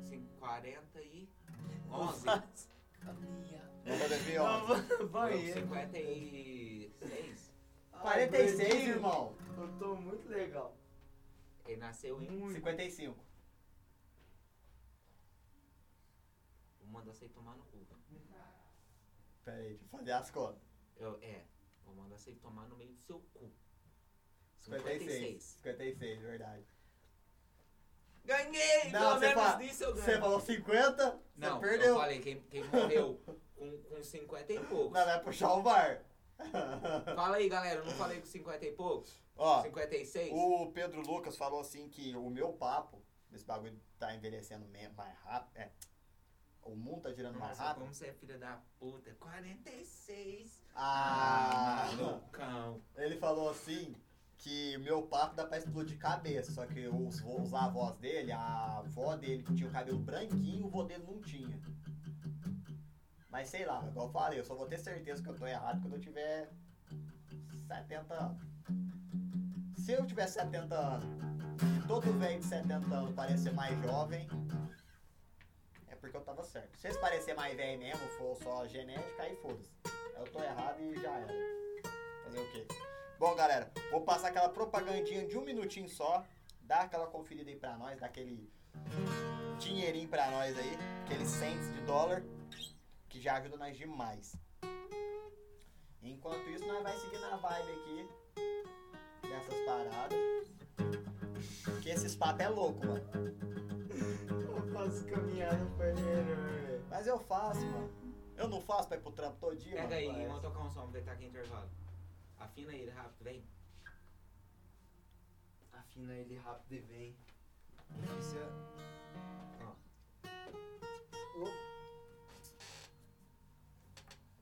[SPEAKER 3] cin- 40 e... 11.
[SPEAKER 2] Caminhada.
[SPEAKER 1] No ano 2011.
[SPEAKER 3] Morreu com
[SPEAKER 2] Banheiro.
[SPEAKER 3] 56.
[SPEAKER 2] Ai,
[SPEAKER 1] 46,
[SPEAKER 2] gordinho,
[SPEAKER 1] irmão.
[SPEAKER 2] Eu tô muito legal.
[SPEAKER 3] Ele nasceu em...
[SPEAKER 2] Muito.
[SPEAKER 1] 55.
[SPEAKER 3] mando você ir tomar no cu.
[SPEAKER 1] Peraí, deixa eu fazer as contas.
[SPEAKER 3] Eu, é, eu mando você ir tomar no meio do seu cu.
[SPEAKER 1] 56. 56, de verdade.
[SPEAKER 3] Ganhei!
[SPEAKER 1] Não,
[SPEAKER 3] pelo
[SPEAKER 1] você
[SPEAKER 3] menos
[SPEAKER 1] fala-
[SPEAKER 3] nisso eu ganho.
[SPEAKER 1] Você falou 50,
[SPEAKER 3] não,
[SPEAKER 1] você perdeu.
[SPEAKER 3] eu falei quem, quem morreu com, com 50 e poucos.
[SPEAKER 1] Não, vai puxar o VAR.
[SPEAKER 3] Fala aí, galera, eu não falei com 50 e poucos?
[SPEAKER 1] Ó,
[SPEAKER 3] 56?
[SPEAKER 1] o Pedro Lucas falou assim que o meu papo, esse bagulho tá envelhecendo me- mais rápido. É, o mundo tá girando mais
[SPEAKER 3] Nossa,
[SPEAKER 1] rápido.
[SPEAKER 3] como você é filha da puta. 46.
[SPEAKER 1] Ah,
[SPEAKER 3] malucão.
[SPEAKER 1] ele falou assim que o meu papo dá pra explodir cabeça. Só que os, vô- os avós dele, a avó dele que tinha o cabelo branquinho, o vô dele não tinha. Mas sei lá, igual eu falei, eu só vou ter certeza que eu tô errado quando eu tiver 70 anos. Se eu tiver 70 anos, e todo velho de 70 anos parecer mais jovem, é porque eu tava certo. Se eles parecer mais velho mesmo, for só genética, aí foda-se. Eu tô errado e já era. Fazer o quê? Bom, galera, vou passar aquela propagandinha de um minutinho só. Dá aquela conferida aí pra nós, dá aquele dinheirinho pra nós aí, aquele cents de dólar, que já ajuda nós demais. Enquanto isso, nós vai seguir na vibe aqui dessas paradas. Que esses papos é louco, mano.
[SPEAKER 2] Eu faço tá caminhada pra ele,
[SPEAKER 1] Mas eu faço, mano. Eu não faço pra ir pro trampo todo dia, mano.
[SPEAKER 3] Pega aí,
[SPEAKER 1] Mas-
[SPEAKER 3] vamos tocar um som, aproveitar que é intervalo. Afina ele rápido, vem.
[SPEAKER 2] Afina ele rápido e vem. é- Isso é...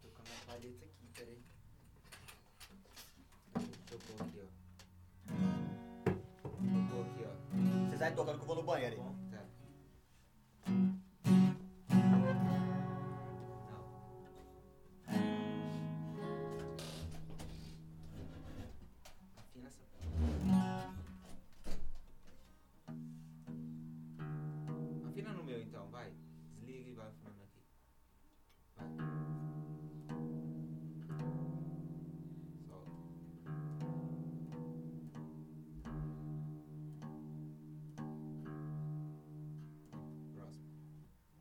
[SPEAKER 2] Tô com a minha palheta aqui, peraí.
[SPEAKER 3] Deixa eu pôr aqui, ó. Deixa eu pôr aqui, ó.
[SPEAKER 1] Vocês vai tocando que eu vou no banheiro aí.
[SPEAKER 3] Bom, tá. Não. Afina essa. Afina no meu então, vai. Desliga e vai afinando aqui. Vai. Solta. Próximo.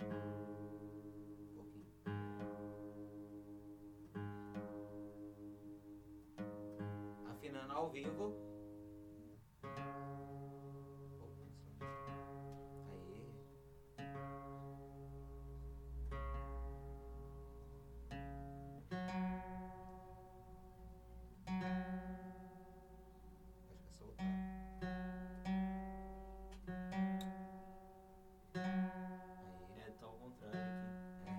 [SPEAKER 3] Um pouquinho. Afinando ao vivo. Opa, só- Aê. Acho que é soltar. Aí. né?
[SPEAKER 2] É, tá ao contrário aqui.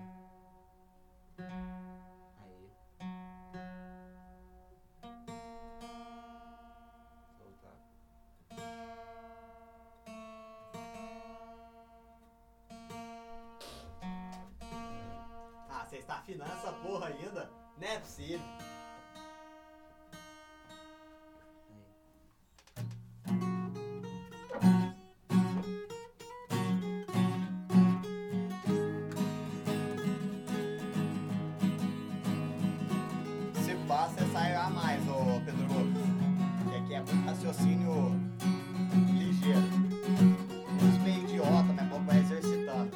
[SPEAKER 3] É. Aí. Soltar.
[SPEAKER 1] Ah, vocês tá afinando essa porra ainda? Não é possível. Se passa, você sai a mais, ô Pedro Lucas. Que aqui é muito raciocínio ligeiro. Uns meio idiota, mas bom pra exercitando.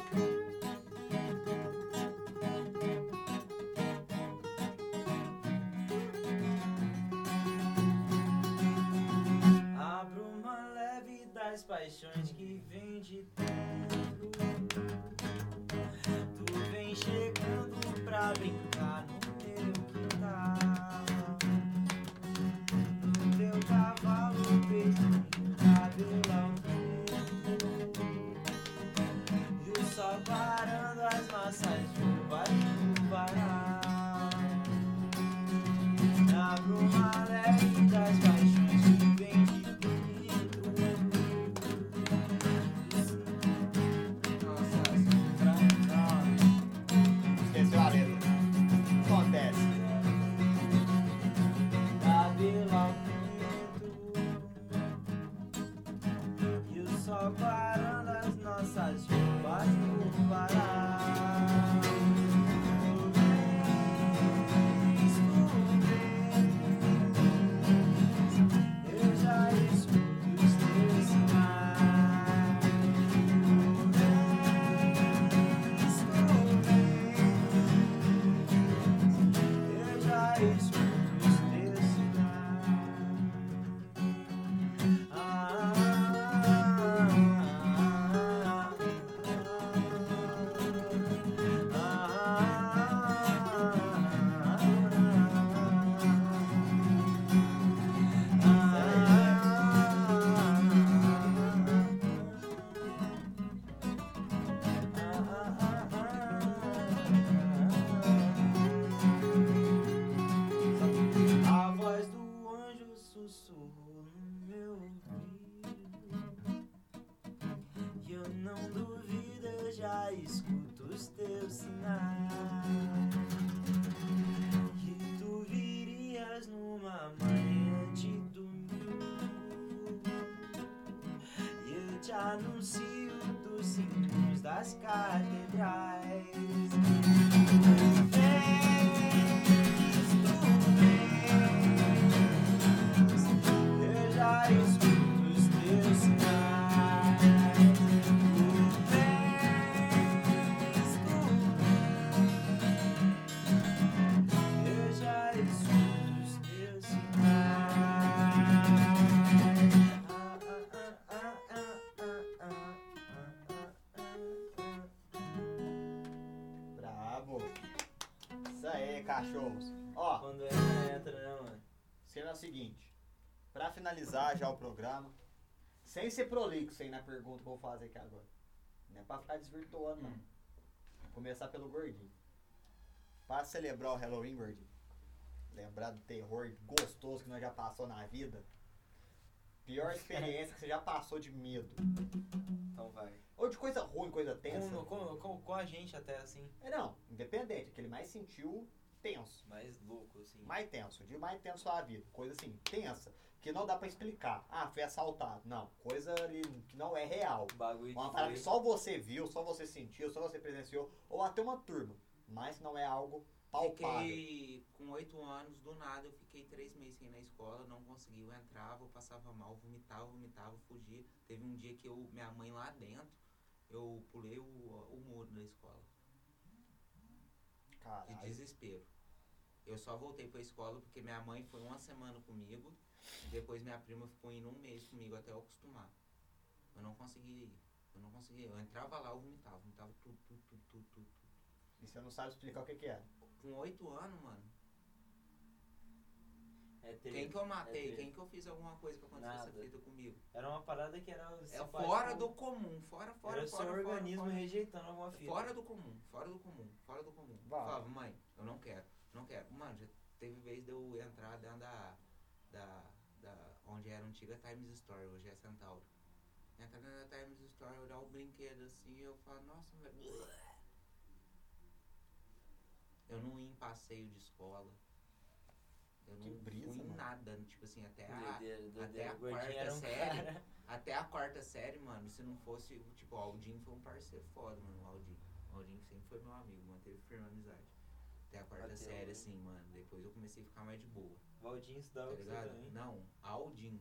[SPEAKER 2] Abro uma leve das paixões que vem de dentro. Tu vem chegando pra brincar no teu quintal. No teu cavalo, um peitinho, cabelo ao vento. E o sol parando as massas uvas do varal. Na bruma leve das paixões que vem de dentro
[SPEAKER 3] Nossa,
[SPEAKER 2] pra fora.
[SPEAKER 1] Esqueceu a letra. Ó,
[SPEAKER 2] anúncio dos sinos das catedrais. Tu vens, eu já escuto os teus sinais. Tu vens, tu vens, eu já escuto os teus sinais.
[SPEAKER 1] Bravo. Isso aí, cachorros. Ó,
[SPEAKER 2] Quando ela entra, né, mano?
[SPEAKER 1] sendo é o seguinte. Pra finalizar já o programa, sem ser prolixo aí na pergunta que eu vou fazer aqui agora. Não é pra ficar desvirtuando, não. Vou começar pelo gordinho. Pra celebrar o Halloween, gordinho, lembrar do terror gostoso que nós já passou na vida. Pior experiência que você já passou de medo.
[SPEAKER 6] Então vai.
[SPEAKER 1] Ou de coisa ruim, coisa tensa.
[SPEAKER 2] Com, com, com, com a gente até, assim,
[SPEAKER 1] É não, independente, o que ele mais sentiu tenso.
[SPEAKER 2] mais louco, assim.
[SPEAKER 1] Mais tenso, de mais tenso da vida. Coisa assim, tensa, que não dá pra explicar. Ah, foi assaltado. Não, coisa ali que não é real.
[SPEAKER 6] O bagulho
[SPEAKER 1] Uma
[SPEAKER 6] que
[SPEAKER 1] parada
[SPEAKER 6] foi...
[SPEAKER 1] que só você viu, só você sentiu, só você presenciou, ou até uma turma. Mas não é algo palpável.
[SPEAKER 3] Fiquei com oito anos, do nada, eu fiquei três meses sem ir na escola, não conseguia, eu entrava, eu passava mal, vomitava, vomitava, fugia. Teve um dia que eu, minha mãe lá dentro, eu pulei o, o muro da escola, de
[SPEAKER 1] Caralho.
[SPEAKER 3] desespero. Eu só voltei pra escola porque minha mãe foi uma semana comigo, depois minha prima ficou indo um mês comigo até eu acostumar. Eu não conseguia ir, eu não conseguia, eu entrava lá, eu vomitava, vomitava tudo, tudo, tudo, tudo, tudo. tudo.
[SPEAKER 1] E você não sabe explicar o que, que é.
[SPEAKER 3] Com oito anos, mano,
[SPEAKER 2] É
[SPEAKER 3] quem
[SPEAKER 2] treta.
[SPEAKER 3] que eu matei?
[SPEAKER 2] treta.
[SPEAKER 3] Quem que eu fiz alguma coisa pra acontecer essa
[SPEAKER 2] Nada.
[SPEAKER 3] fita comigo?
[SPEAKER 2] Era uma parada que era...
[SPEAKER 3] É fora do comum, fora, fora,
[SPEAKER 2] Era o seu
[SPEAKER 3] fora, fora,
[SPEAKER 2] organismo
[SPEAKER 3] fora,
[SPEAKER 2] rejeitando alguma fita.
[SPEAKER 3] fora do comum, fora do comum, fora do comum.
[SPEAKER 1] Vai.
[SPEAKER 3] Falava, mãe, eu não quero, não quero. Mano, já teve vez de eu entrar dentro da, da, da onde era a antiga Times Store, hoje é Centauro. Entrar dentro da Times Store, olhar o brinquedo assim, eu falo, nossa, velho. Eu não ia em passeio de escola. Eu
[SPEAKER 1] Que
[SPEAKER 3] não
[SPEAKER 1] brisa,
[SPEAKER 3] fui em
[SPEAKER 1] mano.
[SPEAKER 3] nada, tipo assim, até a,
[SPEAKER 2] Doideira,
[SPEAKER 3] até
[SPEAKER 2] doideira.
[SPEAKER 3] a
[SPEAKER 2] O gordinho
[SPEAKER 3] quarta
[SPEAKER 2] era um
[SPEAKER 3] série.
[SPEAKER 2] cara... *laughs*
[SPEAKER 3] Até a quarta série, mano, se não fosse, tipo, o Aldinho foi um parceiro foda, mano, o Aldinho. O Aldinho sempre foi meu amigo, manteve firme a amizade. Até a quarta
[SPEAKER 2] Bateu,
[SPEAKER 3] série,
[SPEAKER 2] né?
[SPEAKER 3] assim, mano, depois eu comecei a ficar mais de boa,
[SPEAKER 2] Valdinho
[SPEAKER 3] tá
[SPEAKER 2] estudava com você
[SPEAKER 3] ligado?
[SPEAKER 2] também. *laughs*
[SPEAKER 3] Não, Aldinho.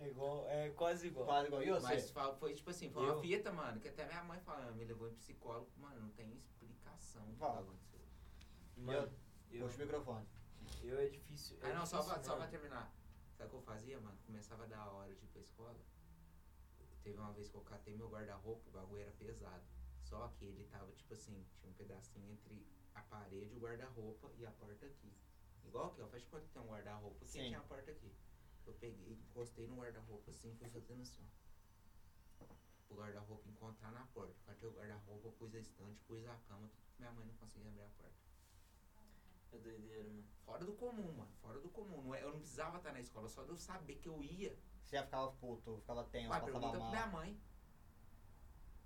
[SPEAKER 2] É igual, é quase igual.
[SPEAKER 1] Quase igual. E você?
[SPEAKER 3] Mas fa- foi, tipo assim, foi
[SPEAKER 2] Eu?
[SPEAKER 3] uma fita, mano, que até minha mãe falando, me levou em psicólogo, mano, não tem explicação do que
[SPEAKER 1] Fala.
[SPEAKER 3] aconteceu.
[SPEAKER 2] Mano,
[SPEAKER 1] eu,
[SPEAKER 2] eu,
[SPEAKER 1] puxa o microfone.
[SPEAKER 2] eu é difícil.
[SPEAKER 3] Ah,
[SPEAKER 2] é
[SPEAKER 3] não, só
[SPEAKER 2] difícil,
[SPEAKER 3] pra, só
[SPEAKER 2] mano.
[SPEAKER 3] pra terminar. Sabe o que eu fazia, mano? Começava a dar hora de ir pra escola. Teve uma vez que eu catei meu guarda-roupa, o bagulho era pesado. Só que ele tava, tipo assim, tinha um pedacinho entre a parede, o guarda-roupa e a porta aqui. Igual aqui, ó. Faz de conta que tem um guarda-roupa aqui
[SPEAKER 1] Sim.
[SPEAKER 3] tinha a porta aqui. Eu peguei, encostei no guarda-roupa assim, fui fazendo assim, ó. O guarda-roupa encontrar na porta. Catei o guarda-roupa, pus a estante, pus a cama, tudo que minha mãe não conseguia abrir a porta.
[SPEAKER 2] É doideira, mano.
[SPEAKER 3] Fora do comum, mano. Fora do comum. Não é, eu não precisava estar na escola, só de eu saber que eu ia.
[SPEAKER 1] Você já ficava puto, ficava tenso,
[SPEAKER 3] Vai,
[SPEAKER 1] passava
[SPEAKER 3] pergunta pra
[SPEAKER 1] mal.
[SPEAKER 3] minha mãe.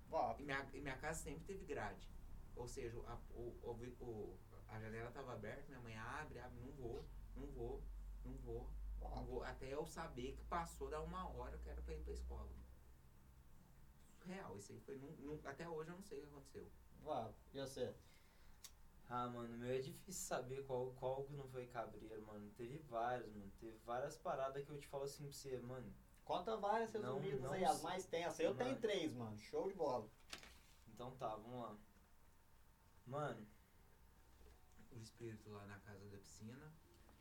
[SPEAKER 1] Vá,
[SPEAKER 3] E minha, e minha casa sempre teve grade. Ou seja, a, o, o, vi- o- a janela tava aberta, minha mãe abre, abre, não vou, não vou, não vou, não
[SPEAKER 1] vá.
[SPEAKER 3] vou. Até eu saber que passou da uma hora que era pra ir pra escola. Real, isso aí foi. num- num- até hoje eu não sei o que aconteceu.
[SPEAKER 1] Vá, e você?
[SPEAKER 2] Ah, mano, meu, é difícil saber qual, qual que não foi cabreiro, mano. Teve vários, mano. Teve várias paradas que eu te falo assim pra você, mano.
[SPEAKER 1] Conta várias seus
[SPEAKER 2] Não-
[SPEAKER 1] amigos
[SPEAKER 2] não
[SPEAKER 1] aí, as
[SPEAKER 2] sei.
[SPEAKER 1] mais tensas. Eu tenho
[SPEAKER 2] Mano.
[SPEAKER 1] três, mano. Show de bola.
[SPEAKER 2] Então tá, vamos lá. Mano,
[SPEAKER 3] O espírito lá na casa da piscina,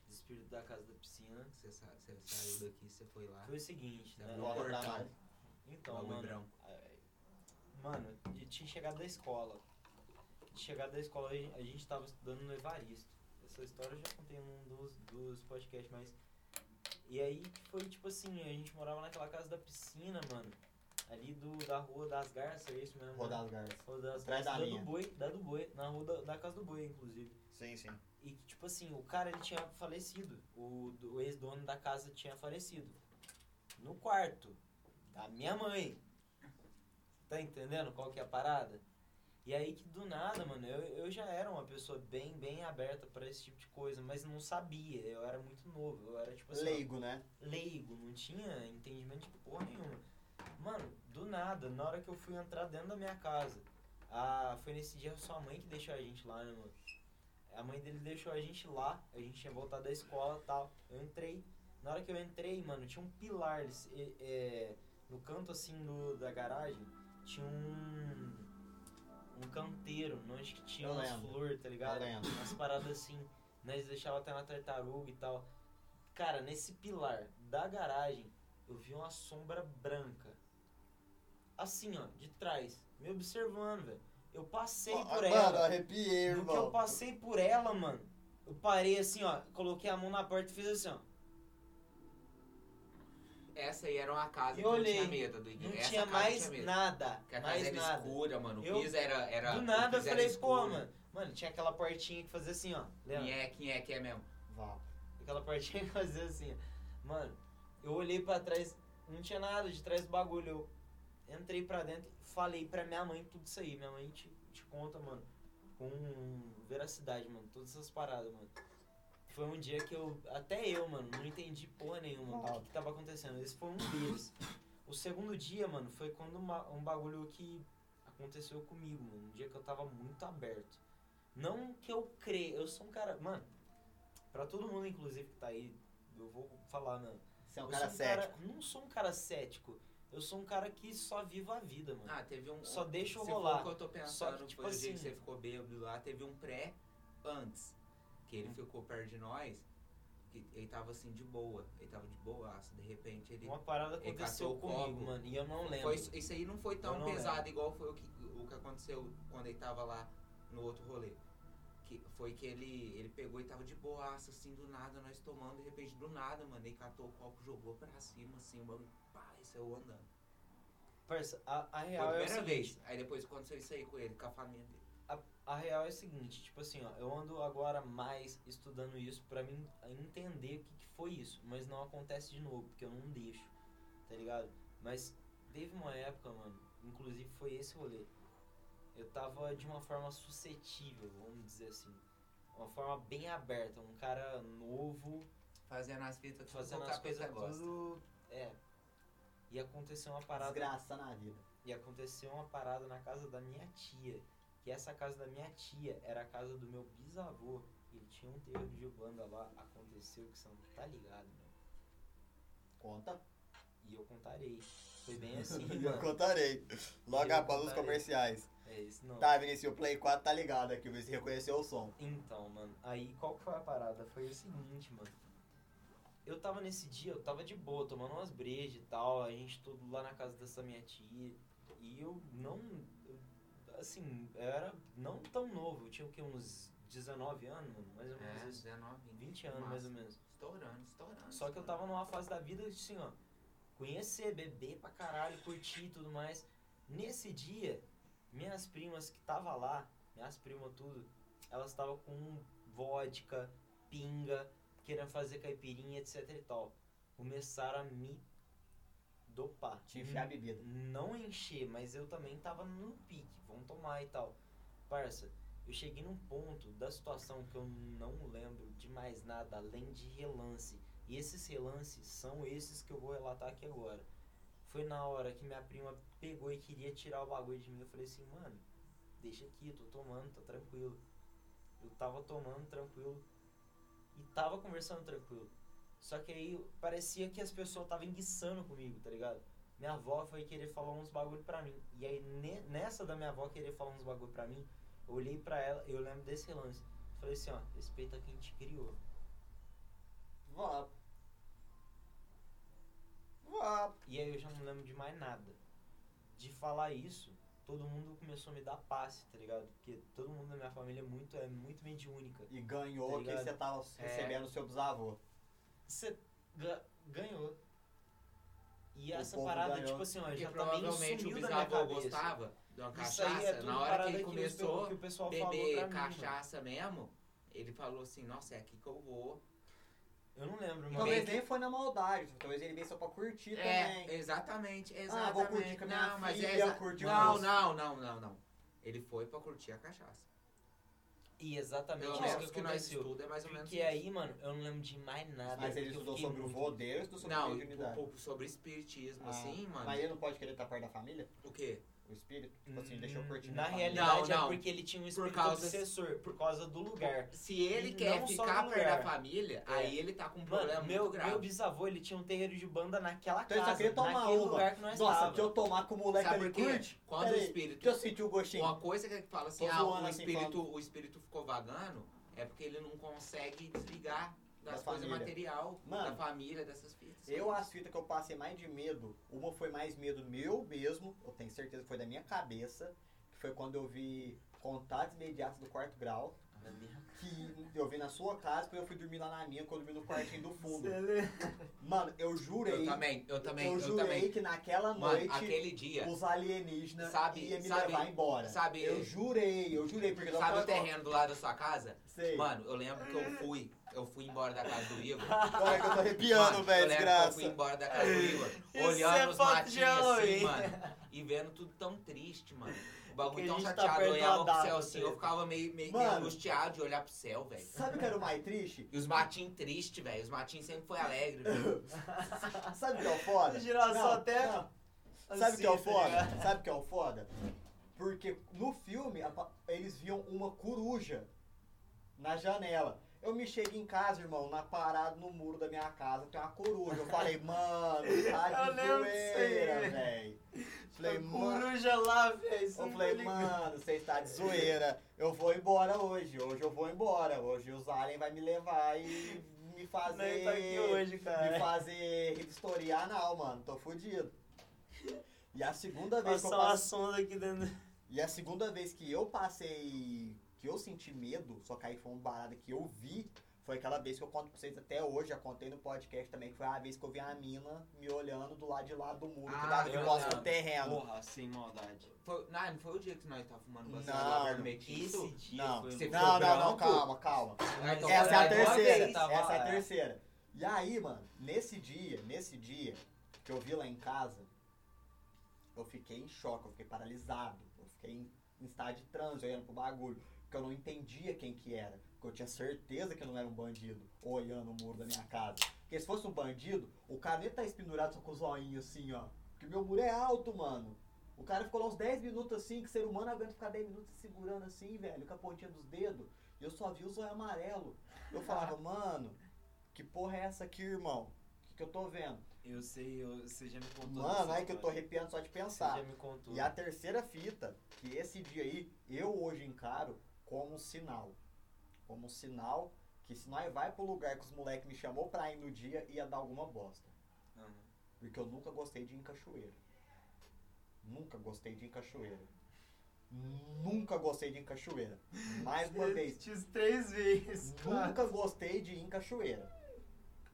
[SPEAKER 2] espírito da casa da piscina.
[SPEAKER 3] você sa- você saiu daqui, você foi lá.
[SPEAKER 2] Foi o seguinte, né?
[SPEAKER 3] Não,
[SPEAKER 1] Conta pra
[SPEAKER 3] portão.
[SPEAKER 1] nós.
[SPEAKER 2] Então,
[SPEAKER 3] bagulho
[SPEAKER 2] mano.
[SPEAKER 3] branco.
[SPEAKER 2] Mano, eu tinha chegado da escola. Tinha chegado da escola, a gen- a gente tava estudando no Evaristo. Essa história eu já contei num dos, dos podcasts, mas. E aí foi tipo assim, a gente morava naquela casa da piscina, mano. Ali do, da rua das garças, é isso mesmo? né?
[SPEAKER 1] Rodar os garças.
[SPEAKER 2] Rua das
[SPEAKER 1] Atrás da
[SPEAKER 2] garças, da, do
[SPEAKER 1] linha.
[SPEAKER 2] boi, da do boi, na rua da, da casa do boi, inclusive.
[SPEAKER 1] Sim, sim.
[SPEAKER 2] E que, tipo assim, o cara ele tinha falecido. O, do- o ex-dono da casa tinha falecido. No quarto da minha mãe. Tá entendendo qual que é a parada? E aí que do nada, mano, eu, eu já era uma pessoa bem, bem aberta pra esse tipo de coisa, mas não sabia. Eu era muito novo. Eu era tipo assim. ó,
[SPEAKER 1] Leigo, né?
[SPEAKER 2] leigo, não tinha entendimento de porra nenhuma. Mano, do nada, na hora que eu fui entrar dentro da minha casa, ah, foi nesse dia sua mãe que deixou a gente lá, né, mano? A mãe dele deixou a gente lá, a gente tinha voltado da escola e tal. Eu entrei. Na hora que eu entrei, mano, tinha um pilar eles- e- é, no canto assim do, da garagem, tinha um. um canteiro, onde que tinha
[SPEAKER 1] Eu
[SPEAKER 2] umas
[SPEAKER 1] lembro.
[SPEAKER 2] flores, tá
[SPEAKER 1] Eu
[SPEAKER 2] ligado?
[SPEAKER 1] lembro.
[SPEAKER 2] umas paradas assim. Nós deixava até na tartaruga e tal. Cara, nesse pilar da garagem, eu vi uma sombra branca. Assim, ó, de trás. Me observando, velho. Eu passei
[SPEAKER 1] Ó,
[SPEAKER 2] por
[SPEAKER 1] mano,
[SPEAKER 2] ela.
[SPEAKER 1] arrepiei,
[SPEAKER 2] No que eu
[SPEAKER 1] irmão.
[SPEAKER 2] passei por ela, mano, eu parei assim, ó. Coloquei a mão na porta e fiz assim, ó.
[SPEAKER 3] Essa aí era uma casa
[SPEAKER 2] Eu
[SPEAKER 3] que não
[SPEAKER 2] olhei,
[SPEAKER 3] tinha medo do Igui.
[SPEAKER 2] Não
[SPEAKER 3] Essa
[SPEAKER 2] tinha
[SPEAKER 3] casa
[SPEAKER 2] mais
[SPEAKER 3] tinha medo.
[SPEAKER 2] nada.
[SPEAKER 3] Porque a casa
[SPEAKER 2] mais
[SPEAKER 3] era
[SPEAKER 2] nada.
[SPEAKER 3] escura, mano. O
[SPEAKER 2] Eu-
[SPEAKER 3] piso era, era.
[SPEAKER 2] Do
[SPEAKER 3] o
[SPEAKER 2] nada eu
[SPEAKER 3] piso era
[SPEAKER 2] falei, pô,
[SPEAKER 3] escuro.
[SPEAKER 2] mano. Mano, tinha aquela portinha que fazia assim, ó. Lembra?
[SPEAKER 3] Quem é, quem é, quem é mesmo?
[SPEAKER 1] Val.
[SPEAKER 2] Aquela partinha *laughs* que fazia assim, ó. Mano, eu olhei pra trás, não tinha nada de trás do bagulho. Eu entrei pra dentro, falei pra minha mãe tudo isso aí. Minha mãe te, te conta, mano, com veracidade, mano, todas essas paradas, mano. Foi um dia que eu, até eu, mano, não entendi porra nenhuma do que, que tava acontecendo. Esse foi um deles. O segundo dia, mano, foi quando uma- um bagulho que aconteceu comigo, mano. Um dia que eu tava muito aberto. Não que eu creio, eu sou um cara. Mano, pra todo mundo, inclusive, que tá aí, eu vou falar, mano.
[SPEAKER 1] Você é um
[SPEAKER 2] eu
[SPEAKER 1] cara
[SPEAKER 2] sou um
[SPEAKER 1] sério.
[SPEAKER 2] Cara, não sou um cara cético. Eu sou um cara que só vivo a vida, mano.
[SPEAKER 3] Ah, teve um.
[SPEAKER 2] Só deixa eu
[SPEAKER 3] se
[SPEAKER 2] rolar.
[SPEAKER 3] For o que eu tô
[SPEAKER 2] Só
[SPEAKER 3] pensando,
[SPEAKER 2] que, tipo
[SPEAKER 3] foi o dia
[SPEAKER 2] assim-
[SPEAKER 3] que você ficou bêbado lá, teve um pré antes. Que
[SPEAKER 2] Hum.
[SPEAKER 3] ele ficou perto de nós. Que ele tava assim de boa. Ele tava de boaço. De repente ele.
[SPEAKER 2] Uma parada
[SPEAKER 3] Ele
[SPEAKER 2] aconteceu
[SPEAKER 3] catou o
[SPEAKER 2] comigo,
[SPEAKER 3] copo.
[SPEAKER 2] mano, e eu não lembro.
[SPEAKER 3] Foi, isso isso aí não foi
[SPEAKER 2] Eu
[SPEAKER 3] tão
[SPEAKER 2] não
[SPEAKER 3] pesado igual foi o que, o que aconteceu quando ele tava lá no outro rolê. Que foi que ele, ele pegou e tava de boaça, assim, do nada, nós tomando, de repente, do nada, mano. Ele catou o copo, jogou pra cima, assim, o bagulho, pá, e saiu andando.
[SPEAKER 2] Parça, a, a
[SPEAKER 3] Foi
[SPEAKER 2] real
[SPEAKER 3] a
[SPEAKER 2] é o
[SPEAKER 3] primeira
[SPEAKER 2] seguinte,
[SPEAKER 3] vez. Aí depois aconteceu isso aí com ele, com a família dele.
[SPEAKER 2] A real é o seguinte, tipo assim, ó, eu ando agora mais estudando isso pra mim entender o que, que foi isso, mas não acontece de novo, porque eu não deixo, tá ligado? Mas teve uma época, mano, inclusive foi esse rolê. Eu tava de uma forma suscetível, vamos dizer assim. Uma forma bem aberta, um cara novo,
[SPEAKER 3] Fazendo as fitas, tudo
[SPEAKER 2] fazendo
[SPEAKER 3] qualquer
[SPEAKER 2] as coisas
[SPEAKER 3] coisa gosta.
[SPEAKER 2] tudo. É. E aconteceu uma parada
[SPEAKER 1] Desgraça na vida.
[SPEAKER 2] e aconteceu uma parada na casa da minha tia. Que essa casa da minha tia era a casa do meu bisavô. Ele tinha um terreno de banda lá. Aconteceu que você não tá ligado, meu.
[SPEAKER 1] Conta.
[SPEAKER 2] E eu contarei. Foi bem assim,
[SPEAKER 1] Eu
[SPEAKER 2] mano.
[SPEAKER 1] contarei. Logo
[SPEAKER 2] Eu
[SPEAKER 1] após os
[SPEAKER 2] contarei.
[SPEAKER 1] comerciais.
[SPEAKER 2] É isso não.
[SPEAKER 1] Tá, Vinícius, o Play 4 tá ligado aqui, o Vinícius reconheceu o som.
[SPEAKER 2] Então, mano, aí qual que foi a parada? Foi o seguinte, mano. Eu tava nesse dia, eu tava de boa, tomando umas brejas e tal, a gente tudo lá na casa dessa minha tia. E eu não. eu- assim, eu era não tão novo, eu tinha o quê? Uns 19 anos, mano, mais ou menos
[SPEAKER 3] É,
[SPEAKER 2] isso.
[SPEAKER 3] 19,
[SPEAKER 2] 20 anos, mais ou menos.
[SPEAKER 3] Estourando, estourando.
[SPEAKER 2] Só que eu
[SPEAKER 3] estourando.
[SPEAKER 2] tava numa fase da vida assim, ó. Conhecer, beber pra caralho, curtir e tudo mais. Nesse dia, minhas primas que tava lá, minhas primas tudo, elas estavam com vodka, pinga, querendo fazer caipirinha, etc e tal. Começaram a me dopar.
[SPEAKER 1] Tinha que enfiar a bebida.
[SPEAKER 2] Não encher, mas eu também tava no pique, vamos tomar e tal. Parça, eu cheguei num ponto da situação que eu não lembro de mais nada além de relance. E esses relances são esses que eu vou relatar aqui agora. Foi na hora que minha prima pegou e queria tirar o bagulho de mim. Eu falei assim, mano, deixa aqui, eu tô tomando, tá tranquilo. Eu tava tomando tranquilo e tava conversando tranquilo. Só que aí parecia que as pessoas estavam enguiçando comigo, tá ligado? minha avó foi querer falar uns bagulho pra mim. E aí, ne- nessa da minha avó querer falar uns bagulho pra mim, eu olhei pra ela, eu lembro desse lance. Falei assim, ó, respeita quem te criou.
[SPEAKER 1] Vá. Vá.
[SPEAKER 2] E aí eu já não lembro de mais nada. De falar isso, todo mundo começou a me dar passe, tá ligado? Porque todo mundo da minha família é muito, é muito mediúnica.
[SPEAKER 1] E ganhou
[SPEAKER 2] Tá
[SPEAKER 1] o que
[SPEAKER 2] ligado?
[SPEAKER 1] você tava
[SPEAKER 3] É.
[SPEAKER 1] recebendo do seu bisavô.
[SPEAKER 2] Você ga- ganhou. E
[SPEAKER 1] O
[SPEAKER 2] essa
[SPEAKER 1] povo
[SPEAKER 2] parada,
[SPEAKER 1] ganhou.
[SPEAKER 2] tipo assim, ó,
[SPEAKER 3] Porque
[SPEAKER 2] já também
[SPEAKER 3] provavelmente o
[SPEAKER 2] sumiu da minha
[SPEAKER 3] bisavô
[SPEAKER 2] cabeça.
[SPEAKER 3] gostava de uma
[SPEAKER 2] Isso aí é
[SPEAKER 3] cachaça.
[SPEAKER 2] tudo
[SPEAKER 3] Na hora que
[SPEAKER 2] parada
[SPEAKER 3] ele
[SPEAKER 2] que eles-
[SPEAKER 3] começou.
[SPEAKER 2] que o pessoal falou pra
[SPEAKER 3] beber
[SPEAKER 2] mim, mano.
[SPEAKER 3] cachaça mesmo, ele falou assim, nossa, é aqui que eu vou.
[SPEAKER 2] Eu não lembro, mano.
[SPEAKER 1] Talvez nem foi na maldade, talvez ele veio só pra curtir também.
[SPEAKER 3] É, exatamente, exatamente.
[SPEAKER 1] Ah, vou curtir com a minha
[SPEAKER 3] não, mas
[SPEAKER 1] filha,
[SPEAKER 3] é exa-
[SPEAKER 1] curtir
[SPEAKER 3] não,
[SPEAKER 1] com-
[SPEAKER 3] não, não, não, não. Ele foi pra curtir a cachaça.
[SPEAKER 2] E exatamente
[SPEAKER 3] Pelo
[SPEAKER 4] Não,
[SPEAKER 2] isso
[SPEAKER 3] menos
[SPEAKER 2] que,
[SPEAKER 3] o que nós
[SPEAKER 2] aconteceu.
[SPEAKER 3] estuda é mais ou menos
[SPEAKER 2] Porque
[SPEAKER 3] isso.
[SPEAKER 2] aí, mano, eu não lembro de mais nada.
[SPEAKER 1] Mas ele
[SPEAKER 2] porque É. eu
[SPEAKER 1] estudou
[SPEAKER 2] fiquei
[SPEAKER 1] sobre o
[SPEAKER 2] muito-
[SPEAKER 1] vô dele ou estudou sobre a
[SPEAKER 3] Não, e
[SPEAKER 1] virgindade?
[SPEAKER 3] um pouco sobre espiritismo,
[SPEAKER 1] Ah,
[SPEAKER 3] assim, mano.
[SPEAKER 1] Mas ele não pode querer estar perto da família?
[SPEAKER 3] O quê?
[SPEAKER 1] O espírito? Tipo
[SPEAKER 3] Hum,
[SPEAKER 1] assim, deixa eu curtir
[SPEAKER 2] Hum, Na
[SPEAKER 1] minha família.
[SPEAKER 2] realidade
[SPEAKER 3] Não, não.
[SPEAKER 2] é porque ele tinha um espírito
[SPEAKER 3] causa-
[SPEAKER 2] obsessor, por causa do lugar.
[SPEAKER 3] Se ele
[SPEAKER 2] Não
[SPEAKER 3] quer
[SPEAKER 2] só
[SPEAKER 3] ficar
[SPEAKER 2] no
[SPEAKER 3] perto da
[SPEAKER 2] lugar.
[SPEAKER 3] família,
[SPEAKER 2] É.
[SPEAKER 3] aí ele tá com um problema
[SPEAKER 2] Mano, meu,
[SPEAKER 3] muito grave.
[SPEAKER 2] meu bisavô, ele tinha um terreiro de banda naquela
[SPEAKER 1] Então ele só
[SPEAKER 2] casa,
[SPEAKER 1] queria tomar
[SPEAKER 2] naquele
[SPEAKER 1] uma.
[SPEAKER 2] lugar que nós
[SPEAKER 1] Nossa,
[SPEAKER 2] tava.
[SPEAKER 1] que eu tomar com o moleque
[SPEAKER 3] Sabe
[SPEAKER 1] ali
[SPEAKER 3] por quê?
[SPEAKER 1] curte?
[SPEAKER 3] Quando o
[SPEAKER 1] Peraí,
[SPEAKER 3] espírito.
[SPEAKER 1] Que eu senti o gostinho.
[SPEAKER 3] Uma coisa que fala assim,
[SPEAKER 1] Tô
[SPEAKER 3] ah,
[SPEAKER 1] zoando
[SPEAKER 3] o
[SPEAKER 1] assim,
[SPEAKER 3] espírito, o espírito ficou vagando, é porque ele não consegue desligar
[SPEAKER 1] Da
[SPEAKER 3] das coisas
[SPEAKER 1] família.
[SPEAKER 3] material,
[SPEAKER 1] Mano,
[SPEAKER 3] da família, dessas fitas.
[SPEAKER 1] Eu, as fitas que eu passei mais de medo, uma foi mais medo meu mesmo, eu tenho certeza que foi da minha cabeça, que foi quando eu vi Contatos Imediatos do Quarto Grau,
[SPEAKER 2] É
[SPEAKER 1] que eu vi na sua casa, quando eu fui dormir lá na minha, quando eu dormi no quartinho do fundo. Mano, eu jurei,
[SPEAKER 3] Eu também, eu também,
[SPEAKER 1] eu
[SPEAKER 3] eu,
[SPEAKER 1] jurei
[SPEAKER 3] também.
[SPEAKER 1] que naquela
[SPEAKER 3] Mano,
[SPEAKER 1] noite
[SPEAKER 3] aquele dia,
[SPEAKER 1] os alienígenas
[SPEAKER 3] Sabe-
[SPEAKER 1] iam me
[SPEAKER 3] sabe-
[SPEAKER 1] levar embora.
[SPEAKER 3] sabe-
[SPEAKER 1] eu jurei, eu jurei, porque eu
[SPEAKER 3] sabe
[SPEAKER 1] tava-
[SPEAKER 3] o terreno do lado da sua casa?
[SPEAKER 1] Sei.
[SPEAKER 3] Mano, eu lembro que eu fui, eu fui embora da casa
[SPEAKER 1] *laughs*
[SPEAKER 3] do Igor.
[SPEAKER 1] Olha que eu tô arrepiando,
[SPEAKER 3] Mano,
[SPEAKER 1] velho,
[SPEAKER 3] eu lembro que Eu
[SPEAKER 1] desgraça.
[SPEAKER 3] fui embora da casa
[SPEAKER 1] *laughs*
[SPEAKER 3] do Igor,
[SPEAKER 2] Isso é
[SPEAKER 3] olhando os
[SPEAKER 2] foto de
[SPEAKER 3] matinhos assim,
[SPEAKER 2] Halloween.
[SPEAKER 3] mano. E vendo tudo tão triste, mano. O
[SPEAKER 2] Porque
[SPEAKER 3] bagulho
[SPEAKER 2] a
[SPEAKER 3] tão
[SPEAKER 2] gente tá
[SPEAKER 3] chateado, eu
[SPEAKER 2] perto da
[SPEAKER 3] olhava pro
[SPEAKER 2] data,
[SPEAKER 3] céu assim, eu
[SPEAKER 2] velho.
[SPEAKER 3] ficava meio, meio, meio
[SPEAKER 1] tá Mano.
[SPEAKER 3] angustiado de olhar pro céu, velho.
[SPEAKER 1] Sabe o que era o mais triste?
[SPEAKER 3] E os matinhos tristes, velho. Os matinhos sempre foi alegre, velho.
[SPEAKER 1] *coughs* Sabe o que é o foda?
[SPEAKER 2] *laughs* O girassol
[SPEAKER 1] Não,
[SPEAKER 2] até-
[SPEAKER 1] não. Sabe o que é o
[SPEAKER 2] Assim, tá
[SPEAKER 1] foda?
[SPEAKER 2] ligado?
[SPEAKER 1] Sabe o que é o foda? Porque no filme apa- eles viam uma coruja na janela. Eu me chego em casa, irmão, na parada no muro da minha casa tem uma coruja. Eu falei, mano, tá
[SPEAKER 2] *laughs* Eu
[SPEAKER 1] de
[SPEAKER 2] lembro disso aí,
[SPEAKER 1] zoeira,
[SPEAKER 2] velho.
[SPEAKER 1] velho. Falei,
[SPEAKER 2] A
[SPEAKER 1] mano.
[SPEAKER 2] Tá coruja lá, velho. isso
[SPEAKER 1] Eu
[SPEAKER 2] não
[SPEAKER 1] falei,
[SPEAKER 2] tá ligado.
[SPEAKER 1] mano, você está de zoeira. Eu vou embora hoje. Hoje eu vou embora. Hoje os aliens vai me levar e me fazer.
[SPEAKER 2] Não tá aqui hoje,
[SPEAKER 1] Me
[SPEAKER 2] cara.
[SPEAKER 1] fazer historiar, não, mano. Tô fudido. E a segunda vez que eu
[SPEAKER 2] Passar uma
[SPEAKER 1] passei.
[SPEAKER 2] sonda aqui dentro.
[SPEAKER 1] E a segunda vez que eu passei. que eu senti medo, só que aí foi uma parada que eu vi. Foi aquela vez que eu conto pra vocês até hoje, já contei no podcast também, que foi a vez que eu vi a mina me olhando do lado de lá do muro, que
[SPEAKER 3] Ah,
[SPEAKER 1] dava de
[SPEAKER 3] eu
[SPEAKER 1] costas no
[SPEAKER 3] lembro.
[SPEAKER 1] terreno.
[SPEAKER 2] Porra, sem maldade.
[SPEAKER 3] Foi, não, não foi o dia que nós tava fumando bastante
[SPEAKER 1] Não,
[SPEAKER 3] lá
[SPEAKER 1] não.
[SPEAKER 3] no Metiço?
[SPEAKER 2] Esse dia
[SPEAKER 1] Não,
[SPEAKER 2] foi
[SPEAKER 3] você
[SPEAKER 2] muito-
[SPEAKER 1] Não, não, não,
[SPEAKER 3] branco?
[SPEAKER 1] calma, calma.
[SPEAKER 3] Ah, então
[SPEAKER 1] Essa é
[SPEAKER 3] foi
[SPEAKER 1] a
[SPEAKER 2] Agora,
[SPEAKER 3] lá.
[SPEAKER 1] terceira.
[SPEAKER 2] vez, tá, tava
[SPEAKER 1] Essa é a
[SPEAKER 2] lá.
[SPEAKER 1] terceira. E aí, mano, nesse dia, nesse dia que eu vi lá em casa, eu fiquei em choque, eu fiquei paralisado. Eu fiquei em, em estado de transe, olhando pro bagulho. Porque eu não entendia quem que era. Porque eu tinha certeza que não era um bandido olhando o muro da minha casa. Porque se fosse um bandido, o cara nem tá espendurado só com os zoinhos assim, ó. Porque meu muro é alto, mano. O cara ficou lá uns 10 minutos assim, que ser humano aguenta ficar 10 minutos se segurando assim, velho, com a pontinha dos dedos. E eu só vi o zóio amarelo. Eu falava, mano, que porra é essa aqui, irmão? O que, que eu tô vendo?
[SPEAKER 2] Eu sei, eu, você já me contou.
[SPEAKER 1] Mano,
[SPEAKER 2] dessa
[SPEAKER 1] é que eu tô
[SPEAKER 2] história.
[SPEAKER 1] arrepiando só de
[SPEAKER 2] Você
[SPEAKER 1] pensar.
[SPEAKER 2] já me contou.
[SPEAKER 1] E a terceira fita, que esse dia aí, eu hoje encaro como um sinal. Como um sinal que se nós vai pro lugar que os moleques me chamou pra ir no dia, ia dar alguma bosta.
[SPEAKER 2] Aham.
[SPEAKER 1] Porque eu nunca gostei de ir em cachoeira. Nunca gostei de ir em cachoeira. Nunca gostei de ir em cachoeira. Mais uma vez,
[SPEAKER 2] Fiz três vezes. cara.
[SPEAKER 1] Nunca gostei de ir em cachoeira.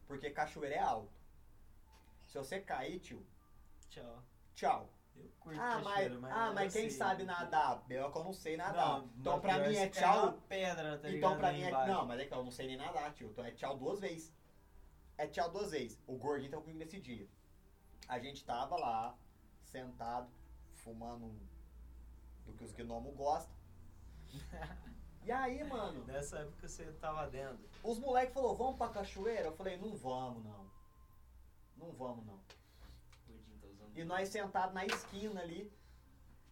[SPEAKER 1] Porque cachoeira é alto. Se você cair, tio,
[SPEAKER 2] Tchau.
[SPEAKER 1] tchau.
[SPEAKER 2] Eu curto
[SPEAKER 1] ah, mas,
[SPEAKER 2] cachoeira,
[SPEAKER 1] ah,
[SPEAKER 2] eu
[SPEAKER 1] mas quem
[SPEAKER 2] sei.
[SPEAKER 1] sabe nadar? Pior que eu não sei nadar.
[SPEAKER 2] né? Não,
[SPEAKER 1] então
[SPEAKER 2] mas
[SPEAKER 1] pra
[SPEAKER 2] pior
[SPEAKER 1] mim é
[SPEAKER 2] se cair
[SPEAKER 1] tchau.
[SPEAKER 2] uma Pedra, tá
[SPEAKER 1] então
[SPEAKER 2] ligado,
[SPEAKER 1] pra
[SPEAKER 2] aí
[SPEAKER 1] mim é.
[SPEAKER 2] embaixo.
[SPEAKER 1] Não, mas é que eu não sei nem nadar, tio. Então é tchau duas vezes. É tchau duas vezes. O gordinho tá comigo nesse dia. A gente tava lá, sentado, fumando um- do que os gnomos gostam.
[SPEAKER 2] *laughs*
[SPEAKER 1] E aí, mano?
[SPEAKER 2] Nessa época você tava dentro.
[SPEAKER 1] Os moleques falaram, vamos pra cachoeira? Eu falei, não vamos não. Não vamos não.
[SPEAKER 2] O Gordinho tá usando.
[SPEAKER 1] E nós sentados na esquina ali,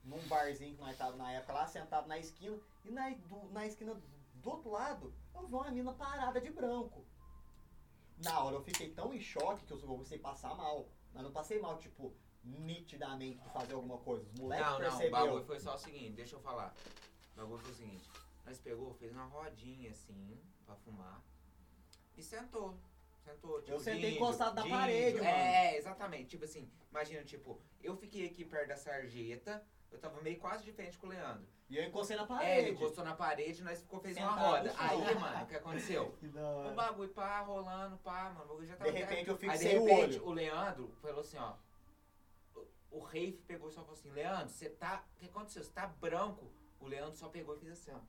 [SPEAKER 1] num barzinho que nós tava na época lá, sentado na esquina, e na, do- na esquina do outro lado, eu vi uma mina parada de branco. Na hora eu fiquei tão em choque que eu comecei a passar mal. Mas não passei mal, tipo, nitidamente por fazer alguma coisa. Os moleques
[SPEAKER 3] Não, não, o
[SPEAKER 1] perceberam.
[SPEAKER 3] bagulho foi só o seguinte, deixa eu falar. O bagulho foi o seguinte, nós pegou, fez uma rodinha assim, pra fumar, e sentou. Sentou, tipo,
[SPEAKER 1] Eu sentei
[SPEAKER 3] de
[SPEAKER 1] encostado na
[SPEAKER 3] de
[SPEAKER 1] parede, mano.
[SPEAKER 3] É, exatamente. Tipo assim, imagina, tipo, eu fiquei aqui perto da sarjeta, eu tava meio quase de frente com o Leandro.
[SPEAKER 1] E eu encostei na
[SPEAKER 3] É, ele
[SPEAKER 1] parede.
[SPEAKER 3] encostou na parede, nós ficou, fez uma
[SPEAKER 1] Sentado assim, no
[SPEAKER 3] roda.
[SPEAKER 1] chão.
[SPEAKER 3] Aí, mano, o que aconteceu?
[SPEAKER 2] Que da hora.
[SPEAKER 3] Um bagulho, pá, rolando, pá, mano, o bagulho já tava
[SPEAKER 1] de repente eu
[SPEAKER 3] Aí de
[SPEAKER 1] fixei o
[SPEAKER 3] repente
[SPEAKER 1] olho.
[SPEAKER 3] o Leandro falou assim, ó. o- O Rafe pegou e só falou assim, Leandro, você tá. O que aconteceu? Você tá branco? O Leandro só pegou e fez assim, ó.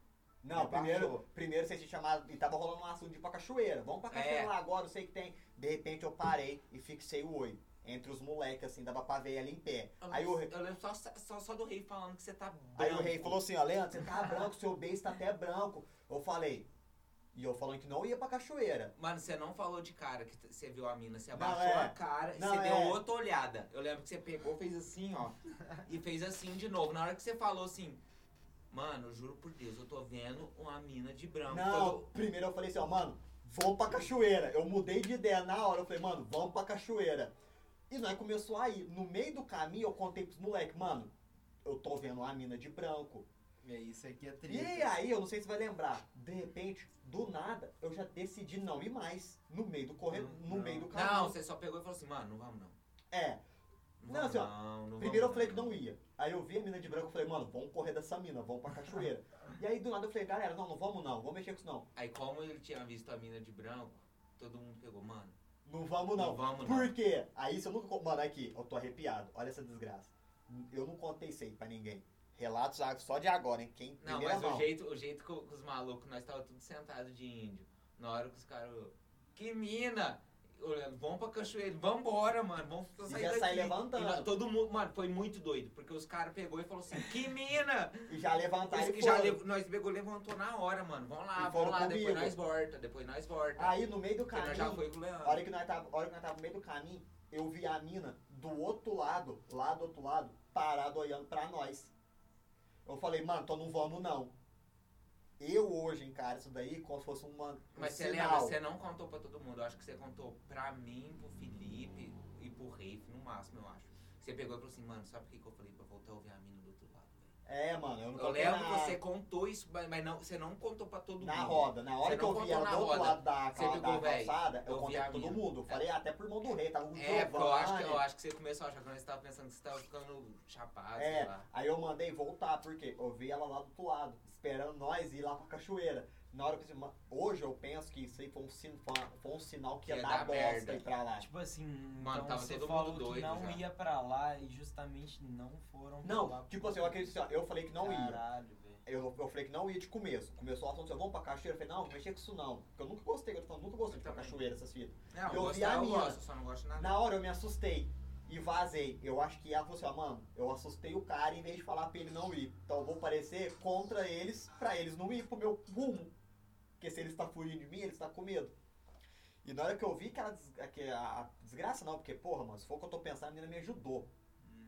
[SPEAKER 1] Não,
[SPEAKER 3] Ele
[SPEAKER 1] primeiro,
[SPEAKER 3] baixou.
[SPEAKER 1] primeiro vocês tinham chamado e tava rolando um assunto de ir pra cachoeira. Vamos pra cachoeira
[SPEAKER 3] É.
[SPEAKER 1] lá agora, eu sei que tem. De repente eu parei e fixei o olho. entre os moleques, assim, dava pra ver ela em pé.
[SPEAKER 3] Eu
[SPEAKER 1] Aí o,
[SPEAKER 3] lembro- eu lembro só, só, só do rei falando que você tá branco.
[SPEAKER 1] Aí o rei falou assim, ó, Leandro, você tá branco, seu beijo tá até branco. Eu falei. E eu falando que não ia pra cachoeira.
[SPEAKER 3] Mano, você não falou de cara que t- você viu a mina, você abaixou
[SPEAKER 1] é.
[SPEAKER 3] a cara e
[SPEAKER 1] Não,
[SPEAKER 3] você deu
[SPEAKER 1] é.
[SPEAKER 3] outra olhada. Eu lembro que você pegou, fez assim, ó, e fez assim de novo. Na hora que você falou assim, mano, juro por Deus, eu tô vendo uma mina de branco.
[SPEAKER 1] Não,
[SPEAKER 3] Quando-
[SPEAKER 1] primeiro eu falei assim, ó, mano, vamos pra cachoeira. Eu mudei de ideia na hora, eu falei, mano, vamos pra cachoeira. E nós começou a ir. No meio do caminho eu contei pros moleques, mano, eu tô vendo uma mina de branco.
[SPEAKER 2] É, isso aqui é
[SPEAKER 1] E
[SPEAKER 2] triste.
[SPEAKER 1] aí, eu não sei se vai lembrar, de repente, do nada, eu já decidi não ir mais. No meio do corredor,
[SPEAKER 2] Não,
[SPEAKER 1] no
[SPEAKER 2] não.
[SPEAKER 1] meio do caminho.
[SPEAKER 3] Não, você só pegou e falou assim, mano, não vamos não.
[SPEAKER 1] É,
[SPEAKER 3] Não,
[SPEAKER 1] Não,
[SPEAKER 3] vamos,
[SPEAKER 1] assim, ó,
[SPEAKER 3] não, não
[SPEAKER 1] Primeiro eu
[SPEAKER 3] vamos,
[SPEAKER 1] falei que não ia. Aí eu vi a mina de branco e falei, mano, vamos correr dessa mina, vamos pra cachoeira. E aí do nada eu falei, galera, não, não vamos não, vamos mexer com isso não.
[SPEAKER 3] Aí como ele tinha visto a mina de branco, todo mundo pegou, mano,
[SPEAKER 1] Não vamos não.
[SPEAKER 3] não vamos não.
[SPEAKER 1] Por quê? Aí se eu nunca. Mano, aqui, eu tô arrepiado. Olha essa desgraça. Eu não contei isso aí pra ninguém. Relatos a- só de agora, hein? Quem
[SPEAKER 3] Não,
[SPEAKER 1] primeira
[SPEAKER 3] mas o
[SPEAKER 1] mão.
[SPEAKER 3] jeito, o jeito que o- que os malucos, nós tava tudo sentado de índio. Na hora que os caras. Que mina! Olhando, vamos pra cachoeira, vambora, mano, vamos
[SPEAKER 1] E
[SPEAKER 3] sair
[SPEAKER 1] já
[SPEAKER 3] daqui.
[SPEAKER 1] sai levantando.
[SPEAKER 3] E nós- todo mundo, mano, foi muito doido, porque os caras pegou e falou assim:
[SPEAKER 1] *laughs*
[SPEAKER 3] que mina!
[SPEAKER 1] E já levantaram
[SPEAKER 3] Os
[SPEAKER 1] e
[SPEAKER 3] que já
[SPEAKER 1] foram.
[SPEAKER 3] lev- nós pegou, levantou na hora, mano, vamos
[SPEAKER 1] Tá E
[SPEAKER 3] lá,
[SPEAKER 1] foram
[SPEAKER 3] vamos lá, depois
[SPEAKER 1] comigo.
[SPEAKER 3] nós volta, depois nós volta.
[SPEAKER 1] Aí no meio do
[SPEAKER 3] porque nós
[SPEAKER 1] caminho.
[SPEAKER 3] já foi com o
[SPEAKER 1] A hora
[SPEAKER 3] Leandro.
[SPEAKER 1] que nós tava, a hora que nós tava no meio do caminho, eu vi a mina do outro lado, lá do outro lado, parado olhando pra nós. Eu falei, mano, então não vamos não. Eu hoje encaro isso daí como se fosse uma, um
[SPEAKER 3] Mas você lembra,
[SPEAKER 1] sinal.
[SPEAKER 3] você não contou pra todo mundo, eu acho que você contou pra mim, pro Felipe e pro Rafe, no máximo, eu acho. Você pegou e falou assim, mano, sabe por que, que eu falei pra voltar a ouvir a mina do outro lado, velho?
[SPEAKER 1] É, mano, eu não
[SPEAKER 3] Eu
[SPEAKER 1] contei
[SPEAKER 3] lembro que
[SPEAKER 1] na,
[SPEAKER 3] você contou isso, mas mas não, você não contou pra todo
[SPEAKER 1] na
[SPEAKER 3] mundo.
[SPEAKER 1] roda. Na hora
[SPEAKER 3] Você
[SPEAKER 1] que eu
[SPEAKER 3] não
[SPEAKER 1] vi ela
[SPEAKER 3] contou
[SPEAKER 1] do
[SPEAKER 3] na
[SPEAKER 1] outro
[SPEAKER 3] roda.
[SPEAKER 1] lado da,
[SPEAKER 3] Você
[SPEAKER 1] da,
[SPEAKER 3] ficou,
[SPEAKER 1] da
[SPEAKER 3] véi,
[SPEAKER 1] calçada, eu,
[SPEAKER 3] eu vi
[SPEAKER 1] contei
[SPEAKER 3] a
[SPEAKER 1] pra todo
[SPEAKER 3] mina.
[SPEAKER 1] mundo. Falei "Ah, até pro irmão do rei, tava um com
[SPEAKER 3] É, porque eu acho, que, eu
[SPEAKER 1] Giovanni.
[SPEAKER 3] acho que você começou a achar quando você tava pensando que você tava ficando chapado, sei
[SPEAKER 1] É,
[SPEAKER 3] lá.
[SPEAKER 1] aí eu mandei voltar, porque eu vi ela lá do outro lado, esperando nós ir lá pra cachoeira. Na hora que eu disse, hoje eu penso que isso aí foi um, sin- foi uma- foi um sinal que ia
[SPEAKER 3] Ia
[SPEAKER 1] dar
[SPEAKER 3] dar
[SPEAKER 1] bosta
[SPEAKER 3] merda.
[SPEAKER 1] ir pra lá.
[SPEAKER 2] Tipo assim,
[SPEAKER 3] Mano,
[SPEAKER 2] então
[SPEAKER 3] tava
[SPEAKER 2] você
[SPEAKER 3] todo
[SPEAKER 2] falou
[SPEAKER 3] mundo doido
[SPEAKER 2] que não
[SPEAKER 3] já.
[SPEAKER 2] ia pra lá e justamente não foram pra lá.
[SPEAKER 1] Não, tipo assim, eu acredito assim, ó, eu falei que não ia.
[SPEAKER 2] Caralho, velho.
[SPEAKER 1] Eu, eu falei que não ia de começo. Começou a falar assim, vamos pra cachoeira. Eu falei, não, não mexer com isso não. Porque eu nunca gostei, eu tô falando, nunca gostei de ir pra
[SPEAKER 3] Também.
[SPEAKER 1] cachoeira, essas fitas.
[SPEAKER 3] Não,
[SPEAKER 1] eu
[SPEAKER 3] eu,
[SPEAKER 1] vi a
[SPEAKER 3] gostar, eu
[SPEAKER 1] mina.
[SPEAKER 3] gosto, só não gosto de nada.
[SPEAKER 1] Na hora eu me assustei e vazei. Eu acho que ela falou assim, ó, mano, eu assustei o cara em vez de falar pra ele não ir. Então eu vou parecer contra eles, pra eles não ir pro meu rumo. Porque se ele está fugindo de mim, ele está com medo. E na hora que eu vi que, ela, des- que a, a desgraça não, porque, porra, mano, se for o que eu tô pensando, a menina me ajudou.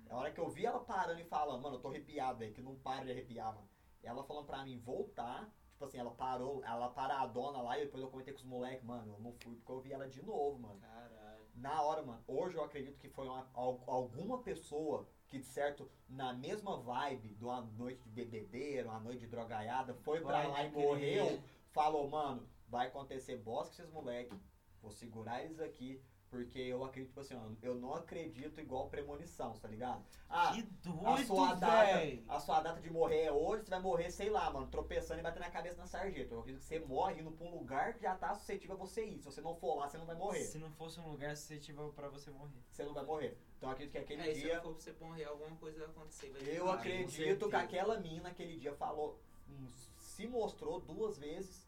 [SPEAKER 1] Na hora que eu vi ela parando e falando, mano, eu tô arrepiado aí, que não para de arrepiar, mano. Ela falando pra mim voltar, tipo assim, ela parou, ela paradona lá e depois eu comentei com os moleques, mano, eu não fui porque eu vi ela de novo, mano.
[SPEAKER 2] Caralho.
[SPEAKER 1] Na hora, mano, hoje eu acredito que foi uma- al- alguma pessoa que, de certo, na mesma vibe de uma noite de bebedeira, uma noite de drogaiada, foi pra
[SPEAKER 2] Vai né?
[SPEAKER 1] lá e
[SPEAKER 2] crer.
[SPEAKER 1] morreu, falou, mano, vai acontecer bosta com esses moleques, vou segurar eles aqui, porque eu acredito, tipo assim, ó, eu não acredito igual premonição, tá ligado? Ah,
[SPEAKER 2] que
[SPEAKER 1] a sua,
[SPEAKER 2] doido,
[SPEAKER 1] data,
[SPEAKER 2] velho.
[SPEAKER 1] a sua data de morrer é hoje, você vai morrer, sei lá, mano, tropeçando e batendo a cabeça na sarjeta. Eu acredito que você morre indo pra um lugar que já tá suscetível a você ir. Se você não for lá, você não vai morrer.
[SPEAKER 2] Se não fosse um lugar suscetível pra você morrer.
[SPEAKER 1] você não vai morrer. Então eu acredito que aquele
[SPEAKER 3] é, se
[SPEAKER 1] dia.
[SPEAKER 3] eu Ah, for pra você morrer, alguma coisa vai acontecer. Vai
[SPEAKER 1] Eu
[SPEAKER 3] demorar.
[SPEAKER 1] acredito que
[SPEAKER 2] certeza.
[SPEAKER 1] aquela mina aquele dia falou. hum, Se mostrou duas vezes.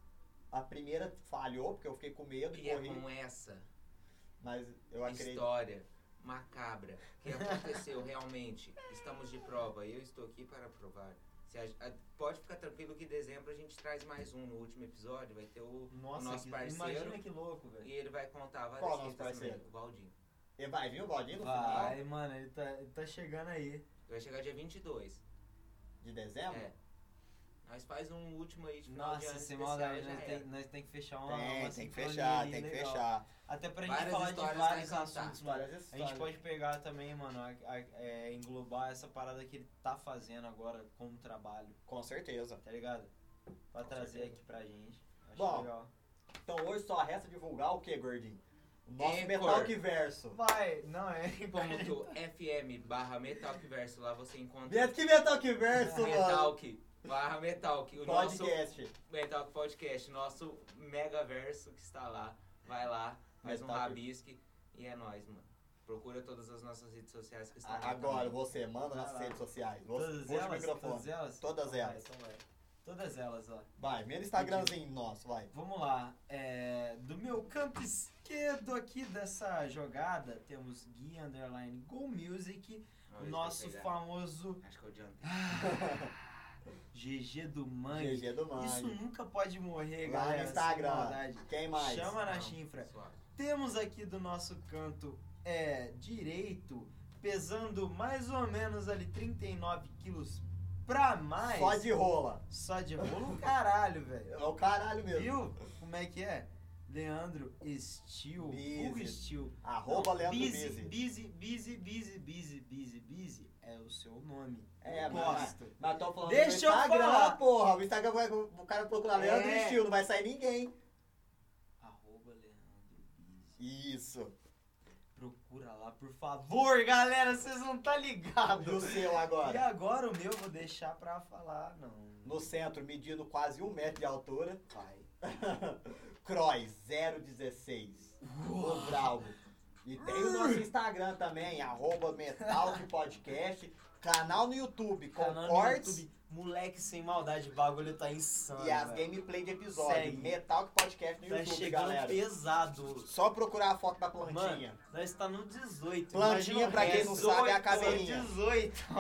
[SPEAKER 1] A primeira falhou, porque eu fiquei com medo e
[SPEAKER 3] E é
[SPEAKER 1] corri.
[SPEAKER 3] com essa
[SPEAKER 1] Mas eu acredito.
[SPEAKER 3] história macabra que aconteceu realmente. Estamos de prova, eu estou aqui para provar. Se a- a- pode ficar tranquilo que em dezembro a gente traz mais um no último episódio, vai ter o
[SPEAKER 2] Nossa,
[SPEAKER 3] nosso
[SPEAKER 2] que,
[SPEAKER 3] parceiro.
[SPEAKER 2] imagina que louco,
[SPEAKER 3] E
[SPEAKER 2] velho.
[SPEAKER 3] ele vai contar várias
[SPEAKER 1] Qual o nosso
[SPEAKER 3] fitas também,
[SPEAKER 1] parceiro?
[SPEAKER 3] o Valdinho.
[SPEAKER 1] E vai vir o Valdinho no final
[SPEAKER 2] Vai, mano, ele tá, ele tá chegando aí.
[SPEAKER 3] Ele vai chegar dia 22.
[SPEAKER 1] de dezembro?
[SPEAKER 3] É. Nós faz um último aí de final de
[SPEAKER 2] Nossa,
[SPEAKER 3] ano
[SPEAKER 2] sem
[SPEAKER 3] especial,
[SPEAKER 2] maldade,
[SPEAKER 3] já
[SPEAKER 2] nós
[SPEAKER 3] era.
[SPEAKER 2] tem, nós tem que fechar uma. uma
[SPEAKER 1] Tem, tem que
[SPEAKER 2] sincronia
[SPEAKER 1] fechar,
[SPEAKER 2] ali
[SPEAKER 1] tem que
[SPEAKER 2] legal.
[SPEAKER 1] fechar.
[SPEAKER 2] Até pra
[SPEAKER 3] Várias
[SPEAKER 2] gente falar de
[SPEAKER 3] histórias
[SPEAKER 2] vários
[SPEAKER 3] vai contar.
[SPEAKER 2] assuntos, mano.
[SPEAKER 1] Várias
[SPEAKER 2] A
[SPEAKER 1] histórias.
[SPEAKER 2] gente pode pegar também, mano, a- a- é, englobar essa parada que ele tá fazendo agora como trabalho,
[SPEAKER 1] Com certeza.
[SPEAKER 2] tá ligado? Pra
[SPEAKER 1] Com
[SPEAKER 2] trazer
[SPEAKER 1] certeza.
[SPEAKER 2] aqui pra gente. Acho
[SPEAKER 1] Bom.
[SPEAKER 2] legal.
[SPEAKER 1] Então hoje só resta divulgar o que, gordinho? O nosso
[SPEAKER 3] Anchor.
[SPEAKER 1] Metal que verso.
[SPEAKER 2] Vai, não é. *laughs*
[SPEAKER 3] Ponto FM barra Metalk Verso, lá você encontra
[SPEAKER 1] Metal que Metal que verso, mano.
[SPEAKER 3] Metalk barra Metalk, o nosso
[SPEAKER 1] Podcast.
[SPEAKER 3] Metal Podcast, nosso megaverso que está lá. Vai lá, faz um
[SPEAKER 1] Metal.
[SPEAKER 3] rabisque e é nóis, mano. Procura todas as nossas redes sociais que estão lá
[SPEAKER 1] Ah, Agora
[SPEAKER 3] também.
[SPEAKER 1] você, manda nas
[SPEAKER 2] Vai lá.
[SPEAKER 1] redes sociais. Você,
[SPEAKER 2] Todas
[SPEAKER 1] puxa o
[SPEAKER 2] elas?
[SPEAKER 1] microfone.
[SPEAKER 2] Todas elas?
[SPEAKER 1] Todas
[SPEAKER 2] Então vai,
[SPEAKER 1] elas.
[SPEAKER 2] então vai. Todas elas, ó.
[SPEAKER 1] Vai, primeiro Instagramzinho nosso, vai.
[SPEAKER 2] Vamos lá. É, do meu No canto esquerdo aqui dessa jogada, temos Gui Underline Go Music, o nosso
[SPEAKER 3] né?
[SPEAKER 2] famoso
[SPEAKER 3] Acho que eu adiantei.
[SPEAKER 2] GG do Mangue.
[SPEAKER 1] GG é do
[SPEAKER 2] Isso
[SPEAKER 1] Mag.
[SPEAKER 2] nunca pode
[SPEAKER 1] Lá
[SPEAKER 2] morrer,
[SPEAKER 1] no
[SPEAKER 2] galera. sem
[SPEAKER 1] Instagram.
[SPEAKER 2] maldade.
[SPEAKER 1] Quem mais?
[SPEAKER 2] Chama na
[SPEAKER 3] Não,
[SPEAKER 2] chinfra.
[SPEAKER 3] suave.
[SPEAKER 2] Temos aqui do nosso canto é, direito, pesando mais ou menos ali 39 quilos pra mais.
[SPEAKER 1] Só de rola.
[SPEAKER 2] Só de rolo, caralho, velho.
[SPEAKER 1] É o caralho mesmo.
[SPEAKER 2] Viu como é que é? Leandro Steel,
[SPEAKER 1] Bizzy.
[SPEAKER 2] Hugo Steel.
[SPEAKER 1] Arroba Leandro
[SPEAKER 2] Busy,
[SPEAKER 1] Bizzi.
[SPEAKER 2] busy, busy, busy, busy, busy, busy é o seu nome.
[SPEAKER 1] É,
[SPEAKER 2] Eu
[SPEAKER 1] mas-
[SPEAKER 2] gosto.
[SPEAKER 1] Mas tô falando
[SPEAKER 2] Deixa
[SPEAKER 1] do
[SPEAKER 2] eu
[SPEAKER 1] Instagram,
[SPEAKER 2] falar.
[SPEAKER 1] porra. O Instagram vai, o cara procurar Leandro
[SPEAKER 2] É.
[SPEAKER 1] Estilo, não vai sair ninguém.
[SPEAKER 2] Arroba Leandro Busy.
[SPEAKER 1] Isso. *laughs*
[SPEAKER 2] Procura lá, por favor, galera, vocês não tá ligado.
[SPEAKER 1] No seu
[SPEAKER 2] E
[SPEAKER 1] agora.
[SPEAKER 2] agora o meu eu vou deixar pra falar, não.
[SPEAKER 1] No centro, medindo quase um metro de altura.
[SPEAKER 2] Vai.
[SPEAKER 1] Croy 016. O Bravo. E tem o nosso Instagram também, arroba Metal de Podcast. Canal no YouTube com
[SPEAKER 2] Canal no
[SPEAKER 1] cortes
[SPEAKER 2] YouTube, moleque sem maldade, o bagulho tá insano.
[SPEAKER 1] e as
[SPEAKER 2] velho.
[SPEAKER 1] gameplay de episódio.
[SPEAKER 2] Segue.
[SPEAKER 1] Metal de Podcast no
[SPEAKER 2] Tá
[SPEAKER 1] YouTube,
[SPEAKER 2] chegando
[SPEAKER 1] galera.
[SPEAKER 2] pesado.
[SPEAKER 1] Só procurar a foto da plantinha.
[SPEAKER 2] Nós tá no 18.
[SPEAKER 1] Plantinha,
[SPEAKER 2] imagina o
[SPEAKER 1] pra quem não sabe, é a
[SPEAKER 2] 18,
[SPEAKER 1] caveirinha.
[SPEAKER 2] 18.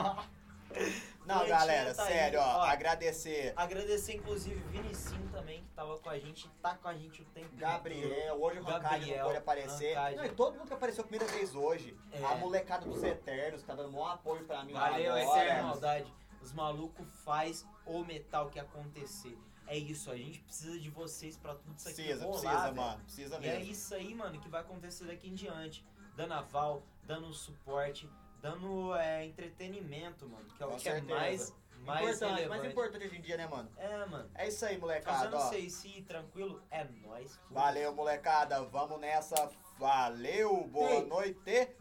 [SPEAKER 1] não,
[SPEAKER 2] plantinha
[SPEAKER 1] galera,
[SPEAKER 2] tá aí,
[SPEAKER 1] sério, ó,
[SPEAKER 2] ó.
[SPEAKER 1] Agradecer
[SPEAKER 2] *laughs* Agradecer, inclusive, Vinicinho também, que tava com a gente, tá com a gente o tempo inteiro.
[SPEAKER 1] Gabriel, hoje o Rancagem não
[SPEAKER 2] Gabriel,
[SPEAKER 1] pode aparecer.
[SPEAKER 2] Rancagem.
[SPEAKER 1] Não, e todo mundo que apareceu a primeira vez hoje.
[SPEAKER 2] É.
[SPEAKER 1] A molecada dos Eternos, que tá dando maior apoio pra mim.
[SPEAKER 2] Valeu,
[SPEAKER 1] lá
[SPEAKER 2] essa
[SPEAKER 1] agora.
[SPEAKER 2] é a maldade. Os malucos faz o metal que acontecer. É isso, a gente precisa de vocês pra tudo isso aqui
[SPEAKER 1] Precisa,
[SPEAKER 2] rolar,
[SPEAKER 1] precisa,
[SPEAKER 2] velho.
[SPEAKER 1] mano. Precisa
[SPEAKER 2] E é
[SPEAKER 1] mesmo.
[SPEAKER 2] isso aí, mano, que vai acontecer daqui em diante. Dando aval, dando suporte, dando é, entretenimento, mano. Que é o
[SPEAKER 1] Com
[SPEAKER 2] que
[SPEAKER 1] certeza.
[SPEAKER 2] é mais, mais
[SPEAKER 1] importante, mais
[SPEAKER 2] relevante.
[SPEAKER 1] importante hoje em dia, né, mano?
[SPEAKER 2] É, mano.
[SPEAKER 1] É isso aí, molecada.
[SPEAKER 2] Fazendo
[SPEAKER 1] ó.
[SPEAKER 2] sei se tranquilo, é nóis.
[SPEAKER 1] Valeu, molecada. Vamos nessa. Valeu, boa
[SPEAKER 2] Ei.
[SPEAKER 1] noite.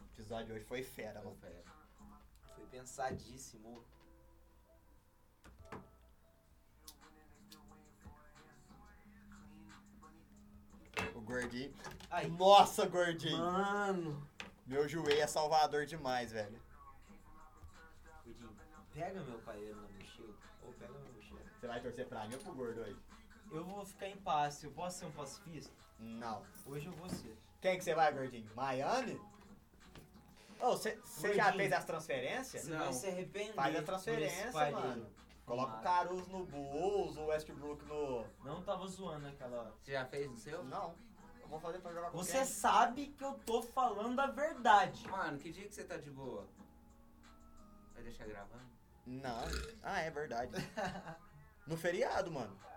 [SPEAKER 1] O episódio hoje foi fera, mano.
[SPEAKER 3] Foi fera.
[SPEAKER 2] Foi pensadíssimo.
[SPEAKER 1] O gordinho.
[SPEAKER 2] Aí.
[SPEAKER 1] Nossa, gordinho.
[SPEAKER 2] Mano.
[SPEAKER 1] Meu joelho é salvador demais, velho.
[SPEAKER 2] Pudim, pega meu paeiro na mochila. Ou pega minha mochila.
[SPEAKER 1] Você vai torcer pra mim ou pro gordo hoje?
[SPEAKER 2] Eu vou ficar em paz. Eu posso ser um pacifista?
[SPEAKER 1] Não.
[SPEAKER 2] Hoje eu vou ser.
[SPEAKER 1] Quem que você vai, gordinho? Miami? Ô, você você já
[SPEAKER 2] Gordinho.
[SPEAKER 1] fez as transferências?
[SPEAKER 2] Você
[SPEAKER 3] Não.
[SPEAKER 2] vai se arrepender.
[SPEAKER 1] Faz a
[SPEAKER 2] por esse
[SPEAKER 1] transferência,
[SPEAKER 2] paeiro.
[SPEAKER 1] mano. Coloca o
[SPEAKER 2] Tomara.
[SPEAKER 1] Caruso no Bulls, o Westbrook no...
[SPEAKER 2] Não tava zoando aquela hora.
[SPEAKER 3] Você já fez no seu?
[SPEAKER 1] Não. Eu vou fazer pra jogar com
[SPEAKER 2] Você é
[SPEAKER 1] quem?
[SPEAKER 2] sabe que eu tô falando a verdade.
[SPEAKER 3] Mano, que dia que você tá de boa? Vai deixar gravando?
[SPEAKER 2] *laughs*
[SPEAKER 1] Não. Ah, é verdade. No feriado, mano.